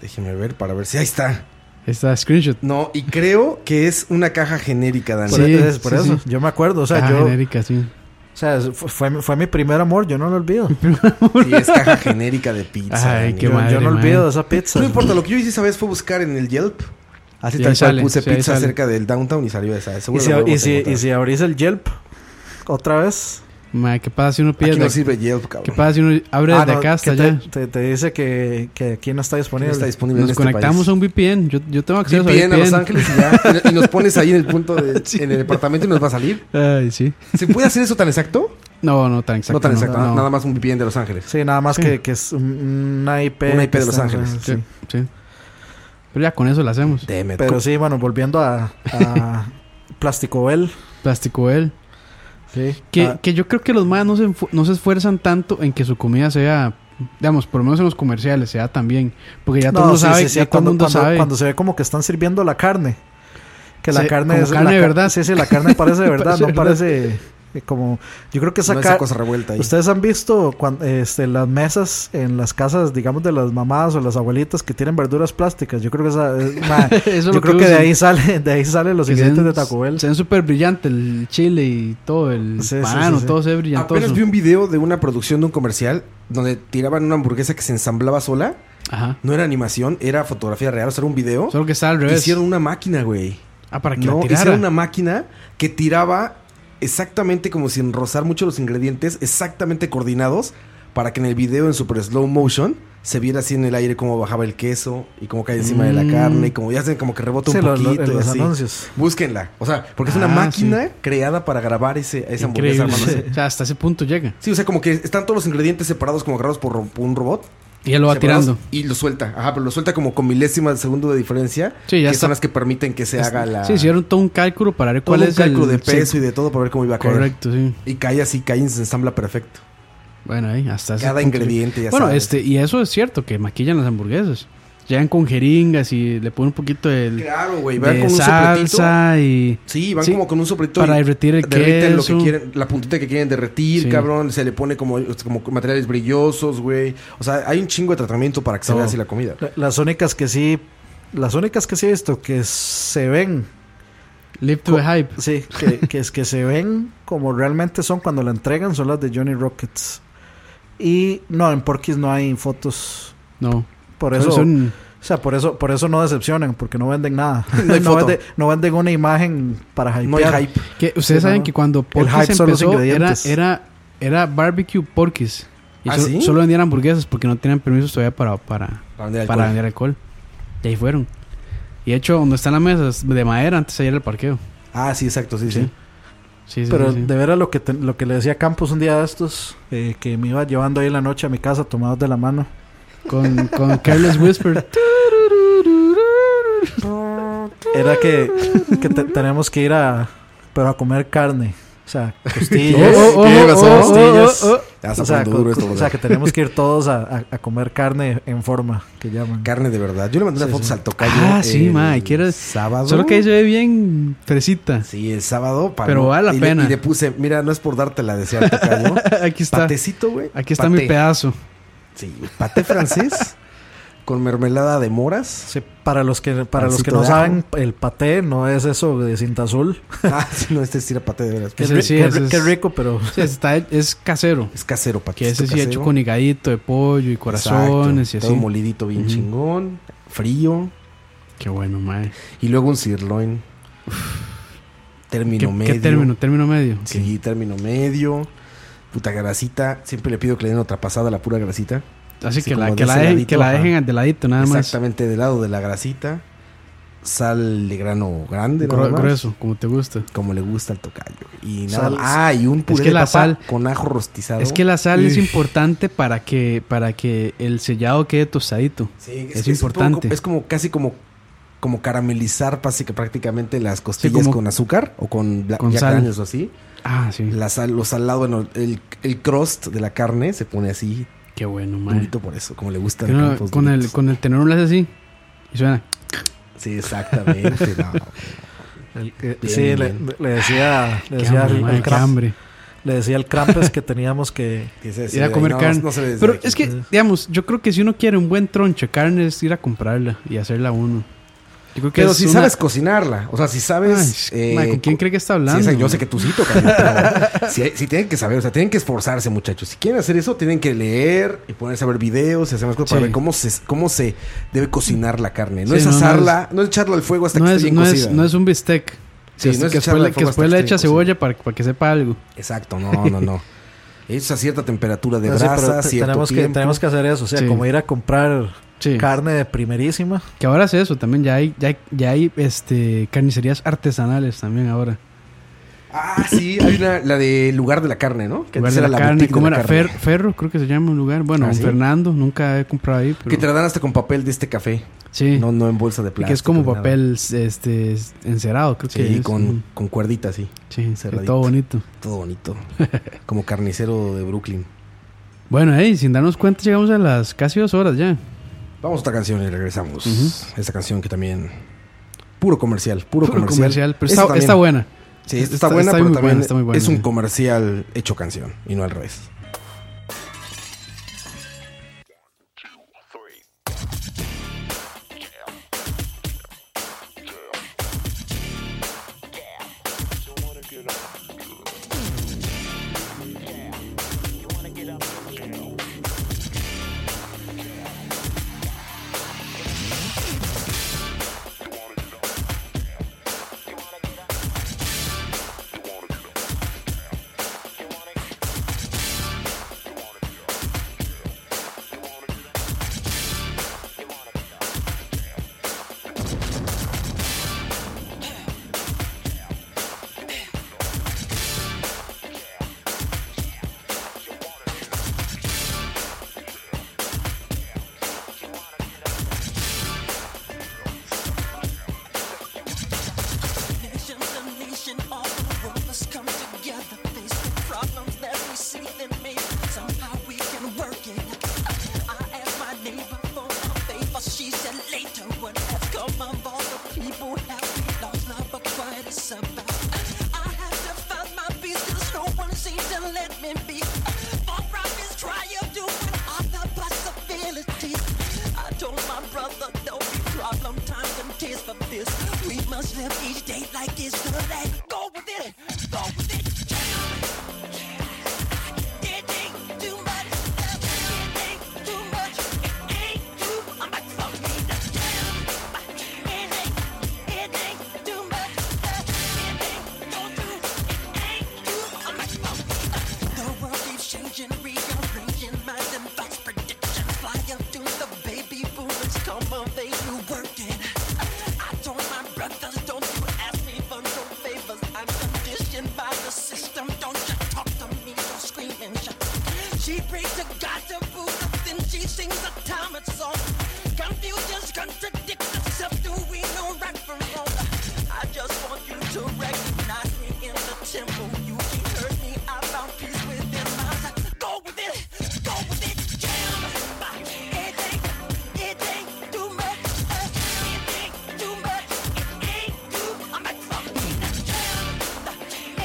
Speaker 6: Déjenme ver para ver si ahí está.
Speaker 5: Ahí está Screenshot.
Speaker 6: No, y creo que es una caja genérica, Dani.
Speaker 7: Por,
Speaker 5: Sí,
Speaker 7: e- es por
Speaker 5: sí,
Speaker 7: eso,
Speaker 5: sí. Ah,
Speaker 7: yo me acuerdo, o sea,
Speaker 5: Caja
Speaker 7: yo
Speaker 5: genérica, sí.
Speaker 7: o sea, es- fu- fue, mi- fue mi primer amor, yo no lo olvido.
Speaker 6: Sí, es caja genérica de pizza.
Speaker 5: Ay,
Speaker 6: Dani.
Speaker 5: qué
Speaker 7: yo,
Speaker 5: madre,
Speaker 7: yo no
Speaker 5: madre.
Speaker 7: olvido esa pizza.
Speaker 6: No importa, lo que yo hice esa vez fue buscar en el Yelp. Así
Speaker 5: Y
Speaker 6: tal
Speaker 5: ahí
Speaker 6: cual
Speaker 5: sale,
Speaker 6: puse
Speaker 5: sí, ahí
Speaker 6: pizza
Speaker 5: sale.
Speaker 6: cerca del downtown y salió esa.
Speaker 7: y
Speaker 6: Seguro
Speaker 7: si,
Speaker 6: la
Speaker 7: y,
Speaker 6: vuelvo a
Speaker 7: si,
Speaker 6: encontrar.
Speaker 7: y si abrís el Yelp otra vez,
Speaker 5: Ma, ¿Qué pasa si uno
Speaker 6: Aquí
Speaker 5: pide
Speaker 6: no
Speaker 5: de-
Speaker 6: sirve Yelp,
Speaker 5: ¿Qué
Speaker 6: cabrón.
Speaker 5: pasa si uno abre
Speaker 7: Ah,
Speaker 5: desde
Speaker 7: no,
Speaker 5: acá hasta
Speaker 7: que te,
Speaker 5: allá?
Speaker 7: te- te dice que, que aquí no está
Speaker 6: No
Speaker 7: disponible.
Speaker 6: está disponible
Speaker 5: Nos
Speaker 6: en este
Speaker 5: conectamos a
Speaker 6: país.
Speaker 5: un VPN. Yo, yo tengo acceso
Speaker 6: VPN
Speaker 5: a
Speaker 6: a Los
Speaker 5: VPN.
Speaker 6: Ángeles y ya. Y nos pones ahí en el punto de, en el departamento y nos va a salir.
Speaker 5: Ay, sí.
Speaker 6: ¿Se puede hacer eso tan exacto?
Speaker 5: No, no tan exacto.
Speaker 6: no tan exacto.
Speaker 5: no,
Speaker 6: na-
Speaker 5: no.
Speaker 6: Nada más un VPN de Los Ángeles.
Speaker 7: Sí, nada más
Speaker 5: Sí.
Speaker 7: Que, que es un- una IP.
Speaker 6: Una IP
Speaker 7: que
Speaker 6: de Los
Speaker 7: está-
Speaker 6: Ángeles.
Speaker 7: sí.
Speaker 5: Sí, sí. Pero ya con eso lo hacemos.
Speaker 6: Damn it.
Speaker 7: Pero sí, bueno, volviendo a, a Plástico Bell.
Speaker 5: Plástico él.
Speaker 7: Sí.
Speaker 5: Que,
Speaker 7: Ah,
Speaker 5: que yo creo que los más no se, enfu- no se esfuerzan tanto en que su comida sea, digamos, por lo menos en los comerciales, sea también. Porque ya todo
Speaker 7: no,
Speaker 5: el mundo
Speaker 7: sí,
Speaker 5: sabe.
Speaker 7: sí, sí,
Speaker 5: ya todo el
Speaker 7: cuando,
Speaker 5: mundo
Speaker 7: cuando-
Speaker 5: sabe.
Speaker 7: cuando se ve como que están sirviendo la carne. Que la
Speaker 5: Sí,
Speaker 7: carne
Speaker 5: como
Speaker 7: es.
Speaker 5: carne
Speaker 7: la
Speaker 5: de
Speaker 7: ca-
Speaker 5: verdad.
Speaker 7: Sí, sí, la carne parece de verdad,
Speaker 5: Parece
Speaker 7: no
Speaker 5: verdad.
Speaker 7: parece eh, como. Yo creo que esa
Speaker 6: no esa
Speaker 7: carne.
Speaker 6: cosa revuelta ahí.
Speaker 7: Ustedes han visto cuan- este, las mesas en las casas, digamos, de las mamás o las abuelitas que tienen verduras plásticas. Yo creo que esa. es- ma,
Speaker 5: Eso es
Speaker 7: yo
Speaker 5: lo
Speaker 7: creo que de
Speaker 5: usan.
Speaker 7: ahí sale, de ahí salen los
Speaker 5: Que se ven-
Speaker 7: ingredientes de Taco Bell.
Speaker 5: Se ven súper brillante el chile y todo, el
Speaker 7: Sí, sí,
Speaker 5: banano,
Speaker 7: sí, sí.
Speaker 5: todo se ve brillantoso.
Speaker 6: Apenas vi un video de una producción de un comercial donde tiraban una hamburguesa que se ensamblaba sola.
Speaker 5: Ajá.
Speaker 6: No era animación, era fotografía real, o sea, era un video.
Speaker 5: Solo que está al revés.
Speaker 6: Hicieron una máquina, güey.
Speaker 5: Ah, para que
Speaker 6: No,
Speaker 5: la tirara.
Speaker 6: hicieron una máquina que tiraba exactamente como sin rozar mucho los ingredientes, exactamente coordinados, para que en el video en super slow motion se viera así en el aire cómo bajaba el queso y cómo cae encima de
Speaker 5: Mm.
Speaker 6: la carne, y como ya hacen como que rebota
Speaker 7: Sí,
Speaker 6: un
Speaker 7: lo- lo-
Speaker 6: poquito.
Speaker 7: en
Speaker 6: y
Speaker 7: los
Speaker 6: así.
Speaker 7: anuncios.
Speaker 6: Búsquenla. O sea, porque es una
Speaker 5: Ah,
Speaker 6: máquina creada para grabar ese, esa
Speaker 5: Increíble.
Speaker 6: hamburguesa. armándose.
Speaker 5: O sea, hasta ese punto llega.
Speaker 6: Sí, o sea, como que están todos los ingredientes separados, como agarrados por, ro- por un robot.
Speaker 5: Y él lo va
Speaker 6: separados,
Speaker 5: tirando.
Speaker 6: Y lo suelta. Ajá, pero lo suelta como con milésimas de segundo de diferencia.
Speaker 5: Sí, ya
Speaker 6: que
Speaker 5: está.
Speaker 6: son las que permiten que se haga la.
Speaker 5: Sí, hicieron todo un cálculo para ver
Speaker 6: Todo
Speaker 5: cuál
Speaker 6: un
Speaker 5: es
Speaker 6: cálculo
Speaker 5: el
Speaker 6: de peso
Speaker 5: sí,
Speaker 6: y de todo para ver cómo iba a caer.
Speaker 5: Correcto, sí.
Speaker 6: Y cae así, cae y se ensambla perfecto.
Speaker 5: Bueno, ahí hasta ese
Speaker 6: Cada
Speaker 5: punto
Speaker 6: ingrediente
Speaker 5: llega.
Speaker 6: ya
Speaker 5: Bueno,
Speaker 6: sabes.
Speaker 5: este y eso es cierto que maquillan las hamburguesas. Llegan con jeringas y le ponen un poquito de,
Speaker 6: Claro, güey.
Speaker 5: de
Speaker 6: Van con un sopletito.
Speaker 5: salsa y
Speaker 6: Sí, van
Speaker 5: Sí,
Speaker 6: como con un sopletito.
Speaker 5: para
Speaker 6: y
Speaker 5: derretir el
Speaker 6: derriten lo que
Speaker 5: queso.
Speaker 6: quieren, la puntita que quieren derretir,
Speaker 5: Sí.
Speaker 6: cabrón. Se le pone como, como materiales brillosos, güey. O sea, hay un chingo de tratamiento para que se
Speaker 5: Todo.
Speaker 6: vea así la comida.
Speaker 7: La- Las únicas que sí las únicas que sí he visto que se ven,
Speaker 5: Live to the hype.
Speaker 7: sí, que, que es que se ven como realmente son cuando la entregan son las de Johnny Rockets. Y no, en Porky's no hay fotos.
Speaker 5: No.
Speaker 7: Por eso,
Speaker 5: Son-
Speaker 7: o sea, por eso, por eso no decepcionan, porque no venden nada.
Speaker 6: No hay
Speaker 7: No,
Speaker 6: foto.
Speaker 7: vende- no venden una imagen para hypear.
Speaker 6: No hay hype.
Speaker 5: que ustedes
Speaker 7: Sí,
Speaker 5: saben
Speaker 7: no.
Speaker 5: que cuando
Speaker 7: hype
Speaker 5: Porky's
Speaker 7: son los
Speaker 5: empezó era,
Speaker 7: ingredientes.
Speaker 5: era, era barbecue Porky's. Y
Speaker 6: ¿Ah,
Speaker 5: solo,
Speaker 6: sí?
Speaker 5: solo vendían hamburguesas porque no tenían permisos todavía para, para,
Speaker 6: Para vender
Speaker 5: para
Speaker 6: alcohol.
Speaker 5: vender alcohol. Y ahí fueron. Y de hecho, donde están las mesas de madera antes de ir al parqueo.
Speaker 6: Ah, sí, exacto, sí, sí.
Speaker 5: Sí. Sí, sí,
Speaker 7: Pero
Speaker 5: sí, sí.
Speaker 7: de veras lo que te- lo que le decía Campos un día de estos, eh, que me iba llevando ahí en la noche a mi casa tomados de la mano.
Speaker 5: Con, con Careless Whisper.
Speaker 7: Era que, que te- tenemos que ir a pero a comer carne. O sea, costillas.
Speaker 5: Oh, oh,
Speaker 6: ¿Qué
Speaker 5: oh,
Speaker 6: pasó?
Speaker 5: oh,
Speaker 7: costillas.
Speaker 5: oh, oh,
Speaker 6: Ya está
Speaker 7: o, sea,
Speaker 6: poniendo
Speaker 7: co-
Speaker 6: duro esto,
Speaker 7: o sea,
Speaker 6: brother.
Speaker 7: que tenemos que ir todos a, a- a comer carne en forma, que llaman.
Speaker 6: Carne de verdad. Yo le mandé una
Speaker 7: Sí,
Speaker 6: foto
Speaker 7: sí.
Speaker 6: al tocayo.
Speaker 5: Ah, sí,
Speaker 6: el
Speaker 5: ma, quiero-
Speaker 6: Sábado.
Speaker 5: Solo que ahí se ve bien fresita.
Speaker 6: Sí, el sábado. para
Speaker 5: Pero
Speaker 6: no-
Speaker 5: vale la
Speaker 6: y le-
Speaker 5: pena.
Speaker 6: y le puse, mira, no es por dártela, decía el tocayo.
Speaker 5: Aquí está.
Speaker 6: Patecito, güey.
Speaker 5: Aquí está mi
Speaker 6: Paté.
Speaker 5: pedazo.
Speaker 6: Sí, paté francés con mermelada de moras.
Speaker 7: Sí, para los que para los que
Speaker 6: Pancito
Speaker 7: no
Speaker 6: de
Speaker 7: saben, el paté no es eso de cinta azul.
Speaker 6: Ah, sí, no, este sí era paté de veras.
Speaker 7: Que
Speaker 5: Ese
Speaker 7: ri-
Speaker 5: sí,
Speaker 7: que
Speaker 5: ese
Speaker 7: ri-
Speaker 5: es-
Speaker 7: que rico, pero
Speaker 5: Sí, está, es casero.
Speaker 6: Es casero, paté.
Speaker 5: Que ese sí hecho con higadito de pollo y corazones y
Speaker 6: Todo
Speaker 5: así.
Speaker 6: molidito bien chingón, frío.
Speaker 5: Qué bueno, mae.
Speaker 6: Y luego un sirloin.
Speaker 5: ¿Qué,
Speaker 6: Término
Speaker 5: qué
Speaker 6: medio.
Speaker 5: término? ¿Término medio?
Speaker 6: Sí, término medio. Puta grasita. Siempre le pido que le den otra pasada a la pura grasita.
Speaker 5: Así
Speaker 6: Sí,
Speaker 5: que la,
Speaker 6: como
Speaker 5: que,
Speaker 6: de
Speaker 5: la
Speaker 6: ese
Speaker 5: dejen,
Speaker 6: ladito,
Speaker 5: que la
Speaker 6: ajá.
Speaker 5: dejen de ladito, nada más.
Speaker 6: Exactamente, del lado de la grasita. Sal de grano grande,
Speaker 5: Gru-
Speaker 6: nada más,
Speaker 5: grueso, como te gusta.
Speaker 6: Como le gusta al tocayo. Y nada
Speaker 7: Sal-
Speaker 6: más. Ah, y un puré
Speaker 5: que
Speaker 6: de
Speaker 5: la
Speaker 6: papa
Speaker 5: sal-
Speaker 6: con ajo rostizado.
Speaker 5: Es que la sal es
Speaker 6: Uy.
Speaker 5: importante para que, para que el sellado quede tostadito.
Speaker 6: Sí,
Speaker 5: Es
Speaker 6: que un poco-
Speaker 5: importante.
Speaker 6: es como casi como, como caramelizar pasi- que prácticamente las costillas
Speaker 5: como-
Speaker 6: con azúcar o con, bla-
Speaker 5: con
Speaker 6: Jack
Speaker 5: sal.
Speaker 6: Daniels o así.
Speaker 5: Ah, sí.
Speaker 6: La sal, lo salado, bueno, el, el crust de la carne se pone así
Speaker 5: Qué bueno, mae.
Speaker 6: durito por eso, como le gusta. a
Speaker 5: Que uno-
Speaker 6: Campos
Speaker 5: con, el,
Speaker 6: duritos.
Speaker 5: con el tenor lo hace así. Y suena.
Speaker 6: Sí, exactamente. no.
Speaker 7: el- eh,
Speaker 6: Bien,
Speaker 7: sí, le,
Speaker 6: bien.
Speaker 7: le decía, le
Speaker 5: Qué
Speaker 7: decía
Speaker 5: hambre,
Speaker 7: al-
Speaker 5: mae,
Speaker 7: al
Speaker 5: qué
Speaker 7: Kramp-
Speaker 5: hambre.
Speaker 7: le decía al Krampus que teníamos que
Speaker 6: Dice, sí,
Speaker 5: Ir a
Speaker 6: de-
Speaker 5: comer
Speaker 6: no,
Speaker 5: carne.
Speaker 6: no se ve desde
Speaker 5: Pero
Speaker 6: aquí.
Speaker 5: es que, digamos, yo creo que si uno quiere un buen troncho de carne es ir a comprarla y hacerla uno. Yo creo que
Speaker 6: Pero
Speaker 5: es
Speaker 6: si
Speaker 5: una-
Speaker 6: sabes cocinarla, o sea, si sabes. eh,
Speaker 5: Ay, ma, ¿con quién cree que está
Speaker 6: Sí,
Speaker 5: hablando?
Speaker 6: esa- yo sé que tú sí tocas, pero si, hay- si tienen que saber, o sea, tienen que esforzarse, muchachos. Si quieren hacer eso, tienen que leer y ponerse a ver videos y hacer más cosas para
Speaker 5: Sí.
Speaker 6: ver cómo se, cómo se debe cocinar la carne. No
Speaker 5: Sí,
Speaker 6: es
Speaker 5: no, no
Speaker 6: asarla, no es, echarla al fuego hasta
Speaker 5: no
Speaker 6: que
Speaker 5: es,
Speaker 6: esté bien
Speaker 5: no,
Speaker 6: cocida.
Speaker 5: es, no es un bistec.
Speaker 6: Sí,
Speaker 5: que,
Speaker 6: no es
Speaker 5: que
Speaker 6: echarla
Speaker 5: después,
Speaker 6: al
Speaker 5: le, que
Speaker 6: fuego hasta
Speaker 5: después
Speaker 6: que
Speaker 5: le
Speaker 6: esté
Speaker 5: echa
Speaker 6: bien cocida.
Speaker 5: cebolla para, para que sepa algo.
Speaker 6: Exacto, no, no, no. Es a cierta temperatura de
Speaker 7: No, sí, pero
Speaker 6: grasa,
Speaker 7: te-
Speaker 6: cierto
Speaker 7: tenemos que
Speaker 6: tiempo.
Speaker 7: tenemos que hacer eso, o sea,
Speaker 5: Sí.
Speaker 7: como ir a comprar
Speaker 5: Sí.
Speaker 7: carne de primerísima.
Speaker 5: que ahora es eso también. Ya hay, ya hay, ya hay este, carnicerías artesanales también ahora.
Speaker 6: Ah, sí, hay una, la de lugar de la carne, ¿no? Que
Speaker 5: Lugar
Speaker 6: antes
Speaker 5: de la, carne,
Speaker 6: boutique de
Speaker 5: ¿cómo
Speaker 6: la
Speaker 5: era?
Speaker 6: carne.
Speaker 5: Fer- Ferro, creo que se llama un lugar. Bueno,
Speaker 6: Ah, ¿sí?
Speaker 5: Fernando, nunca he comprado ahí.
Speaker 6: Que te
Speaker 5: Pero,
Speaker 6: la dan hasta con papel de este café.
Speaker 5: sí,
Speaker 6: No, no en bolsa de
Speaker 5: y
Speaker 6: plástico.
Speaker 5: que es como
Speaker 6: ni nada.
Speaker 5: papel este, encerado, creo que
Speaker 6: Sí,
Speaker 5: es,
Speaker 6: con,
Speaker 5: ¿no?
Speaker 6: con cuerdita así.
Speaker 5: Sí,
Speaker 6: cerradito.
Speaker 5: todo bonito.
Speaker 6: Todo bonito. Como carnicero de Brooklyn.
Speaker 5: Bueno, hey, sin darnos cuenta llegamos a las casi dos horas ya.
Speaker 6: Vamos a otra canción y regresamos. Esta canción que también. Puro comercial, puro,
Speaker 5: Puro
Speaker 6: comercial.
Speaker 5: comercial, pero
Speaker 6: Esta
Speaker 5: está,
Speaker 6: también-
Speaker 5: está buena.
Speaker 6: Sí, esta está, buena, pero
Speaker 5: muy
Speaker 6: también
Speaker 5: está muy buena,
Speaker 6: es un
Speaker 5: sí.
Speaker 6: comercial hecho canción y no al revés.
Speaker 8: Quiero
Speaker 1: of this. We must live each day like it's the last. Go with it, go with it. Can't think too much. Can't think too much. It ain't too- I might fuck me up. Can't think, can't think too much. Can't think, don't do. It ain't too- I might fuck me up. The world keeps Changing, rearranging minds and thoughts, prediction. Fly up to the baby boomers, come of age, new working. I told my brothers, don't you ask me for no favors. I'm conditioned by the system. Don't you talk to me, don't scream and shout. She prays to God to Buddha, then she sings a Talmud song. Confusions contradict itself. Do we know right from wrong? I just want you to recognize me in the temple. You can't hurt me. I found peace within my Go with it, go with it, jam. It ain't, it ain't too much. Uh, It ain't too much. It ain't too. I'm a fucking jam.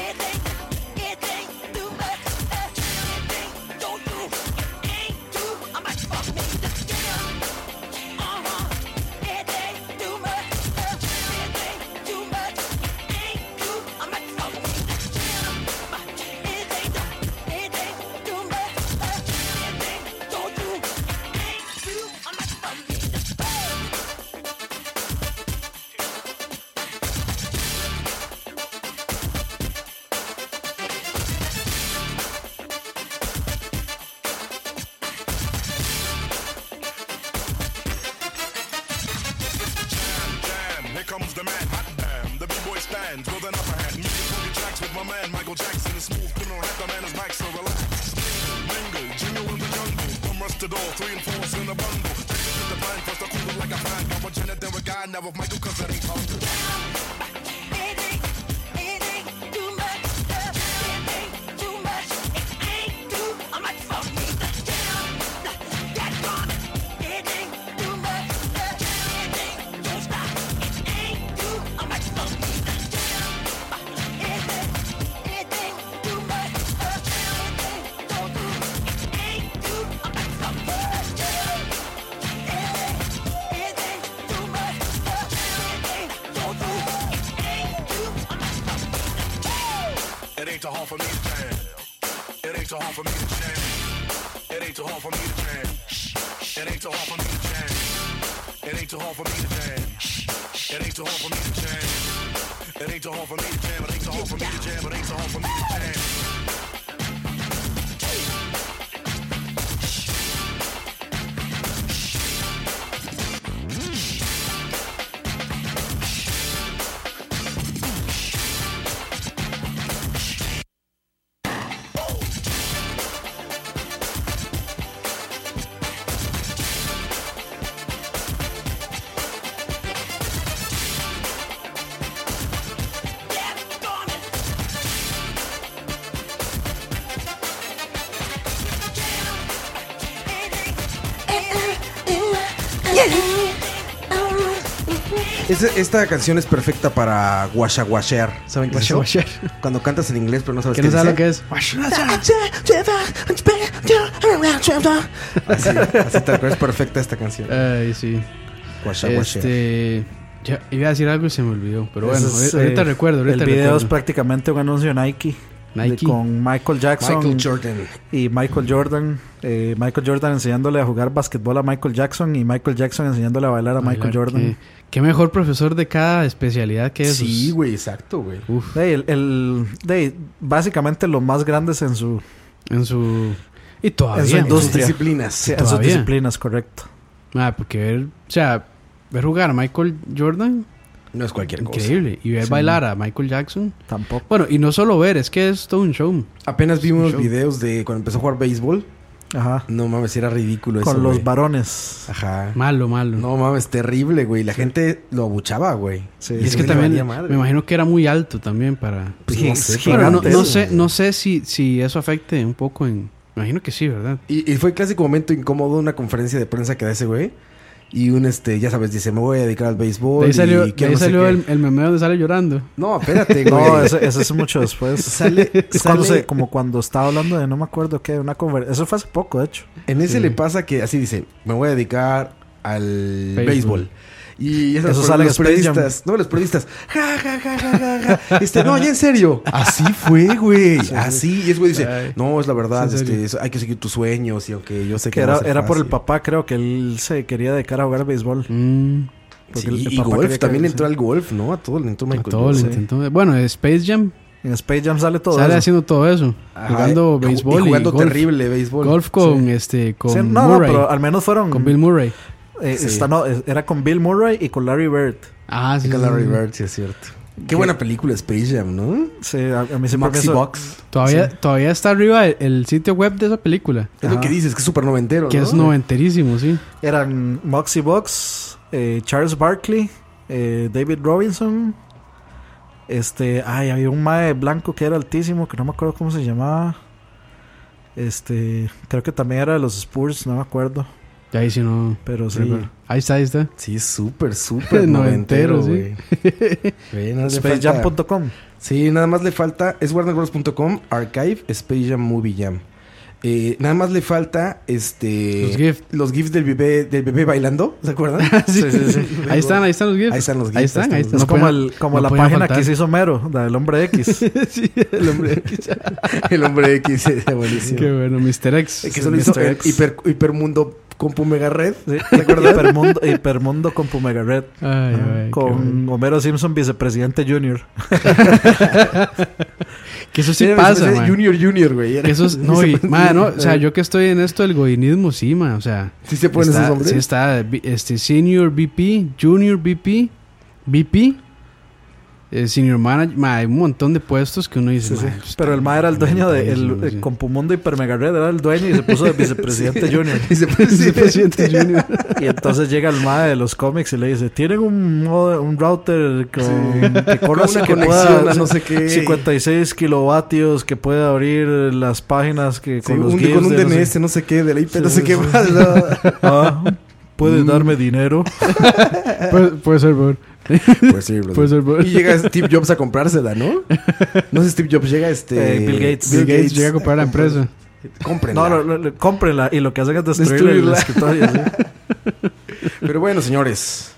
Speaker 1: It ain't, it ain't too much. Uh, It ain't, don't do. It ain't too. I'm a fucking jam. Uh huh. It ain't too much. Uh, It ain't too much. It ain't too. I'm a fucking jam. It ain't, it ain't too much. Uh, It ain't, don't do. It ain't too. I'm a fucking jam.
Speaker 11: jam. Here comes the man, hot damn. The b-boy stands with an upper hand. Music boogie tracks with my man Michael Jackson. A smooth criminal hat, the man is back, so relax. Mingle, jingle in the jungle. From rush to door, three and fours in a bundle. Take it to the bank, first I cool it like a fan. Got a Janet, then a guy, never Michael, cause it ain't hard.
Speaker 1: It ain't, it ain't too much. Uh, It ain't too much. It ain't too. I might fuck me down. Get gone. It ain't too much. Uh, It ain't. Don't stop. It ain't too. I might fuck me down. It ain't, it ain't too much. Uh, It ain't. Don't do. It ain't too. I might fuck me down. It ain't, it ain't too much. Uh, It ain't. Don't do. It ain't too. I might fuck me down.
Speaker 11: It ain't too hard for me to jam. It ain't too hard for me to jam. It ain't too hard for me to jam. It ain't too hard for me to jam. It ain't too hard for me to jam. It ain't too hard for me to jam. It ain't too hard for me to jam. It ain't too hard for me to jam. It ain't too hard for me to jam.
Speaker 1: Get gone.
Speaker 6: Es- esta canción es perfecta para guachaguachear. ¿Saben qué es eso?
Speaker 5: Guachaguachear.
Speaker 6: Cuando cantas en inglés, pero no sabes
Speaker 5: Que
Speaker 6: qué
Speaker 5: no sabe
Speaker 6: dice.
Speaker 5: lo que es.
Speaker 6: Así, así tal cual es perfecta esta canción.
Speaker 5: Ay, sí.
Speaker 6: Guachaguachear.
Speaker 5: Eh, Este. Ya iba a decir algo y se me olvidó. Pero bueno,
Speaker 7: Ese es,
Speaker 5: ahorita- ahorita
Speaker 7: eh,
Speaker 5: recuerdo. Ahorita
Speaker 7: el video es
Speaker 5: recuerdo.
Speaker 7: prácticamente un anuncio Nike.
Speaker 5: Nike.
Speaker 7: de- con Michael Jackson
Speaker 6: Michael Jordan.
Speaker 7: y Michael Jordan. Eh, Michael Jordan enseñándole a jugar basquetbol a Michael Jackson y Michael Jackson enseñándole a bailar a Michael
Speaker 5: Bailar,
Speaker 7: Jordan.
Speaker 5: Qué, qué mejor profesor de cada especialidad que es.
Speaker 6: Sí, güey, exacto, güey.
Speaker 7: De, el, el- de, básicamente los más grandes en, su,
Speaker 5: En su. Y todavía.
Speaker 7: En su
Speaker 5: ma.
Speaker 6: Dos
Speaker 7: industria.
Speaker 6: disciplinas.
Speaker 7: en sus
Speaker 5: todavía.
Speaker 7: disciplinas, correcto.
Speaker 5: Ah, porque ver. O sea, ver jugar a Michael Jordan.
Speaker 6: No es cualquier cosa.
Speaker 5: Increíble. Y ver bailar a Michael Jackson.
Speaker 7: Tampoco.
Speaker 5: Bueno, y no solo ver, es que es todo un show.
Speaker 6: Apenas vi unos
Speaker 5: show.
Speaker 6: videos de cuando empezó a jugar béisbol.
Speaker 7: Ajá.
Speaker 6: No mames, era ridículo eso.
Speaker 7: Con los
Speaker 6: güey.
Speaker 7: varones.
Speaker 6: Ajá.
Speaker 5: Malo, malo.
Speaker 6: No mames, terrible, güey. La gente lo abuchaba, güey.
Speaker 7: Sí.
Speaker 5: y es
Speaker 6: ese
Speaker 5: que
Speaker 6: güey le
Speaker 5: también.
Speaker 6: valía madre.
Speaker 5: Me imagino que era muy alto también para.
Speaker 6: Pues
Speaker 7: Sí,
Speaker 6: no
Speaker 7: es
Speaker 6: sé,
Speaker 7: gigante.
Speaker 5: Bueno, no,
Speaker 6: probablemente
Speaker 5: no
Speaker 6: eso,
Speaker 5: sé,
Speaker 6: güey.
Speaker 5: no sé si, si eso afecte un poco en. Me imagino que sí, ¿verdad?
Speaker 6: Y, y fue el clásico momento incómodo de una conferencia de prensa que da ese güey. Y un, este, ya sabes, dice, me voy a dedicar al béisbol.
Speaker 5: De ahí salió,
Speaker 6: y
Speaker 5: de
Speaker 6: quiero
Speaker 5: ahí
Speaker 6: no sé
Speaker 5: salió
Speaker 6: qué".
Speaker 5: el, el meme donde sale llorando.
Speaker 6: No, espérate, güey.
Speaker 7: No, eso, eso es mucho después.
Speaker 6: Sale-
Speaker 7: Es cuando
Speaker 6: sale-
Speaker 7: se- como cuando estaba hablando de no me acuerdo qué, una conver- Eso fue hace poco, de hecho.
Speaker 6: En ese le pasa que así dice, me voy a dedicar al béisbol.
Speaker 5: Béisbol.
Speaker 6: Y esas
Speaker 7: Eso
Speaker 6: per-
Speaker 7: sale en
Speaker 6: los
Speaker 7: Space Jam.
Speaker 6: periodistas, no, los periodistas, ja, ja, ja, ja, ja, ja. Este, no, ya en serio. Así fue, güey. Así. Y ese güey dice,
Speaker 5: Ay.
Speaker 6: no, es la verdad,
Speaker 5: Es en serio.
Speaker 6: este, es- hay que seguir tus sueños. Y aunque yo sé que
Speaker 7: Que
Speaker 6: no
Speaker 7: era,
Speaker 6: va a ser
Speaker 7: era por el
Speaker 6: fácil.
Speaker 7: papá, creo que él se quería dedicar a jugar béisbol.
Speaker 5: Mm,
Speaker 7: Porque
Speaker 6: Sí,
Speaker 7: el- el
Speaker 6: y
Speaker 7: papá
Speaker 6: golf,
Speaker 7: quería que-
Speaker 6: también le entró
Speaker 7: sí.
Speaker 6: al golf, ¿no? A todo le entró Michael
Speaker 5: todo lo
Speaker 6: Jordan.
Speaker 5: intentó. Bueno, Space Jam
Speaker 7: En Space Jam sale todo
Speaker 5: sale
Speaker 7: eso.
Speaker 5: haciendo todo eso.
Speaker 6: Ajá,
Speaker 5: jugando
Speaker 6: y ju-
Speaker 5: béisbol.
Speaker 6: Y jugando
Speaker 5: golf.
Speaker 6: terrible béisbol.
Speaker 5: Golf con, este, con
Speaker 7: Sí, no, no,
Speaker 5: Murray.
Speaker 7: pero al menos fueron.
Speaker 6: um,
Speaker 5: Con Bill Murray.
Speaker 7: eh,
Speaker 6: Sí.
Speaker 7: esta no, eh, era con Bill Murray y con Larry Bird.
Speaker 5: Ah, sí.
Speaker 6: Sí, con
Speaker 5: sí,
Speaker 6: Larry
Speaker 5: sí.
Speaker 6: Bird, sí, es cierto. Qué buena película Space Jam, ¿no?
Speaker 7: Sí, a, a mí se me
Speaker 6: Maxi
Speaker 7: hizo-
Speaker 6: Box.
Speaker 5: Todavía, todavía está arriba el, el sitio web de esa película.
Speaker 6: Es lo que dices, que es súper noventero.
Speaker 5: Que
Speaker 6: ¿no? eh.
Speaker 5: es noventerísimo, sí.
Speaker 7: Eran Moxie Box, eh, Charles Barkley, eh, David Robinson. Este, ay, había un mae blanco que era altísimo, que no me acuerdo cómo se llamaba. Este, creo que también era de los Spurs, no me acuerdo.
Speaker 5: Ya ahí sí no.
Speaker 7: Pero sí.
Speaker 5: Ahí está, ahí está.
Speaker 6: Sí, es súper, súper noventero,
Speaker 5: Noventero,
Speaker 6: güey. Güey, nada más le falta-
Speaker 7: Spacejam.com.
Speaker 6: Sí, nada más le falta. Es warnerbros.com, archive, Space Jam Movie Jam. Eh, nada más le falta este
Speaker 5: Los GIF.
Speaker 6: los gifs del bebé del bebé bailando, ¿se acuerdan?
Speaker 5: Sí, sí, sí. Ahí están, ahí están los GIFs.
Speaker 6: Ahí están los GIFs,
Speaker 5: Ahí están,
Speaker 6: ahí
Speaker 5: ahí
Speaker 6: están
Speaker 5: están.
Speaker 7: Es
Speaker 5: No
Speaker 7: como,
Speaker 5: podían-
Speaker 7: el, como
Speaker 5: no
Speaker 7: la
Speaker 5: podían
Speaker 7: página
Speaker 5: faltar.
Speaker 7: que se hizo Mero, la del hombre X.
Speaker 5: sí, el hombre.
Speaker 6: El hombre X era buenísimo.
Speaker 5: Qué bueno, Mr. X.
Speaker 6: que solo hizo
Speaker 7: Mr.
Speaker 6: el
Speaker 7: X.
Speaker 6: hiper, hipermundo compu mega red.
Speaker 7: Sí, ¿te acuerdas? Hipermundo, Hipermundo con Pumega Red.
Speaker 5: Ay, ay, qué bueno.
Speaker 7: Con Homero Simpson, vicepresidente junior.
Speaker 5: Que eso sí
Speaker 6: Era
Speaker 5: pasa,
Speaker 6: ese
Speaker 5: man.
Speaker 6: Junior Junior, güey. Era-
Speaker 5: Que eso es, no, y,
Speaker 6: Ese-
Speaker 5: ma, no, o sea, yo que estoy en esto del godinismo, sí, man, o sea.
Speaker 6: sí se ponen
Speaker 5: está,
Speaker 6: esos nombres.
Speaker 5: Sí, está vi- este, Senior VP, Junior VP, VP, eh, Senior Manager. ma, hay un montón de puestos que uno dice. ma, esto
Speaker 7: Pero el
Speaker 5: está
Speaker 7: mae era el dueño de el,
Speaker 5: inventadísimo,
Speaker 7: el
Speaker 5: sí.
Speaker 7: Compumundo Hipermega Red, era el dueño y se puso de vicepresidente junior.
Speaker 5: Presidente Junior.
Speaker 7: Y entonces llega el mae de los cómics y le dice, tienen un, mod- un router con, que corra
Speaker 6: Con
Speaker 7: así
Speaker 6: una
Speaker 7: que
Speaker 6: conexión
Speaker 7: pueda
Speaker 6: a no sé qué".
Speaker 7: 56 kilovatios, que puede abrir las páginas que
Speaker 6: Sí,
Speaker 7: con los
Speaker 6: un-
Speaker 7: GIFs
Speaker 6: con un
Speaker 7: de no sé-
Speaker 6: DNS, no sé qué, de la IP, no
Speaker 7: Sí,
Speaker 6: sé qué
Speaker 7: sí.
Speaker 6: más. ¿no?
Speaker 7: Ah, ¿Puedes
Speaker 6: Mm.
Speaker 7: darme dinero?
Speaker 5: Puede, puede ser, por.
Speaker 6: Pues sí, brother.
Speaker 5: Puede ser, bro.
Speaker 6: Y llega Steve Jobs a comprársela, ¿no? No sé, Steve Jobs llega este.
Speaker 7: Eh, Bill Gates.
Speaker 5: Bill Gates llega a comprar la empresa.
Speaker 6: Cómprenla.
Speaker 7: No, no, no, no, cómprenla y lo que hacen es destruir el
Speaker 6: Destruirla.
Speaker 7: escritorio. sí.
Speaker 6: Pero bueno, señores.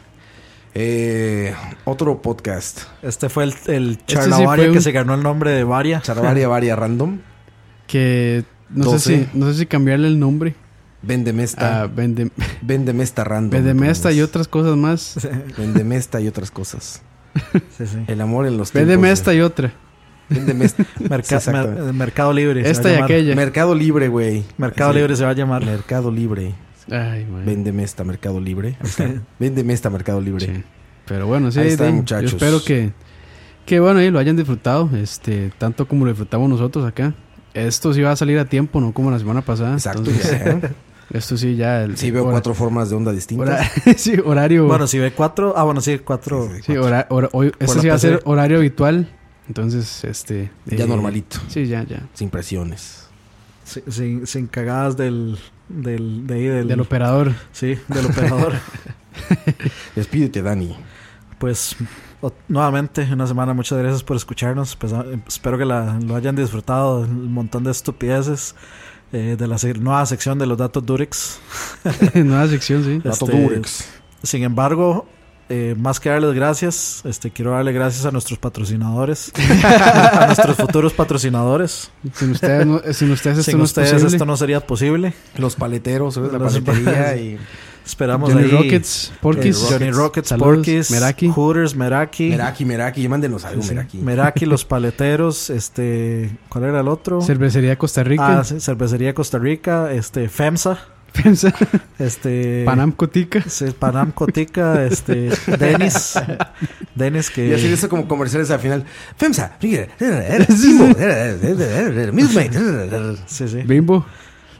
Speaker 6: eh, otro podcast.
Speaker 7: Este fue el, el
Speaker 5: sí
Speaker 7: charlavaria
Speaker 5: fue un-
Speaker 7: que se ganó el nombre de Varia.
Speaker 6: Charavaria varia random.
Speaker 5: Que no sé,
Speaker 6: 12.
Speaker 5: si, no sé si cambiarle el nombre
Speaker 6: Véndeme
Speaker 5: a
Speaker 6: esta.
Speaker 7: Ah,
Speaker 5: Vendem-
Speaker 6: véndeme esta random.
Speaker 5: Vendemesta y
Speaker 6: entonces.
Speaker 5: otras cosas más.
Speaker 6: Véndeme esta y otras cosas.
Speaker 7: Sí, sí.
Speaker 6: El amor en los tiempos.
Speaker 5: Vendeme
Speaker 6: de-
Speaker 5: esta y otra.
Speaker 6: Véndeme esta.
Speaker 7: Merca-
Speaker 6: Exactamente.
Speaker 7: mer- eh, mercado Libre. se
Speaker 5: Esta
Speaker 7: va a
Speaker 5: y
Speaker 7: llamar.
Speaker 5: aquella.
Speaker 6: Mercado Libre, güey.
Speaker 7: Mercado
Speaker 6: Así.
Speaker 7: Libre se va a llamar.
Speaker 6: Mercado Libre.
Speaker 5: Ay, man.
Speaker 6: Véndeme esta, Mercado Libre. Ahí está. Véndeme esta, Mercado Libre.
Speaker 5: Sí. Pero bueno, sí,
Speaker 6: Ahí está,
Speaker 5: de- yo
Speaker 6: muchachos.
Speaker 5: espero que, que bueno, ahí lo hayan disfrutado, este, tanto como lo disfrutamos nosotros acá. Esto sí va a salir a tiempo, no como la semana pasada.
Speaker 6: Exacto.
Speaker 5: Entonces,
Speaker 6: ya. ¿eh?
Speaker 5: esto sí ya el
Speaker 6: Sí, veo
Speaker 5: hora-
Speaker 6: cuatro formas de onda distintas.
Speaker 5: hora- sí, horario.
Speaker 7: Bueno, si ve cuatro. Ah, bueno, sí, cuatro.
Speaker 5: sí, hora- hora- hoy- este
Speaker 7: la
Speaker 5: sí va a ser
Speaker 7: PC.
Speaker 5: horario habitual. Entonces, este
Speaker 6: Ya
Speaker 5: eh,
Speaker 6: normalito.
Speaker 5: Sí, ya, ya.
Speaker 6: Sin presiones.
Speaker 7: Sí, sin, sin cagadas del. Del, de ahí, del,
Speaker 5: Del operador.
Speaker 7: sí, del operador.
Speaker 6: Despídete, Dani.
Speaker 7: pues o- nuevamente, una semana, muchas gracias por escucharnos. Pues, ah, espero que la- lo hayan disfrutado. Un montón de estupideces eh, de la se- nueva sección de los datos Durex.
Speaker 5: Nueva sección, sí.
Speaker 6: Dato
Speaker 7: Este,
Speaker 6: Durex.
Speaker 7: Sin embargo, eh, más que darles gracias, este, quiero darle gracias a nuestros patrocinadores, a nuestros futuros patrocinadores.
Speaker 5: Sin ustedes, no- eh, sin ustedes esto
Speaker 7: Sin
Speaker 5: no es
Speaker 7: ustedes
Speaker 5: posible.
Speaker 7: esto no sería posible.
Speaker 6: Los paleteros, ¿sabes? La
Speaker 7: Los-
Speaker 6: paletería y
Speaker 7: Esperamos
Speaker 5: Johnny
Speaker 7: ahí-
Speaker 5: Rockets, Porky's,
Speaker 7: Johnny Rockets,
Speaker 5: Saludos,
Speaker 7: Porky's,
Speaker 5: Meraki.
Speaker 7: Hooters, Meraki,
Speaker 6: Meraki, Meraki. Y mándenos algo,
Speaker 7: Sí,
Speaker 6: Meraki.
Speaker 7: Meraki, los paleteros, este, ¿cuál era el otro?
Speaker 5: Cervecería Costa Rica,
Speaker 7: Ah, sí, cervecería Costa Rica, este, FEMSA,
Speaker 5: Pensa-
Speaker 7: este,
Speaker 5: Panam Cotica.
Speaker 7: sí, Panam Cotica, este, Denis, Denis que
Speaker 6: Y así de eso como comerciales al final. FEMSA. Bimbo, Milkmaid.
Speaker 7: sí, sí.
Speaker 5: Bimbo.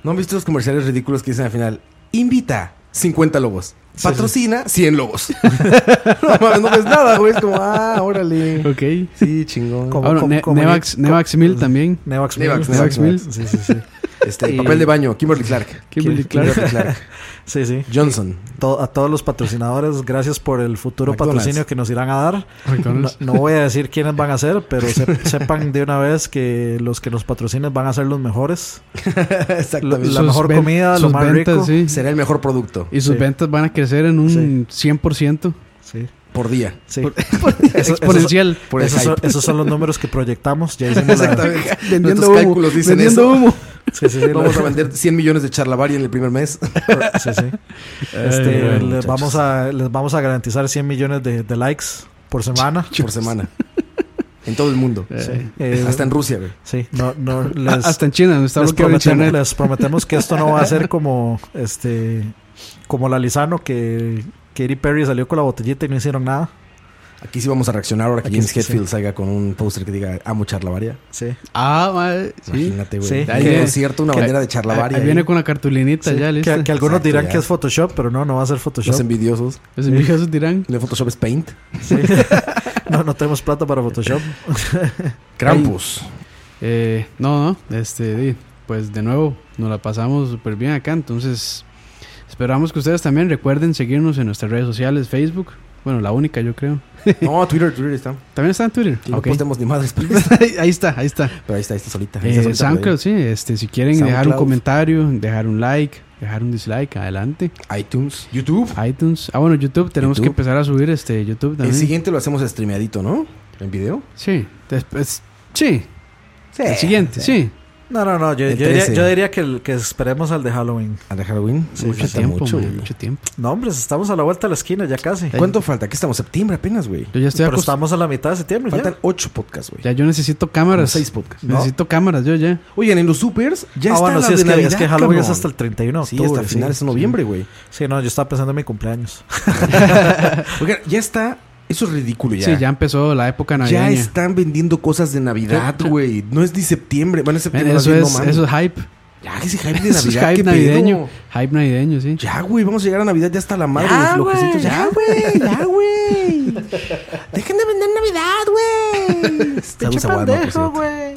Speaker 6: ¿No han visto los comerciales ridículos que dicen al final? Invita 50 lobos. Patrocina 100 lobos. no mames, no ves nada, güey. Es como, ah, órale.
Speaker 5: Ok.
Speaker 6: Sí, chingón.
Speaker 7: Como-
Speaker 5: Ah, bueno,
Speaker 7: como-
Speaker 5: Ne-
Speaker 7: como-
Speaker 5: Nevax,
Speaker 7: como-
Speaker 5: Nevax Mil también.
Speaker 7: Nevax Mil.
Speaker 6: Nevax,
Speaker 5: Nevax
Speaker 6: Nevax, Nevax.
Speaker 5: Mil.
Speaker 7: Sí, sí, sí.
Speaker 6: Este,
Speaker 7: Y-
Speaker 6: papel de baño. Kimberly Clark.
Speaker 5: Kimberly
Speaker 7: Kim-
Speaker 5: Clark.
Speaker 6: Kimberly Clark.
Speaker 7: Sí, sí.
Speaker 6: Johnson.
Speaker 7: To- a todos los patrocinadores, gracias por el futuro
Speaker 6: McDonald's.
Speaker 7: patrocinio que nos irán a dar. No,
Speaker 5: McDonald's.
Speaker 7: no voy a decir quiénes van a ser, pero se- sepan de una vez que los que nos patrocinen van a ser los mejores. Lo-
Speaker 6: Exactamente.
Speaker 7: la
Speaker 5: Sus
Speaker 7: mejor
Speaker 5: ven-
Speaker 7: comida, lo
Speaker 5: sus
Speaker 7: más
Speaker 5: ventas,
Speaker 7: rico.
Speaker 5: sí.
Speaker 6: Será el mejor producto.
Speaker 5: Y sus
Speaker 7: Sí.
Speaker 5: ventas van a crecer en un 100%.
Speaker 7: Sí.
Speaker 6: por día.
Speaker 7: Sí.
Speaker 5: Por-
Speaker 7: Eso-
Speaker 5: Exponencial.
Speaker 7: Esos,
Speaker 6: Por el
Speaker 7: esos son,
Speaker 6: hype.
Speaker 7: esos son los números que proyectamos. Ya hicimos la,
Speaker 6: Exactamente.
Speaker 5: Vendiendo
Speaker 6: Nuestros
Speaker 5: humo.
Speaker 6: cálculos dicen
Speaker 5: vendiendo
Speaker 6: eso.
Speaker 5: humo.
Speaker 7: sí, sí, sí,
Speaker 6: Vamos
Speaker 7: la-
Speaker 6: a vender 100 millones de charlavaria en el primer mes.
Speaker 7: sí, sí.
Speaker 5: Ay,
Speaker 7: Este,
Speaker 5: bueno,
Speaker 7: les
Speaker 6: muchachos.
Speaker 7: vamos a, les vamos a garantizar 100 millones de, de likes por semana.
Speaker 6: por semana. En todo el mundo.
Speaker 7: Sí. Eh,
Speaker 6: Hasta en Rusia, güey.
Speaker 7: sí, no, no,
Speaker 5: Ah,
Speaker 7: les,
Speaker 5: Hasta en China, donde está
Speaker 7: les
Speaker 5: bloqueado el
Speaker 7: prometemos,
Speaker 5: internet.
Speaker 7: les prometemos que esto no va a ser como este como la Lizano que Katy Perry salió con la botellita y no hicieron nada.
Speaker 6: Aquí sí vamos a reaccionar ahora que
Speaker 7: Aquí
Speaker 6: James
Speaker 7: sí,
Speaker 6: Hetfield salga con un póster que diga amo charlavaria.
Speaker 7: Sí.
Speaker 5: Ah, madre. Sí.
Speaker 6: Imagínate, güey.
Speaker 7: Sí.
Speaker 6: Ahí
Speaker 5: Que-
Speaker 6: en el concierto, una
Speaker 5: que-
Speaker 6: bandera de
Speaker 5: Ahí-
Speaker 6: charlavaria.
Speaker 5: eh, ahí
Speaker 6: ahí.
Speaker 5: viene con la cartulinita ya,
Speaker 7: que,
Speaker 5: lista.
Speaker 7: que algunos
Speaker 6: Exacto,
Speaker 7: dirán
Speaker 6: ya.
Speaker 7: que es Photoshop, pero no, no va a ser Photoshop.
Speaker 6: Los envidiosos.
Speaker 5: Los envidiosos dirán.
Speaker 6: De Photoshop es Paint.
Speaker 7: No, no tenemos plata para Photoshop.
Speaker 6: Krampus.
Speaker 5: Eh, no, no, este, di, pues de nuevo, nos la pasamos súper bien acá, entonces esperamos que ustedes también recuerden seguirnos en nuestras redes sociales, Facebook, bueno, la única yo creo.
Speaker 6: No, Twitter, Twitter está.
Speaker 5: También está en Twitter.
Speaker 6: Y No
Speaker 5: Ok.
Speaker 6: postemos ni madres. Pero
Speaker 5: ahí está, ahí está.
Speaker 6: pero ahí está, ahí está solita.
Speaker 5: Eh,
Speaker 6: Ahí está solita por ahí.
Speaker 5: SoundCloud, sí, este, si quieren dejar un
Speaker 6: SoundCloud.
Speaker 5: comentario, dejar un like, dejar un dislike, adelante.
Speaker 6: iTunes. YouTube.
Speaker 5: iTunes, ah bueno, YouTube, tenemos
Speaker 6: YouTube.
Speaker 5: que empezar a subir este YouTube
Speaker 6: El
Speaker 5: también.
Speaker 6: siguiente lo hacemos streameadito, ¿no? En video.
Speaker 5: Sí, después,
Speaker 6: Eh,
Speaker 5: sí, el siguiente, sí.
Speaker 7: No, no, no. Yo,
Speaker 6: El
Speaker 7: yo diría,
Speaker 6: 13.
Speaker 7: yo diría que, el- que esperemos al de Halloween.
Speaker 6: A Ah, de Halloween. Mucho
Speaker 7: Sí,
Speaker 5: Mucho
Speaker 6: falta
Speaker 5: tiempo,
Speaker 6: mucho,
Speaker 5: man,
Speaker 6: güey.
Speaker 5: mucho tiempo.
Speaker 7: No, hombre, estamos a la vuelta de la esquina ya casi.
Speaker 6: ¿Cuánto falta? Aquí estamos septiembre apenas, güey.
Speaker 5: Yo ya estoy
Speaker 7: Pero
Speaker 5: acost-
Speaker 7: estamos a la mitad de septiembre
Speaker 6: Faltan
Speaker 7: ya.
Speaker 6: ocho podcasts, güey.
Speaker 5: Ya yo necesito cámaras.
Speaker 6: Como seis podcasts. ¿no?
Speaker 5: Necesito cámaras, yo ya.
Speaker 6: Oigan, en los supers ya
Speaker 7: ah,
Speaker 6: está
Speaker 7: bueno,
Speaker 6: la
Speaker 7: sí, es
Speaker 6: de
Speaker 7: que,
Speaker 6: Navidad,
Speaker 7: es que Halloween
Speaker 6: cabrón.
Speaker 7: es hasta el 31 de
Speaker 6: Sí, hasta
Speaker 7: octubre,
Speaker 6: el finales
Speaker 7: sí.
Speaker 6: de noviembre, güey.
Speaker 7: Sí, no, yo estaba pensando en mi cumpleaños.
Speaker 6: Oigan, ya está... Eso es ridículo ya.
Speaker 5: Sí, ya empezó la época
Speaker 6: Ya
Speaker 5: navideña.
Speaker 6: están vendiendo cosas de Navidad, güey. No es ni septiembre. Bueno, es
Speaker 5: Men,
Speaker 6: septiembre.
Speaker 5: eso,
Speaker 6: más bien,
Speaker 5: es,
Speaker 6: no mames.
Speaker 5: eso es hype.
Speaker 6: Ya, ese hype de
Speaker 5: Eso es
Speaker 6: Navidad,
Speaker 5: hype
Speaker 6: qué
Speaker 5: navideño.
Speaker 6: pedo.
Speaker 5: Hype navideño, sí.
Speaker 6: Ya, güey, vamos a llegar a Navidad ya hasta la madre de los flojecitos. Ya, güey, ya, güey. Dejen de vender Navidad, güey. Saludos a Walmart, güey.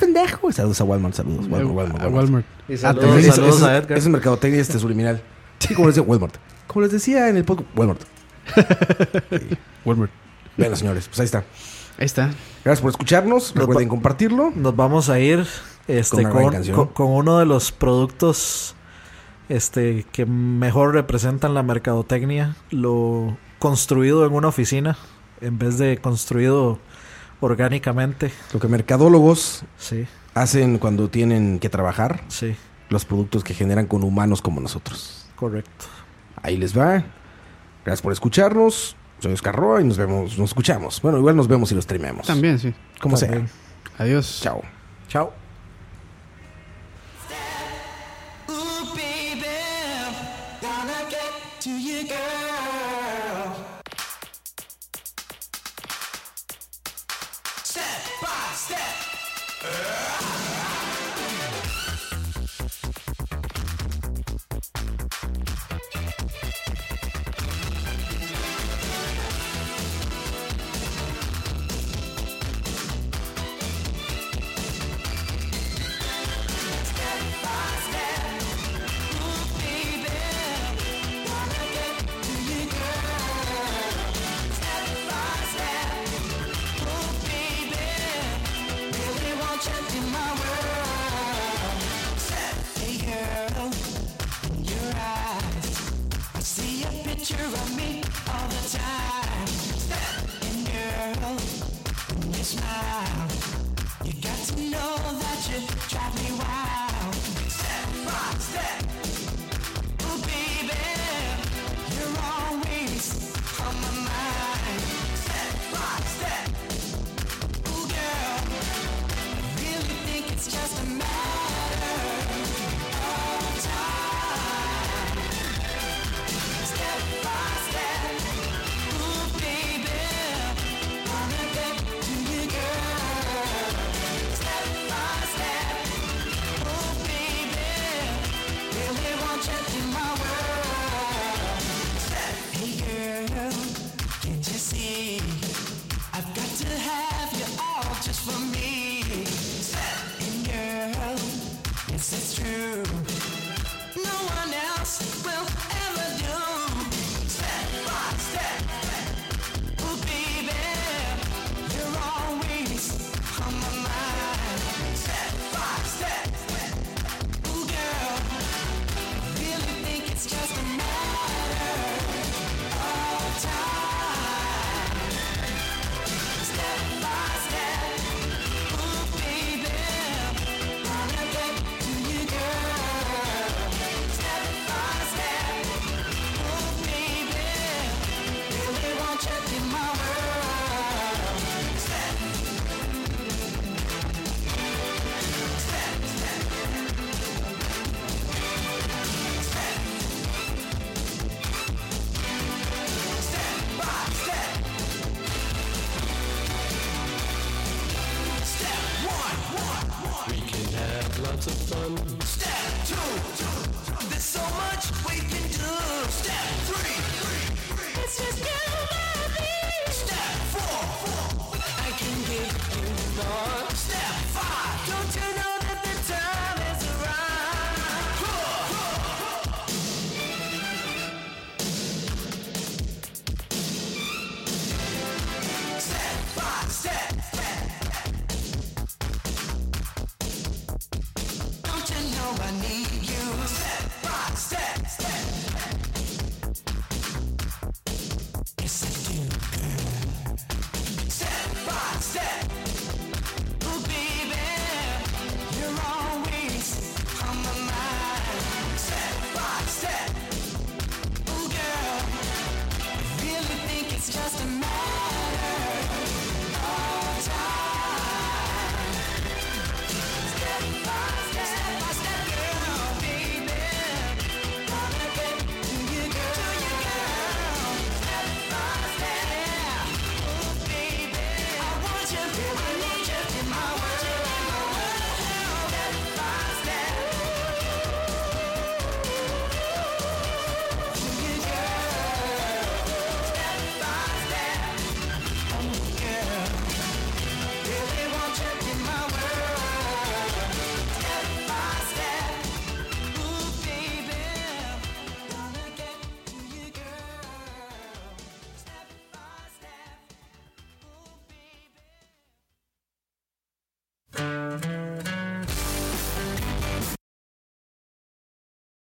Speaker 6: pendejo. Saludos a Walmart, saludos.
Speaker 5: A-
Speaker 6: Walmart, Walmart.
Speaker 5: Eh, a
Speaker 6: Walmart.
Speaker 5: Walmart.
Speaker 6: Ah,
Speaker 7: saludos,
Speaker 6: también es-
Speaker 7: saludos
Speaker 6: es-
Speaker 7: a Edgar.
Speaker 6: Es un mercadotecnia este subliminal. Sí, como les decía, Walmart. Como les decía en el podcast, Walmart.
Speaker 5: Walmart.
Speaker 6: Bueno, señores, pues ahí está.
Speaker 5: Ahí está.
Speaker 6: Gracias por escucharnos.
Speaker 7: Nos
Speaker 6: Recuerden
Speaker 7: va-
Speaker 6: compartirlo.
Speaker 7: Nos vamos a ir este,
Speaker 6: Con una gran
Speaker 7: con,
Speaker 6: canción.
Speaker 7: con- con uno de los productos este, que mejor representan la mercadotecnia. Lo construido en una oficina en vez de construido orgánicamente.
Speaker 6: Lo que mercadólogos
Speaker 7: Sí,
Speaker 6: hacen cuando tienen que trabajar
Speaker 7: sí,
Speaker 6: los productos que generan con humanos como nosotros.
Speaker 7: correcto.
Speaker 6: Ahí les va. Gracias por escucharnos. Soy Oscar Roa y nos vemos, nos escuchamos. Bueno, igual nos vemos y los streameamos.
Speaker 5: También, sí.
Speaker 6: Como
Speaker 7: También.
Speaker 6: sea.
Speaker 5: Adiós.
Speaker 6: Chao. Chao.
Speaker 1: Ooh, baby, wanna get to you, girl. Step by step. See a picture of me all the time. Step in, girl, and you smile. You got to know that you drive me wild. Step by step, oh baby, you're always on my mind. Step by step, oh girl, I really think it's just a matter of time. Step by step, ooh baby, wanna get to you, girl. Step by step, ooh just a matter of time.